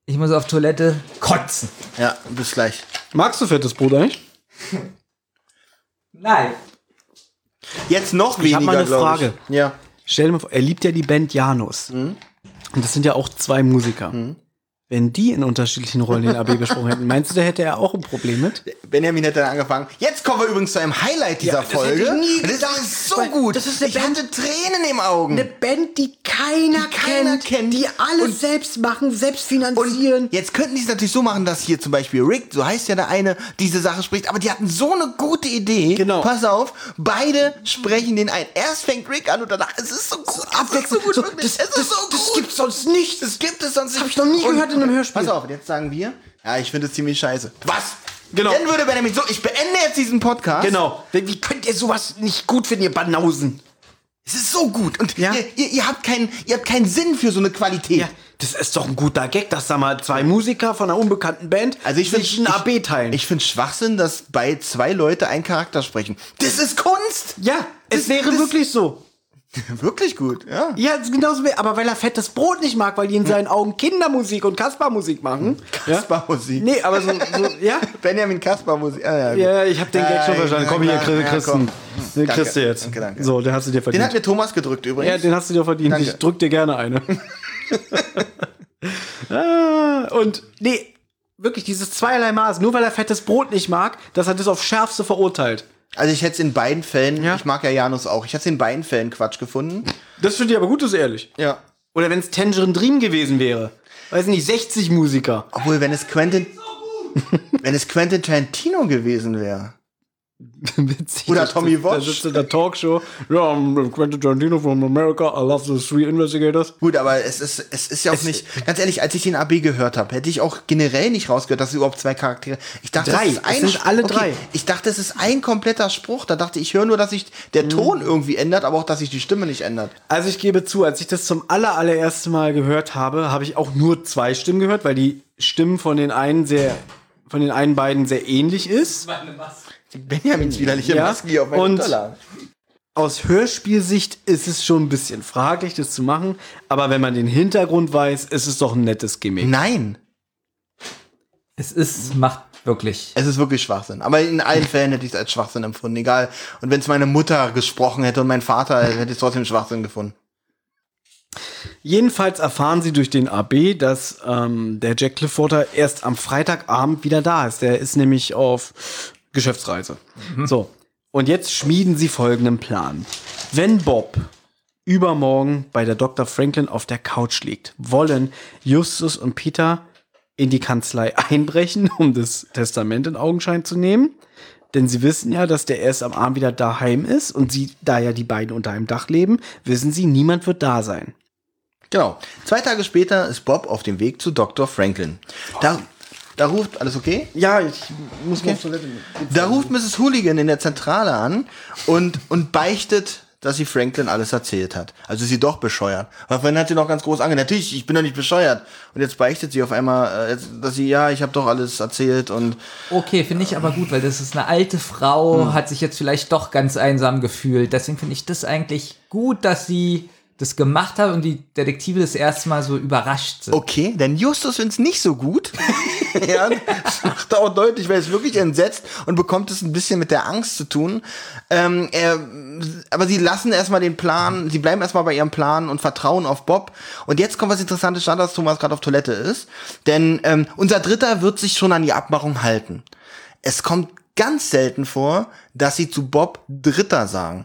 Speaker 3: Ich muss auf Toilette kotzen.
Speaker 2: Ja, bis gleich.
Speaker 4: Magst du Fettes Brot eigentlich?
Speaker 3: Nein.
Speaker 2: Jetzt noch
Speaker 4: Ich
Speaker 2: weniger,
Speaker 4: hab mal eine
Speaker 2: glaub
Speaker 4: Frage.
Speaker 2: Ich. Ja. Mhm.
Speaker 4: Stell dir mal vor, er liebt ja die Band Janus. Und das sind ja auch zwei Musiker. Wenn die in unterschiedlichen Rollen den AB besprochen hätten, meinst du, da hätte er auch ein Problem mit?
Speaker 2: Benjamin hat dann angefangen. Jetzt kommen wir übrigens zu einem Highlight dieser Folge.
Speaker 4: hätte ich nie
Speaker 2: das
Speaker 4: gedacht,
Speaker 2: ist so
Speaker 4: weil
Speaker 2: gut.
Speaker 4: das ist eine
Speaker 2: ich
Speaker 4: Band-
Speaker 2: hatte Tränen im Augen.
Speaker 4: Eine Band, die keiner,
Speaker 2: Die keiner
Speaker 4: kennt,
Speaker 2: kennt.
Speaker 4: die alles
Speaker 2: Und-
Speaker 4: selbst machen, selbst finanzieren.
Speaker 2: Und jetzt könnten die es natürlich so machen, dass hier zum Beispiel Rick, so heißt ja der eine, diese Sache spricht, aber die hatten so eine gute Idee.
Speaker 4: Genau.
Speaker 2: Pass auf, beide sprechen den ein. Erst fängt Rick an und danach, es ist so gut,
Speaker 4: Abwechselnd.
Speaker 2: es ist so
Speaker 4: So,
Speaker 2: gut, wirklich.
Speaker 4: das-
Speaker 2: es ist
Speaker 4: das-
Speaker 2: so gut.
Speaker 4: das gibt's sonst nicht.
Speaker 2: Das gibt es sonst nicht.
Speaker 4: ich noch nie gehört in einem Hörspiel.
Speaker 2: Pass auf, und jetzt sagen wir, ja, ich finde es ziemlich scheiße. Was?
Speaker 4: Genau.
Speaker 2: Dann würde Benjamin so, ich beende jetzt diesen Podcast.
Speaker 4: Genau. Wie wie könnt ihr sowas nicht gut finden, ihr Banausen?
Speaker 2: Es ist
Speaker 4: Oh,
Speaker 2: so gut und
Speaker 4: Ja.
Speaker 2: ihr, ihr, ihr habt keinen, ihr habt keinen Sinn für so eine Qualität.
Speaker 4: Ja, das ist doch ein guter Gag, dass da mal zwei Musiker von einer unbekannten Band
Speaker 2: Also ich
Speaker 4: sich ein
Speaker 2: finde
Speaker 4: AB teilen.
Speaker 2: Ich finde Schwachsinn, dass bei zwei Leute ein Charakter sprechen. Das ist Kunst.
Speaker 4: ja, es
Speaker 2: Das-
Speaker 4: wäre
Speaker 2: das-
Speaker 4: wirklich so.
Speaker 2: Wirklich gut, ja.
Speaker 4: Ja, es ist genauso wie, aber weil er fettes Brot nicht mag, weil
Speaker 2: Hm.
Speaker 4: die in seinen Augen Kindermusik und Kaspermusik machen.
Speaker 2: Kaspermusik.
Speaker 4: Nee, aber so, so ja.
Speaker 2: Benjamin Kasper Musik. Ah, ja, gut.
Speaker 4: Ja, ich hab den Gag schon
Speaker 2: Nein,
Speaker 4: verstanden. Komm
Speaker 2: nein,
Speaker 4: hier,
Speaker 2: nein,
Speaker 4: Chris,
Speaker 2: ja,
Speaker 4: Christen. Den
Speaker 2: Danke.
Speaker 4: kriegst du jetzt.
Speaker 2: Danke, danke.
Speaker 4: So, den hast du dir
Speaker 2: Den
Speaker 4: verdient.
Speaker 2: hat mir Thomas gedrückt übrigens.
Speaker 4: ja, den hast du dir verdient.
Speaker 2: Danke.
Speaker 4: Ich drück dir gerne eine. ah, und nee, wirklich dieses zweierlei Maß. Nur weil er fettes Brot nicht mag, dass er das auf Schärfste verurteilt.
Speaker 2: also ich hätte es in beiden Fällen,
Speaker 4: Ja.
Speaker 2: ich mag ja Janus auch, ich hätte es in beiden Fällen Quatsch gefunden.
Speaker 4: Das finde ich aber gut, das ist ehrlich.
Speaker 2: Ja.
Speaker 4: Oder wenn es Tangerine Dream gewesen wäre. Weiß nicht, 60 Musiker.
Speaker 2: Obwohl, wenn es Quentin. wenn es Quentin Tarantino gewesen wäre.
Speaker 4: Witzig.
Speaker 2: Oder
Speaker 4: Da sitzt-
Speaker 2: Tommy
Speaker 4: Da
Speaker 2: Walsh.
Speaker 4: sitzt in der Talkshow. Ja, I'm Quentin Tarantino from America. I love the three investigators.
Speaker 2: Gut, aber es ist, es ist ja auch nicht. Ganz ehrlich, als ich den AB gehört habe, hätte ich auch generell nicht rausgehört, dass es überhaupt zwei Charaktere. Ich dachte,
Speaker 4: Drei.
Speaker 2: es ist
Speaker 4: Es
Speaker 2: ein
Speaker 4: sind
Speaker 2: Sp-
Speaker 4: alle drei.
Speaker 2: Ich dachte, es ist ein kompletter Spruch. Da dachte ich, ich höre nur, dass sich der
Speaker 4: Mhm.
Speaker 2: Ton irgendwie ändert, aber auch, dass sich die Stimme nicht ändert.
Speaker 4: Also ich gebe zu, als ich das zum aller, allerersten Mal gehört habe, habe ich auch nur zwei Stimmen gehört, weil die Stimmen von den einen sehr, von den einen beiden sehr ähnlich ist.
Speaker 2: Benjamins widerliche
Speaker 4: Ja,
Speaker 2: Maske hier auf meinen
Speaker 4: und-
Speaker 2: Unterlagen.
Speaker 4: Aus Hörspielsicht ist es schon ein bisschen fraglich, das zu machen, aber wenn man den Hintergrund weiß, ist es doch ein nettes Gimmick.
Speaker 2: Nein,
Speaker 3: Es ist, macht wirklich.
Speaker 2: es ist wirklich Schwachsinn. Aber in allen Fällen hätte ich es als Schwachsinn empfunden, egal. Und wenn es meine Mutter gesprochen hätte und mein Vater, hätte ich es trotzdem Schwachsinn gefunden.
Speaker 4: Jedenfalls erfahren sie durch den AB, dass ähm, der Jack Clifforder erst am Freitagabend wieder da ist. Der ist nämlich auf Geschäftsreise. So. Und jetzt schmieden sie folgenden Plan. Wenn Bob übermorgen bei der Dr. Franklin auf der Couch liegt, wollen Justus und Peter in die Kanzlei einbrechen, um das Testament in Augenschein zu nehmen. Denn sie wissen ja, dass der erst am Abend wieder daheim ist und sie, da ja die beiden unter einem Dach leben, wissen sie, niemand wird da sein.
Speaker 2: Genau. Zwei Tage später ist Bob auf dem Weg zu Dr. Franklin. Da, da ruft, alles okay?
Speaker 4: Ja, ich muss mal auf Toilette.
Speaker 2: Da ruft Mrs. Hooligan in der Zentrale an und, und beichtet, dass sie Franklin alles erzählt hat. Also ist sie doch bescheuert. Aber vorhin hat sie noch ganz groß angehört. Natürlich, ich bin doch nicht bescheuert. Und jetzt beichtet sie auf einmal, äh, jetzt- dass sie, ja, ich habe doch alles erzählt und
Speaker 3: Okay, finde ich aber gut, weil das ist eine alte Frau,
Speaker 4: Hm.
Speaker 3: hat sich jetzt vielleicht doch ganz einsam gefühlt. Deswegen finde ich das eigentlich gut, dass sie das gemacht hat und die Detektive das erste Mal so überrascht
Speaker 4: Oh.
Speaker 3: sind.
Speaker 2: okay, denn Justus find's nicht so gut. ja, das macht er auch deutlich, weil er ist wirklich entsetzt und bekommt es ein bisschen mit der Angst zu tun. Ähm, er, aber sie lassen erstmal den Plan, sie bleiben erstmal bei ihrem Plan und vertrauen auf Bob. Und jetzt kommt was Interessantes, stand, dass Thomas gerade auf Toilette ist. Denn ähm, unser Dritter wird sich schon an die Abmachung halten. Es kommt ganz selten vor, dass sie zu Bob Dritter sagen.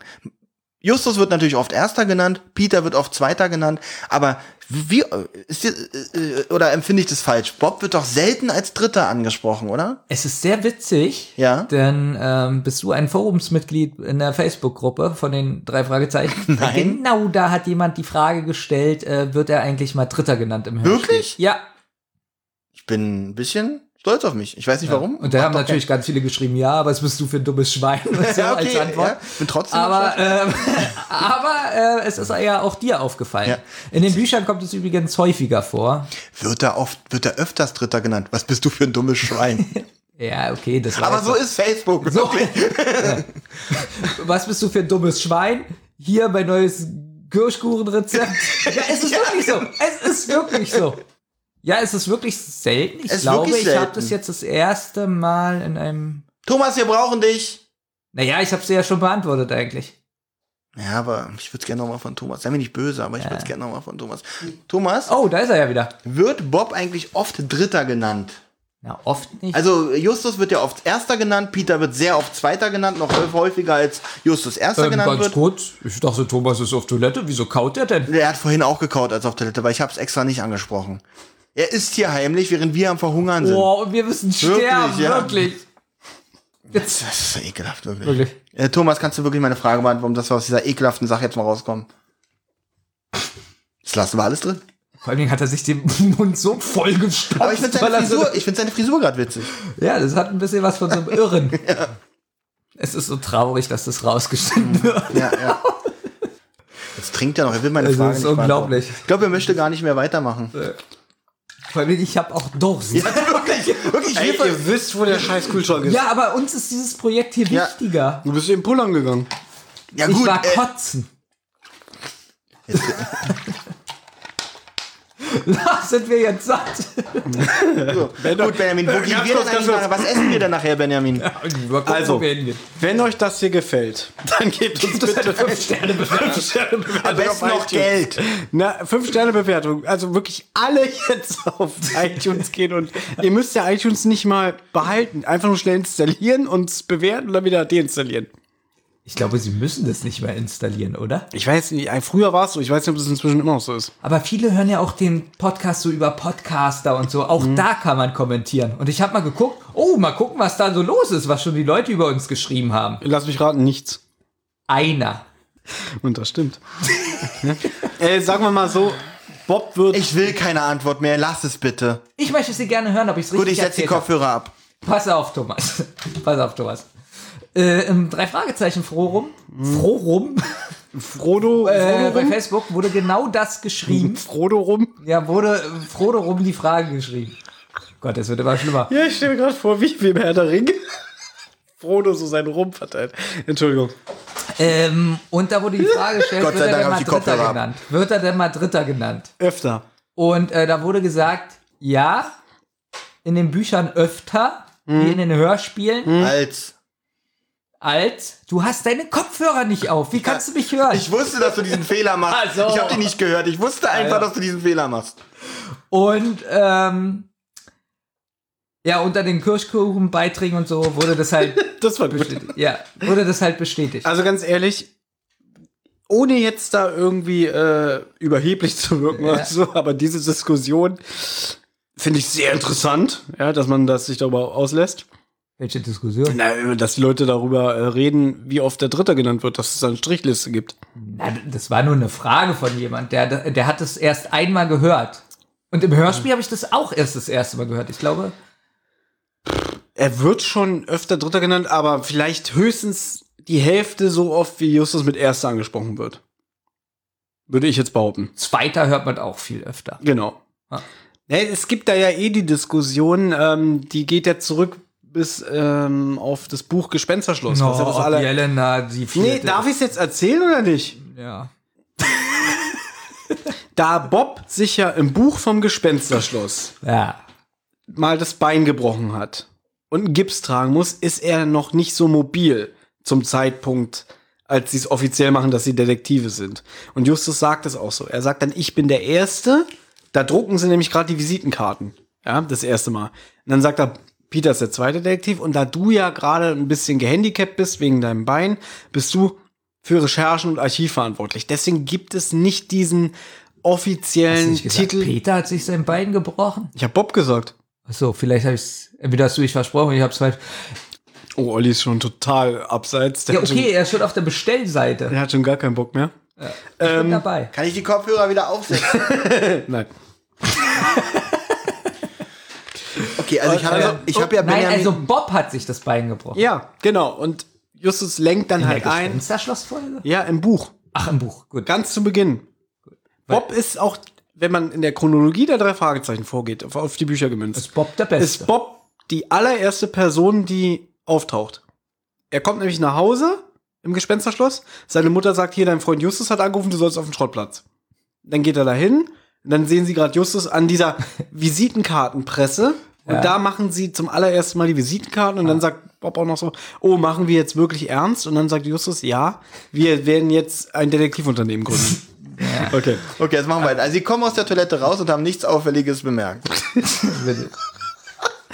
Speaker 2: Justus wird natürlich oft Erster genannt, Peter wird oft Zweiter genannt, aber wie ist, die- äh, äh, oder empfinde ich das falsch? Bob wird doch selten als Dritter angesprochen, oder?
Speaker 3: Es ist sehr witzig,
Speaker 2: Ja.
Speaker 3: denn ähm, bist du ein Forumsmitglied in der Facebook-Gruppe von den drei Fragezeichen?
Speaker 2: Nein.
Speaker 3: Genau da hat jemand die Frage gestellt, äh, wird er eigentlich mal Dritter genannt im Hörspiel?
Speaker 2: Wirklich?
Speaker 3: Ja.
Speaker 2: Ich bin ein bisschen stolz auf mich. Ich weiß nicht warum.
Speaker 3: Und da haben
Speaker 2: Macht doch
Speaker 3: natürlich ganz viele geschrieben, ja, was bist du für ein dummes Schwein und so
Speaker 2: Ja, okay,
Speaker 3: als Antwort.
Speaker 2: ja. Bin trotzdem
Speaker 3: aber
Speaker 2: noch
Speaker 3: ähm, aber äh, es ist ja auch dir aufgefallen.
Speaker 2: Ja.
Speaker 3: In den Büchern kommt es übrigens häufiger vor.
Speaker 2: keinen- Wird er oft, wird er öfters Dritter genannt? Was bist du für ein dummes Schwein?
Speaker 3: Ja, okay, das war
Speaker 2: aber
Speaker 3: jetzt-
Speaker 2: so ist Facebook.
Speaker 3: So. Was bist du für ein dummes Schwein? Hier mein neues Kirschkuchenrezept. Ja, es ist wirklich so. Es ist wirklich so. Ja, es ist wirklich selten. Ich
Speaker 2: Es ist
Speaker 3: glaube,
Speaker 2: wirklich
Speaker 3: ich habe
Speaker 2: selten.
Speaker 3: das jetzt das erste Mal in einem.
Speaker 2: Thomas, wir brauchen dich.
Speaker 3: Naja, ich habe es ja schon beantwortet eigentlich.
Speaker 2: Ja, aber ich würde es gerne nochmal von Thomas. Sei mir nicht böse, aber ich würde es gerne nochmal von Thomas. Thomas,
Speaker 3: Oh, da ist er ja wieder.
Speaker 2: wird Bob eigentlich oft Dritter genannt?
Speaker 3: Na, oft nicht.
Speaker 2: Also Justus wird ja oft Erster genannt, Peter wird sehr oft Zweiter genannt, noch häufiger als Justus Erster
Speaker 3: ähm,
Speaker 2: genannt
Speaker 3: ganz
Speaker 2: wird.
Speaker 3: kurz, ich dachte, Thomas ist auf Toilette. Wieso kaut er denn?
Speaker 2: Der hat vorhin auch gekaut, als er auf Toilette war. Ich habe es extra nicht angesprochen. Er ist hier heimlich, während wir am Verhungern sind.
Speaker 3: Boah, und wir müssen sterben,
Speaker 2: ja.
Speaker 3: wirklich. Jetzt.
Speaker 2: Das ist ja ekelhaft, wirklich.
Speaker 3: Wirklich.
Speaker 2: Äh, Thomas, kannst du wirklich meine Frage beantworten, dass wir aus dieser ekelhaften Sache jetzt mal rauskommen? Das lassen wir alles drin.
Speaker 3: Vor allen Dingen hat er sich den Mund so voll gestopft.
Speaker 2: Aber ich finde
Speaker 3: weil
Speaker 2: seine
Speaker 3: er so-
Speaker 2: Frisur, ich find seine Frisur gerade witzig.
Speaker 3: Ja, das hat ein bisschen was von so einem Irren. Es ist so traurig, dass das
Speaker 2: Mhm.
Speaker 3: rausgeschnitten wird.
Speaker 2: Ja, ja. Jetzt trinkt er noch, er will meine
Speaker 3: Also,
Speaker 2: Frage
Speaker 3: das ist
Speaker 2: nicht beantworten.
Speaker 3: unglaublich. Äh,
Speaker 2: Ich glaube, er möchte gar nicht mehr weitermachen.
Speaker 3: Vor allem, ich habe auch Durst. Ja.
Speaker 2: Wirklich,
Speaker 4: Ey, ihr wisst, wo der scheiß Kühlschrank ist.
Speaker 3: aber uns ist dieses Projekt hier
Speaker 2: Ja.
Speaker 3: wichtiger.
Speaker 4: Du bist eben pullern gegangen.
Speaker 2: ja
Speaker 3: ich
Speaker 2: gut,
Speaker 3: war
Speaker 2: äh,
Speaker 3: kotzen. Da sind wir jetzt satt.
Speaker 2: gut, Benjamin, wo gehen wir denn eigentlich nachher? Was essen wir denn nachher, Benjamin?
Speaker 3: Mal gucken,
Speaker 4: Also,
Speaker 3: wo wir hingehen.
Speaker 4: wenn euch das hier gefällt, dann gebt uns bitte fünf Sterne Bewertung.
Speaker 2: Am besten noch Geld.
Speaker 4: Na, fünf Sterne Bewertung. Also wirklich alle jetzt auf iTunes gehen und ihr müsst ja iTunes nicht mal behalten. Einfach nur schnell installieren und bewerten und dann wieder deinstallieren.
Speaker 3: Ich glaube, sie müssen das nicht mehr installieren, oder?
Speaker 4: Ich weiß nicht, ey, früher war es so. Ich weiß nicht, ob es inzwischen immer noch so ist.
Speaker 3: Aber viele hören ja auch den Podcast so über Podcaster und so. Auch
Speaker 2: Mhm.
Speaker 3: da kann man kommentieren. Und ich habe mal geguckt, oh, mal gucken, was da so los ist, was schon die Leute über uns geschrieben haben.
Speaker 4: Lass mich raten, nichts.
Speaker 3: Einer.
Speaker 4: Und das stimmt. äh, sagen wir mal so, Bob wird.
Speaker 2: Ich will keine Antwort mehr, lass es bitte.
Speaker 3: Ich möchte sie gerne hören, ob ich es richtig
Speaker 2: Gut, ich setze die
Speaker 3: erzählt habe.
Speaker 2: Kopfhörer ab.
Speaker 3: Pass auf, Thomas. Pass auf, Thomas. Äh, im drei Fragezeichen Frorum.
Speaker 2: Mhm.
Speaker 3: Frorum.
Speaker 4: Frodo,
Speaker 3: Äh,
Speaker 4: Frodo,
Speaker 3: bei
Speaker 4: rum,
Speaker 3: Facebook wurde genau das geschrieben.
Speaker 4: Frodo rum.
Speaker 3: Ja, wurde äh, Frodo rum die Frage geschrieben. Gott, das wird immer schlimmer.
Speaker 4: Ja, ich stelle mir gerade vor, wie wie im Herr der Ringe. Frodo so seinen Rum verteilt. Entschuldigung.
Speaker 3: Ähm, und da wurde die Frage gestellt,
Speaker 2: Gott
Speaker 3: wird
Speaker 2: sei
Speaker 3: er denn
Speaker 2: Dank hab
Speaker 3: mal
Speaker 2: ich die
Speaker 3: Dritter
Speaker 2: Kopfhörer ab.
Speaker 3: genannt? Wird er denn mal Dritter genannt?
Speaker 4: Öfter.
Speaker 3: Und äh, da wurde gesagt, ja, in den Büchern öfter,
Speaker 4: Mhm.
Speaker 3: wie in den Hörspielen,
Speaker 2: Als.
Speaker 3: als du hast deine Kopfhörer nicht auf. Wie kannst du mich hören?
Speaker 2: Ich wusste, dass du diesen Fehler machst.
Speaker 3: Ach so.
Speaker 2: Ich habe dich nicht gehört. Ich wusste einfach,
Speaker 3: Also. ja.
Speaker 2: dass du diesen Fehler machst.
Speaker 3: Und ähm, ja, unter den Kirschkuchenbeiträgen und so wurde das halt
Speaker 4: Das war gut.
Speaker 3: bestätigt. ja, wurde das halt bestätigt.
Speaker 4: Also ganz ehrlich, ohne jetzt da irgendwie äh, überheblich zu wirken oder so, aber diese Diskussion finde ich sehr interessant, ja, dass man das sich darüber auslässt.
Speaker 3: Welche Diskussion?
Speaker 4: Na, dass die Leute darüber äh, reden, wie oft der Dritte genannt wird, dass es da eine Strichliste gibt.
Speaker 3: Na, das war nur eine Frage von jemand, der, der hat es erst einmal gehört. Und im Hörspiel habe ich das auch erst das erste Mal gehört. Ich glaube,
Speaker 4: Er wird schon öfter Dritter genannt, aber vielleicht höchstens die Hälfte so oft, wie Justus mit Erster angesprochen wird. Würde ich jetzt behaupten.
Speaker 3: zweiter hört man auch viel öfter.
Speaker 4: Genau.
Speaker 3: Ja.
Speaker 4: Ne, es gibt da ja eh die Diskussion, ähm, die geht ja zurück bis ähm, auf das Buch Gespensterschloss. was ja das
Speaker 3: ob
Speaker 4: aller-
Speaker 3: die Elena, die vierte.
Speaker 4: nee, darf ich es jetzt erzählen oder nicht?
Speaker 3: Ja.
Speaker 4: Da Bob sich ja im Buch vom Gespensterschloss
Speaker 3: Ja.
Speaker 4: mal das Bein gebrochen hat und einen Gips tragen muss, ist er noch nicht so mobil zum Zeitpunkt, als sie es offiziell machen, dass sie Detektive sind. Und Justus sagt es auch so. Er sagt dann, ich bin der Erste. Da drucken sie nämlich gerade die Visitenkarten. Ja, das erste Mal. Und dann sagt er, Peter ist der zweite Detektiv. Und da du ja gerade ein bisschen gehandicapt bist wegen deinem Bein, bist du für Recherchen und Archiv verantwortlich. Deswegen gibt es nicht diesen offiziellen
Speaker 3: Nicht gesagt,
Speaker 4: Titel.
Speaker 3: Peter hat sich sein Bein gebrochen.
Speaker 4: Ich habe Bob gesagt.
Speaker 3: Ach so, vielleicht habe ich es. Entweder hast du dich versprochen, ich habe es falsch.
Speaker 4: Oh, Olli ist schon total abseits. Der,
Speaker 3: Ja,
Speaker 4: hat, schon,
Speaker 3: okay, er ist schon auf der Bestellseite.
Speaker 4: der hat schon gar keinen Bock mehr.
Speaker 3: Ich
Speaker 4: Ähm,
Speaker 3: bin dabei.
Speaker 2: Kann ich die Kopfhörer wieder aufsetzen?
Speaker 4: Nein.
Speaker 2: Okay, also ich habe
Speaker 4: Also,
Speaker 2: ja, ich hab ja
Speaker 3: Nein,
Speaker 2: Benjamin.
Speaker 3: also Bob hat sich das Bein gebrochen.
Speaker 4: Ja, genau. Und Justus lenkt dann halt ein.
Speaker 3: Gespensterschlossfolge?
Speaker 4: Ja, im Buch.
Speaker 3: Ach, im Buch. Gut.
Speaker 4: Ganz zu Beginn. Bob ist auch, wenn man in der Chronologie der drei Fragezeichen vorgeht, auf, auf die Bücher gemünzt,
Speaker 3: Ist Bob der Beste?
Speaker 4: ist Bob die allererste Person, die auftaucht. Er kommt nämlich nach Hause im Gespensterschloss. Seine Mutter sagt, hier, dein Freund Justus hat angerufen, du sollst auf den Schrottplatz. Dann geht er dahin. Und dann sehen sie gerade Justus an dieser Visitenkartenpresse Und da machen sie zum allerersten Mal die Visitenkarten und dann sagt Bob auch noch so, oh, machen wir jetzt wirklich ernst? Und dann sagt Justus, ja, wir werden jetzt ein Detektivunternehmen gründen. Okay.
Speaker 2: Okay, jetzt machen wir weiter. Also sie kommen aus der Toilette raus und haben nichts Auffälliges bemerkt.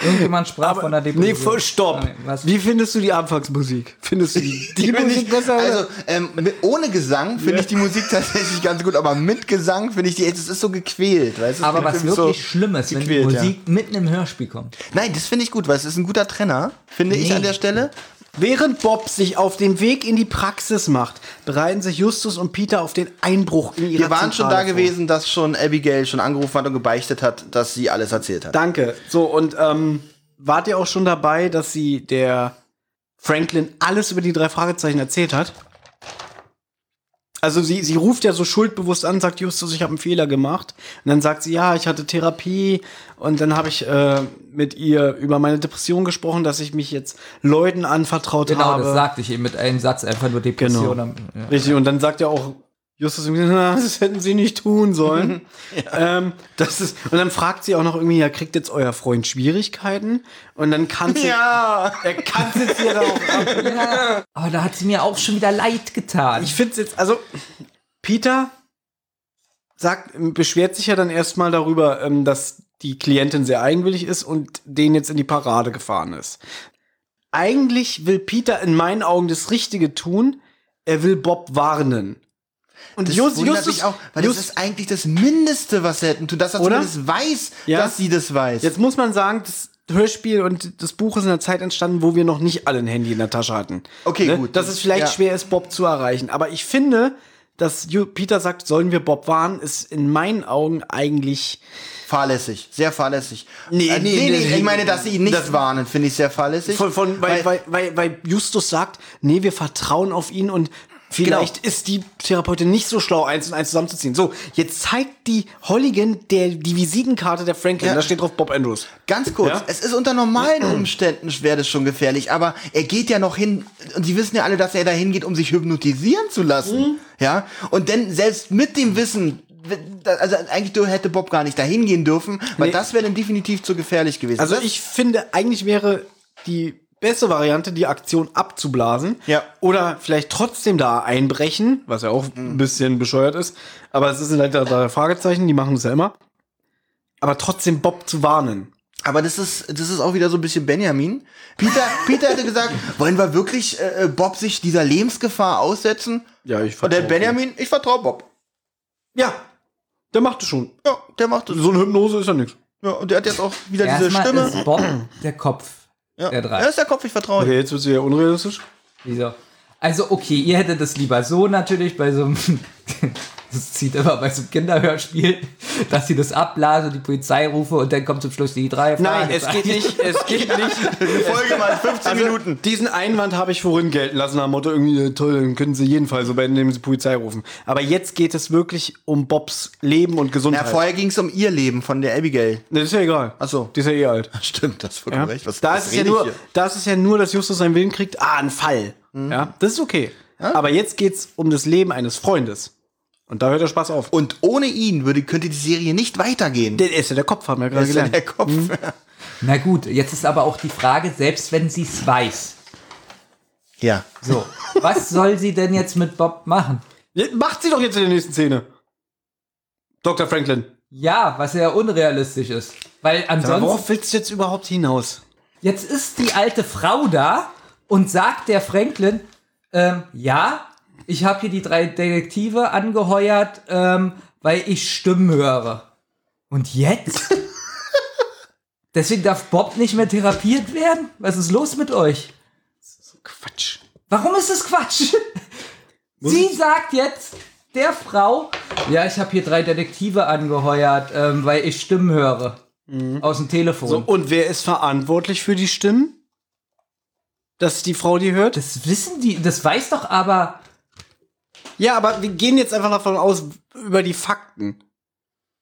Speaker 3: Irgendjemand sprach von der
Speaker 4: Nee,
Speaker 3: Depression.
Speaker 4: voll stopp.
Speaker 3: Was?
Speaker 4: Wie findest du die Anfangsmusik? Findest du die, die
Speaker 2: Bin
Speaker 4: Musik
Speaker 2: ich,
Speaker 4: besser?
Speaker 2: also ähm, mit, ohne Gesang finde ich die Musik tatsächlich ganz gut, aber mit Gesang finde ich die, es ist so gequält. Weißt? du? Es
Speaker 3: Aber
Speaker 2: klingt
Speaker 3: was
Speaker 2: eben so
Speaker 3: wirklich Schlimmes, wenn die
Speaker 2: gequält, ja.
Speaker 3: Musik mitten im Hörspiel kommt. Genau,
Speaker 2: Nein, das finde ich gut, weil es ist ein guter Trenner, finde ich
Speaker 3: Nee.
Speaker 2: an der Stelle.
Speaker 4: Während Bob sich auf dem Weg in die Praxis macht, bereiten sich Justus und Peter auf den Einbruch in ihre
Speaker 2: Wir waren schon
Speaker 4: Zentrale
Speaker 2: da
Speaker 4: vor.
Speaker 2: gewesen, dass schon Abigail schon angerufen hat und gebeichtet hat, dass sie alles erzählt hat.
Speaker 4: Danke. So, und ähm, wart ihr auch schon dabei, dass sie der Franklin alles über die drei Fragezeichen erzählt hat? Also sie, sie ruft ja so schuldbewusst an, sagt Justus, ich habe einen Fehler gemacht. Und dann sagt sie, ja, ich hatte Therapie und dann habe ich äh, mit ihr über meine Depression gesprochen, dass ich mich jetzt Leuten anvertraut
Speaker 3: Genau,
Speaker 4: habe.
Speaker 3: das sagte ich eben mit einem Satz, einfach nur Depression.
Speaker 4: Genau.
Speaker 3: Ja.
Speaker 4: Richtig, und dann sagt er auch Justus, irgendwie, "Na, das hätten sie nicht tun sollen. ähm, das ist, und dann fragt sie auch noch irgendwie, ja, kriegt jetzt euer Freund Schwierigkeiten? Und dann kann sie,
Speaker 2: Ja.
Speaker 4: er kann sie ja auch ab.
Speaker 3: Aber da hat sie mir auch schon wieder leid getan.
Speaker 4: Ich finde jetzt, also, Peter sagt, beschwert sich ja dann erstmal darüber, ähm, dass die Klientin sehr eigenwillig ist und den jetzt in die Parade gefahren ist. Eigentlich will Peter in meinen Augen das Richtige tun. Er will Bob warnen. Und
Speaker 2: Das
Speaker 4: Jus-
Speaker 2: wundert
Speaker 4: Justus-
Speaker 2: mich auch, weil
Speaker 4: Jus-
Speaker 2: das ist eigentlich das Mindeste, was sie hätten tun, dass er
Speaker 4: Oder?
Speaker 2: zumindest weiß,
Speaker 4: Ja.
Speaker 2: dass sie das weiß.
Speaker 4: Jetzt muss man sagen, das Hörspiel und das Buch ist in einer Zeit entstanden, wo wir noch nicht alle ein Handy in der Tasche hatten. Ne?
Speaker 2: Okay, gut.
Speaker 4: Dass es vielleicht
Speaker 2: Ja.
Speaker 4: schwer ist, Bob zu erreichen. Aber ich finde, dass Ju- Peter sagt, sollen wir Bob warnen, ist in meinen Augen eigentlich.
Speaker 2: fahrlässig, sehr fahrlässig.
Speaker 4: Nee,
Speaker 2: äh, nee,
Speaker 4: nee,
Speaker 2: nee,
Speaker 4: nee,
Speaker 2: ich meine, dass sie ihn nicht
Speaker 4: das-
Speaker 2: warnen, finde ich sehr fahrlässig.
Speaker 4: Von, von, weil, weil, weil, weil Justus sagt, nee, wir vertrauen auf ihn und vielleicht ist die Therapeutin nicht so schlau, eins und eins zusammenzuziehen. So, jetzt zeigt die Holligan der, die Visitenkarte der Franklin.
Speaker 2: Ja.
Speaker 4: Da steht drauf Bob Andrews.
Speaker 2: Ganz kurz,
Speaker 4: Ja?
Speaker 2: es ist unter normalen Umständen wäre das schon gefährlich, aber er geht ja noch hin und sie wissen ja alle, dass er da hingeht, um sich hypnotisieren zu lassen.
Speaker 4: Mhm.
Speaker 2: Ja? Und denn selbst mit dem Wissen, also eigentlich hätte Bob gar nicht dahin gehen dürfen, weil das wäre dann definitiv zu gefährlich gewesen.
Speaker 4: Also
Speaker 2: Das-
Speaker 4: ich finde, eigentlich wäre die beste Variante, die Aktion abzublasen.
Speaker 2: Ja.
Speaker 4: Oder vielleicht trotzdem da einbrechen, was ja auch ein bisschen bescheuert ist. Aber es ist halt da- da Fragezeichen, die machen es ja immer. Aber trotzdem Bob zu warnen.
Speaker 2: Aber das ist, das ist auch wieder so ein bisschen Benjamin. Peter, Peter hätte gesagt, wollen wir wirklich äh, äh, Bob sich dieser Lebensgefahr aussetzen?
Speaker 4: Ja, ich
Speaker 2: Und der Benjamin, ich vertraue Bob.
Speaker 4: Ja, der macht es schon.
Speaker 2: Ja, der macht das.
Speaker 4: So eine Hypnose ist ja nichts.
Speaker 2: Ja, und der hat jetzt auch wieder diese
Speaker 3: Erstmal
Speaker 2: Stimme.
Speaker 3: ist Bob der Kopf
Speaker 2: Ja.
Speaker 3: der drei.
Speaker 2: Er ist der Kopf, ich vertraue. ihm.
Speaker 4: Okay, jetzt wird sie ja unrealistisch.
Speaker 3: Wieso? Also, okay, ihr hättet es lieber so natürlich bei so einem. Das zieht immer bei so einem Kinderhörspiel, dass sie das abblasen, die Polizei rufe und dann kommt zum Schluss die drei
Speaker 4: Nein,
Speaker 3: Fragezeichen.
Speaker 4: es geht nicht. Es geht nicht.
Speaker 2: Eine Folge mal 15 Minuten.
Speaker 4: Diesen Einwand habe ich vorhin gelten lassen, nach dem Motto, irgendwie, äh, toll, dann können sie jeden Fall so bei indem sie Polizei rufen. Aber jetzt geht es wirklich um Bobs Leben und
Speaker 2: Na,
Speaker 4: Gesundheit.
Speaker 2: vorher ging es um ihr Leben von der Abigail.
Speaker 4: Ne, das ist ja egal.
Speaker 2: Ach so.
Speaker 4: Die ist ja eh alt.
Speaker 2: Stimmt, das ist vollkommen
Speaker 4: Ja? da, ist es ja nur, da ist es ja nur, dass Justus seinen Willen kriegt. Ah, ein Fall. Ja, das ist okay. Aber jetzt geht's um das Leben eines Freundes. Und da hört der Spaß auf.
Speaker 2: Und ohne ihn würde, könnte die Serie nicht weitergehen.
Speaker 4: der Mhm. ist ja der Kopf, haben wir gerade
Speaker 2: Das ist ja
Speaker 4: gelernt.
Speaker 2: der Kopf.
Speaker 3: Na gut, jetzt ist aber auch die Frage, selbst wenn sie es weiß,
Speaker 2: Ja.
Speaker 3: so, was soll sie denn jetzt mit Bob machen?
Speaker 4: Jetzt Macht sie doch jetzt in der nächsten Szene. Dr. Franklin.
Speaker 3: Ja, was ja unrealistisch ist. Weil ansonsten,
Speaker 4: Worauf willst du jetzt überhaupt hinaus?
Speaker 3: jetzt ist die alte Frau da und sagt der Franklin, ähm, ja, ich habe hier die drei Detektive angeheuert, ähm, weil ich Stimmen höre. Und jetzt? Deswegen darf Bob nicht mehr therapiert werden? Was ist los mit euch?
Speaker 4: Quatsch.
Speaker 3: Warum ist das Quatsch? Sie sagt jetzt der Frau, ja, ich habe hier drei Detektive angeheuert, ähm, weil ich Stimmen höre. Aus dem Telefon.
Speaker 4: Mhm. So, und wer ist verantwortlich für die Stimmen? Dass die Frau die hört?
Speaker 3: Das wissen die, das weiß doch aber.
Speaker 4: Ja, aber wir gehen jetzt einfach davon aus, über die Fakten.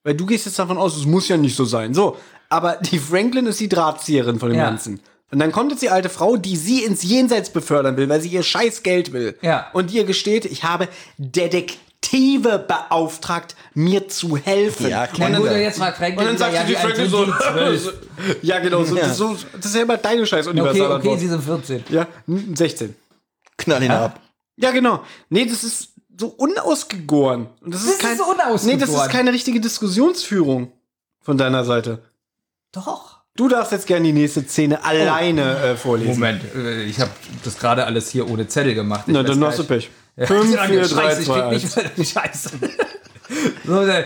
Speaker 4: Weil du gehst jetzt davon aus, es muss ja nicht so sein. So, aber die Franklin ist die Drahtzieherin von dem
Speaker 3: Ja.
Speaker 4: Ganzen. Und dann kommt jetzt die alte Frau, die sie ins Jenseits befördern will, weil sie ihr scheiß Geld will.
Speaker 3: Ja.
Speaker 4: Und ihr gesteht, ich habe Detektiv Detektive beauftragt, mir zu helfen.
Speaker 2: Ja, klar.
Speaker 4: Und dann,
Speaker 3: Gut, und jetzt fragt Frank
Speaker 4: und dann
Speaker 3: wieder,
Speaker 4: sagt
Speaker 3: ja,
Speaker 4: sie die
Speaker 3: wie alt
Speaker 4: Franklin
Speaker 3: sind
Speaker 4: so,
Speaker 3: die? Zwölf.
Speaker 4: ja genau, so, das, so, das ist ja immer deine scheiß
Speaker 3: Okay,
Speaker 4: universale
Speaker 3: okay,
Speaker 4: Antwort.
Speaker 3: sie sind 14.
Speaker 4: ja, n- 16.
Speaker 2: Knall ihn ab.
Speaker 4: Ja, genau. Nee, das ist so unausgegoren. Und das, ist,
Speaker 3: ist
Speaker 4: kein,
Speaker 3: so unausgegoren.
Speaker 4: Nee, das ist keine richtige Diskussionsführung von deiner Seite.
Speaker 3: Doch.
Speaker 4: Du darfst jetzt gerne die nächste Szene alleine äh, vorlesen.
Speaker 3: Oh. Moment, äh, ich habe das gerade alles hier ohne Zettel gemacht. Ich
Speaker 4: Na, dann
Speaker 3: weiß
Speaker 4: hast du
Speaker 3: gar nicht.
Speaker 4: Pech. 5,
Speaker 3: Ja,
Speaker 4: 4, 3,
Speaker 3: Scheiße, ich
Speaker 4: 2,
Speaker 3: krieg
Speaker 4: 1.
Speaker 3: nicht mehr die Scheiße. so, äh,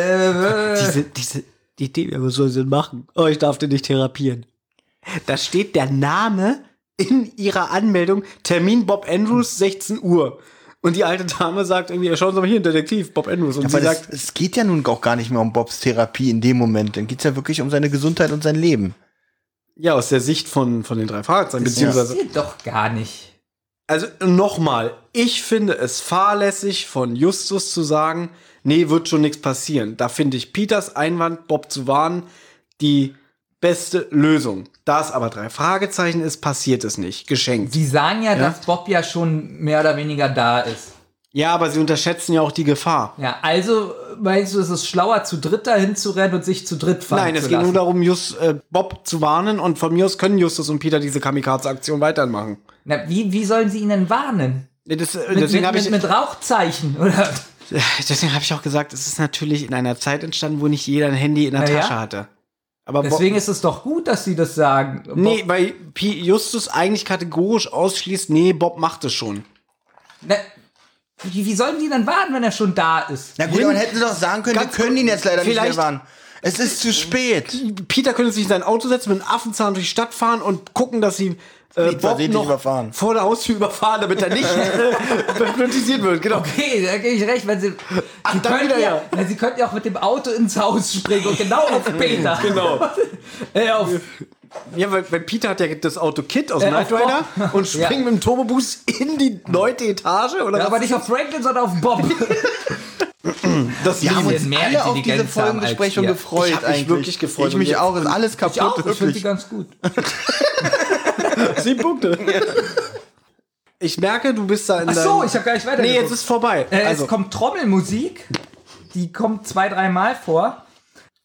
Speaker 3: äh,
Speaker 4: Diese, diese die Idee, ja, was soll sie denn machen? Oh, ich darf den nicht therapieren. Da steht der Name in ihrer Anmeldung, Termin Bob Andrews, 16 Uhr. Und die alte Dame sagt irgendwie, ja, schauen Sie mal hier, ein Detektiv, Bob Andrews. Und
Speaker 2: Aber
Speaker 4: sie
Speaker 2: das,
Speaker 4: sagt,
Speaker 2: es geht ja nun auch gar nicht mehr um Bobs Therapie in dem Moment. Dann geht's ja wirklich um seine Gesundheit und sein Leben.
Speaker 4: ja, aus der Sicht von, von den drei Fragezeichen, beziehungsweise
Speaker 3: sie doch gar nicht.
Speaker 4: Also nochmal, ich finde es fahrlässig von Justus zu sagen, nee, wird schon nichts passieren. Da finde ich Peters Einwand, Bob zu warnen, die beste Lösung. Da es aber drei Fragezeichen ist, passiert es nicht. Geschenkt.
Speaker 3: Sie sagen ja, dass Bob ja schon mehr oder weniger da ist.
Speaker 4: Ja, aber sie unterschätzen ja auch die Gefahr.
Speaker 3: Ja, also meinst du, es ist schlauer, zu dritt dahin zu rennen und sich zu dritt fahren
Speaker 4: Nein,
Speaker 3: zu
Speaker 4: es geht nur
Speaker 3: lassen?
Speaker 4: darum, Just, äh, Bob zu warnen und von mir aus können Justus und Peter diese Kamikaze-Aktion weitermachen.
Speaker 3: Na, wie, wie sollen sie ihn denn warnen?
Speaker 4: Nee, Das, äh,
Speaker 3: Mit,
Speaker 4: deswegen
Speaker 3: mit,
Speaker 4: habe ich,
Speaker 3: mit, mit Rauchzeichen, oder?
Speaker 4: deswegen hab ich auch gesagt, es ist natürlich in einer Zeit entstanden, wo nicht jeder ein Handy in der
Speaker 3: Na ja.
Speaker 4: Tasche hatte. Aber Bob-
Speaker 3: Deswegen ist es doch gut, dass sie das sagen. Bob,
Speaker 4: Nee, weil Pi Justus eigentlich kategorisch ausschließt, nee, Bob macht es schon.
Speaker 3: na, wie, wie sollen die denn warten, wenn er schon da ist?
Speaker 2: Na gut,
Speaker 4: Hin-
Speaker 2: dann hätten sie doch sagen können, wir
Speaker 4: Ganz-
Speaker 2: können ihn jetzt leider nicht mehr
Speaker 4: vielleicht-
Speaker 2: warnen. Es ist zu spät.
Speaker 4: Peter könnte sich in sein Auto setzen, mit einem Affenzahn durch die Stadt fahren und gucken, dass sie äh, Bob
Speaker 2: versehentlich
Speaker 4: noch
Speaker 2: überfahren.
Speaker 4: vor der Haustür überfahren, damit er nicht äh, hypnotisiert wird. Genau.
Speaker 3: Okay, da gebe ich recht, weil sie,
Speaker 4: Ach,
Speaker 3: sie,
Speaker 4: dann
Speaker 3: könnten
Speaker 4: wieder,
Speaker 3: ja,
Speaker 4: ja.
Speaker 3: weil sie könnten ja auch mit dem Auto ins Haus springen und genau auf Peter. genau. äh, auf,
Speaker 4: Ja, weil, weil Peter hat ja das Auto Kit aus
Speaker 3: Äh,
Speaker 4: Knight
Speaker 3: auf
Speaker 4: Rider
Speaker 3: Bob.
Speaker 4: und springt
Speaker 3: Ja.
Speaker 4: mit dem Turboboost in die neunte Etage. Oder
Speaker 3: aber
Speaker 4: was?
Speaker 3: nicht auf Franklin, sondern auf Bob.
Speaker 4: das
Speaker 2: Wir haben
Speaker 3: sind
Speaker 2: uns
Speaker 3: mehr
Speaker 2: alle auf
Speaker 3: Intelligenz
Speaker 2: diese
Speaker 3: haben als
Speaker 2: Folgenbesprechung
Speaker 3: wir.
Speaker 2: gefreut.
Speaker 4: Ich hab mich
Speaker 2: eigentlich.
Speaker 4: wirklich gefreut.
Speaker 2: Ich
Speaker 4: Und
Speaker 2: mich
Speaker 4: jetzt-
Speaker 2: auch. Ist alles
Speaker 3: ich
Speaker 2: kaputt.
Speaker 3: auch, ich finde die
Speaker 2: wirklich.
Speaker 3: ganz gut.
Speaker 4: sieben Punkte. Ich merke, du bist da in
Speaker 3: Ach so,
Speaker 4: deinem-
Speaker 3: ich habe gar nicht weiter.
Speaker 4: Nee, jetzt ist vorbei.
Speaker 3: Äh,
Speaker 4: also,
Speaker 3: es kommt Trommelmusik, die kommt zwei, dreimal vor.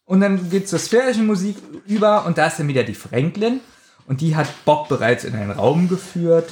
Speaker 3: Und dann geht zur sphärischen Musik über und da ist dann wieder die Franklin. Und die hat Bob bereits in einen Raum geführt.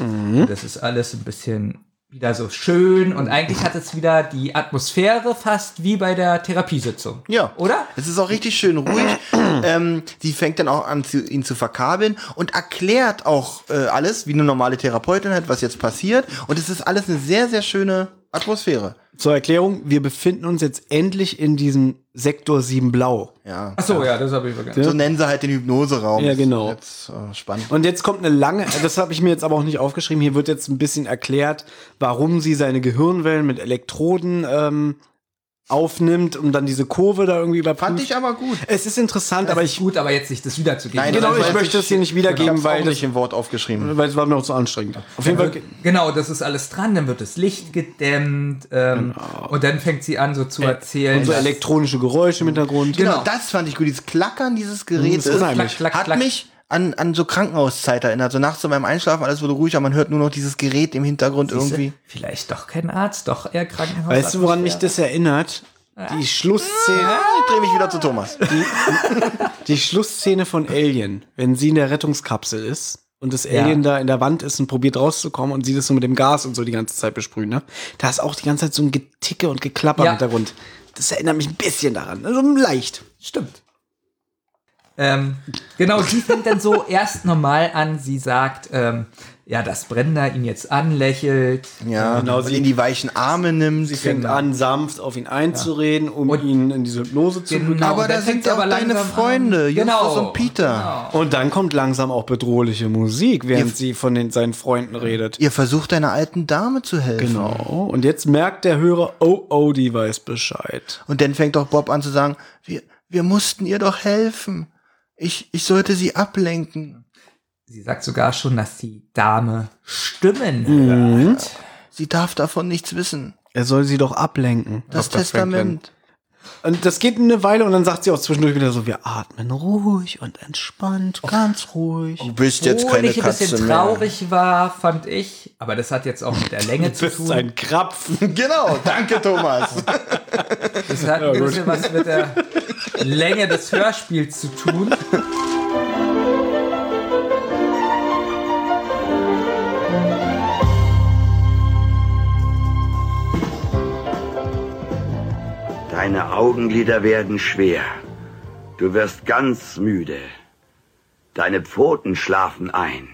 Speaker 3: Das ist alles ein bisschen wieder so schön. Und eigentlich hat es wieder die Atmosphäre fast wie bei der Therapiesitzung.
Speaker 2: Ja.
Speaker 3: Oder?
Speaker 2: Es ist auch richtig schön ruhig. ähm, die fängt dann auch an, zu, ihn zu verkabeln und erklärt auch äh, alles, wie eine normale Therapeutin halt, was jetzt passiert. Und es ist alles eine sehr, sehr schöne Atmosphäre.
Speaker 4: zur Erklärung, wir befinden uns jetzt endlich in diesem Sektor 7 Blau.
Speaker 2: Ja.
Speaker 3: Ach so, ja, das habe ich vergessen.
Speaker 2: So nennen sie halt den Hypnoseraum.
Speaker 4: Ja, genau.
Speaker 2: Jetzt, äh, spannend.
Speaker 4: Und jetzt kommt eine lange, das habe ich mir jetzt aber auch nicht aufgeschrieben, hier wird jetzt ein bisschen erklärt, warum sie seine Gehirnwellen mit Elektroden ähm, aufnimmt und dann diese Kurve da irgendwie überprüft.
Speaker 2: Fand ich aber gut.
Speaker 4: es ist interessant, aber ich,
Speaker 3: Gut, aber jetzt nicht das wiederzugeben.
Speaker 2: Nein,
Speaker 4: genau,
Speaker 2: das
Speaker 4: ich
Speaker 2: weiß
Speaker 4: möchte es hier nicht wiedergeben,
Speaker 2: hab's auch
Speaker 4: weil,
Speaker 2: nicht im Wort aufgeschrieben.
Speaker 4: das, weil es war mir auch zu anstrengend. Auf jeden Fall,
Speaker 3: Genau, das ist alles dran, dann wird das Licht gedämmt ähm, und dann fängt sie an so zu erzählen.
Speaker 4: so
Speaker 3: dass-
Speaker 4: elektronische Geräusche im Hintergrund.
Speaker 2: Genau. Das fand ich gut. Dieses Klackern dieses Gerätes
Speaker 4: Das ist
Speaker 3: klack,
Speaker 4: unheimlich.
Speaker 3: klack,
Speaker 2: hat
Speaker 3: klack.
Speaker 2: mich an, an so Krankenhauszeit erinnert. So nachts so beim Einschlafen, alles wurde ruhig, aber man hört nur noch dieses Gerät im Hintergrund irgendwie.
Speaker 3: Vielleicht doch kein Arzt, doch eher Krankenhaus.
Speaker 4: Weißt du, woran mich das erinnert? Die Schlussszene.
Speaker 2: Ah, Ich drehe mich wieder zu Thomas.
Speaker 4: Die Schlussszene von Alien, wenn sie in der Rettungskapsel ist und das
Speaker 3: Ja.
Speaker 4: Alien da in der Wand ist und probiert rauszukommen und sie das so mit dem Gas und so die ganze Zeit besprühen, ne? Da ist auch die ganze Zeit so ein Geticke und Geklapper
Speaker 3: Ja.
Speaker 4: im Hintergrund. Das erinnert mich ein bisschen daran. Also leicht.
Speaker 3: Stimmt. Ähm, genau, sie fängt dann so erst normal an. Sie sagt, ähm, ja, dass Brenda ihn jetzt anlächelt.
Speaker 2: Ja, genau, sie in die weichen Arme nimmt. Sie
Speaker 4: Fängt an, sanft auf ihn einzureden, um ihn in diese Hypnose zu
Speaker 3: Genau,
Speaker 4: bringen.
Speaker 3: und
Speaker 2: Aber da
Speaker 3: dann
Speaker 2: sind
Speaker 3: fängt
Speaker 2: ja
Speaker 3: aber
Speaker 2: auch deine
Speaker 3: langsam an.
Speaker 2: Freunde, Justus
Speaker 3: Genau.
Speaker 2: und Peter.
Speaker 4: Und dann kommt langsam auch bedrohliche Musik, während
Speaker 2: Ja.
Speaker 4: sie von den, seinen Freunden redet.
Speaker 2: Ihr versucht einer alten Dame zu helfen.
Speaker 4: Genau. Und jetzt merkt der Hörer, oh, oh, die weiß Bescheid.
Speaker 2: Und dann fängt auch Bob an zu sagen, wir, wir mussten ihr doch helfen. Ich, ich sollte sie ablenken.
Speaker 3: Sie sagt sogar schon, dass die Dame Stimmen hört.
Speaker 2: Mhm. Sie darf davon nichts wissen.
Speaker 4: Er soll sie doch ablenken.
Speaker 2: Das
Speaker 3: Dr.
Speaker 2: Testament.
Speaker 4: Und das geht eine Weile und dann sagt sie auch zwischendurch wieder so, wir atmen ruhig und entspannt, ganz ruhig.
Speaker 2: Du bist jetzt
Speaker 3: Obwohl
Speaker 2: keine
Speaker 3: ich ein bisschen
Speaker 2: Katze mehr.
Speaker 3: traurig war, fand ich. Aber das hat jetzt auch mit der Länge zu
Speaker 4: Das ist
Speaker 3: tun.
Speaker 4: ein Krapfen.
Speaker 2: Genau, danke Thomas.
Speaker 3: Das hat ein bisschen was mit der Länge des Hörspiels zu tun.
Speaker 10: Deine Augenlider werden schwer. Du wirst ganz müde. Deine Pfoten schlafen ein.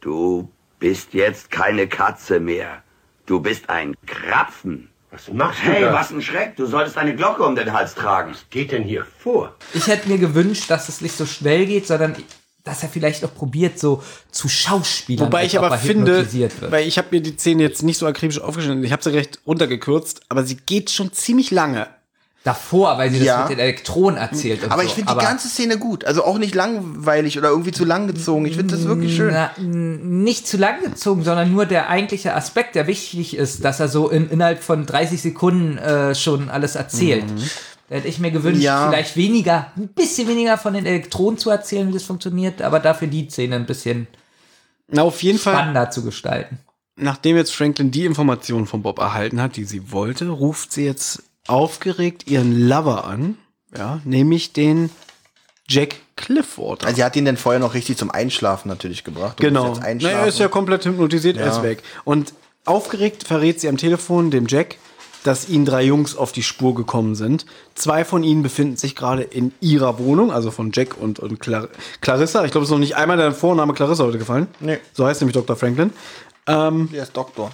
Speaker 10: Du bist jetzt keine Katze mehr. Du bist ein Krapfen.
Speaker 11: Was machst du
Speaker 10: Hey,
Speaker 11: da?
Speaker 10: was ein Schreck. Du solltest eine Glocke um den Hals tragen.
Speaker 11: geht denn hier vor?
Speaker 3: Ich hätte mir gewünscht, dass es nicht so schnell geht, sondern dass er vielleicht noch probiert, so zu Schauspielern.
Speaker 4: Wobei
Speaker 3: als
Speaker 4: ich
Speaker 3: ob
Speaker 4: aber
Speaker 3: er
Speaker 4: finde,
Speaker 3: hypnotisiert wird.
Speaker 4: weil ich habe mir die Szene jetzt nicht so akribisch aufgeschnitten, ich habe sie recht runtergekürzt, aber sie geht schon ziemlich lange.
Speaker 3: davor, weil sie das
Speaker 2: Ja.
Speaker 3: mit den Elektronen erzählt. Und
Speaker 2: Aber
Speaker 3: so.
Speaker 2: ich finde die ganze Szene gut. Also auch nicht langweilig oder irgendwie zu lang gezogen. Ich finde das wirklich schön.
Speaker 3: Na, n- nicht zu lang gezogen, sondern nur der eigentliche Aspekt, der wichtig ist, dass er so in, innerhalb von 30 Sekunden äh, schon alles erzählt. Da hätte ich mir gewünscht,
Speaker 2: Mhm. Ja.
Speaker 3: vielleicht weniger, ein bisschen weniger von den Elektronen zu erzählen, wie das funktioniert, aber dafür die Szene ein bisschen
Speaker 4: Na, auf jeden Fall,
Speaker 3: spannender zu gestalten.
Speaker 4: nachdem jetzt Franklin die Informationen von Bob erhalten hat, die sie wollte, ruft sie jetzt aufgeregt ihren Lover an, ja, nämlich den Jack Clifford.
Speaker 2: Also sie hat ihn dann vorher noch richtig zum Einschlafen natürlich gebracht. Du musst
Speaker 4: Genau.
Speaker 2: Jetzt
Speaker 4: Na,
Speaker 2: einschlafen.
Speaker 4: er ist ja komplett hypnotisiert, er
Speaker 2: Ja.
Speaker 4: ist weg. Und aufgeregt verrät sie am Telefon dem Jack, dass ihnen drei Jungs auf die Spur gekommen sind. Zwei von ihnen befinden sich gerade in ihrer Wohnung, also von Jack und, und Clar Clarissa. Ich glaube, es ist noch nicht einmal der Vorname Clarissa heute gefallen.
Speaker 2: Nee.
Speaker 4: So heißt nämlich Dr. Franklin.
Speaker 2: Der ist Doktor.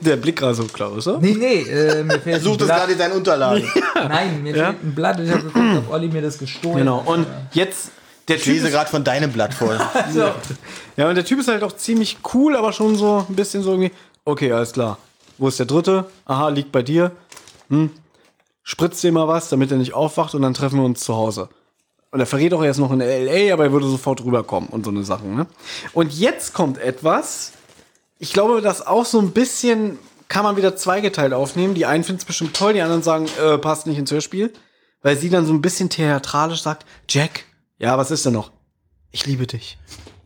Speaker 4: der Blick gerade so, Clarissa.
Speaker 3: Nee, nee, äh, mir fehlt
Speaker 2: Er
Speaker 3: ein
Speaker 2: sucht es
Speaker 3: Blatt.
Speaker 2: gerade in seinen Unterlagen.
Speaker 3: Nein, mir fehlt ein Blatt. Ich habe geguckt, ob Olli mir das gestohlen
Speaker 4: Genau.
Speaker 3: hat.
Speaker 4: Und jetzt, der
Speaker 2: Ich
Speaker 4: Typ
Speaker 2: lese
Speaker 4: ist
Speaker 2: gerade von deinem Blatt vor.
Speaker 4: Ja, und der Typ ist halt auch ziemlich cool, aber schon so ein bisschen so irgendwie, okay, alles klar. Wo ist der dritte? Aha, liegt bei dir. Hm. Spritzt dir mal was, damit er nicht aufwacht und dann treffen wir uns zu Hause. Und er verrät auch erst noch in LA, aber er würde sofort rüberkommen und so eine Sachen, ne? Und jetzt kommt etwas, ich glaube, das auch so ein bisschen kann man wieder zweigeteilt aufnehmen. Die einen finden es bestimmt toll, die anderen sagen, äh, passt nicht ins Hörspiel. Weil sie dann so ein bisschen theatralisch sagt, Jack, ja, was ist denn noch? Ich liebe dich.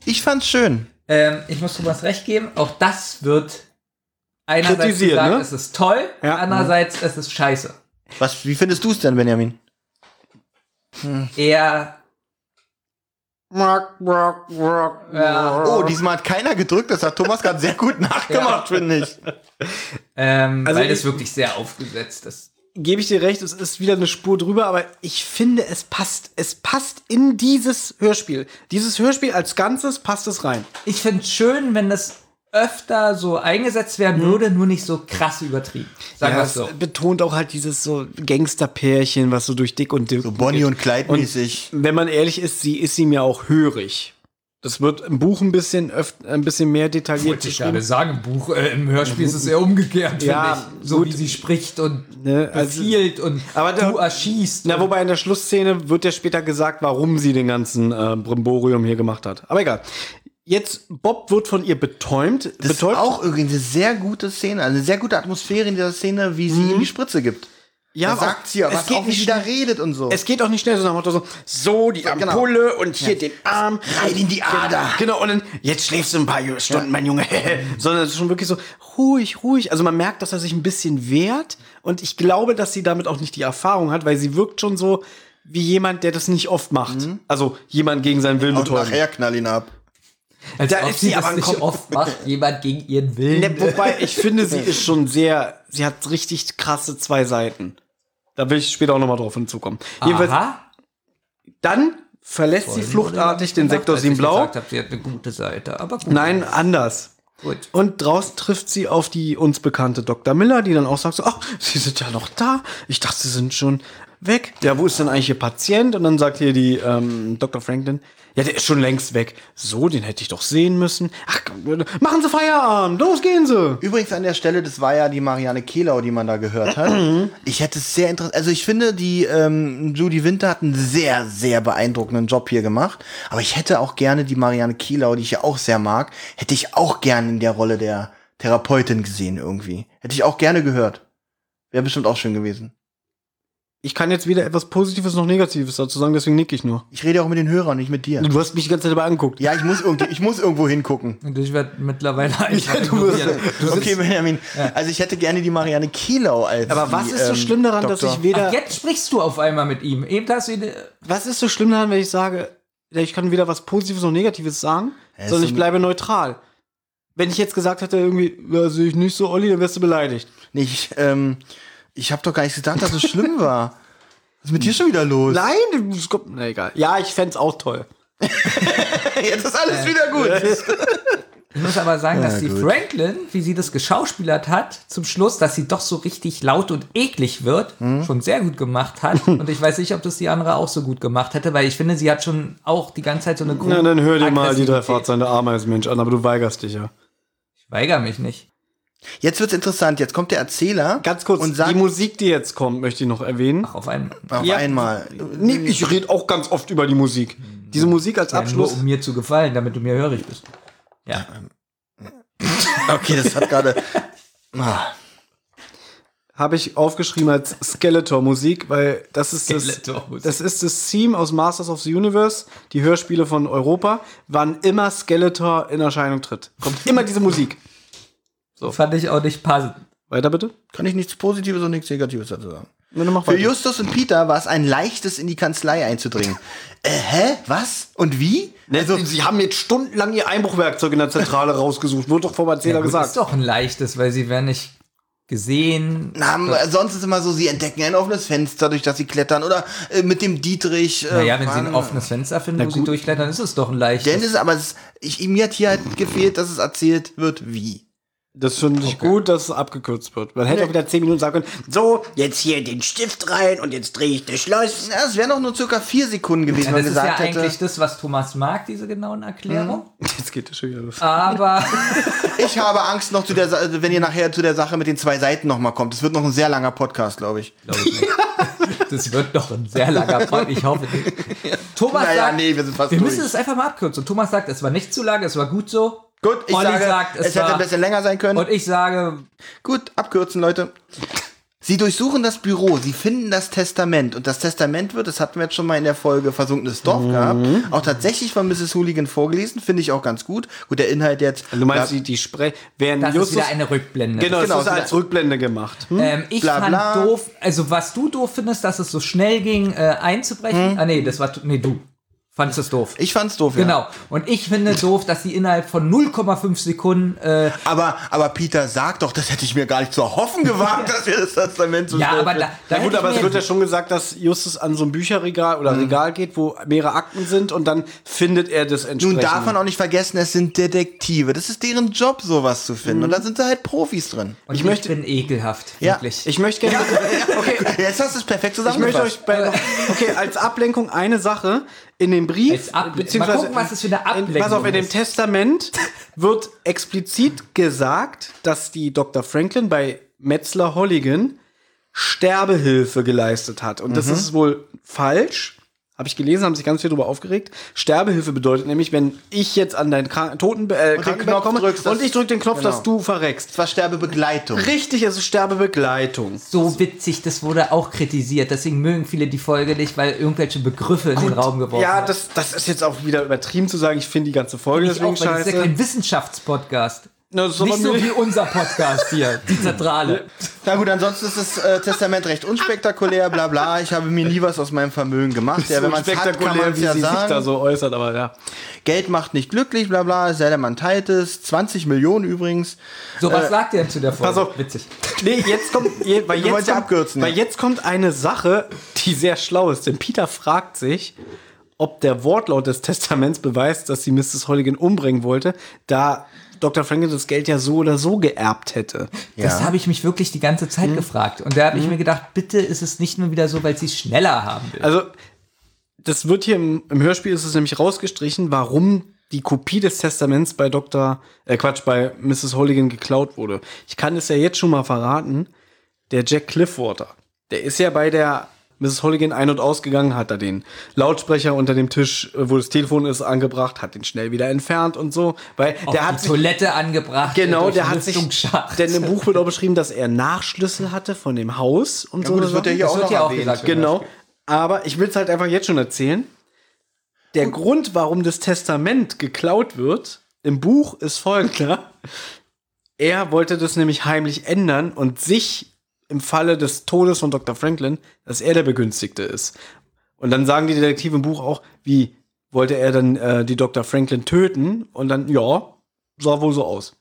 Speaker 2: Ich fand's schön.
Speaker 3: Ähm, ich muss Thomas recht geben, auch das wird einerseits
Speaker 4: Kritisiert,
Speaker 3: gesagt,
Speaker 4: ne?
Speaker 3: es ist toll,
Speaker 4: Ja.
Speaker 3: andererseits es ist scheiße.
Speaker 2: Was, wie findest du es denn, Benjamin?
Speaker 3: Eher,
Speaker 2: Oh, diesmal hat keiner gedrückt. Das hat Thomas gerade sehr gut nachgemacht, finde ich.
Speaker 3: ähm,
Speaker 4: Also
Speaker 3: weil
Speaker 4: ich-
Speaker 3: es wirklich sehr aufgesetzt ist.
Speaker 4: gebe ich dir recht, es ist wieder eine Spur drüber, aber ich finde, es passt. Es passt in dieses Hörspiel. Dieses Hörspiel als Ganzes passt es rein.
Speaker 3: Ich finde es schön, wenn das öfter so eingesetzt werden
Speaker 4: Hm.
Speaker 3: würde, nur nicht so krass übertrieben. Sagen wir es so.
Speaker 4: betont auch halt dieses so Gangsterpärchen, was so durch dick und dünn. So
Speaker 2: Bonnie und Clyde mäßig.
Speaker 4: Wenn man ehrlich ist, sie ist ihm ja auch hörig. Das wird im Buch ein bisschen öft, ein bisschen mehr detailliert beschrieben.
Speaker 3: sagen, im Buch, äh, im Hörspiel ist es eher umgekehrt,
Speaker 4: Ja,
Speaker 3: So
Speaker 4: gut.
Speaker 3: wie sie spricht und
Speaker 4: Ne, also-
Speaker 3: befiehlt und
Speaker 4: Aber da-
Speaker 3: du erschießt.
Speaker 4: Na,
Speaker 3: und-
Speaker 4: wobei in der Schlussszene wird ja später gesagt, warum sie den ganzen äh, Brimborium hier gemacht hat. Aber egal. Jetzt, Bob wird von ihr betäumt.
Speaker 2: Das ist auch irgendwie eine sehr gute Szene. Also eine sehr gute Atmosphäre in dieser Szene, wie sie ihm die Spritze gibt.
Speaker 4: Mhm. ja,
Speaker 2: Da
Speaker 4: auch-
Speaker 2: sagt sie ja, was auch wie sie da redet und so.
Speaker 4: Es geht auch nicht schnell, sondern macht so, so die Ampulle und hier den Arm.
Speaker 2: Genau. Rein in die Ader.
Speaker 4: Genau, und dann, jetzt schläfst du ein paar Stunden, mein Junge. sondern es ist schon wirklich so, ruhig, ruhig. Also man merkt, dass er sich ein bisschen wehrt. Und ich glaube, dass sie damit auch nicht die Erfahrung hat, weil sie wirkt schon so wie jemand, der das nicht oft macht. Also jemand gegen seinen Willen
Speaker 2: und
Speaker 4: betäuben.
Speaker 2: Mhm. nachher knall ihn ab.
Speaker 3: Als
Speaker 4: Da
Speaker 3: ob
Speaker 4: ist
Speaker 3: sie
Speaker 4: sie aber
Speaker 3: das
Speaker 4: ein
Speaker 3: nicht
Speaker 4: Kom-
Speaker 3: oft macht, jemand gegen ihren Willen.
Speaker 4: Ne, wobei, ich finde, sie ist schon sehr, sie hat richtig krasse zwei Seiten. Da will ich später auch nochmal drauf hinzukommen.
Speaker 3: Aha.
Speaker 4: dann verlässt sie fluchtartig den Sektor 7 Blau.
Speaker 3: Ich gesagt habe, sie hat eine gute Seite, aber gut.
Speaker 4: Nein, anders.
Speaker 3: Gut.
Speaker 4: Und draußen trifft sie auf die uns bekannte Dr. Miller, die dann auch sagt so, ach, sie sind ja noch da. Ich dachte, sie sind schon weg. Ja, wo ist denn eigentlich ihr Patient? Und dann sagt hier die ähm, Dr. Franklin, ja, der ist schon längst weg. So, den hätte ich doch sehen müssen. Ach, machen Sie Feierabend, los gehen Sie.
Speaker 2: Übrigens an der Stelle, das war ja die Marianne Kehlau, die man da gehört hat.
Speaker 4: Mhm.
Speaker 2: Ich hätte es sehr interessant. Also ich finde, die ähm, Judy Winter hat einen sehr, sehr beeindruckenden Job hier gemacht. Aber ich hätte auch gerne die Marianne Kehlau, die ich ja auch sehr mag, hätte ich auch gerne in der Rolle der Therapeutin gesehen irgendwie. Hätte ich auch gerne gehört. Wäre bestimmt auch schön gewesen.
Speaker 4: Ich kann jetzt weder etwas Positives noch Negatives dazu sagen, deswegen nicke ich nur.
Speaker 2: Ich rede auch mit den Hörern, nicht mit dir.
Speaker 4: Du hast mich die ganze Zeit dabei angeguckt.
Speaker 2: Ja, ich muss, irgendwie, ich muss irgendwo hingucken.
Speaker 3: Und ich werde mittlerweile einfach
Speaker 4: Ja, du musst-
Speaker 3: ignoriert.
Speaker 2: okay, Benjamin. Also ich hätte gerne die Marianne Kielau als.
Speaker 4: Aber was
Speaker 2: die,
Speaker 4: ist so
Speaker 2: ähm,
Speaker 4: schlimm daran, dass
Speaker 2: Doktor.
Speaker 4: ich weder.
Speaker 3: Ach, jetzt sprichst du auf einmal mit ihm. Eben hast du ihn-
Speaker 4: Was ist so schlimm daran, wenn ich sage, ja, ich kann weder was Positives noch Negatives sagen,
Speaker 2: ist
Speaker 4: sondern
Speaker 2: so
Speaker 4: ich
Speaker 2: ein-
Speaker 4: bleibe neutral. Wenn ich jetzt gesagt hätte, irgendwie, ja, sehe ich nicht so, Olli, dann wärst du beleidigt.
Speaker 2: Nee, ich, ähm, ich habe doch gar nicht gedacht, dass es schlimm war. Was ist mit dir schon wieder los?
Speaker 4: Nein, du- es kommt, na egal. Ja, ich fänd's auch toll.
Speaker 2: Jetzt ist
Speaker 4: Äh,
Speaker 2: alles wieder gut.
Speaker 3: Ich muss aber sagen, dass die Franklin, wie sie das geschauspielert hat, zum Schluss, dass sie doch so richtig laut und eklig wird,
Speaker 4: Hm?
Speaker 3: schon sehr gut gemacht hat. Und ich weiß nicht, ob das die andere auch so gut gemacht hätte, weil ich finde, sie hat schon auch die ganze Zeit so eine
Speaker 4: Na,
Speaker 3: gute.
Speaker 4: dann hör dir mal die drei
Speaker 3: Aggressivität.
Speaker 4: Fahrzeuge der Ameisenmensch an, aber du weigerst dich ja.
Speaker 3: Ich weigere mich nicht.
Speaker 2: Jetzt wird's interessant. Jetzt kommt der Erzähler.
Speaker 4: Ganz kurz,
Speaker 2: Und sagt
Speaker 4: die Musik, die jetzt kommt, möchte ich noch erwähnen.
Speaker 3: Auf einmal.
Speaker 2: auf
Speaker 4: Ja.
Speaker 2: einmal.
Speaker 4: Nee, ich rede auch ganz oft über die Musik. Diese Musik als
Speaker 3: Ja, nur
Speaker 4: Abschluss.
Speaker 3: um mir zu gefallen, damit du mir hörig bist. Ja.
Speaker 2: Okay, das hat gerade. Ah,
Speaker 4: habe ich aufgeschrieben als Skeletor-Musik, weil das ist das,
Speaker 3: Skeletor-Musik.
Speaker 4: das ist das Theme aus Masters of the Universe, die Hörspiele von Europa, wann immer Skeletor in Erscheinung tritt. Kommt immer diese Musik.
Speaker 3: So. Fand ich auch nicht passend.
Speaker 4: Weiter bitte.
Speaker 2: kann ich nichts Positives und nichts Negatives dazu sagen.
Speaker 4: Nur noch
Speaker 2: Für Justus und Peter war es ein leichtes, in die Kanzlei einzudringen. äh, hä? Was? Und wie?
Speaker 4: also, sie haben jetzt stundenlang ihr Einbruchwerkzeug in der Zentrale rausgesucht, wurde doch vom Erzähler
Speaker 3: Gut,
Speaker 4: gesagt.
Speaker 3: ist doch ein leichtes, weil sie werden nicht gesehen.
Speaker 2: Na, m- sonst ist immer so, sie entdecken ein offenes Fenster, durch das sie klettern. Oder äh, mit dem Dietrich. Äh,
Speaker 3: Naja, wenn sie
Speaker 2: waren-
Speaker 3: ein offenes Fenster finden, wo sie
Speaker 2: gut.
Speaker 3: durchklettern, ist es doch ein leichtes.
Speaker 2: Denn es ist aber, es, ich, mir hat hier halt gefehlt, dass es erzählt wird, wie.
Speaker 4: Das finde ich gut, dass es abgekürzt wird. Man hätte auch wieder 10 Minuten sagen können, so, jetzt hier den Stift rein und jetzt drehe ich das Schloss.
Speaker 2: Ja, es wären doch nur circa vier Sekunden gewesen,
Speaker 3: Ja,
Speaker 2: wenn man
Speaker 3: das ist ja
Speaker 2: gesagt
Speaker 3: eigentlich
Speaker 2: hätte. Hm.
Speaker 3: das, was Thomas mag, diese genauen Erklärungen.
Speaker 4: Jetzt geht das schon wieder los.
Speaker 3: Aber
Speaker 2: Ich habe Angst noch zu der, Sa- also wenn ihr nachher zu der Sache mit den zwei Seiten nochmal kommt. Es wird noch ein sehr langer Podcast, glaube ich.
Speaker 3: das wird doch ein sehr langer Podcast. Ich hoffe nicht. Thomas
Speaker 2: Naja,
Speaker 3: sagt,
Speaker 2: nee, wir sind fast
Speaker 3: wir
Speaker 2: durch.
Speaker 3: müssen es einfach mal abkürzen. Thomas sagt, es war nicht zu lang, es war gut so.
Speaker 2: Gut, ich
Speaker 3: Olli
Speaker 2: sage,
Speaker 3: sagt, es
Speaker 2: es, hätte
Speaker 3: war-
Speaker 2: ein bisschen länger sein können.
Speaker 3: Und ich sage,
Speaker 2: Gut, abkürzen, Leute. Sie durchsuchen das Büro, sie finden das Testament. Und das Testament wird, das hatten wir jetzt schon mal in der Folge Versunkenes Dorf
Speaker 4: Mhm.
Speaker 2: gehabt, auch tatsächlich von Mrs. Hooligan vorgelesen, finde ich auch ganz gut. Gut, der Inhalt jetzt.
Speaker 4: Also Du meinst, die, die Spre während
Speaker 3: das ist
Speaker 4: Justus...
Speaker 3: wieder eine Rückblende.
Speaker 4: genau,
Speaker 2: Genau,
Speaker 4: das
Speaker 2: es
Speaker 4: ist
Speaker 2: ist
Speaker 4: als Rückblende gemacht. Hm?
Speaker 3: Ähm, ich
Speaker 2: Bla,
Speaker 3: fand
Speaker 2: bla.
Speaker 3: doof, also was du doof findest, dass es so schnell ging, äh, einzubrechen.
Speaker 4: Hm?
Speaker 3: Ah, nee, das war, nee, du fandest es doof.
Speaker 2: Ich fand's doof, ja.
Speaker 3: Genau. Und ich finde doof, dass sie innerhalb von 0,5 Sekunden äh,
Speaker 2: Aber, aber Peter sagt doch, das hätte ich mir gar nicht zu erhoffen gewagt, dass wir das Testament so
Speaker 3: Ja,
Speaker 2: schnell
Speaker 3: aber da,
Speaker 2: finden.
Speaker 3: da
Speaker 4: Na gut,
Speaker 3: hätte ich
Speaker 4: aber es
Speaker 3: mir-
Speaker 4: wird ja schon gesagt, dass Justus an so ein Bücherregal oder Regal geht, wo mehrere Akten sind und dann findet er das entsprechende.
Speaker 2: Nun darf man auch nicht vergessen, es sind Detektive. Das ist deren Job, sowas zu finden. Und
Speaker 4: Mhm.
Speaker 2: da sind da halt Profis drin.
Speaker 3: Und
Speaker 4: Ich
Speaker 3: ich,
Speaker 4: möchte-
Speaker 3: bin ekelhaft,
Speaker 2: Ja,
Speaker 3: wirklich.
Speaker 4: Ich möchte gerne. Okay,
Speaker 2: Jetzt hast du es perfekt
Speaker 4: ich möchte euch
Speaker 2: zusammengefasst.
Speaker 4: bei, okay, als Ablenkung eine Sache in dem Brief
Speaker 3: Als Ab- Mal gucken, was das für eine
Speaker 4: In, pass auf,
Speaker 3: Ablenkung
Speaker 4: in dem
Speaker 3: ist.
Speaker 4: Testament wird explizit gesagt, dass die Dr. Franklin bei Metzler Holligan Sterbehilfe geleistet hat. Und
Speaker 3: Mhm.
Speaker 4: das ist wohl falsch. Habe ich gelesen, haben sich ganz viel darüber aufgeregt. Sterbehilfe bedeutet nämlich, wenn ich jetzt an deinen Kranken Toten äh, Krankenbett
Speaker 2: Knopf
Speaker 4: komme
Speaker 2: drückst,
Speaker 4: und
Speaker 2: dass-
Speaker 4: ich drücke den Knopf,
Speaker 2: genau.
Speaker 4: dass du verreckst.
Speaker 2: Es war Sterbebegleitung.
Speaker 4: Richtig, es ist Sterbebegleitung.
Speaker 3: so witzig, das wurde auch kritisiert. Deswegen mögen viele die Folge nicht, weil irgendwelche Begriffe in den Raum geworfen
Speaker 4: Ja,
Speaker 3: wurden.
Speaker 4: das, das ist jetzt auch wieder übertrieben zu sagen, ich finde die ganze Folge
Speaker 3: Ich
Speaker 4: deswegen
Speaker 3: auch, weil das ist ja
Speaker 4: scheiße.
Speaker 3: kein Wissenschaftspodcast.
Speaker 4: Na, das ist
Speaker 3: Nicht
Speaker 4: aber
Speaker 3: so
Speaker 4: nur-
Speaker 3: wie unser Podcast hier, die Zentrale.
Speaker 2: Na gut, ansonsten ist das äh, Testament recht unspektakulär, bla bla. Ich habe mir nie was aus meinem Vermögen gemacht. Ja, wenn man es hat, kann man es
Speaker 4: wie
Speaker 2: ja
Speaker 4: sie sich da
Speaker 2: sagen.
Speaker 4: so äußert, aber ja.
Speaker 2: Geld macht nicht glücklich, bla bla. Sei denn man teilt es. 20 Millionen übrigens.
Speaker 3: So, was sagt ihr denn zu der Folge?
Speaker 4: Äh, pass auf.
Speaker 3: Witzig.
Speaker 4: Nee, jetzt kommt, je- weil,
Speaker 2: Wir
Speaker 4: jetzt
Speaker 2: wollten ja
Speaker 4: kommt
Speaker 2: abkürzen,
Speaker 4: weil
Speaker 2: ja.
Speaker 4: jetzt kommt eine Sache, die sehr schlau ist. Denn Peter fragt sich, ob der Wortlaut des Testaments beweist, dass sie Mrs. Holligan umbringen wollte, da Dr. Franklin das Geld ja so oder so geerbt hätte.
Speaker 3: Das habe ich mich wirklich die ganze Zeit
Speaker 4: Mhm.
Speaker 3: gefragt. Und da habe ich mir gedacht, bitte ist es nicht nur wieder so, weil sie es schneller haben will.
Speaker 4: Also, das wird hier im, im Hörspiel ist es nämlich rausgestrichen, warum die Kopie des Testaments bei Dr. Äh, Quatsch, bei Mrs. Holligan geklaut wurde. Ich kann es ja jetzt schon mal verraten. Der Jack Cliffwater, der ist ja bei der Mrs. Holligan ein- und ausgegangen, hat da den Lautsprecher unter dem Tisch, äh, wo das Telefon ist, angebracht, hat den schnell wieder entfernt und so, weil
Speaker 3: Auf
Speaker 4: der
Speaker 3: die
Speaker 4: hat sich,
Speaker 3: Toilette angebracht.
Speaker 4: genau,
Speaker 3: durch
Speaker 4: der
Speaker 3: den
Speaker 4: hat sich,
Speaker 3: Lüftungsschacht.
Speaker 4: denn im Buch wird auch beschrieben, dass er Nachschlüssel hatte von dem Haus und
Speaker 2: Ja,
Speaker 4: so.
Speaker 2: gut, das wird ja hier auch
Speaker 3: wird
Speaker 2: noch
Speaker 3: ja auch
Speaker 2: erwähnt.
Speaker 3: gesagt.
Speaker 4: Genau. Aber ich will es halt einfach jetzt schon erzählen. Der Grund, warum das Testament geklaut wird im Buch, ist folgender. Er wollte das nämlich heimlich ändern und sich im Falle des Todes von Dr. Franklin, dass er der Begünstigte ist. Und dann sagen die Detektive im Buch auch, wie wollte er dann äh, die Dr. Franklin töten? Und dann, ja, sah wohl so aus.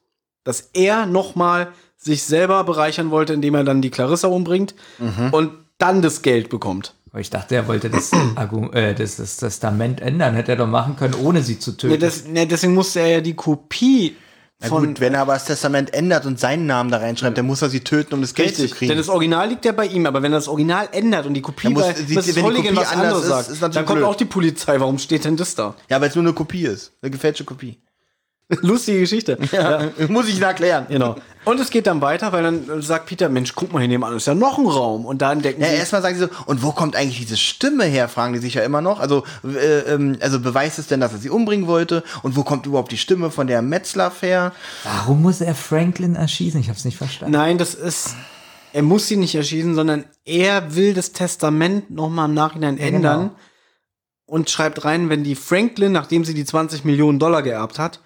Speaker 4: Dass er nochmal sich selber bereichern wollte, indem er dann die Clarissa umbringt
Speaker 2: Mhm.
Speaker 4: und dann das Geld bekommt.
Speaker 3: Aber ich dachte, er wollte das, Argu- äh, das, das Testament ändern. Hätte er doch machen können, ohne sie zu töten.
Speaker 4: Ne, das, ne, deswegen musste er ja die Kopie
Speaker 2: Na
Speaker 4: von.
Speaker 2: gut, wenn er aber das Testament ändert und seinen Namen da reinschreibt, dann muss er sie töten, um das Geld zu
Speaker 4: Richtig,
Speaker 2: kriegen.
Speaker 4: denn das Original liegt ja bei ihm, aber wenn er das Original ändert und die Kopie
Speaker 2: Dann muss-
Speaker 4: bei
Speaker 2: die-
Speaker 4: Mrs.
Speaker 2: wenn die
Speaker 4: Holligan
Speaker 2: Kopie
Speaker 4: was
Speaker 2: anders
Speaker 4: anderes
Speaker 2: ist,
Speaker 4: sagt,
Speaker 2: ist natürlich
Speaker 4: dann kommt
Speaker 2: blöd.
Speaker 4: auch die Polizei. Warum steht denn das da?
Speaker 2: ja, weil es nur eine Kopie ist. Eine gefälschte Kopie.
Speaker 4: Lustige Geschichte. Ja.
Speaker 2: Muss ich ihn erklären.
Speaker 4: Genau. Und es geht dann weiter, weil dann äh, sagt Peter, Mensch, guck mal hier nebenan, ist ja noch ein Raum. Und dann denken
Speaker 2: Ja,
Speaker 4: sie,
Speaker 2: erstmal sagen sie so, und wo kommt eigentlich diese Stimme her, fragen die sich ja immer noch. Also, äh, ähm, also beweist es denn, dass er sie umbringen wollte? Und wo kommt überhaupt die Stimme von der Metzlaff her?
Speaker 3: Warum muss er Franklin erschießen? Ich habe es nicht verstanden.
Speaker 4: Nein, das ist. Er muss sie nicht erschießen, sondern er will das Testament nochmal im Nachhinein
Speaker 3: genau.
Speaker 4: ändern und schreibt rein, wenn die Franklin, nachdem sie die 20 Millionen Dollar geerbt hat,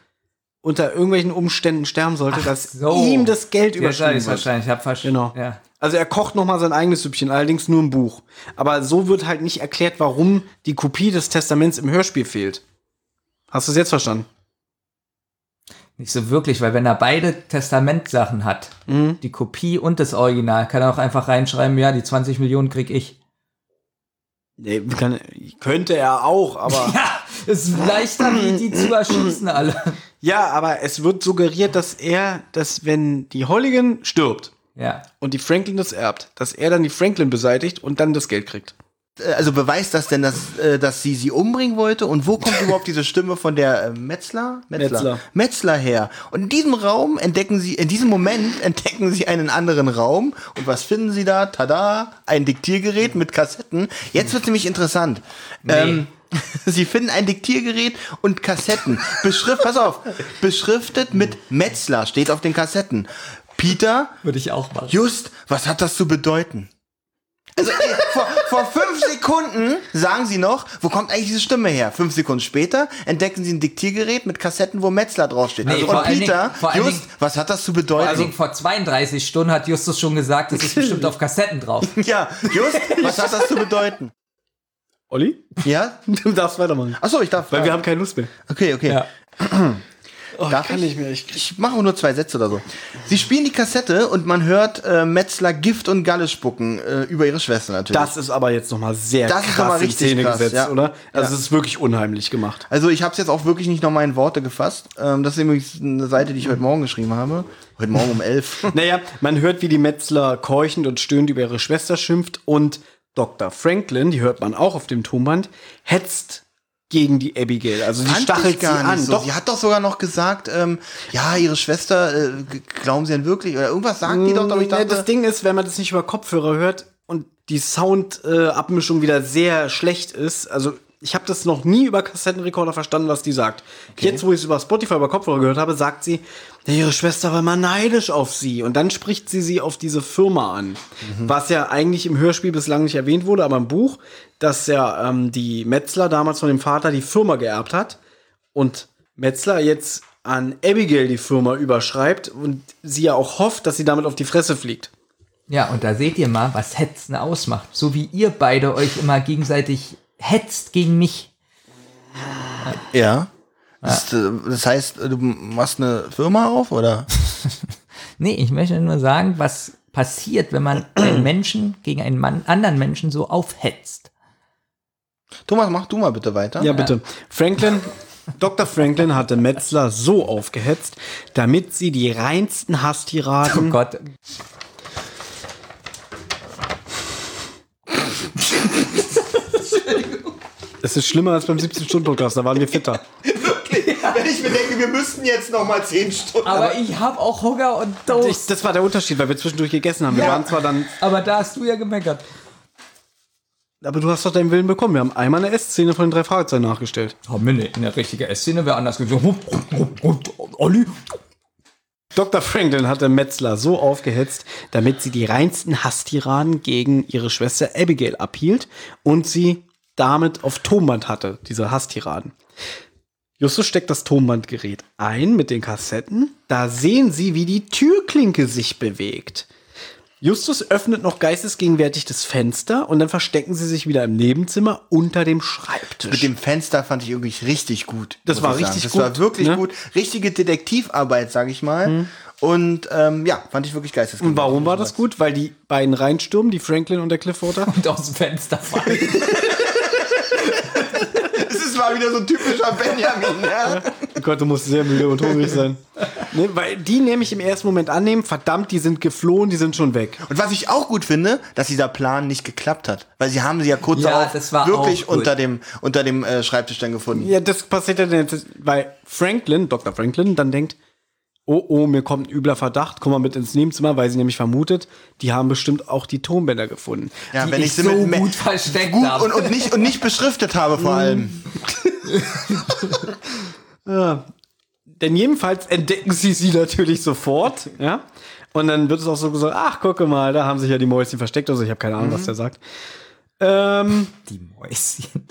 Speaker 4: unter irgendwelchen Umständen sterben sollte, dass ihm das Geld überschrieben
Speaker 3: wird.
Speaker 4: wird.
Speaker 3: Wahrscheinlich. Ich habe verstanden.
Speaker 4: Genau.
Speaker 3: Ja.
Speaker 4: Also er kocht nochmal sein eigenes Süppchen, allerdings nur im Buch. Aber so wird halt nicht erklärt, warum die Kopie des Testaments im Hörspiel fehlt. Hast du es jetzt verstanden?
Speaker 3: Nicht so wirklich, weil wenn er beide Testamentsachen hat,
Speaker 4: Mhm.
Speaker 3: die Kopie und das Original, kann er auch einfach reinschreiben, ja, die 20 Millionen krieg ich.
Speaker 4: Nee, kann, könnte er auch, aber.
Speaker 3: Ja, ist leichter, wie die zu erschießen alle.
Speaker 4: Ja, aber es wird suggeriert, dass er, dass wenn die Holligan stirbt
Speaker 3: Ja.
Speaker 4: und die Franklin das erbt, dass er dann die Franklin beseitigt und dann das Geld kriegt.
Speaker 2: Äh, Also beweist das denn, dass, äh, dass sie sie umbringen wollte? Und wo kommt überhaupt diese Stimme von der äh, Metzler?
Speaker 4: Metzler.
Speaker 2: Metzler her. Und in diesem Raum entdecken sie, in diesem Moment entdecken sie einen anderen Raum. Und was finden sie da? Tada! Ein Diktiergerät mit Kassetten. Jetzt wird nämlich interessant. Ähm, Sie finden ein Diktiergerät und Kassetten. Beschrift, pass auf, beschriftet mit Metzler steht auf den Kassetten. Peter,
Speaker 3: Würde ich auch machen.
Speaker 2: Just, was hat das zu bedeuten? Also ey, vor, vor fünf Sekunden sagen sie noch, wo kommt eigentlich diese Stimme her? Fünf Sekunden später entdecken sie ein Diktiergerät mit Kassetten, wo Metzler draufsteht.
Speaker 3: Nee,
Speaker 2: Also,
Speaker 3: vor
Speaker 2: und
Speaker 3: allen
Speaker 2: Peter,
Speaker 3: Dingen- vor allen
Speaker 2: Just,
Speaker 3: Dingen-
Speaker 2: was hat das zu
Speaker 3: Vor
Speaker 2: bedeuten?
Speaker 3: allen Dingen also vor 32 Stunden hat Justus schon gesagt, das ist bestimmt auf Kassetten drauf.
Speaker 2: ja, Just, was hat das zu bedeuten?
Speaker 4: Olli?
Speaker 2: Ja?
Speaker 4: Du darfst weitermachen.
Speaker 2: Achso, ich darf.
Speaker 4: Weil wir haben keine Lust mehr.
Speaker 2: okay, okay.
Speaker 3: Ja.
Speaker 4: Oh,
Speaker 2: Darf
Speaker 4: kann
Speaker 2: ich?
Speaker 4: ich mehr. Ich krieg
Speaker 2: Ich mache auch nur zwei Sätze oder so. Sie spielen die Kassette und man hört äh, Metzler Gift und Galle spucken äh, über ihre Schwester natürlich.
Speaker 4: das ist aber jetzt nochmal sehr
Speaker 2: Das
Speaker 4: das
Speaker 2: ist
Speaker 4: krass
Speaker 2: noch mal
Speaker 4: in
Speaker 2: richtig
Speaker 4: Szene
Speaker 2: krass,
Speaker 4: gesetzt,
Speaker 2: ja.
Speaker 4: oder? Also es ist wirklich unheimlich gemacht.
Speaker 2: Also ich habe es jetzt auch wirklich nicht nochmal in Worte gefasst. Ähm, das ist übrigens eine Seite, die ich heute Morgen geschrieben habe. Heute Morgen um elf.
Speaker 4: Naja, man hört, wie die Metzler keuchend und stöhnend über ihre Schwester schimpft und Dr. Franklin, die hört man auch auf dem Tonband, hetzt gegen die Abigail. Also die
Speaker 2: Fand ich
Speaker 4: stachelt sie an.
Speaker 2: So. Sie hat doch sogar noch gesagt, ähm, ja, ihre Schwester, äh, g- glauben sie denn wirklich? Oder irgendwas sagt die doch, aber ich
Speaker 4: Nee,
Speaker 2: dachte,
Speaker 4: Mm, ne, das Ding ist, wenn man das nicht über Kopfhörer hört und die Sound-Abmischung wieder sehr schlecht ist, also ich habe das noch nie über Kassettenrekorder verstanden, was die sagt. Jetzt, wo ich es über Spotify über Kopfhörer gehört habe, sagt sie, ja, ihre Schwester war mal neidisch auf sie. Und dann spricht sie sie auf diese Firma an.
Speaker 2: Mhm.
Speaker 4: Was ja eigentlich im Hörspiel bislang nicht erwähnt wurde, aber im Buch, dass ja ähm, die Metzler damals von dem Vater die Firma geerbt hat und Metzler jetzt an Abigail die Firma überschreibt und sie ja auch hofft, dass sie damit auf die Fresse fliegt.
Speaker 3: Ja, und da seht ihr mal, was Hetzen ausmacht. So wie ihr beide euch immer gegenseitig hetzt gegen mich.
Speaker 2: ja. Das, äh, das heißt, du machst eine Firma auf, oder?
Speaker 3: Nee, ich möchte nur sagen, was passiert, wenn man einen Menschen gegen einen Mann, anderen Menschen so aufhetzt.
Speaker 2: Thomas, mach du mal bitte weiter.
Speaker 4: Ja, bitte. Franklin, Dr. Franklin hatte Metzler so aufgehetzt, damit sie die reinsten
Speaker 3: Oh
Speaker 4: Hasstiraden
Speaker 3: Gott.
Speaker 4: Es ist schlimmer als beim 17-Stunden-Podcast, da waren wir fitter.
Speaker 2: Wenn ich mir denke, wir müssten jetzt noch mal zehn Stunden.
Speaker 3: Aber ich habe auch Hunger und Durst.
Speaker 4: Ich, das war der Unterschied, weil wir zwischendurch gegessen haben. Wir waren zwar dann.
Speaker 3: Aber da hast du ja gemeckert.
Speaker 4: Aber du hast doch deinen Willen bekommen. Wir haben einmal eine Essszene von den drei Fragezeichen nachgestellt.
Speaker 3: Haben wir nicht. Oh, Eine richtige Essszene wäre anders gewesen. Olli.
Speaker 4: Dr. Franklin hatte Metzler so aufgehetzt, damit sie die reinsten Hasstiraden gegen ihre Schwester Abigail abhielt und sie damit auf Tonband hatte, diese Hasstiraden. Justus steckt das Tonbandgerät ein mit den Kassetten. Da sehen sie, wie die Türklinke sich bewegt. Justus öffnet noch geistesgegenwärtig das Fenster und dann verstecken sie sich wieder im Nebenzimmer unter dem Schreibtisch.
Speaker 2: Mit dem Fenster fand ich wirklich richtig gut.
Speaker 4: Das
Speaker 2: muss
Speaker 4: war
Speaker 2: ich sagen.
Speaker 4: richtig
Speaker 2: das
Speaker 4: gut,
Speaker 2: Das war wirklich
Speaker 4: ne? Mhm.
Speaker 2: gut. Richtige Detektivarbeit, sag ich mal. Und ähm, ja, fand ich wirklich geistesgegenwärtig.
Speaker 4: Und warum war das gut? Weil die beiden reinstürmen, die Franklin und der Cliffwater.
Speaker 3: Und aus dem Fenster fallen.
Speaker 2: Es ist mal wieder so ein typischer Benjamin. ne? Ja?
Speaker 4: Oh Gott, du musst sehr müde und hungrig sein. Ne, weil die nämlich im ersten Moment annehmen, verdammt, die sind geflohen, die sind schon weg.
Speaker 2: Und was ich auch gut finde, dass dieser Plan nicht geklappt hat. Weil sie haben sie ja kurz
Speaker 3: Ja,
Speaker 2: darauf
Speaker 3: das war
Speaker 2: wirklich
Speaker 3: auch gut.
Speaker 2: unter dem, unter dem äh, Schreibtisch dann gefunden.
Speaker 4: Ja, das passiert ja, dann jetzt, weil Franklin, Dr. Franklin, dann denkt, oh, oh, mir kommt ein übler Verdacht, komm mal mit ins Nebenzimmer, weil sie nämlich vermutet, die haben bestimmt auch die Tonbänder gefunden.
Speaker 2: Ja,
Speaker 3: die ich so
Speaker 2: Me-
Speaker 3: gut versteckt
Speaker 2: gut
Speaker 3: habe.
Speaker 2: und, und, nicht, und nicht beschriftet habe
Speaker 4: Mhm.
Speaker 2: vor allem.
Speaker 4: Denn jedenfalls entdecken sie sie natürlich sofort, ja. Und dann wird es auch so gesagt, ach, gucke mal, da haben sich ja die Mäuschen versteckt. Also ich habe keine Ahnung, was der sagt. Ähm,
Speaker 3: Die Mäuschen.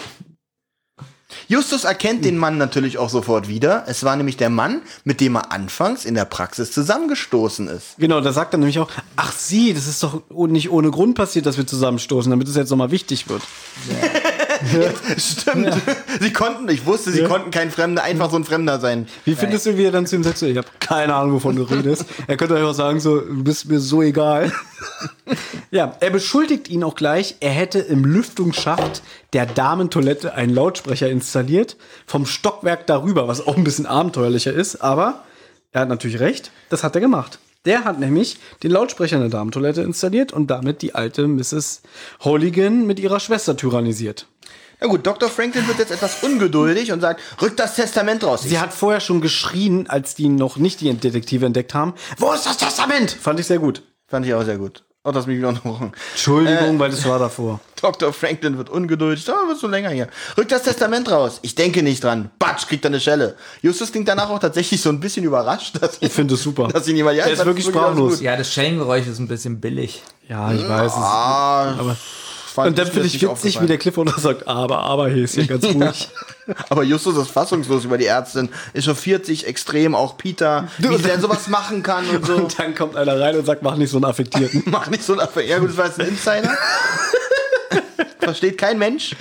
Speaker 2: Justus erkennt den Mann natürlich auch sofort wieder. Es war nämlich der Mann, mit dem er anfangs in der Praxis zusammengestoßen ist.
Speaker 4: genau, da sagt er nämlich auch, ach sie, das ist doch oh- nicht ohne Grund passiert, dass wir zusammenstoßen, damit es jetzt nochmal wichtig wird.
Speaker 2: Stimmt. Sie konnten, ich wusste, sie konnten kein Fremder, einfach so ein Fremder sein.
Speaker 4: Wie findest du, wie er dann zu ihm sagt, so, ich habe keine Ahnung, wovon du redest. er könnte euch auch sagen, so, du bist mir so egal. ja, er beschuldigt ihn auch gleich, er hätte im Lüftungsschacht der Damentoilette einen Lautsprecher installiert, vom Stockwerk darüber, was auch ein bisschen abenteuerlicher ist, aber er hat natürlich recht, das hat er gemacht. Der hat nämlich den Lautsprecher in der Damentoilette installiert und damit die alte Mrs. Holigan mit ihrer Schwester tyrannisiert.
Speaker 2: Na gut, Dr. Franklin wird jetzt etwas ungeduldig und sagt, rück das Testament raus.
Speaker 4: Sie hat vorher schon geschrien, als die noch nicht die Detektive entdeckt haben. Wo ist das Testament? Fand ich sehr gut. Äh,
Speaker 2: Fand ich auch sehr gut. Oh, das mich wieder unterbrochen.
Speaker 4: Entschuldigung, weil das war davor.
Speaker 2: Dr. Franklin wird ungeduldig. Da wird so länger hier. Rückt das Testament raus. Ich denke nicht dran. Batsch, kriegt er eine Schelle. Justus klingt danach auch tatsächlich so ein bisschen überrascht, dass
Speaker 4: Ich finde es super.
Speaker 2: Dass ihn jemand- ja,
Speaker 4: er
Speaker 2: ich
Speaker 4: ist
Speaker 2: fand
Speaker 4: wirklich
Speaker 2: das wirklich alles
Speaker 4: sprachlos.
Speaker 2: gut.
Speaker 3: Ja, das Schellengeräusch ist ein bisschen billig.
Speaker 4: Ja, ich weiß es.
Speaker 2: Ah, fand
Speaker 4: Und dann
Speaker 2: mir
Speaker 4: finde
Speaker 2: jetzt
Speaker 4: ich witzig,
Speaker 2: nicht
Speaker 4: wie
Speaker 2: aufgefallen.
Speaker 4: der Cliffhanger sagt, aber, aber, hier ist hier ganz ruhig.
Speaker 2: Aber Justus ist fassungslos über die Ärztin, echauffiert sich extrem, auch Peter, wie sie denn sowas machen kann und so.
Speaker 4: Und dann kommt einer rein und sagt, mach nicht so einen Affektierten.
Speaker 2: Mach nicht so eine Affäre. Ja, gut, das war jetzt ein Insider. Versteht kein Mensch.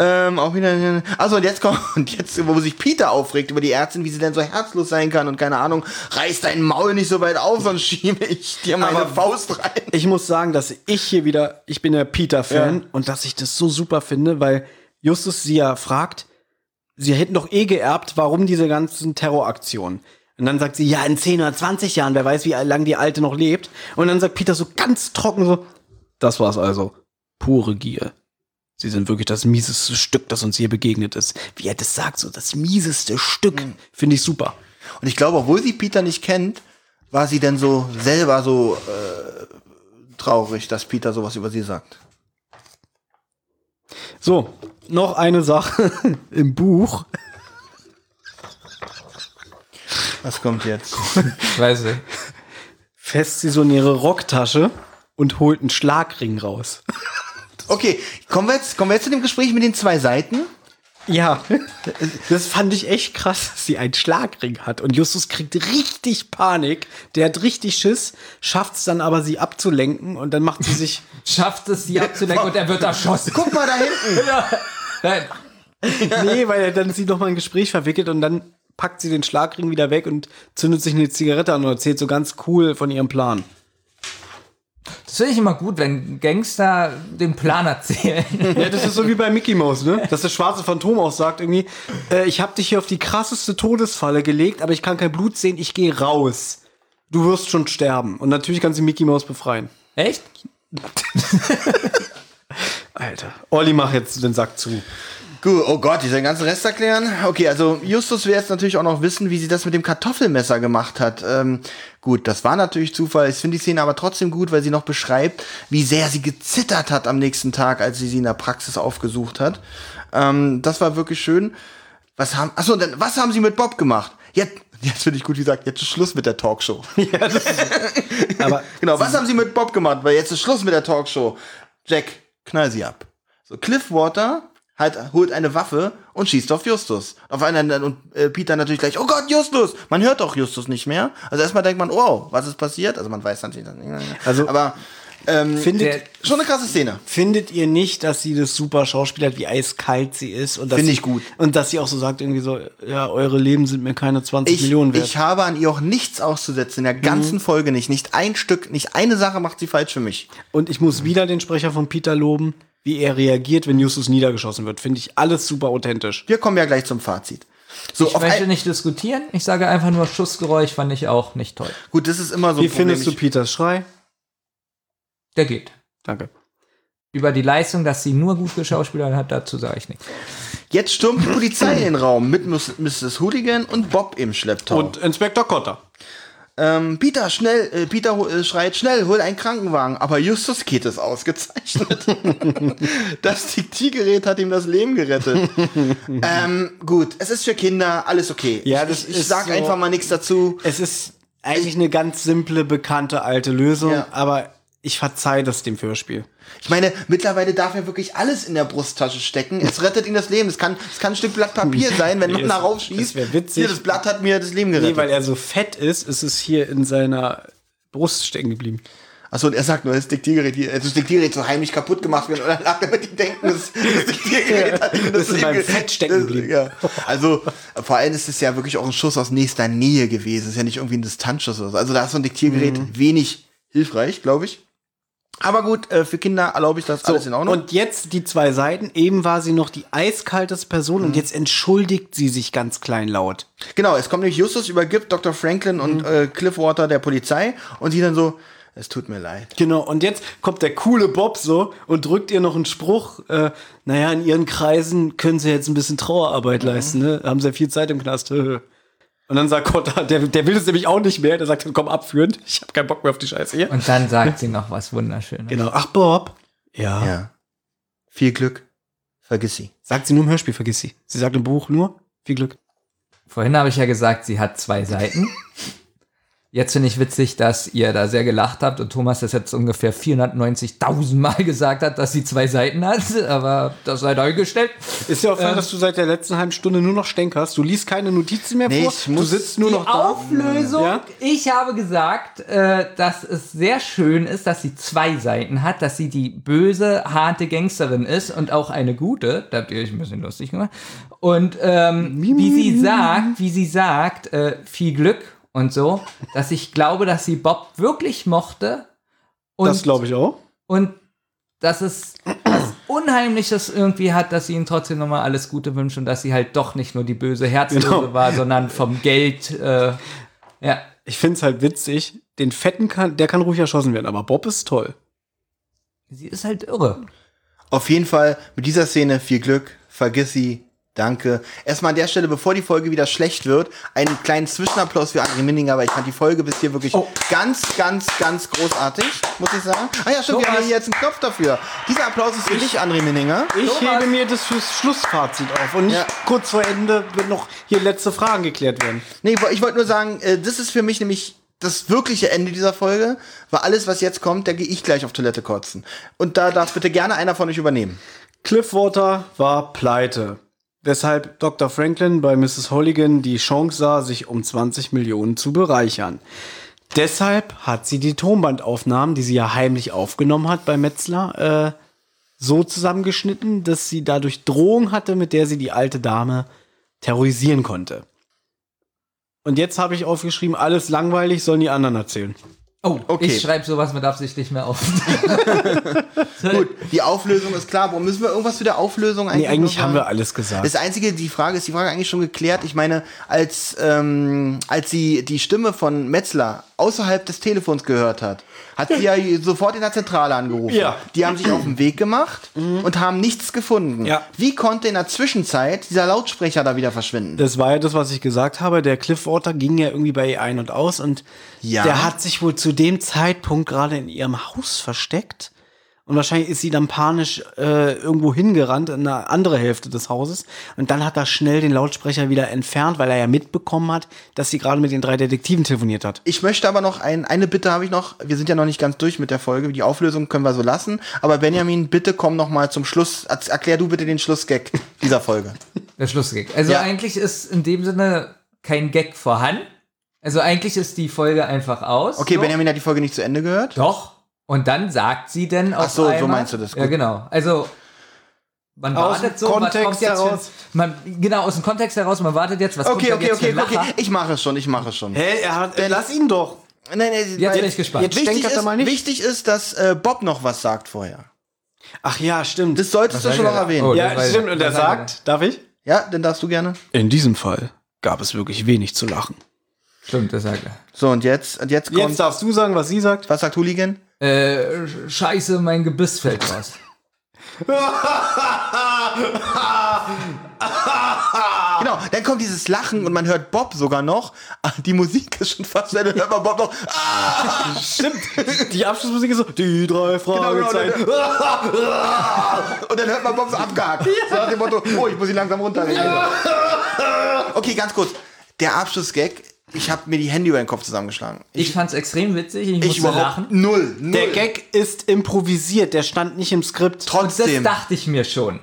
Speaker 2: Ähm, auch wieder. Also und jetzt kommt und jetzt, wo sich Peter aufregt über die Ärztin, wie sie denn so herzlos sein kann und keine Ahnung, reiß dein Maul nicht so weit auf, sonst schiebe ich dir meine
Speaker 4: Aber-
Speaker 2: Faust rein.
Speaker 4: ich muss sagen, dass ich hier wieder, ich bin ja Peter-Fan und dass ich das so super finde, weil Justus sie ja fragt, sie hätten doch eh geerbt, warum diese ganzen Terroraktionen. Und dann sagt sie, ja, in 10 oder 20 Jahren, wer weiß, wie lange die Alte noch lebt. Und dann sagt Peter so ganz trocken so, das war's also. Pure Gier. Sie sind wirklich das mieseste Stück, das uns hier begegnet ist. Wie er das sagt, so das mieseste Stück. Finde ich super.
Speaker 2: Und ich glaube, obwohl sie Peter nicht kennt, war sie denn so selber so äh, traurig, dass Peter sowas über sie sagt.
Speaker 4: So, noch eine Sache im Buch.
Speaker 2: Was kommt jetzt?
Speaker 3: Ich weiß nicht.
Speaker 4: festsaisonäre Rocktasche und holt einen Schlagring raus.
Speaker 2: Okay, kommen wir jetzt, kommen wir jetzt zu dem Gespräch mit den zwei Seiten.
Speaker 4: Ja, das fand ich echt krass, dass sie einen Schlagring hat. Und Justus kriegt richtig Panik, der hat richtig Schiss, schafft es dann aber, sie abzulenken und dann macht sie sich.
Speaker 3: Schafft es, sie abzulenken und er wird erschossen.
Speaker 2: Guck mal da hinten.
Speaker 3: Nein.
Speaker 4: nee, weil er dann sie nochmal ein Gespräch verwickelt und dann packt sie den Schlagring wieder weg und zündet sich eine Zigarette an und erzählt so ganz cool von ihrem Plan.
Speaker 3: Das finde ich immer gut, wenn Gangster den Plan erzählen.
Speaker 4: Ja, das ist so wie bei Mickey Mouse, ne? Dass das schwarze Phantom auch sagt irgendwie, äh, ich habe dich hier auf die krasseste Todesfalle gelegt, aber ich kann kein Blut sehen, ich gehe raus. Du wirst schon sterben. Und natürlich kannst du Mickey Mouse befreien.
Speaker 3: Echt?
Speaker 4: Alter. Olli, mach jetzt den Sack zu.
Speaker 2: Gut, oh Gott, ich soll den ganzen Rest erklären. Okay, also Justus will jetzt natürlich auch noch wissen, wie sie das mit dem Kartoffelmesser gemacht hat. Ähm, gut, das war natürlich Zufall. Ich finde die Szene aber trotzdem gut, weil sie noch beschreibt, wie sehr sie gezittert hat am nächsten Tag, als sie sie in der Praxis aufgesucht hat. Ähm, das war wirklich schön. Was haben, achso, dann, was haben sie mit Bob gemacht? Jetzt, jetzt finde ich gut, wie gesagt, jetzt ist Schluss mit der Talkshow.
Speaker 4: Aber
Speaker 2: Genau, was haben sie mit Bob gemacht? Weil jetzt ist Schluss mit der Talkshow. Jack, knall sie ab. So, Cliffwater hat, holt eine Waffe und schießt auf Justus. Auf einen, und äh, Peter natürlich gleich, oh Gott, Justus! Man hört auch Justus nicht mehr. Also erstmal denkt man, oh, was ist passiert? Also man weiß natürlich nicht. Also, aber ähm,
Speaker 4: findet,
Speaker 2: schon eine krasse Szene.
Speaker 4: findet ihr nicht, dass sie das super Schauspiel hat, wie eiskalt sie ist? und dass
Speaker 2: Finde
Speaker 4: sie-
Speaker 2: ich gut.
Speaker 4: Und dass sie auch so sagt, irgendwie so, ja, eure Leben sind mir keine 20
Speaker 2: Ich,
Speaker 4: Millionen wert. Mhm.
Speaker 2: ich habe an ihr auch nichts auszusetzen, in der ganzen Folge nicht. Nicht ein Stück, nicht eine Sache macht sie falsch für mich.
Speaker 4: Und ich muss wieder den Sprecher von Peter loben, wie er reagiert, wenn Justus niedergeschossen wird. Finde ich alles super authentisch.
Speaker 2: Wir kommen ja gleich zum Fazit. So,
Speaker 3: Ich möchte
Speaker 2: ein-
Speaker 3: nicht diskutieren. Ich sage einfach nur, Schussgeräusch fand ich auch nicht toll.
Speaker 2: gut, das ist immer so ein
Speaker 4: Wie findest du
Speaker 2: Problem.
Speaker 4: Peters Schrei?
Speaker 3: Der geht.
Speaker 4: Danke.
Speaker 3: Über die Leistung, dass sie nur gut geschauspielert hat, dazu sage ich nichts.
Speaker 2: Jetzt stürmt die Polizei in den Raum mit Miss- Mrs. Hooligan und Bob im Schlepptau.
Speaker 4: Und Inspektor Cotter.
Speaker 2: ähm, Peter, schnell, äh, Peter ho- äh, schreit, schnell, hol einen Krankenwagen. Aber Justus geht es ausgezeichnet. das Diktiergerät hat ihm das Leben gerettet. ähm, gut, es ist für Kinder, alles okay.
Speaker 4: Ja,
Speaker 2: Ich-
Speaker 4: das
Speaker 2: ich, ich
Speaker 4: ist
Speaker 2: sag
Speaker 4: so-
Speaker 2: einfach mal nichts dazu.
Speaker 4: Es ist eigentlich eine ganz simple, bekannte alte Lösung,
Speaker 2: Ja.
Speaker 4: aber ich verzeihe das dem Hörspiel.
Speaker 2: Ich meine, mittlerweile darf er wirklich alles in der Brusttasche stecken. Es rettet ihm das Leben. Es kann, es kann ein Stück Blatt Papier sein, wenn man
Speaker 4: das-
Speaker 2: da raufschießt.
Speaker 4: das wär witzig.
Speaker 2: Hier, das Blatt hat mir das Leben gerettet.
Speaker 4: Nee, weil er so fett ist, ist es hier in seiner Brust stecken geblieben.
Speaker 2: Achso, und er sagt nur, das Diktiergerät, hier- das Diktiergerät so heimlich kaputt gemacht wird. Und dann lag damit die denken, das, das Diktiergerät hat ihm
Speaker 4: das ist in
Speaker 2: Leben
Speaker 4: meinem
Speaker 2: gerettet.
Speaker 4: Fett stecken geblieben.
Speaker 2: Ja. Also, vor allem ist es ja wirklich auch ein Schuss aus nächster Nähe gewesen. Es ist ja nicht irgendwie ein Distanzschuss oder so. Also, da ist so ein Diktiergerät wenig hilfreich, glaube ich. Aber gut, äh, für Kinder erlaube ich das alles in Ordnung.
Speaker 4: Und jetzt die zwei Seiten. Eben war sie noch die eiskalteste Person und jetzt entschuldigt sie sich ganz kleinlaut.
Speaker 2: Genau, es kommt nämlich Justus, übergibt Dr. Franklin und äh, Cliffwater der Polizei und sie dann so, es tut mir leid.
Speaker 4: Genau, und jetzt kommt der coole Bob so und drückt ihr noch einen Spruch. Äh, naja, in ihren Kreisen können sie jetzt ein bisschen Trauerarbeit leisten, ne? Haben sie ja viel Zeit im Knast. Und dann sagt Cotta, der, der will es nämlich auch nicht mehr. Der sagt, dann komm abführend, ich habe keinen Bock mehr auf die Scheiße hier.
Speaker 3: Und dann sagt sie noch was Wunderschönes.
Speaker 4: Genau, ach Bob. Ja.
Speaker 2: Ja. Viel Glück. Vergiss sie.
Speaker 4: Sagt sie nur im Hörspiel, vergiss sie. Sie sagt im Buch nur, viel Glück.
Speaker 3: Vorhin habe ich ja gesagt, sie hat zwei Seiten. Jetzt finde ich witzig, dass ihr da sehr gelacht habt und Thomas das jetzt ungefähr 490.000 Mal gesagt hat, dass sie zwei Seiten hat, aber das sei dahingestellt.
Speaker 4: Ist ja auch fair, dass du seit der letzten halben Stunde nur noch stänkerst. Du liest keine Notizen mehr
Speaker 2: Nee,
Speaker 4: vor.
Speaker 2: ich
Speaker 4: Du
Speaker 2: muss-
Speaker 4: sitzt nur noch
Speaker 3: Die
Speaker 4: da.
Speaker 3: Auflösung.
Speaker 4: Ja?
Speaker 3: Ich habe gesagt, äh, dass es sehr schön ist, dass sie zwei Seiten hat, dass sie die böse, harte Gangsterin ist und auch eine gute. Da habt ihr euch ein bisschen lustig gemacht. Und ähm, wie sie sagt, wie sie sagt, äh, viel Glück und so, dass ich glaube, dass sie Bob wirklich mochte. Und,
Speaker 4: Das glaube ich auch.
Speaker 3: Und dass es was Unheimliches irgendwie hat, dass sie ihm trotzdem nochmal alles Gute wünscht und dass sie halt doch nicht nur die böse Herzlose
Speaker 4: Genau.
Speaker 3: war, sondern vom Geld. Äh, ja.
Speaker 4: Ich find's halt witzig. Den Fetten kann, der kann ruhig erschossen werden, aber Bob ist toll.
Speaker 3: Sie ist halt irre.
Speaker 2: Auf jeden Fall mit dieser Szene viel Glück, vergiss sie, danke. Erstmal an der Stelle, bevor die Folge wieder schlecht wird, einen kleinen Zwischenapplaus für André Minninger, weil ich fand die Folge bis hier
Speaker 4: Oh.
Speaker 2: wirklich ganz, ganz, ganz großartig, muss ich sagen. Ah ja, stimmt, wir haben hier jetzt einen Knopf dafür. Dieser Applaus ist für dich, André Minninger.
Speaker 4: Ich hebe mir das fürs Schlussfazit auf und nicht
Speaker 2: Ja.
Speaker 4: kurz vor Ende, wenn noch hier letzte Fragen geklärt werden.
Speaker 2: Nee, ich woll- ich wollte nur sagen, äh, das ist für mich nämlich das wirkliche Ende dieser Folge, weil alles, was jetzt kommt, da gehe ich gleich auf Toilette kotzen. Und da darf bitte gerne einer von euch übernehmen.
Speaker 4: Cliffwater war pleite. Weshalb Dr. Franklin bei Mrs. Holligan die Chance sah, sich um 20 Millionen zu bereichern. Deshalb hat sie die Tonbandaufnahmen, die sie ja heimlich aufgenommen hat bei Metzler, äh, so zusammengeschnitten, dass sie dadurch Drohung hatte, mit der sie die alte Dame terrorisieren konnte. Und jetzt habe ich aufgeschrieben, alles langweilig, sollen die anderen erzählen.
Speaker 3: Oh,
Speaker 2: Okay.
Speaker 3: ich schreibe sowas mit Absicht nicht mehr auf.
Speaker 2: Gut, die Auflösung ist klar. Warum müssen wir irgendwas zu der Auflösung eigentlich
Speaker 4: Äh. Nee, eigentlich
Speaker 2: noch
Speaker 4: haben
Speaker 2: sagen?
Speaker 4: wir alles gesagt.
Speaker 2: Das einzige, die Frage ist die Frage eigentlich schon geklärt. Ich meine, als ähm, als sie die Stimme von Metzler außerhalb des Telefons gehört hat, hat sie ja sofort in der Zentrale angerufen.
Speaker 4: Ja.
Speaker 2: Die haben sich auf den Weg gemacht und haben nichts gefunden.
Speaker 4: Ja.
Speaker 2: Wie konnte in der Zwischenzeit dieser Lautsprecher da wieder verschwinden?
Speaker 4: Das war ja das, was ich gesagt habe. Der Cliffwater ging ja irgendwie bei ihr ein und aus und
Speaker 2: Ja.
Speaker 4: der hat sich wohl zu dem Zeitpunkt gerade in ihrem Haus versteckt. Und wahrscheinlich ist sie dann panisch äh, irgendwo hingerannt in eine andere Hälfte des Hauses. Und dann hat er schnell den Lautsprecher wieder entfernt, weil er ja mitbekommen hat, dass sie gerade mit den drei Detektiven telefoniert hat.
Speaker 2: Ich möchte aber noch ein, eine Bitte habe ich noch. Wir sind ja noch nicht ganz durch mit der Folge. Die Auflösung können wir so lassen. Aber Benjamin, bitte komm noch mal zum Schluss. Erz- Erklär du bitte den Schlussgag dieser Folge.
Speaker 3: Der Schlussgag. Also
Speaker 2: Ja.
Speaker 3: eigentlich ist in dem Sinne kein Gag vorhanden. Also eigentlich ist die Folge einfach aus.
Speaker 2: Okay,
Speaker 3: So.
Speaker 2: Benjamin hat die Folge nicht zu Ende gehört.
Speaker 3: Doch. Und dann sagt sie denn auf
Speaker 2: Ach so, so
Speaker 3: einmal,
Speaker 2: meinst du das,
Speaker 3: Ja,
Speaker 2: gut.
Speaker 3: genau. Also man
Speaker 4: Aus dem
Speaker 3: wartet so, was
Speaker 4: Kontext
Speaker 3: kommt jetzt für-
Speaker 4: heraus.
Speaker 3: man, genau, aus dem Kontext heraus, man wartet jetzt, was
Speaker 2: Okay,
Speaker 3: kommt da
Speaker 2: okay,
Speaker 3: jetzt
Speaker 2: okay,
Speaker 3: für ein
Speaker 2: okay.
Speaker 3: Lacher?
Speaker 2: Ich mache es schon, ich mache es schon.
Speaker 4: Hey, er hat, lass ihn doch.
Speaker 2: Nein, nein,
Speaker 3: Jetzt
Speaker 2: weil-
Speaker 3: bin ich gespannt.
Speaker 4: Jetzt
Speaker 2: wichtig,
Speaker 4: stänkert er
Speaker 2: ist,
Speaker 4: mal nicht.
Speaker 2: wichtig ist, dass äh, Bob noch was sagt vorher.
Speaker 4: Ach ja, stimmt.
Speaker 2: Das solltest du
Speaker 3: sagt
Speaker 2: schon
Speaker 3: er
Speaker 2: noch
Speaker 3: da?
Speaker 2: erwähnen.
Speaker 3: Oh.
Speaker 4: ja,
Speaker 3: das weiß
Speaker 4: stimmt.
Speaker 3: ich.
Speaker 4: Und er
Speaker 3: Das sagen wir
Speaker 4: sagt, darf ich?
Speaker 2: Ja, dann darfst du gerne.
Speaker 4: In diesem Fall gab es wirklich wenig zu lachen.
Speaker 3: Stimmt, das sagt er.
Speaker 2: So, und jetzt, und jetzt kommt.
Speaker 4: Jetzt darfst du sagen, was sie sagt.
Speaker 2: was sagt Hooligan?
Speaker 3: Äh, scheiße, mein Gebiss fällt raus. Ah.
Speaker 2: Genau, dann kommt dieses Lachen und man hört Bob sogar noch. Ah, Die Musik ist schon fast zu Ende, hört man Bob noch. Ah!
Speaker 4: Stimmt. Die Abschlussmusik ist so, die drei Fragezeichen. Ah.
Speaker 2: genau, Und dann hört man Bob so abgehakt. So nach dem Motto, oh, ich muss ihn langsam runterreden. Okay, ganz kurz. Der Abschlussgag, ich habe mir die Hände über den Kopf zusammengeschlagen.
Speaker 3: Ich fand's extrem witzig, ich,
Speaker 2: Ich
Speaker 3: musste
Speaker 2: überhaupt
Speaker 3: lachen.
Speaker 2: null, null.
Speaker 4: Der Gag ist improvisiert, der stand nicht im Skript.
Speaker 3: Das
Speaker 2: Trotzdem.
Speaker 3: dachte ich mir schon.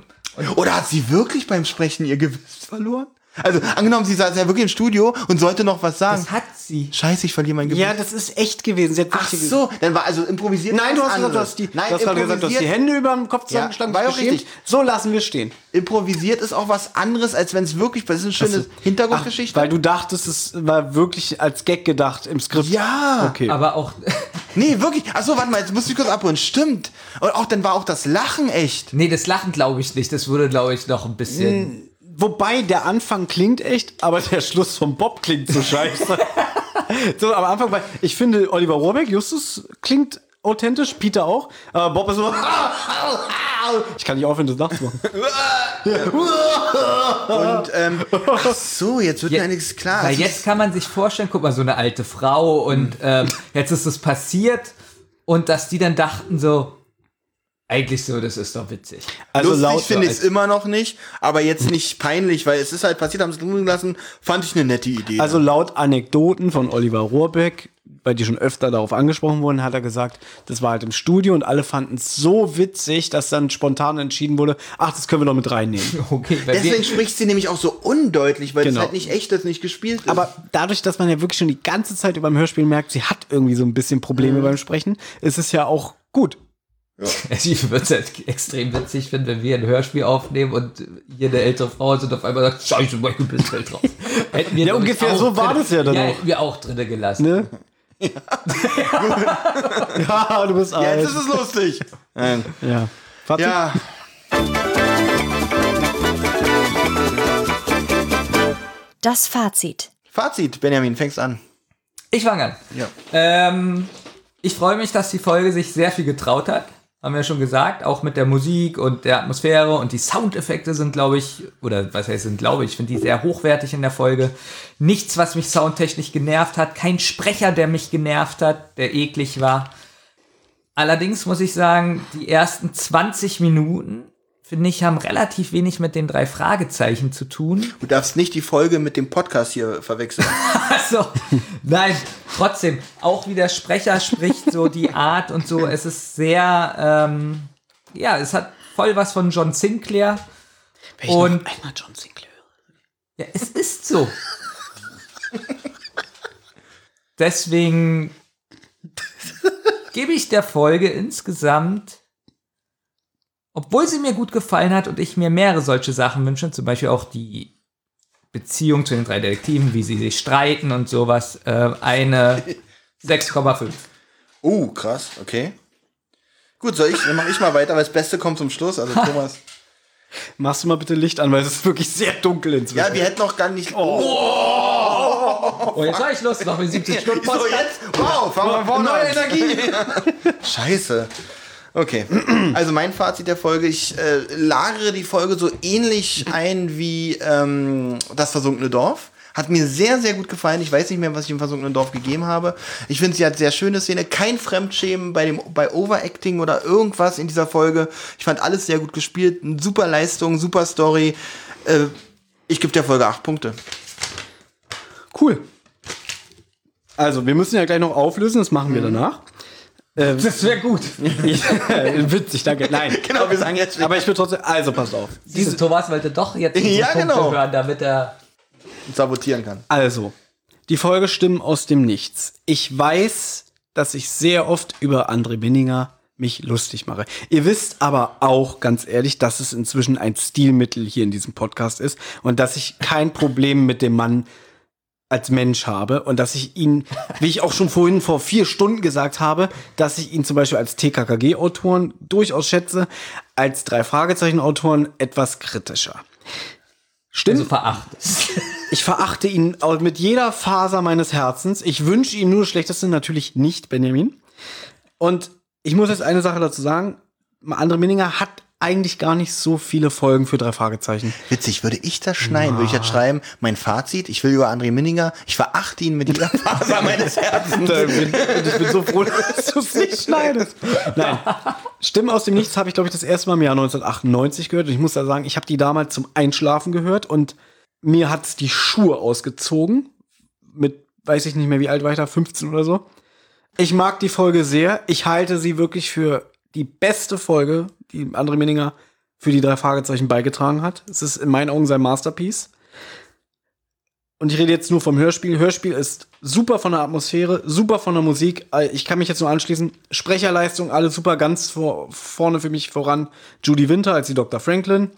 Speaker 2: Oder hat sie wirklich beim Sprechen ihr Gewissen verloren? Also angenommen, sie saß ja wirklich im Studio und sollte noch was sagen.
Speaker 3: Das hat sie.
Speaker 2: Scheiße, ich verliere mein Gewissen.
Speaker 4: Ja, das ist echt gewesen. Sie hat
Speaker 2: Ach
Speaker 4: wirklich-
Speaker 2: so, dann war also improvisiert.
Speaker 4: Nein, du
Speaker 2: was
Speaker 4: hast gesagt, du
Speaker 2: anderes.
Speaker 4: hast die,
Speaker 2: Nein,
Speaker 4: du hast gerade gesagt, du hast die
Speaker 2: improvisiert-
Speaker 4: Hände über den Kopf zusammengeschlagen.
Speaker 2: war ja auch
Speaker 4: geschämt.
Speaker 2: richtig.
Speaker 4: So lassen wir stehen.
Speaker 2: Improvisiert ist auch was anderes, als wenn es wirklich, das ist eine schöne Hintergrundgeschichte.
Speaker 4: Weil du dachtest, es war wirklich als Gag gedacht im Skript.
Speaker 2: ja.
Speaker 4: Okay.
Speaker 3: Aber auch,
Speaker 2: Nee, wirklich. Ach so, warte mal, jetzt muss ich kurz abholen. Stimmt. Und auch dann war auch das Lachen echt.
Speaker 3: nee, das Lachen glaube ich nicht. Das wurde, glaube ich, noch ein bisschen.
Speaker 4: Wobei der Anfang klingt echt, aber der Schluss vom Bob klingt so scheiße. so am Anfang, weil ich finde Oliver Rohrbeck, Justus klingt authentisch, Peter auch, aber Bob ist so. Ich kann nicht aufhören, das nachzumachen.
Speaker 2: Und ähm, ach so, jetzt wird mir einiges klar. Also,
Speaker 3: Weil
Speaker 4: Also
Speaker 2: Es
Speaker 3: jetzt kann man sich vorstellen, guck mal, so eine alte Frau
Speaker 4: Hm.
Speaker 3: und ähm, jetzt ist es passiert und dass die dann dachten so, eigentlich so, das ist doch witzig.
Speaker 4: Also laut
Speaker 2: Lustig finde ich es
Speaker 4: als-
Speaker 2: immer noch nicht, aber jetzt nicht peinlich, weil es ist halt passiert, haben sie es drin gelassen, fand ich eine nette Idee.
Speaker 4: Also laut Anekdoten von Oliver Rohrbeck, weil die schon öfter darauf angesprochen wurden, hat er gesagt, das war halt im Studio und alle fanden es so witzig, dass dann spontan entschieden wurde, ach, das können wir doch mit reinnehmen.
Speaker 3: Okay, weil
Speaker 2: Deswegen
Speaker 3: wir,
Speaker 2: spricht sie nämlich auch so undeutlich, weil es
Speaker 4: Genau.
Speaker 2: halt nicht echt ist, nicht gespielt ist.
Speaker 4: Aber dadurch, dass man ja wirklich schon die ganze Zeit über dem Hörspiel merkt, sie hat irgendwie so ein bisschen Probleme beim Sprechen, ist es ja auch gut.
Speaker 3: ich würde es halt extrem witzig finden, wenn wir ein Hörspiel aufnehmen und hier eine ältere Frau sind und auf einmal sagt, scheiße, mein Gebiss fällt drauf. Hätten wir
Speaker 4: Ja,
Speaker 3: glaub ich,
Speaker 4: ungefähr
Speaker 3: auch
Speaker 4: so war
Speaker 3: drin-
Speaker 4: das ja dann
Speaker 3: ja,
Speaker 4: auch.
Speaker 3: hätten wir auch drinne gelassen.
Speaker 4: Ne? Ja. du bist alt.
Speaker 2: jetzt ist es lustig. Nein.
Speaker 4: ja. äh, Fazit?
Speaker 2: Ja.
Speaker 1: Das Fazit.
Speaker 2: Fazit, Benjamin, fängst an.
Speaker 3: Ich fange an.
Speaker 2: Ja.
Speaker 3: Ähm, ich freue mich, dass die Folge sich sehr viel getraut hat. Haben wir schon gesagt, auch mit der Musik und der Atmosphäre und die Soundeffekte sind, glaube ich, oder was heißt sind, glaube ich, ich finde die sehr hochwertig in der Folge. Nichts, was mich soundtechnisch genervt hat, kein Sprecher, der mich genervt hat, der eklig war. Allerdings muss ich sagen, die ersten 20 Minuten, finde ich, haben relativ wenig mit den drei Fragezeichen zu tun.
Speaker 2: Du darfst nicht die Folge mit dem Podcast hier verwechseln.
Speaker 3: Also, nein, trotzdem, auch wie der Sprecher spricht, so die Art und so, es ist sehr, ähm, ja, es hat voll was von John Sinclair. Und
Speaker 4: einmal John Sinclair.
Speaker 3: ja, es ist so. Deswegen gebe ich der Folge insgesamt, obwohl sie mir gut gefallen hat und ich mir mehrere solche Sachen wünsche, zum Beispiel auch die Beziehung zu den drei Detektiven, wie sie sich streiten und sowas, äh, eine 6,5.
Speaker 2: Oh, krass, okay. Gut, soll ich, dann mache ich mal weiter, weil das Beste kommt zum Schluss. Also Thomas.
Speaker 4: Machst du mal bitte Licht an, weil es ist wirklich sehr dunkel inzwischen.
Speaker 2: Ja, wir hätten noch gar nicht. Oh.
Speaker 3: Oh, jetzt habe ich Lust noch in 70 Stunden
Speaker 2: So,
Speaker 3: Podcast.
Speaker 2: jetzt? Wow, fangen wir vorne Neue Energie. Scheiße. Okay, also mein Fazit der Folge, ich äh, lagere die Folge so ähnlich ein wie ähm, das versunkene Dorf. Hat mir sehr, sehr gut gefallen. Ich weiß nicht mehr, was ich im versunkenen Dorf gegeben habe. Ich finde, sie hat sehr schöne Szene. Kein Fremdschämen bei, dem, bei Overacting oder irgendwas in dieser Folge. Ich fand alles sehr gut gespielt. Super Leistung, super Story. Äh, ich gebe der Folge acht Punkte.
Speaker 4: Cool. Also, wir müssen ja gleich noch auflösen, das machen wir danach.
Speaker 3: Das wäre gut.
Speaker 4: Witzig, danke. Nein.
Speaker 2: Genau, wir sagen jetzt.
Speaker 4: Aber ich will trotzdem. Also, passt auf.
Speaker 3: Diese Thomas wollte doch jetzt diese
Speaker 2: Ja,
Speaker 3: Punkte
Speaker 2: genau.
Speaker 3: hören, damit er
Speaker 2: sabotieren kann.
Speaker 4: Also, die Folge Stimmen aus dem Nichts. Ich weiß, dass ich sehr oft über André Binninger mich lustig mache. Ihr wisst aber auch ganz ehrlich, dass es inzwischen ein Stilmittel hier in diesem Podcast ist und dass ich kein Problem mit dem Mann als Mensch habe und dass ich ihn, wie ich auch schon vorhin vor vier Stunden gesagt habe, dass ich ihn zum Beispiel als TKKG-Autoren durchaus schätze, als Drei-Fragezeichen-Autoren etwas kritischer. Stimmt?
Speaker 3: also verachtet.
Speaker 4: Ich verachte ihn auch mit jeder Faser meines Herzens. Ich wünsche ihm nur das Schlechteste, natürlich nicht, Benjamin. Und ich muss jetzt eine Sache dazu sagen. Andre Minninger hat eigentlich gar nicht so viele Folgen für drei Fragezeichen.
Speaker 2: Witzig, würde ich das schneiden? Würde ich jetzt schreiben, mein Fazit, ich will über André Minninger, ich verachte ihn mit jeder Faser meines Herzens.
Speaker 4: Und ich bin so froh, dass du es nicht schneidest. Nein. Stimmen aus dem Nichts habe ich, glaube ich, das erste Mal im Jahr 1998 gehört. Und ich muss da sagen, ich habe die damals zum Einschlafen gehört und mir hat es die Schuhe ausgezogen. Mit, weiß ich nicht mehr, wie alt war ich da, 15 oder so. Ich mag die Folge sehr. Ich halte sie wirklich für die beste Folge, die André Minninger für die drei Fragezeichen beigetragen hat. Es ist in meinen Augen sein Masterpiece. Und ich rede jetzt nur vom Hörspiel. Hörspiel ist super von der Atmosphäre, super von der Musik. Äh, Ich kann mich jetzt nur anschließen. Sprecherleistung, alles super, ganz vor, vorne für mich voran. Judy Winter als die Dr. Franklin.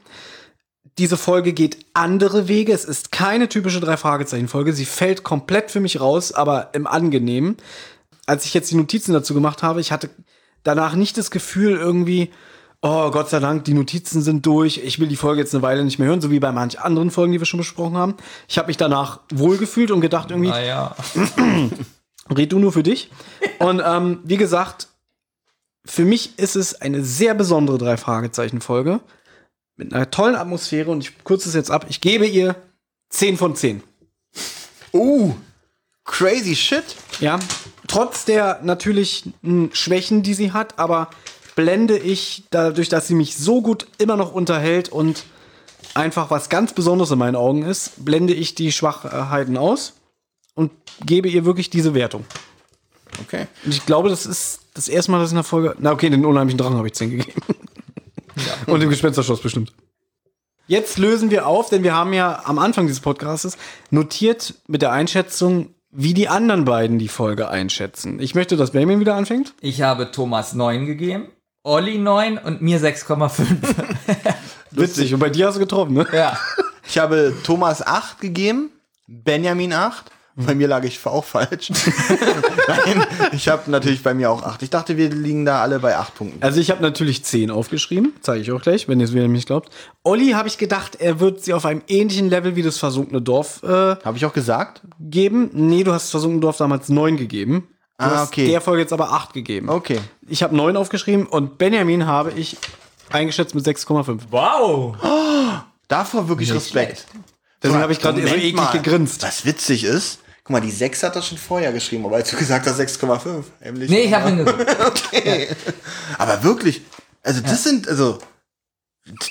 Speaker 4: Diese Folge geht andere Wege. Es ist keine typische Drei-Fragezeichen-Folge. Sie fällt komplett für mich raus, aber im Angenehmen. Als ich jetzt die Notizen dazu gemacht habe, ich hatte danach nicht das Gefühl irgendwie, oh Gott sei Dank, die Notizen sind durch, ich will die Folge jetzt eine Weile nicht mehr hören, so wie bei manch anderen Folgen, die wir schon besprochen haben. Ich habe mich danach wohlgefühlt und gedacht irgendwie,
Speaker 3: Naja.
Speaker 4: Red du nur für dich. Und ähm, wie gesagt, für mich ist es eine sehr besondere Drei-Fragezeichen-Folge mit einer tollen Atmosphäre und ich kürze es jetzt ab. Ich gebe ihr 10 von 10.
Speaker 2: Oh, crazy shit.
Speaker 4: Ja, trotz der natürlich mh, Schwächen, die sie hat, aber blende ich dadurch, dass sie mich so gut immer noch unterhält und einfach was ganz Besonderes in meinen Augen ist, blende ich die Schwachheiten aus und gebe ihr wirklich diese Wertung.
Speaker 2: Okay.
Speaker 4: Und ich glaube, das ist das erste Mal, dass in der Folge. Na, okay, den unheimlichen Drachen habe ich 10 gegeben. Und dem Gespensterschloss bestimmt. Jetzt lösen wir auf, denn wir haben ja am Anfang dieses Podcasts notiert mit der Einschätzung, wie die anderen beiden die Folge einschätzen. Ich möchte, dass Benjamin wieder anfängt.
Speaker 3: Ich habe Thomas 9 gegeben, Olli 9 und mir 6,5.
Speaker 4: Witzig. Und bei dir hast du getroffen, ne?
Speaker 3: Ja.
Speaker 2: Ich habe Thomas 8 gegeben, Benjamin 8. Bei mir lag ich auch falsch. Nein, ich habe natürlich bei mir auch 8. Ich dachte, wir liegen da alle bei 8 Punkten.
Speaker 4: Also ich habe natürlich 10 aufgeschrieben, zeige ich auch gleich, wenn ihr es wieder nicht glaubt. Olli habe ich gedacht, er wird sie auf einem ähnlichen Level wie das versunkene Dorf äh,
Speaker 2: Habe ich auch gesagt?
Speaker 4: geben. Nee, du hast versunkenen Dorf damals 9 gegeben. Du
Speaker 2: Ah,
Speaker 4: hast
Speaker 2: okay.
Speaker 4: der Folge jetzt aber 8 gegeben.
Speaker 2: Okay.
Speaker 4: Ich habe 9 aufgeschrieben und Benjamin habe ich eingeschätzt mit 6,5.
Speaker 3: Wow.
Speaker 2: Davor wirklich Respekt.
Speaker 4: Deswegen habe ich gerade so
Speaker 2: Moment
Speaker 4: eklig
Speaker 2: mal.
Speaker 4: gegrinst.
Speaker 2: Was witzig ist, guck mal, die 6 hat das schon vorher geschrieben, aber als du gesagt hast 6,5. nämlich-
Speaker 3: Nee, ich habe hingeguckt.
Speaker 2: Okay. Aber wirklich, also das sind, also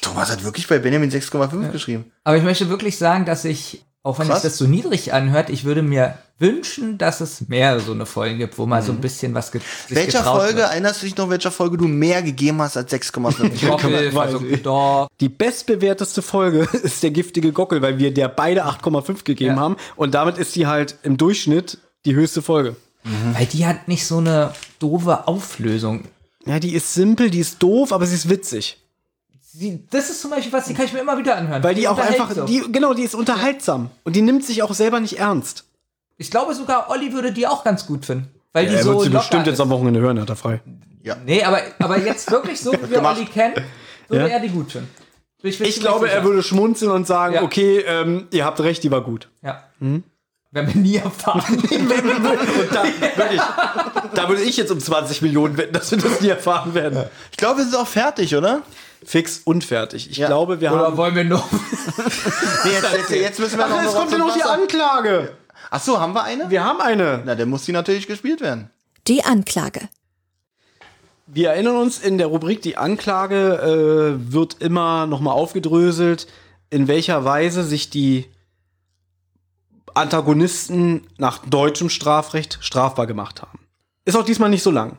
Speaker 2: Thomas hat wirklich bei Benjamin 6,5 geschrieben.
Speaker 3: Aber ich möchte wirklich sagen, dass ich, auch wenn
Speaker 2: Krass.
Speaker 3: sich das so niedrig anhört, ich würde mir wünschen, dass es mehr so eine Folge gibt, wo mal
Speaker 4: Mhm.
Speaker 3: so ein bisschen was ge sich
Speaker 2: Welcher
Speaker 3: getraut ne?
Speaker 2: Folge,
Speaker 3: Wird.
Speaker 2: erinnerst du dich noch, welcher Folge du mehr gegeben hast als 6,5?
Speaker 3: Gockel, versunkene Dorf.
Speaker 4: Die bestbewerteste Folge ist der giftige Gockel, weil wir der beide 8,5 gegeben
Speaker 3: Ja.
Speaker 4: haben und damit ist die halt im Durchschnitt die höchste Folge.
Speaker 3: Weil die hat nicht so eine doofe Auflösung.
Speaker 4: Ja, die ist simpel, die ist doof, aber sie ist witzig.
Speaker 3: Sie, das ist zum Beispiel was, die kann ich mir immer wieder anhören.
Speaker 4: Weil die auch
Speaker 3: unterhält
Speaker 4: einfach,
Speaker 3: so.
Speaker 4: die, genau, die ist unterhaltsam und die nimmt sich auch selber nicht ernst.
Speaker 3: ich glaube sogar, Olli würde die auch ganz gut finden. Weil die
Speaker 4: er
Speaker 3: so
Speaker 4: wird sie
Speaker 3: locker
Speaker 4: bestimmt
Speaker 3: ist.
Speaker 4: jetzt am Wochenende hören, hat er frei.
Speaker 3: Nee, aber, aber jetzt wirklich so, wie wir
Speaker 4: Gemacht.
Speaker 3: Olli kennen, würde
Speaker 4: Ja.
Speaker 3: er die gut finden. Ich, bin
Speaker 4: Ich
Speaker 3: mir
Speaker 4: glaube,
Speaker 3: sicher.
Speaker 4: er würde schmunzeln und sagen,
Speaker 3: Ja.
Speaker 4: okay, ähm, ihr habt recht, die war gut.
Speaker 3: Ja. Wenn wir nie erfahren.
Speaker 4: Und da, wirklich, da würde ich jetzt um 20 Millionen wetten, dass wir das nie erfahren werden.
Speaker 2: Ich glaube, wir sind auch fertig, oder?
Speaker 4: Fix und fertig. Ich glaube, wir
Speaker 3: Oder
Speaker 4: haben...
Speaker 3: wollen wir noch?
Speaker 2: Nee, jetzt, jetzt, jetzt müssen wir noch
Speaker 4: Jetzt
Speaker 2: was
Speaker 4: kommt ja
Speaker 2: zum
Speaker 4: noch die
Speaker 2: Wasser-
Speaker 4: Anklage.
Speaker 2: Ach so, haben wir eine?
Speaker 4: Wir haben eine.
Speaker 2: Na, dann muss die natürlich gespielt werden.
Speaker 1: Die Anklage.
Speaker 4: Wir erinnern uns, in der Rubrik Die Anklage äh, wird immer nochmal aufgedröselt, in welcher Weise sich die Antagonisten nach deutschem Strafrecht strafbar gemacht haben. Ist auch diesmal nicht so lang.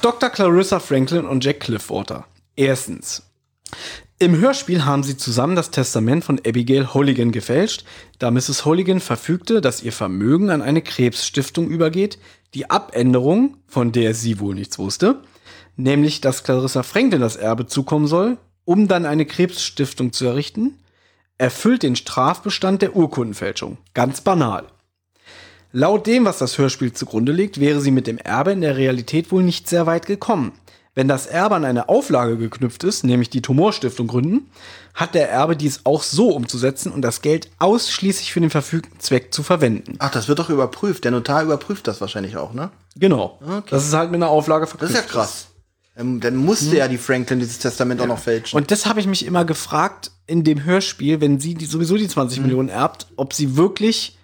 Speaker 4: Dr. Clarissa Franklin und Jack Cliffwater. Erstens. Im Hörspiel haben sie zusammen das Testament von Abigail Holligan gefälscht, da Mrs. Holligan verfügte, dass ihr Vermögen an eine Krebsstiftung übergeht, die Abänderung, von der sie wohl nichts wusste, nämlich dass Clarissa Franklin das Erbe zukommen soll, um dann eine Krebsstiftung zu errichten, erfüllt den Strafbestand der Urkundenfälschung. Ganz banal. Laut dem, was das Hörspiel zugrunde liegt, wäre sie mit dem Erbe in der Realität wohl nicht sehr weit gekommen. Wenn das Erbe an eine Auflage geknüpft ist, nämlich die Tumorstiftung gründen, hat der Erbe dies auch so umzusetzen und das Geld ausschließlich für den verfügten Zweck zu verwenden.
Speaker 2: Ach, das wird doch überprüft. Der Notar überprüft das wahrscheinlich auch, ne?
Speaker 4: Genau. Das ist halt mit einer Auflage verknüpft.
Speaker 2: Das ist ja krass. Ähm, dann musste ja die Franklin dieses Testament auch noch fälschen.
Speaker 4: Und das habe ich mich immer gefragt in dem Hörspiel, wenn sie die, sowieso die 20
Speaker 2: Mhm.
Speaker 4: Millionen erbt, ob sie wirklich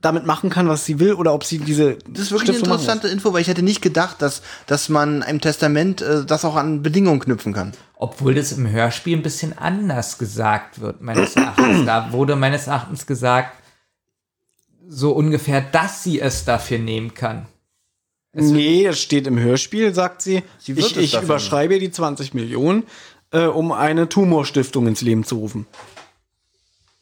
Speaker 4: damit machen kann, was sie will, oder ob sie diese.
Speaker 2: das ist wirklich eine
Speaker 4: Stiftung machen muss.
Speaker 2: interessante Info, weil ich hätte nicht gedacht, dass, dass man einem Testament äh, das auch an Bedingungen knüpfen kann.
Speaker 3: Obwohl das im Hörspiel ein bisschen anders gesagt wird, meines Erachtens. Da wurde meines Erachtens gesagt, so ungefähr, dass sie es dafür nehmen kann.
Speaker 4: Nee, das steht im Hörspiel, sagt sie.
Speaker 2: wird
Speaker 4: ich
Speaker 2: es
Speaker 4: ich
Speaker 2: dafür
Speaker 4: überschreibe ihr die 20 Millionen, äh, um eine Tumorstiftung ins Leben zu rufen.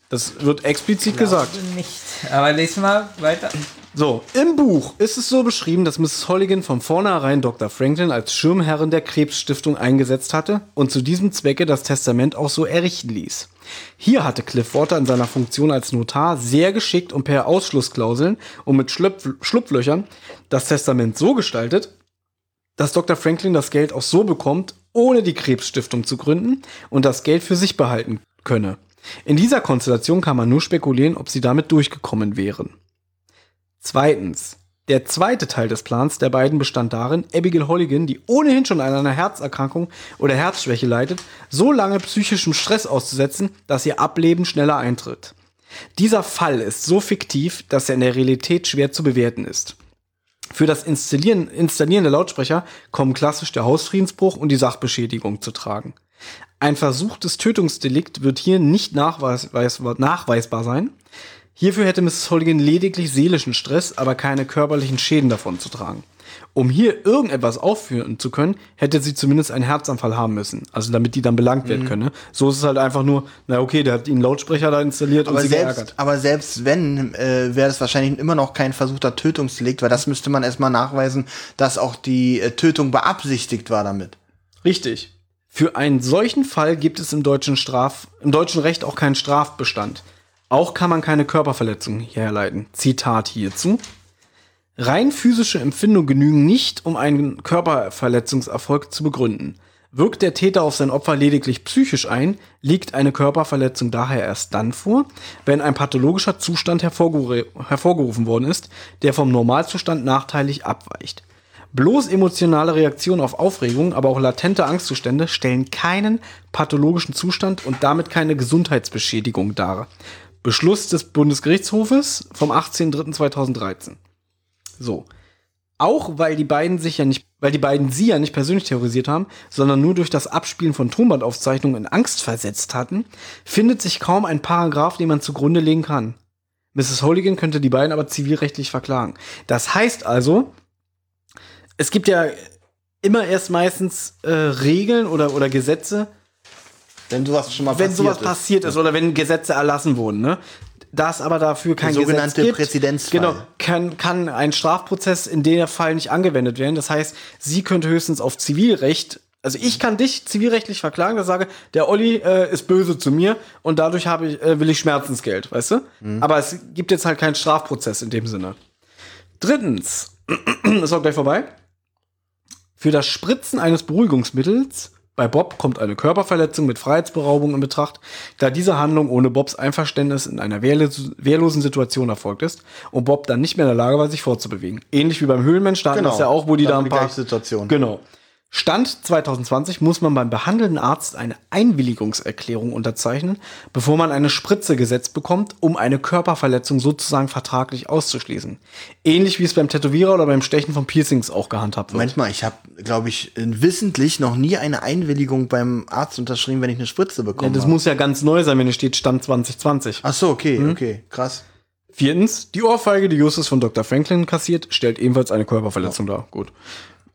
Speaker 4: Das wird explizit
Speaker 2: Genau.
Speaker 4: gesagt.
Speaker 3: Nicht. Aber lesen wir weiter.
Speaker 4: So, im Buch ist es so beschrieben, dass Mrs. Holligan von vornherein Dr. Franklin als Schirmherrin der Krebsstiftung eingesetzt hatte und zu diesem Zwecke das Testament auch so errichten ließ. Hier hatte Cliffwater in seiner Funktion als Notar sehr geschickt und per Ausschlussklauseln und mit Schlüpf Schlupflöchern das Testament so gestaltet, dass Dr. Franklin das Geld auch so bekommt, ohne die Krebsstiftung zu gründen und das Geld für sich behalten könne. In dieser Konstellation kann man nur spekulieren, ob sie damit durchgekommen wären. Zweitens. Der zweite Teil des Plans der beiden bestand darin, Abigail Holligan, die ohnehin schon an einer Herzerkrankung oder Herzschwäche leidet, so lange psychischem Stress auszusetzen, dass ihr Ableben schneller eintritt. Dieser Fall ist so fiktiv, dass er in der Realität schwer zu bewerten ist. Für das Installieren, Installieren der Lautsprecher kommen klassisch der Hausfriedensbruch und die Sachbeschädigung zu tragen. Ein versuchtes Tötungsdelikt wird hier nicht nachweis, weiß- nachweisbar sein. Hierfür hätte Mrs. Holligan lediglich seelischen Stress, aber keine körperlichen Schäden davon zu tragen. Um hier irgendetwas aufführen zu können, hätte sie zumindest einen Herzanfall haben müssen. Also damit die dann belangt
Speaker 2: Mhm.
Speaker 4: werden könne. So ist es halt einfach nur, na okay, der hat ihnen Lautsprecher da installiert
Speaker 2: Aber
Speaker 4: und sie
Speaker 2: selbst,
Speaker 4: geärgert.
Speaker 2: aber selbst wenn, äh, wäre das wahrscheinlich immer noch kein versuchter Tötungsdelikt, weil das müsste man erstmal nachweisen, dass auch die äh, Tötung beabsichtigt war damit.
Speaker 4: Richtig. Für einen solchen Fall gibt es im deutschen, Straf, im deutschen Recht auch keinen Strafbestand. Auch kann man keine Körperverletzung herleiten. Zitat hierzu. Rein physische Empfindungen genügen nicht, um einen Körperverletzungserfolg zu begründen. Wirkt der Täter auf sein Opfer lediglich psychisch ein, liegt eine Körperverletzung daher erst dann vor, wenn ein pathologischer Zustand hervorgeru- hervorgerufen worden ist, der vom Normalzustand nachteilig abweicht. Bloß emotionale Reaktionen auf Aufregung, aber auch latente Angstzustände stellen keinen pathologischen Zustand und damit keine Gesundheitsbeschädigung dar. Beschluss des Bundesgerichtshofes vom 18.03.2013. So. Auch weil die beiden sich ja nicht, weil die beiden sie ja nicht persönlich terrorisiert haben, sondern nur durch das Abspielen von Tonbandaufzeichnungen in Angst versetzt hatten, findet sich kaum ein Paragraph, den man zugrunde legen kann. Mrs. Holligan könnte die beiden aber zivilrechtlich verklagen. Das heißt also, es gibt ja immer erst meistens äh, Regeln oder, oder Gesetze,
Speaker 2: Wenn sowas schon mal
Speaker 4: wenn
Speaker 2: passiert
Speaker 4: sowas
Speaker 2: ist.
Speaker 4: passiert ist oder wenn Gesetze erlassen wurden, ne? Da es aber dafür kein
Speaker 2: Der
Speaker 4: Gesetz
Speaker 2: sogenannte
Speaker 4: gibt,
Speaker 2: Präzedenzfall.
Speaker 4: Genau, kann, kann ein Strafprozess in dem Fall nicht angewendet werden. Das heißt, sie könnte höchstens auf Zivilrecht, also ich kann dich zivilrechtlich verklagen, dass ich sage, der Olli äh, ist böse zu mir und dadurch habe ich, äh, will ich
Speaker 2: Mhm.
Speaker 4: Schmerzensgeld, weißt du? Aber es gibt jetzt halt keinen Strafprozess in dem Sinne. Drittens, ist auch gleich vorbei. Für das Spritzen eines Beruhigungsmittels bei Bob kommt eine Körperverletzung mit Freiheitsberaubung in Betracht, da diese Handlung ohne Bobs Einverständnis in einer wehrlos- wehrlosen Situation erfolgt ist und Bob dann nicht mehr in der Lage war, sich vorzubewegen. Ähnlich wie beim Höhlenmensch, da hatten wir es ja auch, wo die da ein
Speaker 2: die
Speaker 4: paar
Speaker 2: gleiche Situation.
Speaker 4: Genau. Stand 2020 muss man beim behandelnden Arzt eine Einwilligungserklärung unterzeichnen, bevor man eine Spritze gesetzt bekommt, um eine Körperverletzung sozusagen vertraglich auszuschließen. Ähnlich wie es beim Tätowierer oder beim Stechen von Piercings auch gehandhabt wird.
Speaker 2: Moment mal, ich habe, glaube ich, wissentlich noch nie eine Einwilligung beim Arzt unterschrieben, wenn ich eine Spritze
Speaker 4: Ja,
Speaker 2: bekomme.
Speaker 4: das muss ja ganz neu sein, wenn es steht Stand 2020.
Speaker 2: Ach so, okay,
Speaker 4: Hm?
Speaker 2: okay, krass.
Speaker 4: Viertens, die Ohrfeige, die Justus von Dr. Franklin kassiert, stellt ebenfalls eine Körperverletzung dar. Gut.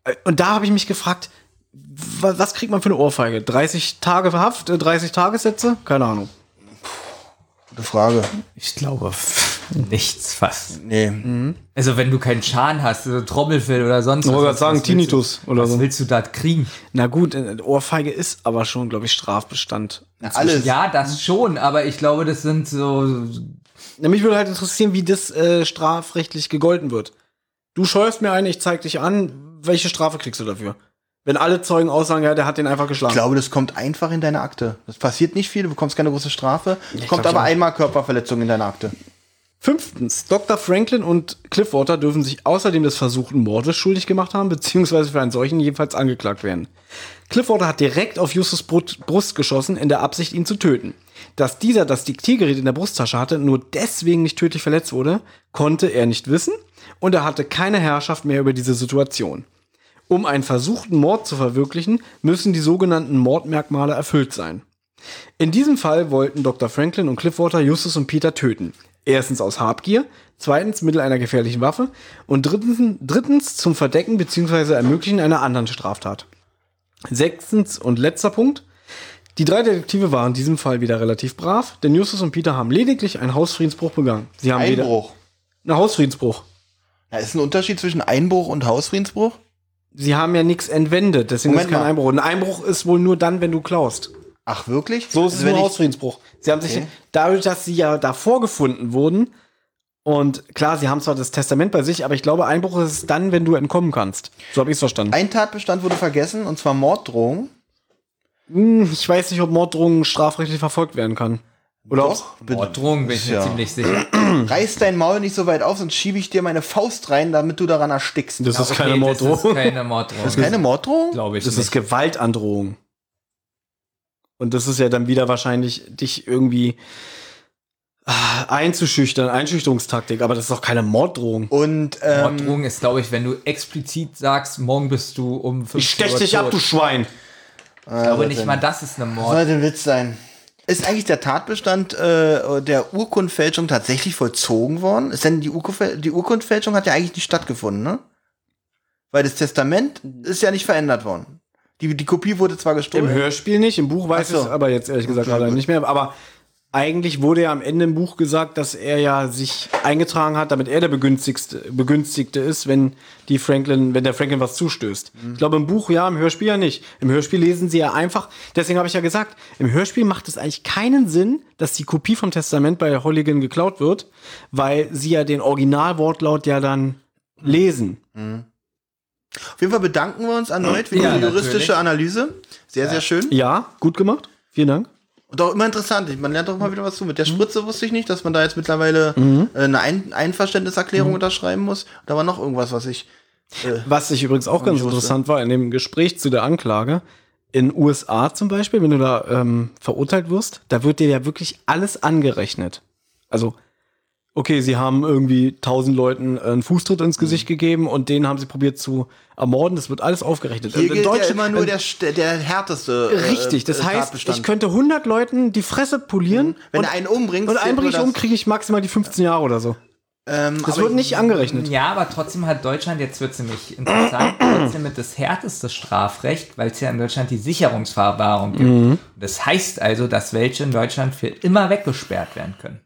Speaker 4: Äh, Und da habe ich mich gefragt, wa- was kriegt man für eine Ohrfeige? 30 Tage Haft, äh, 30 Tagessätze? Keine Ahnung.
Speaker 2: Gute Frage.
Speaker 3: Ich glaube pff, nichts fast.
Speaker 2: Nee.
Speaker 3: Also wenn du keinen Schaden hast, also Trommelfell oder sonst
Speaker 4: Ich
Speaker 3: was.
Speaker 4: wollte
Speaker 3: was
Speaker 4: gerade sagen,
Speaker 3: willst
Speaker 4: Tinnitus
Speaker 3: du,
Speaker 4: oder
Speaker 3: was
Speaker 4: so.
Speaker 3: willst du da kriegen?
Speaker 4: Na gut, äh, Ohrfeige ist aber schon, glaube ich, Strafbestand.
Speaker 2: Alles.
Speaker 3: Ja,
Speaker 4: Hm.
Speaker 3: das schon, aber ich glaube, das sind so.
Speaker 4: Na, mich würde halt interessieren, wie das äh, strafrechtlich gegolten wird. Du schäufst mir eine, ich zeig dich an, welche Strafe kriegst du dafür? Wenn alle Zeugen aussagen, ja, der hat den einfach
Speaker 2: Ich
Speaker 4: geschlagen.
Speaker 2: glaube, das kommt einfach in deine Akte. Das passiert nicht viel, du bekommst keine große Strafe. kommt
Speaker 4: glaub,
Speaker 2: aber
Speaker 4: ja.
Speaker 2: einmal Körperverletzung in deine Akte.
Speaker 4: Fünftens, Dr. Franklin und Cliffwater dürfen sich außerdem des versuchten Mordes schuldig gemacht haben, beziehungsweise für einen solchen jedenfalls angeklagt werden. Cliffwater hat direkt auf Justus Brut- Brust geschossen, in der Absicht, ihn zu töten. Dass dieser das Diktiergerät in der Brusttasche hatte, nur deswegen nicht tödlich verletzt wurde, konnte er nicht wissen und er hatte keine Herrschaft mehr über diese Situation. Um einen versuchten Mord zu verwirklichen, müssen die sogenannten Mordmerkmale erfüllt sein. In diesem Fall wollten Dr. Franklin und Cliffwater Justus und Peter töten. Erstens aus Habgier, zweitens mittels einer gefährlichen Waffe und drittens, drittens zum Verdecken bzw. Ermöglichen einer anderen Straftat. Sechstens und letzter Punkt. Die drei Detektive waren in diesem Fall wieder relativ brav, denn Justus und Peter haben lediglich einen Hausfriedensbruch begangen. Sie haben weder-
Speaker 2: Einbruch.
Speaker 4: Na, Hausfriedensbruch.
Speaker 2: Da ist ein Unterschied zwischen Einbruch und Hausfriedensbruch?
Speaker 4: Sie haben ja nichts entwendet, deswegen
Speaker 2: Moment
Speaker 4: ist kein
Speaker 2: mal.
Speaker 4: Einbruch. Ein Einbruch ist wohl nur dann, wenn du klaust.
Speaker 2: Ach, wirklich? Also
Speaker 4: So ist es
Speaker 2: wenn
Speaker 4: nur
Speaker 2: ich,
Speaker 4: Hausfriedensbruch. Sie haben sich,
Speaker 2: Okay.
Speaker 4: dadurch, dass sie ja davor gefunden wurden, und klar, sie haben zwar das Testament bei sich, aber ich glaube, Einbruch ist es dann, wenn du entkommen kannst. So habe ich es verstanden.
Speaker 2: Ein Tatbestand wurde vergessen, und zwar Morddrohung.
Speaker 4: Hm, Ich weiß nicht, ob Morddrohungen strafrechtlich verfolgt werden kann. Oder ob's-
Speaker 2: Doch, be-
Speaker 3: Morddrohung bin ich mir
Speaker 2: Ja.
Speaker 3: ziemlich sicher.
Speaker 2: reiß dein Maul nicht so weit auf, sonst schiebe ich dir meine Faust rein, damit du daran erstickst.
Speaker 4: Das ist keine
Speaker 3: Okay, Das ist
Speaker 4: Morddrohung.
Speaker 3: keine Morddrohung. Das
Speaker 2: Keine Morddrohung?
Speaker 3: glaube ich
Speaker 4: Das ist
Speaker 3: nicht.
Speaker 4: Gewaltandrohung. Und das ist ja dann wieder wahrscheinlich dich irgendwie ah, einzuschüchtern, Einschüchterungstaktik, aber das ist doch keine Morddrohung.
Speaker 2: Und ähm,
Speaker 3: Morddrohung ist, glaube ich, wenn du explizit sagst, morgen bist du um 5
Speaker 4: Ich stech dich ab, du Schwein.
Speaker 3: Ich glaube nicht mal, das ist eine Mord.
Speaker 2: Ah, soll denn Witz sein? Ist eigentlich der Tatbestand äh, der Urkundfälschung tatsächlich vollzogen worden? Ist denn die, Urkunfäl- die Urkundfälschung hat ja eigentlich nicht stattgefunden, ne? Weil das Testament ist ja nicht verändert worden. Die, die Kopie wurde zwar
Speaker 4: Im
Speaker 2: gestohlen.
Speaker 4: Hörspiel nicht, im Buch weiß
Speaker 2: Ach so.
Speaker 4: ich es aber jetzt ehrlich gesagt
Speaker 2: Ja,
Speaker 4: gerade
Speaker 2: gut.
Speaker 4: nicht mehr. Aber eigentlich wurde ja am Ende im Buch gesagt, dass er ja sich eingetragen hat, damit er der Begünstigste, Begünstigte ist, wenn die Franklin, wenn der Franklin was zustößt.
Speaker 2: Mhm.
Speaker 4: Ich glaube im Buch ja, im Hörspiel ja nicht. Im Hörspiel lesen sie ja einfach, deswegen habe ich ja gesagt, im Hörspiel macht es eigentlich keinen Sinn, dass die Kopie vom Testament bei Holligan geklaut wird, weil sie ja den Originalwortlaut ja dann lesen.
Speaker 2: Auf jeden Fall bedanken wir uns erneut für
Speaker 3: Ja,
Speaker 2: die juristische
Speaker 3: natürlich.
Speaker 2: Analyse. Sehr, sehr schön.
Speaker 4: Ja, gut gemacht. Vielen Dank.
Speaker 2: Und auch immer interessant. Ich- Man lernt doch mal wieder was zu. Mit der
Speaker 4: Mhm.
Speaker 2: Spritze wusste ich nicht, dass man da jetzt mittlerweile äh, eine Ein Einverständniserklärung
Speaker 4: Mhm.
Speaker 2: unterschreiben muss. Da war noch irgendwas, was ich.
Speaker 4: Was ich übrigens auch ganz
Speaker 2: wusste.
Speaker 4: interessant war in dem Gespräch zu der Anklage, in USA zum Beispiel, wenn du da ähm, verurteilt wirst, da wird dir ja wirklich alles angerechnet. Also, okay, sie haben irgendwie tausend Leuten einen Fußtritt ins Gesicht
Speaker 2: Mhm.
Speaker 4: gegeben und den haben sie probiert zu ermorden. Das wird alles aufgerechnet.
Speaker 2: Hier
Speaker 4: Und
Speaker 2: gilt ja immer nur
Speaker 4: in-
Speaker 2: der, st- der härteste. äh,
Speaker 4: Äh, Richtig, das
Speaker 2: äh,
Speaker 4: heißt,
Speaker 2: Tatbestand. Mhm.
Speaker 4: ich könnte 100 Leuten die Fresse polieren
Speaker 2: Wenn
Speaker 4: und,
Speaker 2: du einen umbringst,
Speaker 4: und einen
Speaker 2: zählt nur
Speaker 4: bringe ich
Speaker 2: das.
Speaker 4: um, kriege ich maximal die 15 Jahre oder so.
Speaker 2: Ähm,
Speaker 4: Das
Speaker 2: aber Mhm.
Speaker 4: wird nicht angerechnet.
Speaker 3: Ja, aber trotzdem hat Deutschland, jetzt wird es nämlich interessant, trotzdem mit das härteste Strafrecht, weil es ja in Deutschland die Sicherungsverwahrung gibt.
Speaker 4: Mhm.
Speaker 3: Das heißt also, dass welche in Deutschland für immer weggesperrt werden können.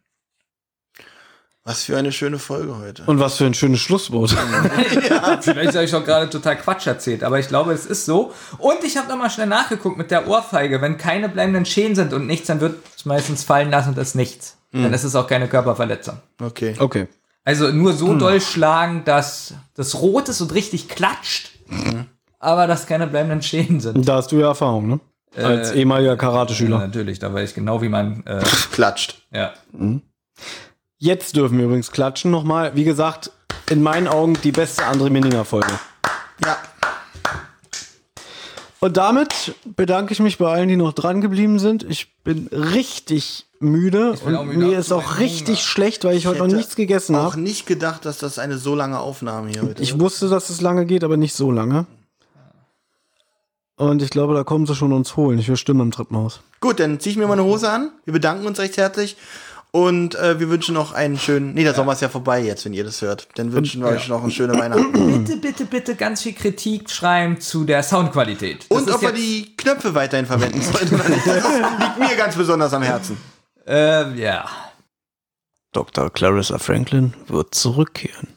Speaker 2: Was für eine schöne Folge heute.
Speaker 4: Und was für ein schönes Schlusswort.
Speaker 2: Mhm.
Speaker 3: Vielleicht habe ich doch gerade total Quatsch erzählt, aber ich glaube, es ist so. Und ich habe nochmal schnell nachgeguckt mit der Ohrfeige. Wenn keine bleibenden Schäden sind
Speaker 2: Mhm.
Speaker 3: und nichts, dann wird es meistens fallen lassen und ist nichts. Dann ist es auch keine Körperverletzung.
Speaker 2: Okay.
Speaker 4: Okay.
Speaker 3: Also nur so
Speaker 2: Mhm.
Speaker 3: doll schlagen, dass das rot ist und richtig klatscht,
Speaker 2: Mhm.
Speaker 3: aber dass keine bleibenden Schäden sind.
Speaker 4: Da hast du ja Erfahrung, ne? Als
Speaker 3: Äh,
Speaker 4: ehemaliger
Speaker 3: Ja,
Speaker 4: Karateschüler.
Speaker 3: natürlich, da weiß ich genau, wie man. Äh,
Speaker 2: Klatscht.
Speaker 3: ja.
Speaker 4: Jetzt dürfen wir übrigens klatschen nochmal. Wie gesagt, in meinen Augen die beste André Minninger-Folge.
Speaker 2: Ja.
Speaker 4: Und damit bedanke ich mich bei allen, die noch dran geblieben sind. Ich bin richtig müde
Speaker 3: bin auch
Speaker 4: und
Speaker 3: müde,
Speaker 4: mir
Speaker 3: hab
Speaker 4: ist auch
Speaker 3: keinen
Speaker 4: richtig schlecht, weil ich heute noch
Speaker 2: hätte
Speaker 4: nichts gegessen
Speaker 2: Auch
Speaker 4: habe.
Speaker 2: nicht gedacht, dass das eine so lange Aufnahme hier heute
Speaker 4: Ich wusste, dass es lange geht, aber nicht so lange. Und ich glaube, da kommen sie schon uns holen. Ich höre Stimmen im Treppenhaus.
Speaker 2: Gut, dann ziehe ich mir meine Hose an. Wir bedanken uns recht herzlich. Und äh, wir wünschen noch einen schönen. Nee, der Sommer ist ja vorbei jetzt, wenn ihr das hört. Dann wünschen wir euch noch eine schöne Weihnachten.
Speaker 3: Bitte, bitte, bitte ganz viel Kritik schreiben zu der Soundqualität. Das
Speaker 2: Und
Speaker 3: ist
Speaker 2: ob wir
Speaker 3: jetzt-
Speaker 2: die Knöpfe weiterhin verwenden sollen oder nicht. Das liegt mir ganz besonders am Herzen.
Speaker 3: Äh, ja.
Speaker 4: Dr. Clarissa Franklin wird zurückkehren.